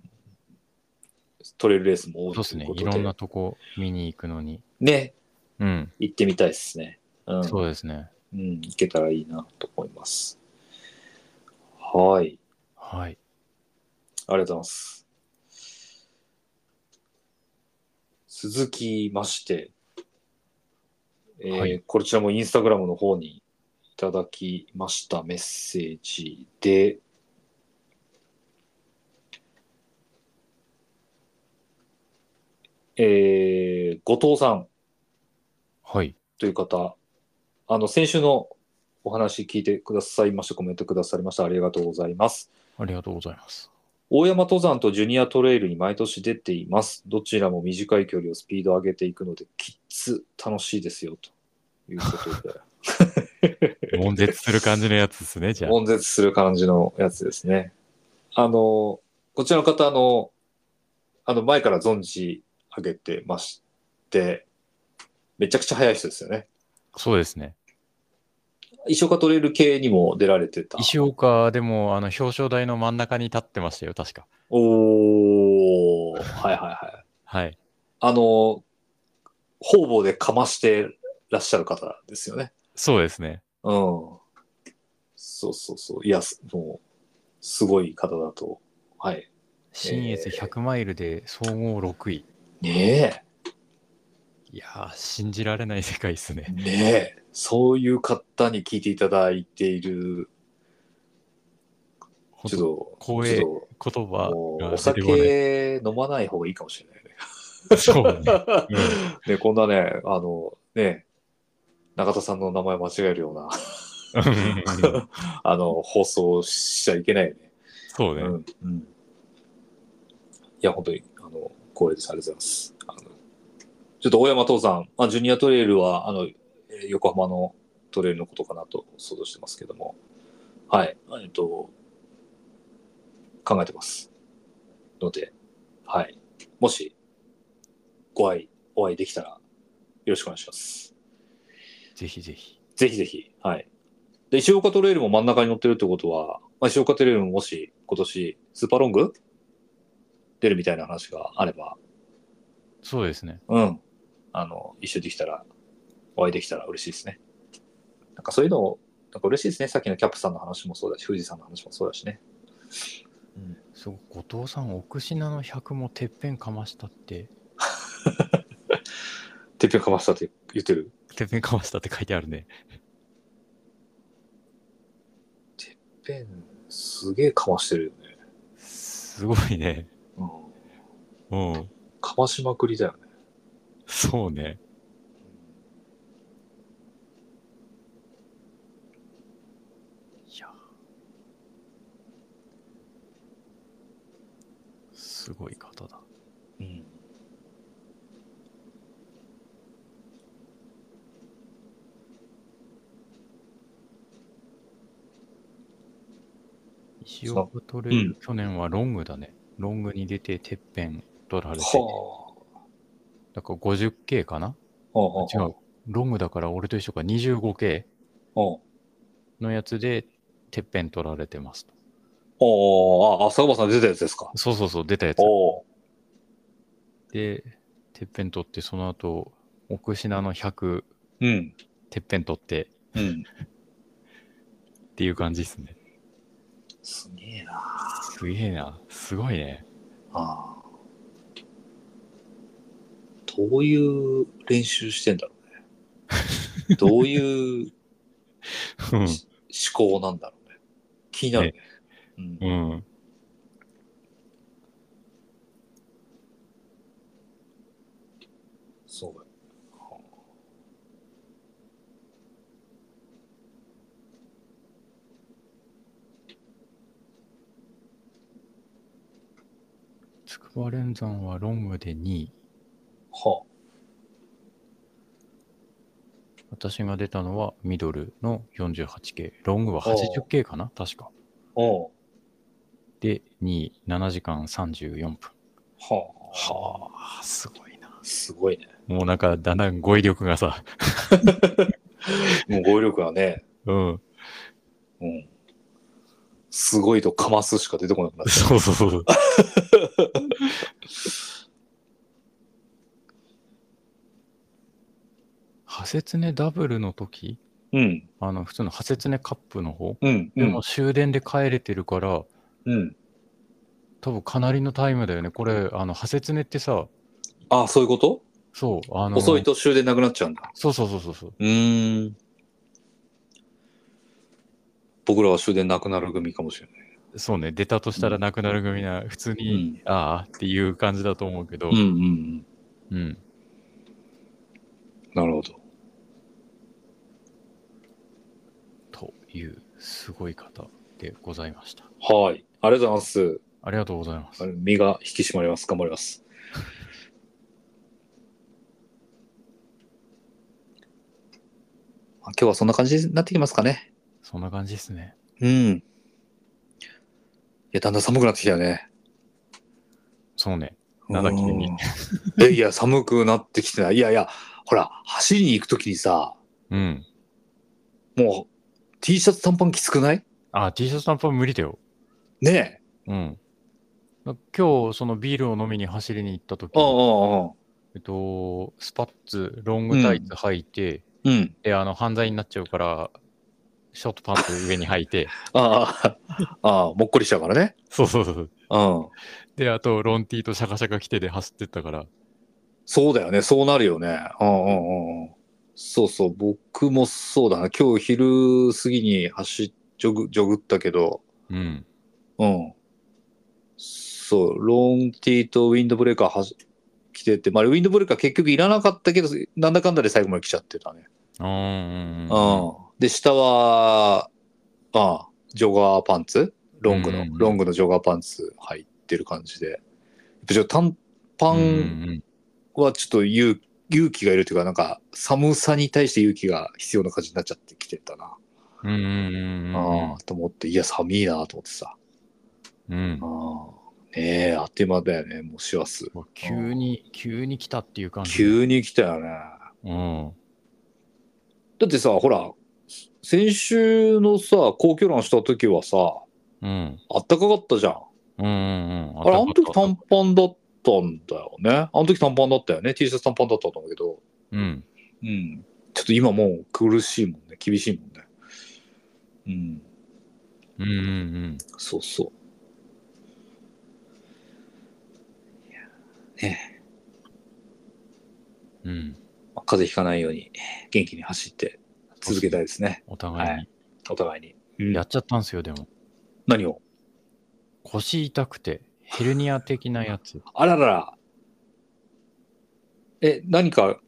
Speaker 3: トレイルレースも
Speaker 2: そ
Speaker 3: 多い
Speaker 2: うで
Speaker 3: と
Speaker 2: す
Speaker 3: いう
Speaker 2: ね
Speaker 3: こ。
Speaker 2: い
Speaker 3: と
Speaker 2: ろ
Speaker 3: で、
Speaker 2: んなとこ見に行くのに。
Speaker 3: ね、
Speaker 2: うん。
Speaker 3: 行ってみたいですね。うん、
Speaker 2: そうですね。
Speaker 3: うん、行けたらいいなと思います。はい、
Speaker 2: はい。
Speaker 3: ありがとうございます。続きまして、えー
Speaker 2: はい
Speaker 3: こちらもインスタグラムの方にいただきましたメッセージで、えー、後藤さん、
Speaker 2: はい。
Speaker 3: という方、あの、先週のお話聞いてくださいまして、コメントくださりました。ありがとうございます。
Speaker 2: ありがとうございます。
Speaker 3: 大山登山とジュニアトレイルに毎年出ています。どちらも短い距離をスピード上げていくので、きっつ楽しいですよ、ということ で。
Speaker 2: 悶絶する感じのやつですね、 じゃあ。
Speaker 3: 悶絶する感じのやつですね。あの、こちらの方、あの、あの、前から存じ上げてまして、めちゃくちゃ速い人ですよね。
Speaker 2: そうですね。
Speaker 3: 石岡トレイル系にも出られてた。
Speaker 2: 石岡でもあの表彰台の真ん中に立ってましたよ、確か。
Speaker 3: おー、はいはいはい。
Speaker 2: はい。
Speaker 3: あの、方々でかましてらっしゃる方ですよね。
Speaker 2: そうですね。
Speaker 3: うん。そうそうそう。いや、すもう、すごい方だと。はい。
Speaker 2: 新越100マイルで総合6位。
Speaker 3: ね
Speaker 2: いやー、信じられない世界ですね
Speaker 3: え、。ねえ、そういう方に聞いていただいている、
Speaker 2: ほん
Speaker 3: ち
Speaker 2: と
Speaker 3: ょっと、
Speaker 2: 光栄
Speaker 3: ちょっ
Speaker 2: 言
Speaker 3: と
Speaker 2: 葉
Speaker 3: もう
Speaker 2: が
Speaker 3: お
Speaker 2: 出てこない。
Speaker 3: 酒飲まない方がいいかもしれないね。
Speaker 2: そう ね。
Speaker 3: ね、こんなね、あの、ね、中田さんの名前間違えるような。 あの、放送しちゃいけないよね。
Speaker 2: そう
Speaker 3: う
Speaker 2: ね。
Speaker 3: ん。うん。いや、本当に、あの、光栄です。ありがとうございます。あのちょっと大山父さん、あジュニアトレイルは、あの、えー横浜のトレイルのことかなと想像してますけども、はい、えっと、考えてます。ので、はい。もし、ご愛、お会いできたら、よろしくお願いします。
Speaker 2: ぜひぜひ。
Speaker 3: ぜひぜひ。はい。で、石岡トレイルも真ん中に乗ってるってことは、まあ、石岡トレイルももし今年スーパーロング出るみたいな話があれば、
Speaker 2: そうですね。
Speaker 3: うん。あの、一緒できたら、お会いできたら嬉しいですね。なんかそういうのを、なんか嬉しいですね。さっきのキャップさんの話もそうだし、富士山の話もそうだしね。
Speaker 2: すごい後藤さん、奥品の100もてっぺんかましたって、
Speaker 3: てっぺんかましたって言ってる。
Speaker 2: てっぺんかましたって書いてあるね。
Speaker 3: てっぺん、すげえかましてるよね。
Speaker 2: すごいね。
Speaker 3: うん。
Speaker 2: うん。
Speaker 3: かましまくりだよね。
Speaker 2: そうね。いや。すごい方だ。
Speaker 3: うん。
Speaker 2: 石岡トレイル、去年はロングだね。ロングに出ててっぺん取られて。
Speaker 3: は
Speaker 2: だから 50K かな
Speaker 3: あ。は
Speaker 2: 違う。ロングだから俺と一緒か 25K
Speaker 3: あ。うん。
Speaker 2: のやつでてっぺん取られてますと。
Speaker 3: おーあ、あ、坂場さん出たやつですか。
Speaker 2: そうそうそう、出たやつ。
Speaker 3: おー
Speaker 2: で、てっぺん取って、その後、奥品の100、
Speaker 3: うん。
Speaker 2: てっぺん取って
Speaker 3: うん。
Speaker 2: っていう感じですね。
Speaker 3: すげえな。
Speaker 2: すげえな。すごいね。
Speaker 3: あーどういう練習してんだろ うね。どういう
Speaker 2: うん
Speaker 3: 思考なんだろうね。気になるね。うん
Speaker 2: うん。
Speaker 3: そうだよ。
Speaker 2: 筑波連山はロングで2位。
Speaker 3: は
Speaker 2: 私が出たのはミドルの 48K。ロングは 80K かな確か。
Speaker 3: あ。うん。は
Speaker 2: で、2位、7時間34分。
Speaker 3: あ。は
Speaker 2: あ、すごいな。
Speaker 3: あ。すごいね。
Speaker 2: もうなんか、だんだん語彙力がさ、
Speaker 3: もう語彙力がね、
Speaker 2: うん。
Speaker 3: うん。すごいとかますしか出てこなくなっちゃ
Speaker 2: そうそう そう。ハセツネダブルの時
Speaker 3: う。うん。
Speaker 2: あの、普通のハセツネカップの方。
Speaker 3: うん。う
Speaker 2: で
Speaker 3: ん
Speaker 2: も。終電で帰れてるから、
Speaker 3: うん。
Speaker 2: 多分かなりのタイムだよね。これ、あの、ハセツネってさ、
Speaker 3: ああ、そういうこと
Speaker 2: そう、あの、
Speaker 3: 遅いと終電なくなっちゃうんだ。
Speaker 2: そうそうそうそうそう。
Speaker 3: うーん。僕らは終電なくなる組かもしれない。
Speaker 2: そうね、出たとしたらなくなる組な、普通に、ああっていう感じだと思うけど、
Speaker 3: うんうんうん。
Speaker 2: うん。
Speaker 3: なるほど。
Speaker 2: という、すごい方でございました。
Speaker 3: はい。ありがとうございます。
Speaker 2: ありがとうございます。
Speaker 3: 身が引き締まります。頑張ります。 まあ今日はそんな感じになってきますかね。
Speaker 2: そんな感じですね。
Speaker 3: うん。いや、だんだん寒くなってきたよね。
Speaker 2: そうね。なんだ急 に
Speaker 3: うん。いやいや、寒くなってきてない。いやいや、ほら、走りに行くときにさ、
Speaker 2: うん。
Speaker 3: もう T シャツ短パンきつくない
Speaker 2: あ、T シャツ短パン無理だよ。
Speaker 3: ねえ。
Speaker 2: うん。だ今日、そのビールを飲みに走りに行った時
Speaker 3: うんうん
Speaker 2: えっと、スパッツ、ロングタイツ履いて、
Speaker 3: うん。うん。
Speaker 2: で、あの、犯罪になっちゃうから、ショートパンツ上に履いて、
Speaker 3: ああ、ああ、もっこりしちゃうからね。
Speaker 2: そうそうそう。
Speaker 3: うん。
Speaker 2: で、あと、ロンティーとシャカシャカ着てで走ってったから、
Speaker 3: そうだよね。そうなるよね。うんうんうん。そうそう。僕もそうだな。今日昼過ぎに走っ、ジョグ、ジョグったけど、
Speaker 2: うん。
Speaker 3: うん。そう。ロンティーとウィンドブレーカーはし着てて、まあ、ウィンドブレーカー結局いらなかったけど、なんだかんだで最後まで来ちゃってたね。
Speaker 2: うんうん
Speaker 3: う。ん。で、下は、ああ、ジョガーパンツロング
Speaker 2: う
Speaker 3: の
Speaker 2: んうん、
Speaker 3: ロングのジョガーパンツ入ってる感じで。やっぱちょっと短パ
Speaker 2: うんう
Speaker 3: ン
Speaker 2: ん
Speaker 3: はちょっと勇勇気がいるというか、なんか寒さに対して勇気が必要な感じになっちゃってきてたな。
Speaker 2: うんうんうん
Speaker 3: ああ、と思って、いや、寒いなと思ってさ。
Speaker 2: うんうん
Speaker 3: ああ、ねえ、あっという間だよね、もう師走。
Speaker 2: うん急に、急に来たっていう感じ。
Speaker 3: 急に来たよね。
Speaker 2: うん。
Speaker 3: だってさ、ほら、先週のさ、皇居ランした時はさ、
Speaker 2: うん。
Speaker 3: あったかかったじゃん。
Speaker 2: うんうんうん。
Speaker 3: あれ、あの時
Speaker 2: た
Speaker 3: 短パンだったんだよね。あの時短パンだったよね。T シャツ短パンだったと思うけど。
Speaker 2: うん。
Speaker 3: うん。ちょっと今もう苦しいもんね。厳しいもんね。う
Speaker 2: う
Speaker 3: ん。
Speaker 2: んうんうん。
Speaker 3: そうそう。ね
Speaker 2: うん。
Speaker 3: まあ風邪ひかないように元気に走って続けたいですね。
Speaker 2: お互い
Speaker 3: は
Speaker 2: に。
Speaker 3: お互いに。
Speaker 2: やっちゃったんですよ、でも。
Speaker 3: 何を
Speaker 2: 腰痛くて、ヘルニア的なやつ。
Speaker 3: あららら。え、何か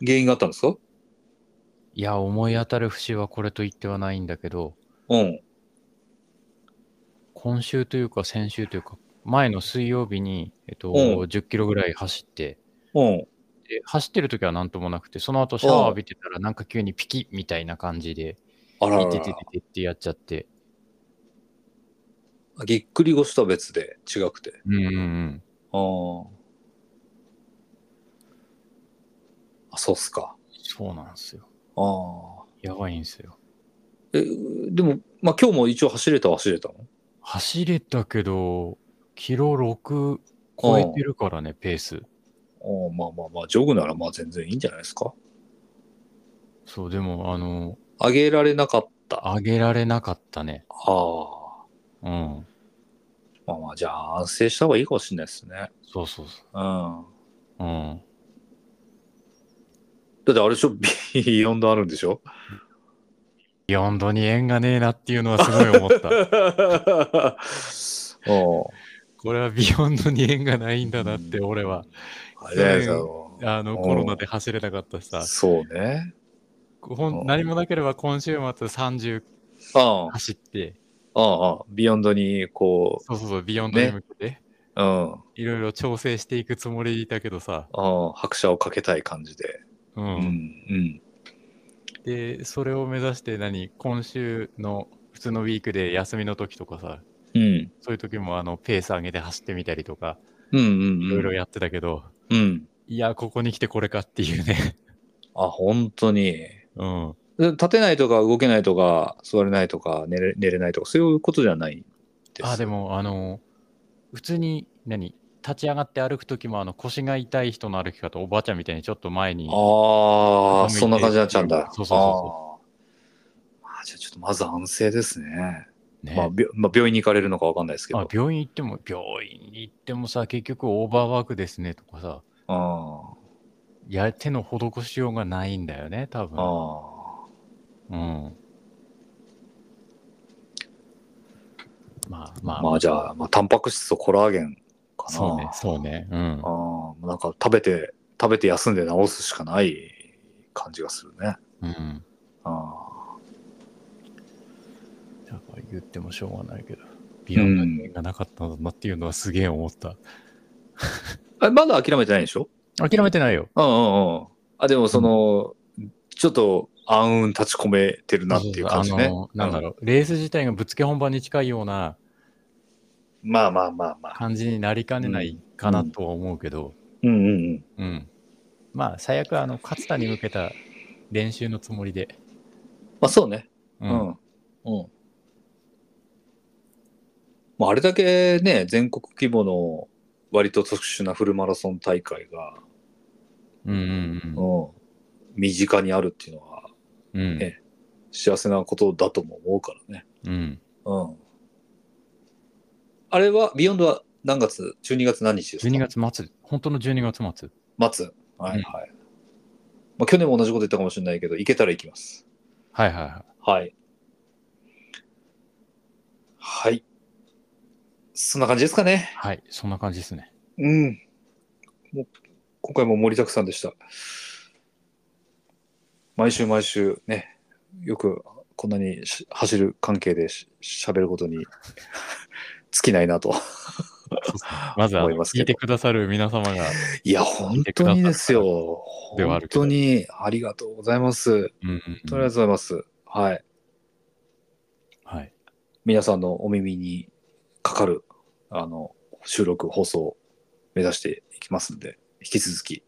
Speaker 3: 原因があったんですか
Speaker 2: いや、思い当たる節はこれと言ってはないんだけど、
Speaker 3: うん。
Speaker 2: 今週というか先週というか、前の水曜日に、えっと、
Speaker 3: うん
Speaker 2: 10キロぐらい走って、
Speaker 3: うん。
Speaker 2: で走ってる時は何ともなくて、その後シャワー浴びてたら、なんか急にピキッみたいな感じで、
Speaker 3: あらら
Speaker 2: いて
Speaker 3: ら
Speaker 2: てててってやっちゃって、
Speaker 3: ぎっくり腰とは別で違くて。
Speaker 2: うんうんうん。
Speaker 3: あーあ。そうっすか。
Speaker 2: そうなんですよ。
Speaker 3: ああ。
Speaker 2: やばいんですよ。
Speaker 3: え、でも、まあ今日も一応走れたは走れたの
Speaker 2: 走れたけど、キロ6超えてるからね、ペース。
Speaker 3: おまあまあまあ、ジョグならまあ全然いいんじゃないですか。
Speaker 2: そう、でも、あの、
Speaker 3: 上げられなかった。あ
Speaker 2: 上げられなかったね。
Speaker 3: あ。
Speaker 2: うん。
Speaker 3: まあまあ、じゃあ安静した方がいいかもしれないですね。
Speaker 2: そうそうそ
Speaker 3: うん。
Speaker 2: う。うん。
Speaker 3: だってあれでしょ、ビヨンドあるんでし ょ
Speaker 2: ビヨンドに縁がねえなっていうのはすごい思った。
Speaker 3: うん。
Speaker 2: これはビヨンドに縁がないんだなって、俺は。
Speaker 3: あれじゃないですか
Speaker 2: あの、
Speaker 3: うん
Speaker 2: コロナで走れなかったしさ、
Speaker 3: そうね。
Speaker 2: ほ
Speaker 3: うん
Speaker 2: ん何もなければ今週末30
Speaker 3: うん。うん
Speaker 2: 走って、
Speaker 3: うん。ビヨンドに、こ
Speaker 2: そうそうそう、ビヨンドに向けて、
Speaker 3: う、うん。うん。
Speaker 2: いろいろ調整していくつもりだけどさ、
Speaker 3: 拍車をかけたい感じで。
Speaker 2: う。
Speaker 3: うんん。
Speaker 2: で、それを目指して何、今週の普通のウィークで休みの時とかさ、
Speaker 3: うん。うん。
Speaker 2: そういう時もあのペース上げて走ってみたりとか、
Speaker 3: うん。
Speaker 2: いろ
Speaker 3: う
Speaker 2: いろ
Speaker 3: ん。
Speaker 2: やってたけど、
Speaker 3: うん。
Speaker 2: いや、ここに来てこれかっていうね。
Speaker 3: あ、本当に。
Speaker 2: うん。
Speaker 3: で立てないとか動けないとか座れないとか寝れ寝れないとかそういうことじゃないです。
Speaker 2: あ、でも、あの、普通に、何立ち上がって歩く時も、あの、腰が痛い人の歩き方、おばあちゃんみたいにちょっと前に。
Speaker 3: ああ、
Speaker 2: 傾いて
Speaker 3: そんな感じになっちゃうん
Speaker 2: そう
Speaker 3: だ。
Speaker 2: そうそ
Speaker 3: あーまあじゃあちょっとまず安静ですね。
Speaker 2: ね
Speaker 3: まあ、びょまあ、病院に行かれるのかわかんないですけど。
Speaker 2: あ病院行っても、病院に行ってもさ、結局オーバーワークですねとかさ、
Speaker 3: あ
Speaker 2: いや手の施しようがないんだよね、多
Speaker 3: あ
Speaker 2: 分。
Speaker 3: あ
Speaker 2: うん。まあま
Speaker 3: あ
Speaker 2: あ、
Speaker 3: まあじゃあ、まあ、タンパク質とコラーゲンかな。
Speaker 2: そうね、そうね。うん
Speaker 3: あ。ーなんか食べて、食べて休んで治すしかない感じがするね。
Speaker 2: うん。
Speaker 3: あ
Speaker 2: だから言ってもしょうがないけど、ビヨンドに縁がなかったんだなっていうのはすげえ思った。
Speaker 3: ーえまだ諦めてないでしょ
Speaker 2: 諦めてないよ。
Speaker 3: うんうんうん。あ、でもその、ちょっと暗雲立ち込めてるなっていう感じね。
Speaker 2: あのなんだろう、レース自体がぶっつけ本番に近いような
Speaker 3: うんまあまあまあまあ。
Speaker 2: 感じになりかねないかなとは思うけど、
Speaker 3: うんうんうん。
Speaker 2: うん。まあ、最悪、あの、勝田に向けた練習のつもりで。
Speaker 3: まあそうね。
Speaker 2: う
Speaker 3: うん。うん。まああれだけね、全国規模の割と特殊なフルマラソン大会が、
Speaker 2: うんうん
Speaker 3: うん、身近にあるっていうのは
Speaker 2: うん。うん
Speaker 3: ね幸せなことだとも思うからね。
Speaker 2: うん。
Speaker 3: うん。あれは、ビヨンドは何月 ?12 月何日ですか
Speaker 2: 12月末、本当の12月末。
Speaker 3: 待つ。はいは
Speaker 2: う
Speaker 3: い。
Speaker 2: ん
Speaker 3: まあ、去年も同じこと言ったかもしれないけど、行けたら行きます。
Speaker 2: はいはいは
Speaker 3: はい。はい。そんな感じですかね
Speaker 2: い。。はい、そんな感じですね。
Speaker 3: うん。もう今回も盛りだくさんでした。毎週毎週ね、よくこんなにし走る関係でし喋ることに尽きないなと。
Speaker 2: まずは、
Speaker 3: 思いますけど
Speaker 2: 聞いてくださる皆様が、
Speaker 3: いや、本当にですよ。
Speaker 2: ではある
Speaker 3: 本
Speaker 2: けど
Speaker 3: 当にありがとうございます。
Speaker 2: うんうん
Speaker 3: と
Speaker 2: う
Speaker 3: りあえ
Speaker 2: ん、
Speaker 3: ずございます。はい。
Speaker 2: はい。
Speaker 3: 皆さんのお耳にかかるあの収録放送を目指していきますので引き続き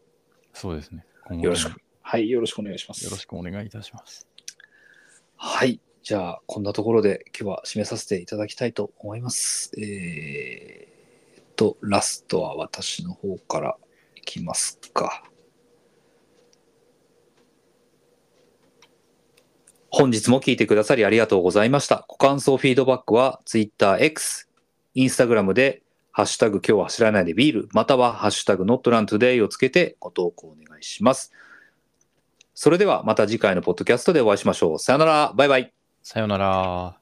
Speaker 2: そうですね。今後
Speaker 3: よろし
Speaker 2: と
Speaker 3: くはいよろしくお願いしま
Speaker 2: もよろしくお願いいたします。
Speaker 3: はいじゃあこんなところで今日は締めさせていただきたいと思いますえー、っとラストは私の方からいきますか本日も聞いてくださりありがとうございました。ご感想、フィードバックは TwitterX、Instagram で、ハッシュタグ今日は走らないでビール、またはハッシュタグ NotRunToday をつけてご投稿お願いします。それではまた次回のポッドキャストでお会いしましょう。さよなら、バイバイ。
Speaker 2: さよなら。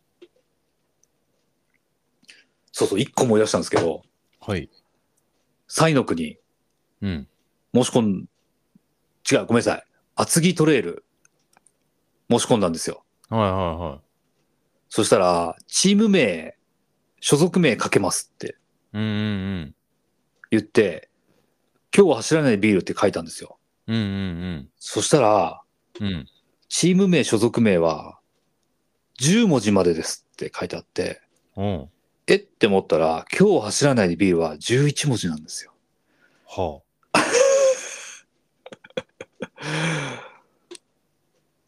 Speaker 3: そうそう、一個思い出したんですけど、
Speaker 2: はい。
Speaker 3: サイノクに
Speaker 2: うん。
Speaker 3: 申し込ん、違う、ごめんなさい。厚木トレイル、申し込んだんですよ。
Speaker 2: はいはいは
Speaker 3: そしたら、チーム名、所属名かけますって
Speaker 2: い。うんうん
Speaker 3: 言って、今日は走らないビールって書いたんですよ。
Speaker 2: うん。うんうん
Speaker 3: そしたら、
Speaker 2: うん。うん。
Speaker 3: チーム名、所属名は、10文字までですって書いてあって、
Speaker 2: おう
Speaker 3: えって思ったら、今日走らないでビールは11文字なんですよ。
Speaker 2: は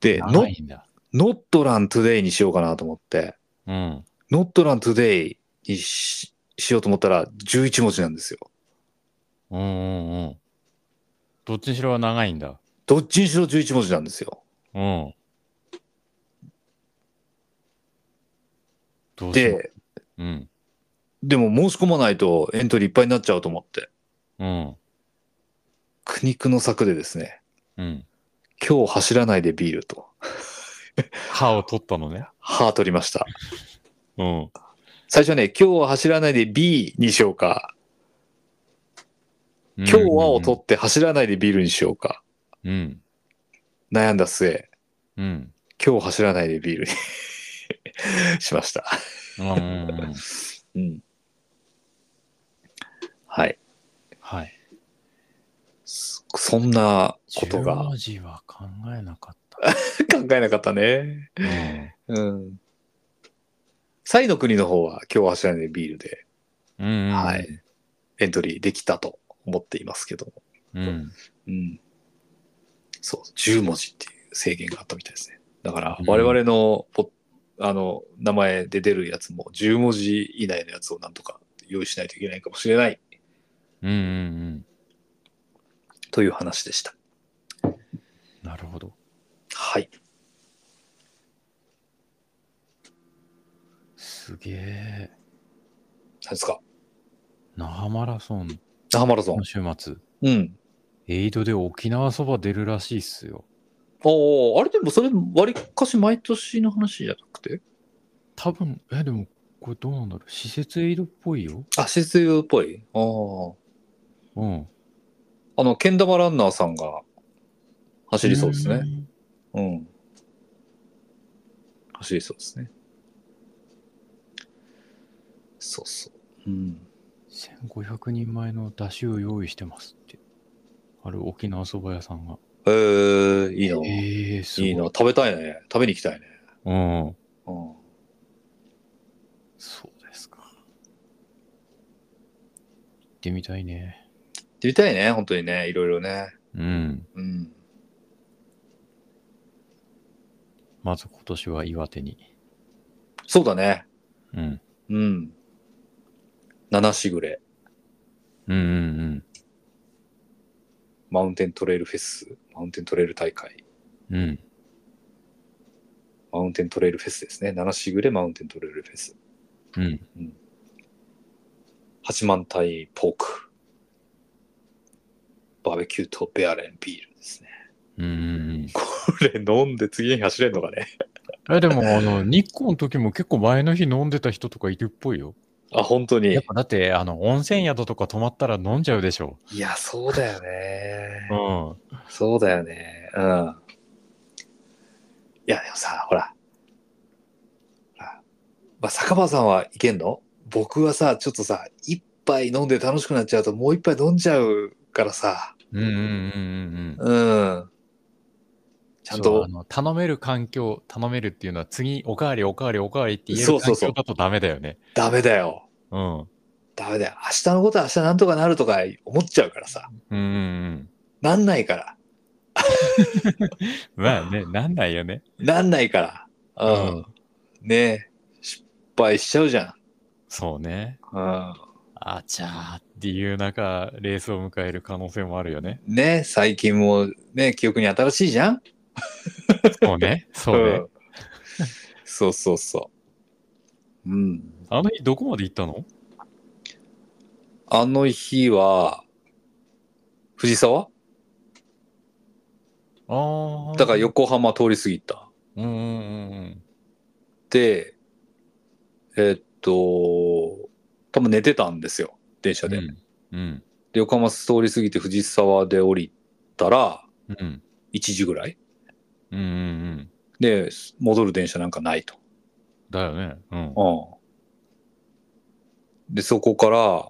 Speaker 3: で、
Speaker 2: あ。
Speaker 3: ノ
Speaker 2: 長いんだ。
Speaker 3: ノットラントゥデイにしようかなと思って、
Speaker 2: うん。
Speaker 3: ノットラントゥデイにししようと思ったら11文字なんですよ。
Speaker 2: うんうんうん。どっちにしろは長いんだ。
Speaker 3: どっちにしろ11文字なんですよ。
Speaker 2: うん。どうしよ
Speaker 3: で、
Speaker 2: う。うん。
Speaker 3: でも申し込まないとエントリーいっぱいになっちゃうと思って、
Speaker 2: うん。
Speaker 3: 苦肉の策でですね、
Speaker 2: うん。
Speaker 3: 今日走らないでビールと。
Speaker 2: 歯を取ったのね。
Speaker 3: 歯取りました。
Speaker 2: うん。
Speaker 3: 最初はね、今日は走らないで B にしようか。今日はを取って走らないでビールにしようか。
Speaker 2: うん。
Speaker 3: 悩んだ末、
Speaker 2: うん。
Speaker 3: 今日走らないでビールに しました。
Speaker 2: うんうん うん。
Speaker 3: うん。はい。
Speaker 2: はい。
Speaker 3: そそんなことが
Speaker 2: 文字は考えな かった。
Speaker 3: 考えなかったね。うん。サイの国の方は今日は走らないでビールで、
Speaker 2: うん。うんうん
Speaker 3: はい。。エントリーできたと思っていますけども。
Speaker 2: うん。
Speaker 3: うん。そう、10文字っていう制限があったみたいですね。だから
Speaker 2: う、ん
Speaker 3: 我々のポッ、あの、名前で出るやつも、10文字以内のやつをなんとか用意しないといけないかもしれない
Speaker 2: うんうんうん。
Speaker 3: という話でした。
Speaker 2: なるほど。
Speaker 3: はい。
Speaker 2: すげえ。
Speaker 3: 何ですか
Speaker 2: 那覇マラソン、
Speaker 3: 那覇マラソン
Speaker 2: 今。週末、
Speaker 3: うん。
Speaker 2: エイドで沖縄そば出るらしいっすよ。
Speaker 3: おーあれでもそれ、割かし毎年の話じゃなくて
Speaker 2: 多分、え、でも、これどうなんだろう。施設エイドっぽいよ。
Speaker 3: あ、施設用っぽい。ああ。
Speaker 2: うん。
Speaker 3: あの、けん玉ランナーさんが走りそうですね。うん。走りそうですね。そうそう。うん。
Speaker 2: 1500人前の出汁を用意してますって。ある沖縄そば屋さんが。
Speaker 3: えー、いいな。
Speaker 2: ええー、すごい。
Speaker 3: いいな。食べたいね。食べに行きたいね。
Speaker 2: うん。
Speaker 3: うん。
Speaker 2: そうですか。行ってみたいね。
Speaker 3: 行きたいね。本当にね。いろいろね。
Speaker 2: うん。
Speaker 3: うん。
Speaker 2: まず今年は岩手に。
Speaker 3: そうだね。
Speaker 2: うん。
Speaker 3: うん。七しぐれ、
Speaker 2: うんうんうん。
Speaker 3: マウンテントレイルフェス、マウンテントレイル大会、
Speaker 2: うん。
Speaker 3: マウンテントレイルフェスですね。七しぐれマウンテントレイルフェス。
Speaker 2: うん。
Speaker 3: 八万体ポーク。バーベキューとベアレンビールですね。
Speaker 2: うんうんうん。
Speaker 3: これ飲んで次に走れんのかね。
Speaker 2: え、でも、あの、日光の時も結構前の日飲んでた人とかいるっぽいよ。
Speaker 3: あ、本当に。
Speaker 2: やっぱだって、あの、温泉宿とか泊まったら飲んじゃうでしょ。
Speaker 3: いや、そうだよね。
Speaker 2: ん。
Speaker 3: そうだよね。うん。いや、でもさ、ほら。ほらまあ、坂場さんはいけんの僕はさ、ちょっとさ、一杯飲んで楽しくなっちゃうと、もう一杯飲んじゃうからさ。
Speaker 2: うんうんうんうん。
Speaker 3: うん。ちゃん
Speaker 2: そう
Speaker 3: と
Speaker 2: あ、の頼める環境、頼めるっていうのは次、おかわりおかわりおかわりって言え
Speaker 3: そう
Speaker 2: る
Speaker 3: そ
Speaker 2: 環
Speaker 3: うそう
Speaker 2: 境だとダメだよね。
Speaker 3: ダメだよ。
Speaker 2: うん
Speaker 3: ダメだよ。明日のことは明日なんとかなるとか思っちゃうからさ。
Speaker 2: うんうん
Speaker 3: なんないから。
Speaker 2: うん。まあ ね、なんないよね。
Speaker 3: なんないから。うん。
Speaker 2: うん
Speaker 3: ねえ失敗しちゃうじゃ
Speaker 2: そうね。
Speaker 3: ん。うん。
Speaker 2: あちゃーっていう中、レースを迎える可能性もあるよね。
Speaker 3: ねえ最近もね、記憶に新しいじゃん
Speaker 2: そうね。そうね。
Speaker 3: んそうそうそう。うん。
Speaker 2: あの日どこまで行ったの
Speaker 3: あの日は、藤沢
Speaker 2: ああ。
Speaker 3: だから横浜通り過ぎた。
Speaker 2: うんうんうん
Speaker 3: で、えっと、多分寝てたんですよ。電車
Speaker 2: うん。
Speaker 3: で。
Speaker 2: うん。うん。
Speaker 3: で、横浜通り過ぎて藤沢で降りたら、
Speaker 2: うん。
Speaker 3: 1時ぐらい
Speaker 2: うんうんうん。
Speaker 3: で、戻る電車なんかないと。
Speaker 2: だよね。うん。
Speaker 3: うん。で、そこから、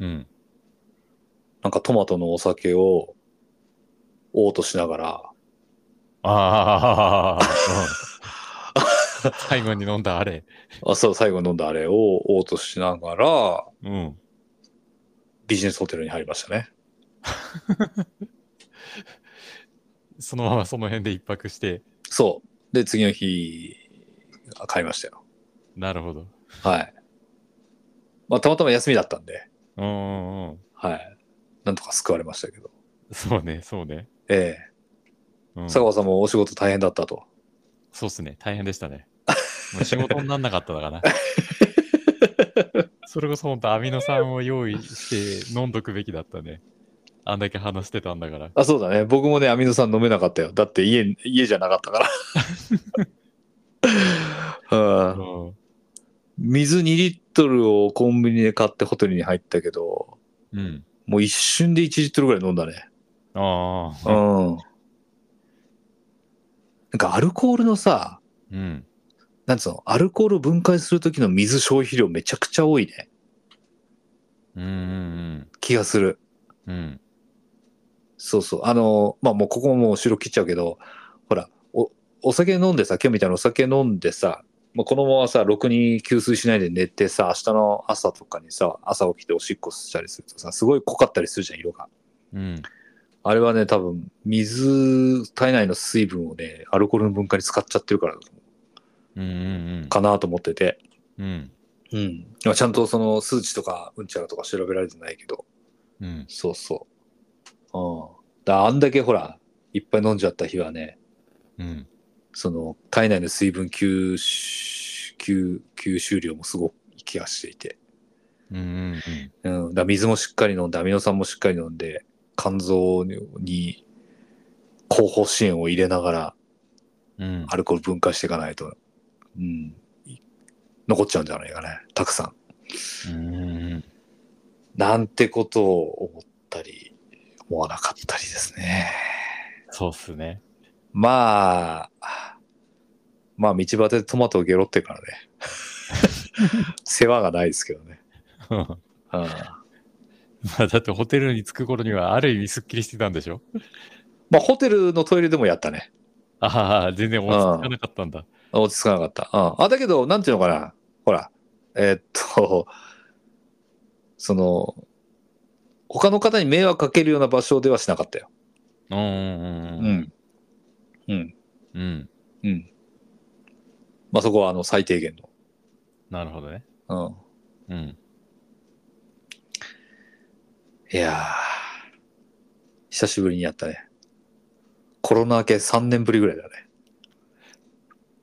Speaker 2: うん。
Speaker 3: なんかトマトのお酒を、嘔吐しながら、
Speaker 2: ああ。うん最後に飲んだあれ。
Speaker 3: あそう、最後飲んだあれを嘔吐しながら、
Speaker 2: うん。
Speaker 3: ビジネスホテルに入りましたね。
Speaker 2: そのままその辺で一泊して。
Speaker 3: そう。で、次の日、あ買いましたよ。
Speaker 2: なるほど。
Speaker 3: はい。まあ、たまたま休みだったんで、
Speaker 2: うんうんうん。
Speaker 3: はい。なんとか救われましたけど。
Speaker 2: そうね、そうね。
Speaker 3: え
Speaker 2: う
Speaker 3: え
Speaker 2: ん
Speaker 3: 佐川さんもお仕事大変だったと。
Speaker 2: そうっすね。大変でしたね。もう仕事になんなかっただから。それこそ本当アミノ酸を用意して飲んどくべきだったね。あんだけ話してたんだから。
Speaker 3: あ、そうだね。僕もね、アミノ酸飲めなかったよ。だって家、家じゃなかったから。 うん
Speaker 2: うん
Speaker 3: 水2リットルをコンビニで買ってホテルに入ったけど、
Speaker 2: うん。
Speaker 3: もう一瞬で1リットルぐらい飲んだね。
Speaker 2: あ
Speaker 3: うん。
Speaker 2: あ。
Speaker 3: なんかアルコールのさ、
Speaker 2: うん。
Speaker 3: なんつうの、アルコールを分解する時の水消費量めちゃくちゃ多いね。
Speaker 2: うんうん
Speaker 3: 気がする。
Speaker 2: うん。うん。
Speaker 3: そうそう。あの、まあ、もうここももう収録切っちゃうけど、ほら、お、お酒飲んでさ、今日みたいなお酒飲んでさ、まあ、このままさ、ろくに吸水しないで寝てさ、明日の朝とかにさ、朝起きておしっこしたりするとさ、すごい濃かったりするじゃん、色が。
Speaker 2: うん。
Speaker 3: あれはね、多分、水、体内の水分をね、アルコールの分解に使っちゃってるから、
Speaker 2: うんうん
Speaker 3: かなと思ってて。
Speaker 2: うん。うん。
Speaker 3: うん。まあちゃんとその数値とか、うんちゃらとか調べられてないけど、
Speaker 2: うん。
Speaker 3: そうそう。うん。だあんだけほら、いっぱい飲んじゃった日はね、
Speaker 2: うん。
Speaker 3: その体内の水分吸収吸吸収量もすごく気がしていて、
Speaker 2: うん。
Speaker 3: うん、だから水もしっかり飲んでアミノ酸もしっかり飲んで肝臓に後方支援を入れながら
Speaker 2: うん。
Speaker 3: アルコール分解していかないと、うん、残っちゃうんじゃないかねたくさん。
Speaker 2: うん。
Speaker 3: なんてことを思ったり思わなかったりですね。
Speaker 2: そうっすね。
Speaker 3: まあ、まあ道端でトマトをゲロってからね。 世話がないですけどね。
Speaker 2: ま
Speaker 3: うん
Speaker 2: あだってホテルに着く頃にはある意味すっきりしてたんでしょ
Speaker 3: まあ、ホテルのトイレでもやったね。
Speaker 2: ああ、全然落ち着かなかったんだ。
Speaker 3: 落ち着かなかった。うん、あだけど、なんていうのかな。ほら、えーっと、その、他の方に迷惑かけるような場所ではしなかったよ。
Speaker 2: うんうん
Speaker 3: う
Speaker 2: うん
Speaker 3: ん。
Speaker 2: う
Speaker 3: うん。
Speaker 2: ん。うん。
Speaker 3: うん。まあ、そこは、あの、最低限
Speaker 2: なるほどね。
Speaker 3: の。
Speaker 2: うん。
Speaker 3: うん。いやー、久しぶりにやったね。コロナ明け3年ぶりぐらいだね。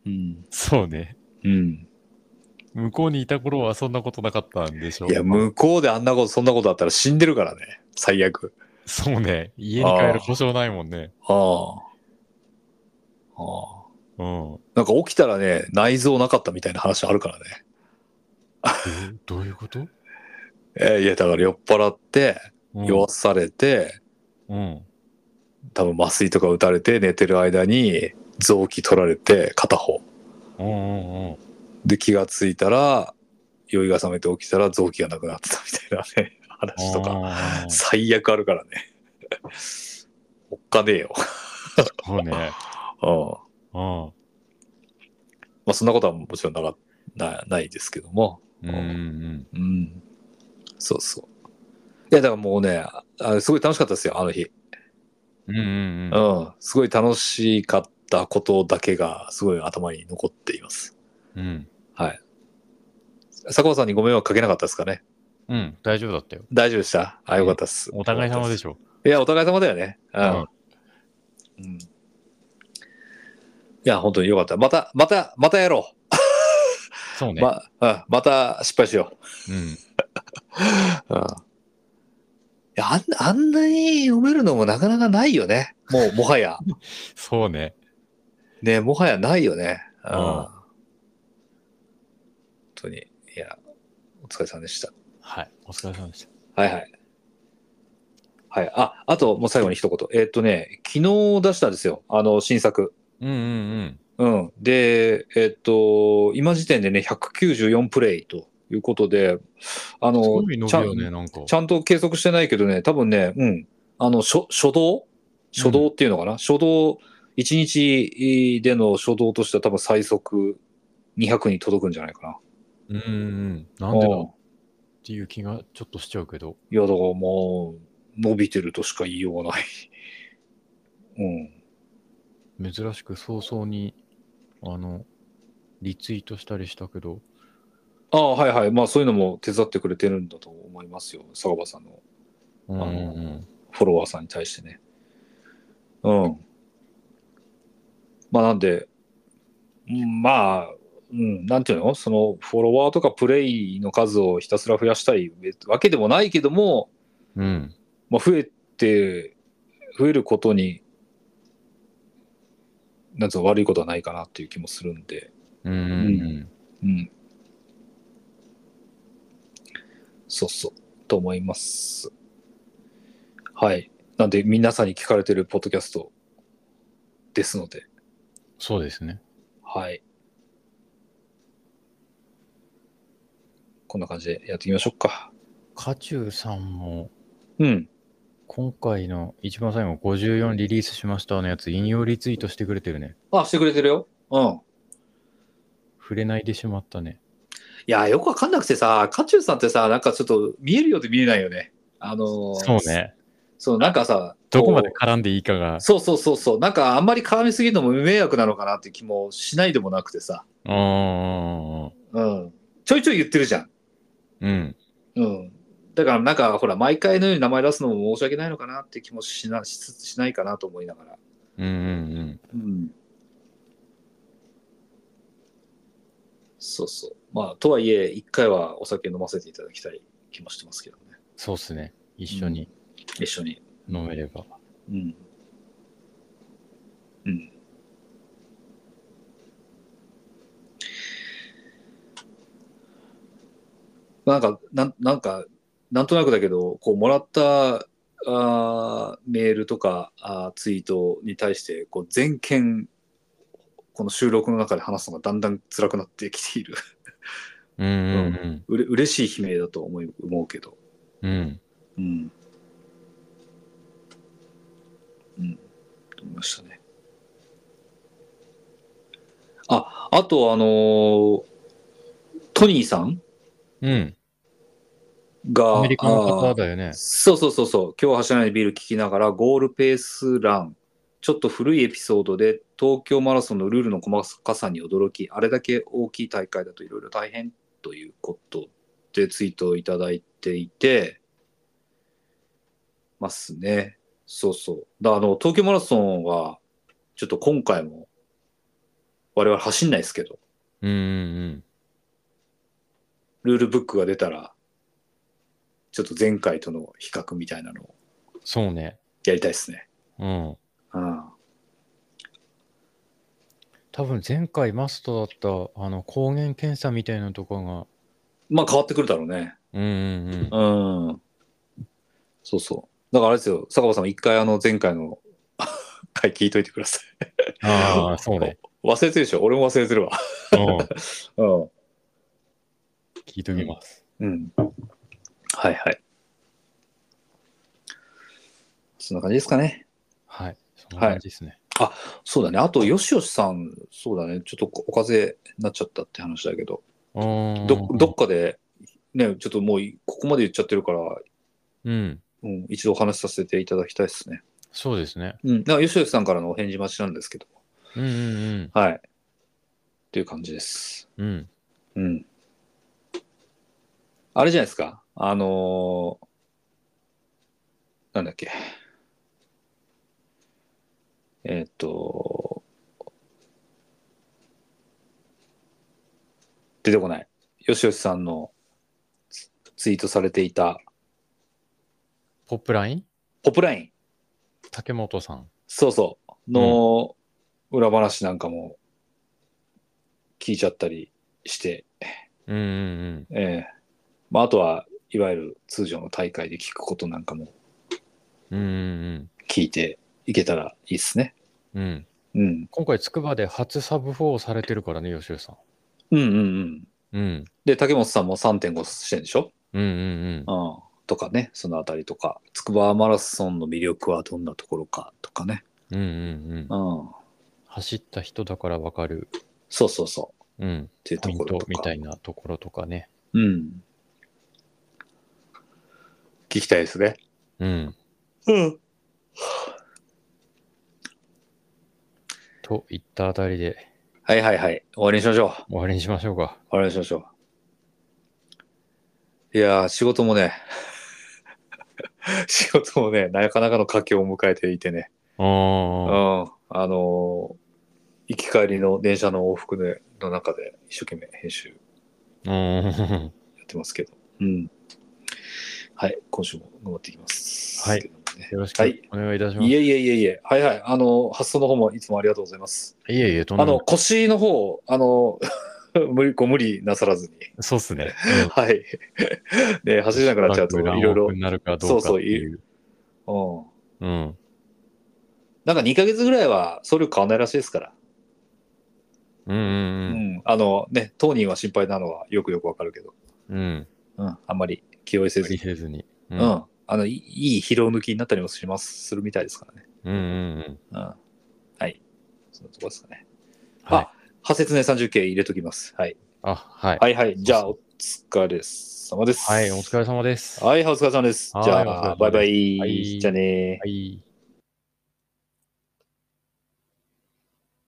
Speaker 3: うん。
Speaker 2: そうね。
Speaker 3: うん。
Speaker 2: 向こうにいた頃はそんなことなかったんでしょ
Speaker 3: いや、向こうであんなこと、そんなことあったら死んでるからね。最悪。
Speaker 2: そうね。家に帰る保証ないもんね。
Speaker 3: ああ。ああ。
Speaker 2: うん。
Speaker 3: なんか起きたらね、内臓なかったみたいな話あるからね。
Speaker 2: どういうこと
Speaker 3: えーいや、だから酔っ払って、酔わされて、
Speaker 2: うん。
Speaker 3: 多分麻酔とか打たれて、寝てる間に臓器取られて、片方。
Speaker 2: うんうんうん。
Speaker 3: で、気がついたら、酔いが覚めて起きたら臓器がなくなってたみたいなね、 話とか。
Speaker 2: か
Speaker 3: 最悪あるからね。 おっかねえよ。
Speaker 2: そうね。
Speaker 3: うん。
Speaker 2: うん。
Speaker 3: まあ、そんなことはもちろんなかなないですけども、
Speaker 2: うんうん
Speaker 3: うん。そうそう。いや、だからもうね、あすごい楽しかったですよ、あの日。
Speaker 2: うん。うん
Speaker 3: う
Speaker 2: うん
Speaker 3: ん。すごい楽しかったことだけが、すごい頭に残っています。
Speaker 2: うん。
Speaker 3: はい。坂本さんにご迷惑かけなかったですかね
Speaker 2: うん。大丈夫だったよ。
Speaker 3: 大丈夫でしたあ、よかったです。
Speaker 2: お互い様でしょ。
Speaker 3: いや、お互い様だよね。うん。
Speaker 2: うん
Speaker 3: うん、いや、本当によかった。また、また、またやろ
Speaker 2: そう
Speaker 3: う。
Speaker 2: ね。
Speaker 3: まうん、また失敗しよう。
Speaker 2: うん。
Speaker 3: うんいやあんあんなに読めるのもなかなかないよね。もう、もはや。
Speaker 2: そうね。
Speaker 3: ね、もはやないよね。うん。
Speaker 2: うん
Speaker 3: 本当に。いや、お疲れさんでした。
Speaker 2: はい。お疲れ様でした。
Speaker 3: はいはい。はい。あ、あと、もう最後に一言。えーっとね、昨日出したんですよ。あの、新作。
Speaker 2: うんうん
Speaker 3: うん。で、えーっと、今時点でね、194プレイということで、あ
Speaker 2: うん。
Speaker 3: の、
Speaker 2: すごい伸び
Speaker 3: ちゃん
Speaker 2: よね、なんか。
Speaker 3: ちゃんと計測してないけどね、多分ね、うん、あの、初初動初動っていうのかな、初動、1日での初動としては多分最速200に届くんじゃないかな。
Speaker 2: うんうん。なんでだ
Speaker 3: う
Speaker 2: っ。ていう気がちょっとしちゃうけど。
Speaker 3: いや、だからもう、伸びてるとしか言いようがない。 うん。
Speaker 2: 珍しく早々に、あの、リツイートしたりしたけど。
Speaker 3: ああ、はいはい。まあそういうのも手伝ってくれてるんだと思いますよ。坂場さんの
Speaker 2: うんうんうん。
Speaker 3: フォロワーさんに対してね。うん。まあなんで、うんまあ、うん、なんていうのそのフォロワーとかプレイの数をひたすら増やしたいわけでもないけども、
Speaker 2: うん。
Speaker 3: まあ、増えって増えることに、なんつうの悪いことはないかなっていう気もするんで、
Speaker 2: うんうんうん
Speaker 3: うん。そうそう、と思います。はい。なんで、皆さんに聞かれてるポッドキャストですので、
Speaker 2: そうですね。
Speaker 3: はい。こんな感じでやっていきましょうか。
Speaker 2: カチューさんも、
Speaker 3: うん。
Speaker 2: 今回の一番最後54リリースしましたのやつ、引用リツイートしてくれてるね。
Speaker 3: あ、してくれてるよ。うん。
Speaker 2: 触れないでしまったね。
Speaker 3: いや、よくわかんなくてさ、カチューさんってさ、なんかちょっと見えるようで見えないよね。あのー
Speaker 2: そう。ね。
Speaker 3: そう、なんかさ、
Speaker 2: どこまで絡んでいいかが。
Speaker 3: そうそうそうそう。なんかあんまり絡みすぎるのも迷惑なのかなって気もしないでもなくてさ。
Speaker 2: うーん。
Speaker 3: うん。ちょいちょい言ってるじゃん。
Speaker 2: うん。
Speaker 3: うん。だからなんかほら、毎回のように名前出すのも申し訳ないのかなって気もしなしつつしないかなと思いながら。
Speaker 2: うんうんうん。
Speaker 3: うん。そうそう。まあ、とはいえ、一回はお酒飲ませていただきたい気もしてますけどね。
Speaker 2: そうっすね。一緒に
Speaker 3: 一緒に。
Speaker 2: 飲めれば。
Speaker 3: うん。うん。なんか、なんなんか、なんとなくだけど、こう、もらった、あーメールとかあーツイートに対して、こう、全件、この収録の中で話すのがだんだん辛くなってきている。
Speaker 2: うんうん
Speaker 3: うれ嬉しい悲鳴だと思い思うけど。
Speaker 2: うん。うん。
Speaker 3: うん。うん。と思いましたね。あ、あとあのートニーさん
Speaker 2: うん。
Speaker 3: が、
Speaker 2: アメリカの方
Speaker 3: あー
Speaker 2: だよね。
Speaker 3: そうそうそうそう、今日走らないビール聞きながら、ゴールペースラン、ちょっと古いエピソードで、東京マラソンのルールの細かさに驚き、あれだけ大きい大会だといろいろ大変ということでツイートをいただいていてますね。そうそう。だあの、東京マラソンは、ちょっと今回も、我々走んないですけど、
Speaker 2: うんうん
Speaker 3: ルールブックが出たら、ちょっと前回との比較みたいなのを
Speaker 2: うん。そうね。
Speaker 3: やりたいですね。
Speaker 2: うん。
Speaker 3: うん。
Speaker 2: 多分前回マストだったあの抗原検査みたいなとこ
Speaker 3: まあ変わってくるだろうね。
Speaker 2: が。うんうんうん。
Speaker 3: うん。そうそう。だからあれですよ、坂場さんも一回あの前回の 回聞いといてください。
Speaker 2: ああ、そうね。
Speaker 3: 忘れてるでしょ俺も忘れてるわ。
Speaker 2: うん。
Speaker 3: うん。
Speaker 2: 聞いときます。
Speaker 3: うん。はいはい。そんな感じですかね。
Speaker 2: はい。そんな感じですね。
Speaker 3: そうだね。あと、よしよしさん、そうだね。ちょっとお風邪になっちゃったって話だけど、
Speaker 2: うん
Speaker 3: どどっかで、ね、ちょっともうここまで言っちゃってるから、
Speaker 2: うん。
Speaker 3: うん、一度お話しさせていただきたいですね。
Speaker 2: そうですね。
Speaker 3: うん。だから、よしよしさんからのお返事待ちなんですけど。
Speaker 2: うんうん
Speaker 3: はい。っていう感じです。
Speaker 2: うん。うん。
Speaker 3: うん。あれじゃないですか。あのーなんだっけ。えーっと、出てこない。よしよしさんのツツイートされていた
Speaker 2: ポップライン
Speaker 3: ポップライン。
Speaker 2: 竹本さん。
Speaker 3: そうそう。の裏話なんかも聞いちゃったりして、
Speaker 2: うんうん
Speaker 3: ええまあ、あとは、いわゆる通常の大会で聞くことなんかも
Speaker 2: うん。うんうん
Speaker 3: 聞いていけたらいいですね。
Speaker 2: うん。うん。
Speaker 3: うん。
Speaker 2: 今回、つくばで初サブ4をされてるからね、吉尾さ
Speaker 3: うんうんうん。
Speaker 2: ん。うん。
Speaker 3: で、竹本さんも3.5してんでしょ
Speaker 2: うんうん
Speaker 3: うん。とかね、そのあたりとか、筑波マラソンの魅力はどんなところかとかね。
Speaker 2: うん。うんうんう。
Speaker 3: うんん。
Speaker 2: 走った人だからわかる、
Speaker 3: そうそうそう。っ
Speaker 2: うん、
Speaker 3: ていう
Speaker 2: ポ
Speaker 3: と
Speaker 2: イン
Speaker 3: ころ
Speaker 2: ト
Speaker 3: と
Speaker 2: み
Speaker 3: か
Speaker 2: た。いなところとかね。
Speaker 3: うん。聞きたいですね。
Speaker 2: うん。
Speaker 3: うん。
Speaker 2: といったあたりで
Speaker 3: はいはいはい。終わりにしましょう。
Speaker 2: 終わりにしましょうか。
Speaker 3: 終わりにしましょう。いやー、仕事もね、 仕事もね、なかなかの佳境を迎えていてね、うん、
Speaker 2: ああ。
Speaker 3: あのー行き帰りの電車の往復での中で一生懸命編集
Speaker 2: うん。
Speaker 3: やってますけど、うん。はい、今週も頑張っていきます。
Speaker 2: はい。
Speaker 3: ですね。
Speaker 2: よろし
Speaker 3: はい
Speaker 2: くお願いいたします。
Speaker 3: い
Speaker 2: い
Speaker 3: えいえいえいえ、はいはい、あの、発想の方もいつもありがとうございます。
Speaker 2: えいえ、とん
Speaker 3: あ
Speaker 2: でも
Speaker 3: の、腰の方、あの、 無理、ご無理なさらずに。
Speaker 2: そうっすね。
Speaker 3: はい。ね、走れなくなっちゃうと、いろいろ、
Speaker 2: になるかどうかっていう。
Speaker 3: うん。
Speaker 2: うん。
Speaker 3: なんか2ヶ月ぐらいは、それ変わんないらしいですから。
Speaker 2: うん
Speaker 3: う
Speaker 2: うん
Speaker 3: ん。あの、ね、当人は心配なのはよくよくわかるけど、
Speaker 2: うん。うん。
Speaker 3: うん。あんまり気負いせ
Speaker 2: 無
Speaker 3: ず
Speaker 2: 理
Speaker 3: に。
Speaker 2: せずに。う
Speaker 3: うん。あのいい、いい疲労抜きになったりもします、するみたいですからね。
Speaker 2: うんうん
Speaker 3: うん。はい。そのとこですかね。
Speaker 2: はい
Speaker 3: あ、破切ね 30K 入れときます。はい。
Speaker 2: うん。あ、はい。
Speaker 3: はいはい。じゃあ、お疲れ様です。
Speaker 2: はい、お疲れ様です。
Speaker 3: はい、お疲れ様です。
Speaker 2: はい
Speaker 3: じゃ
Speaker 2: お疲れ様
Speaker 3: あ、
Speaker 2: です
Speaker 3: バイバイ。
Speaker 2: はい
Speaker 3: じゃあね
Speaker 2: は
Speaker 3: ー。
Speaker 2: い。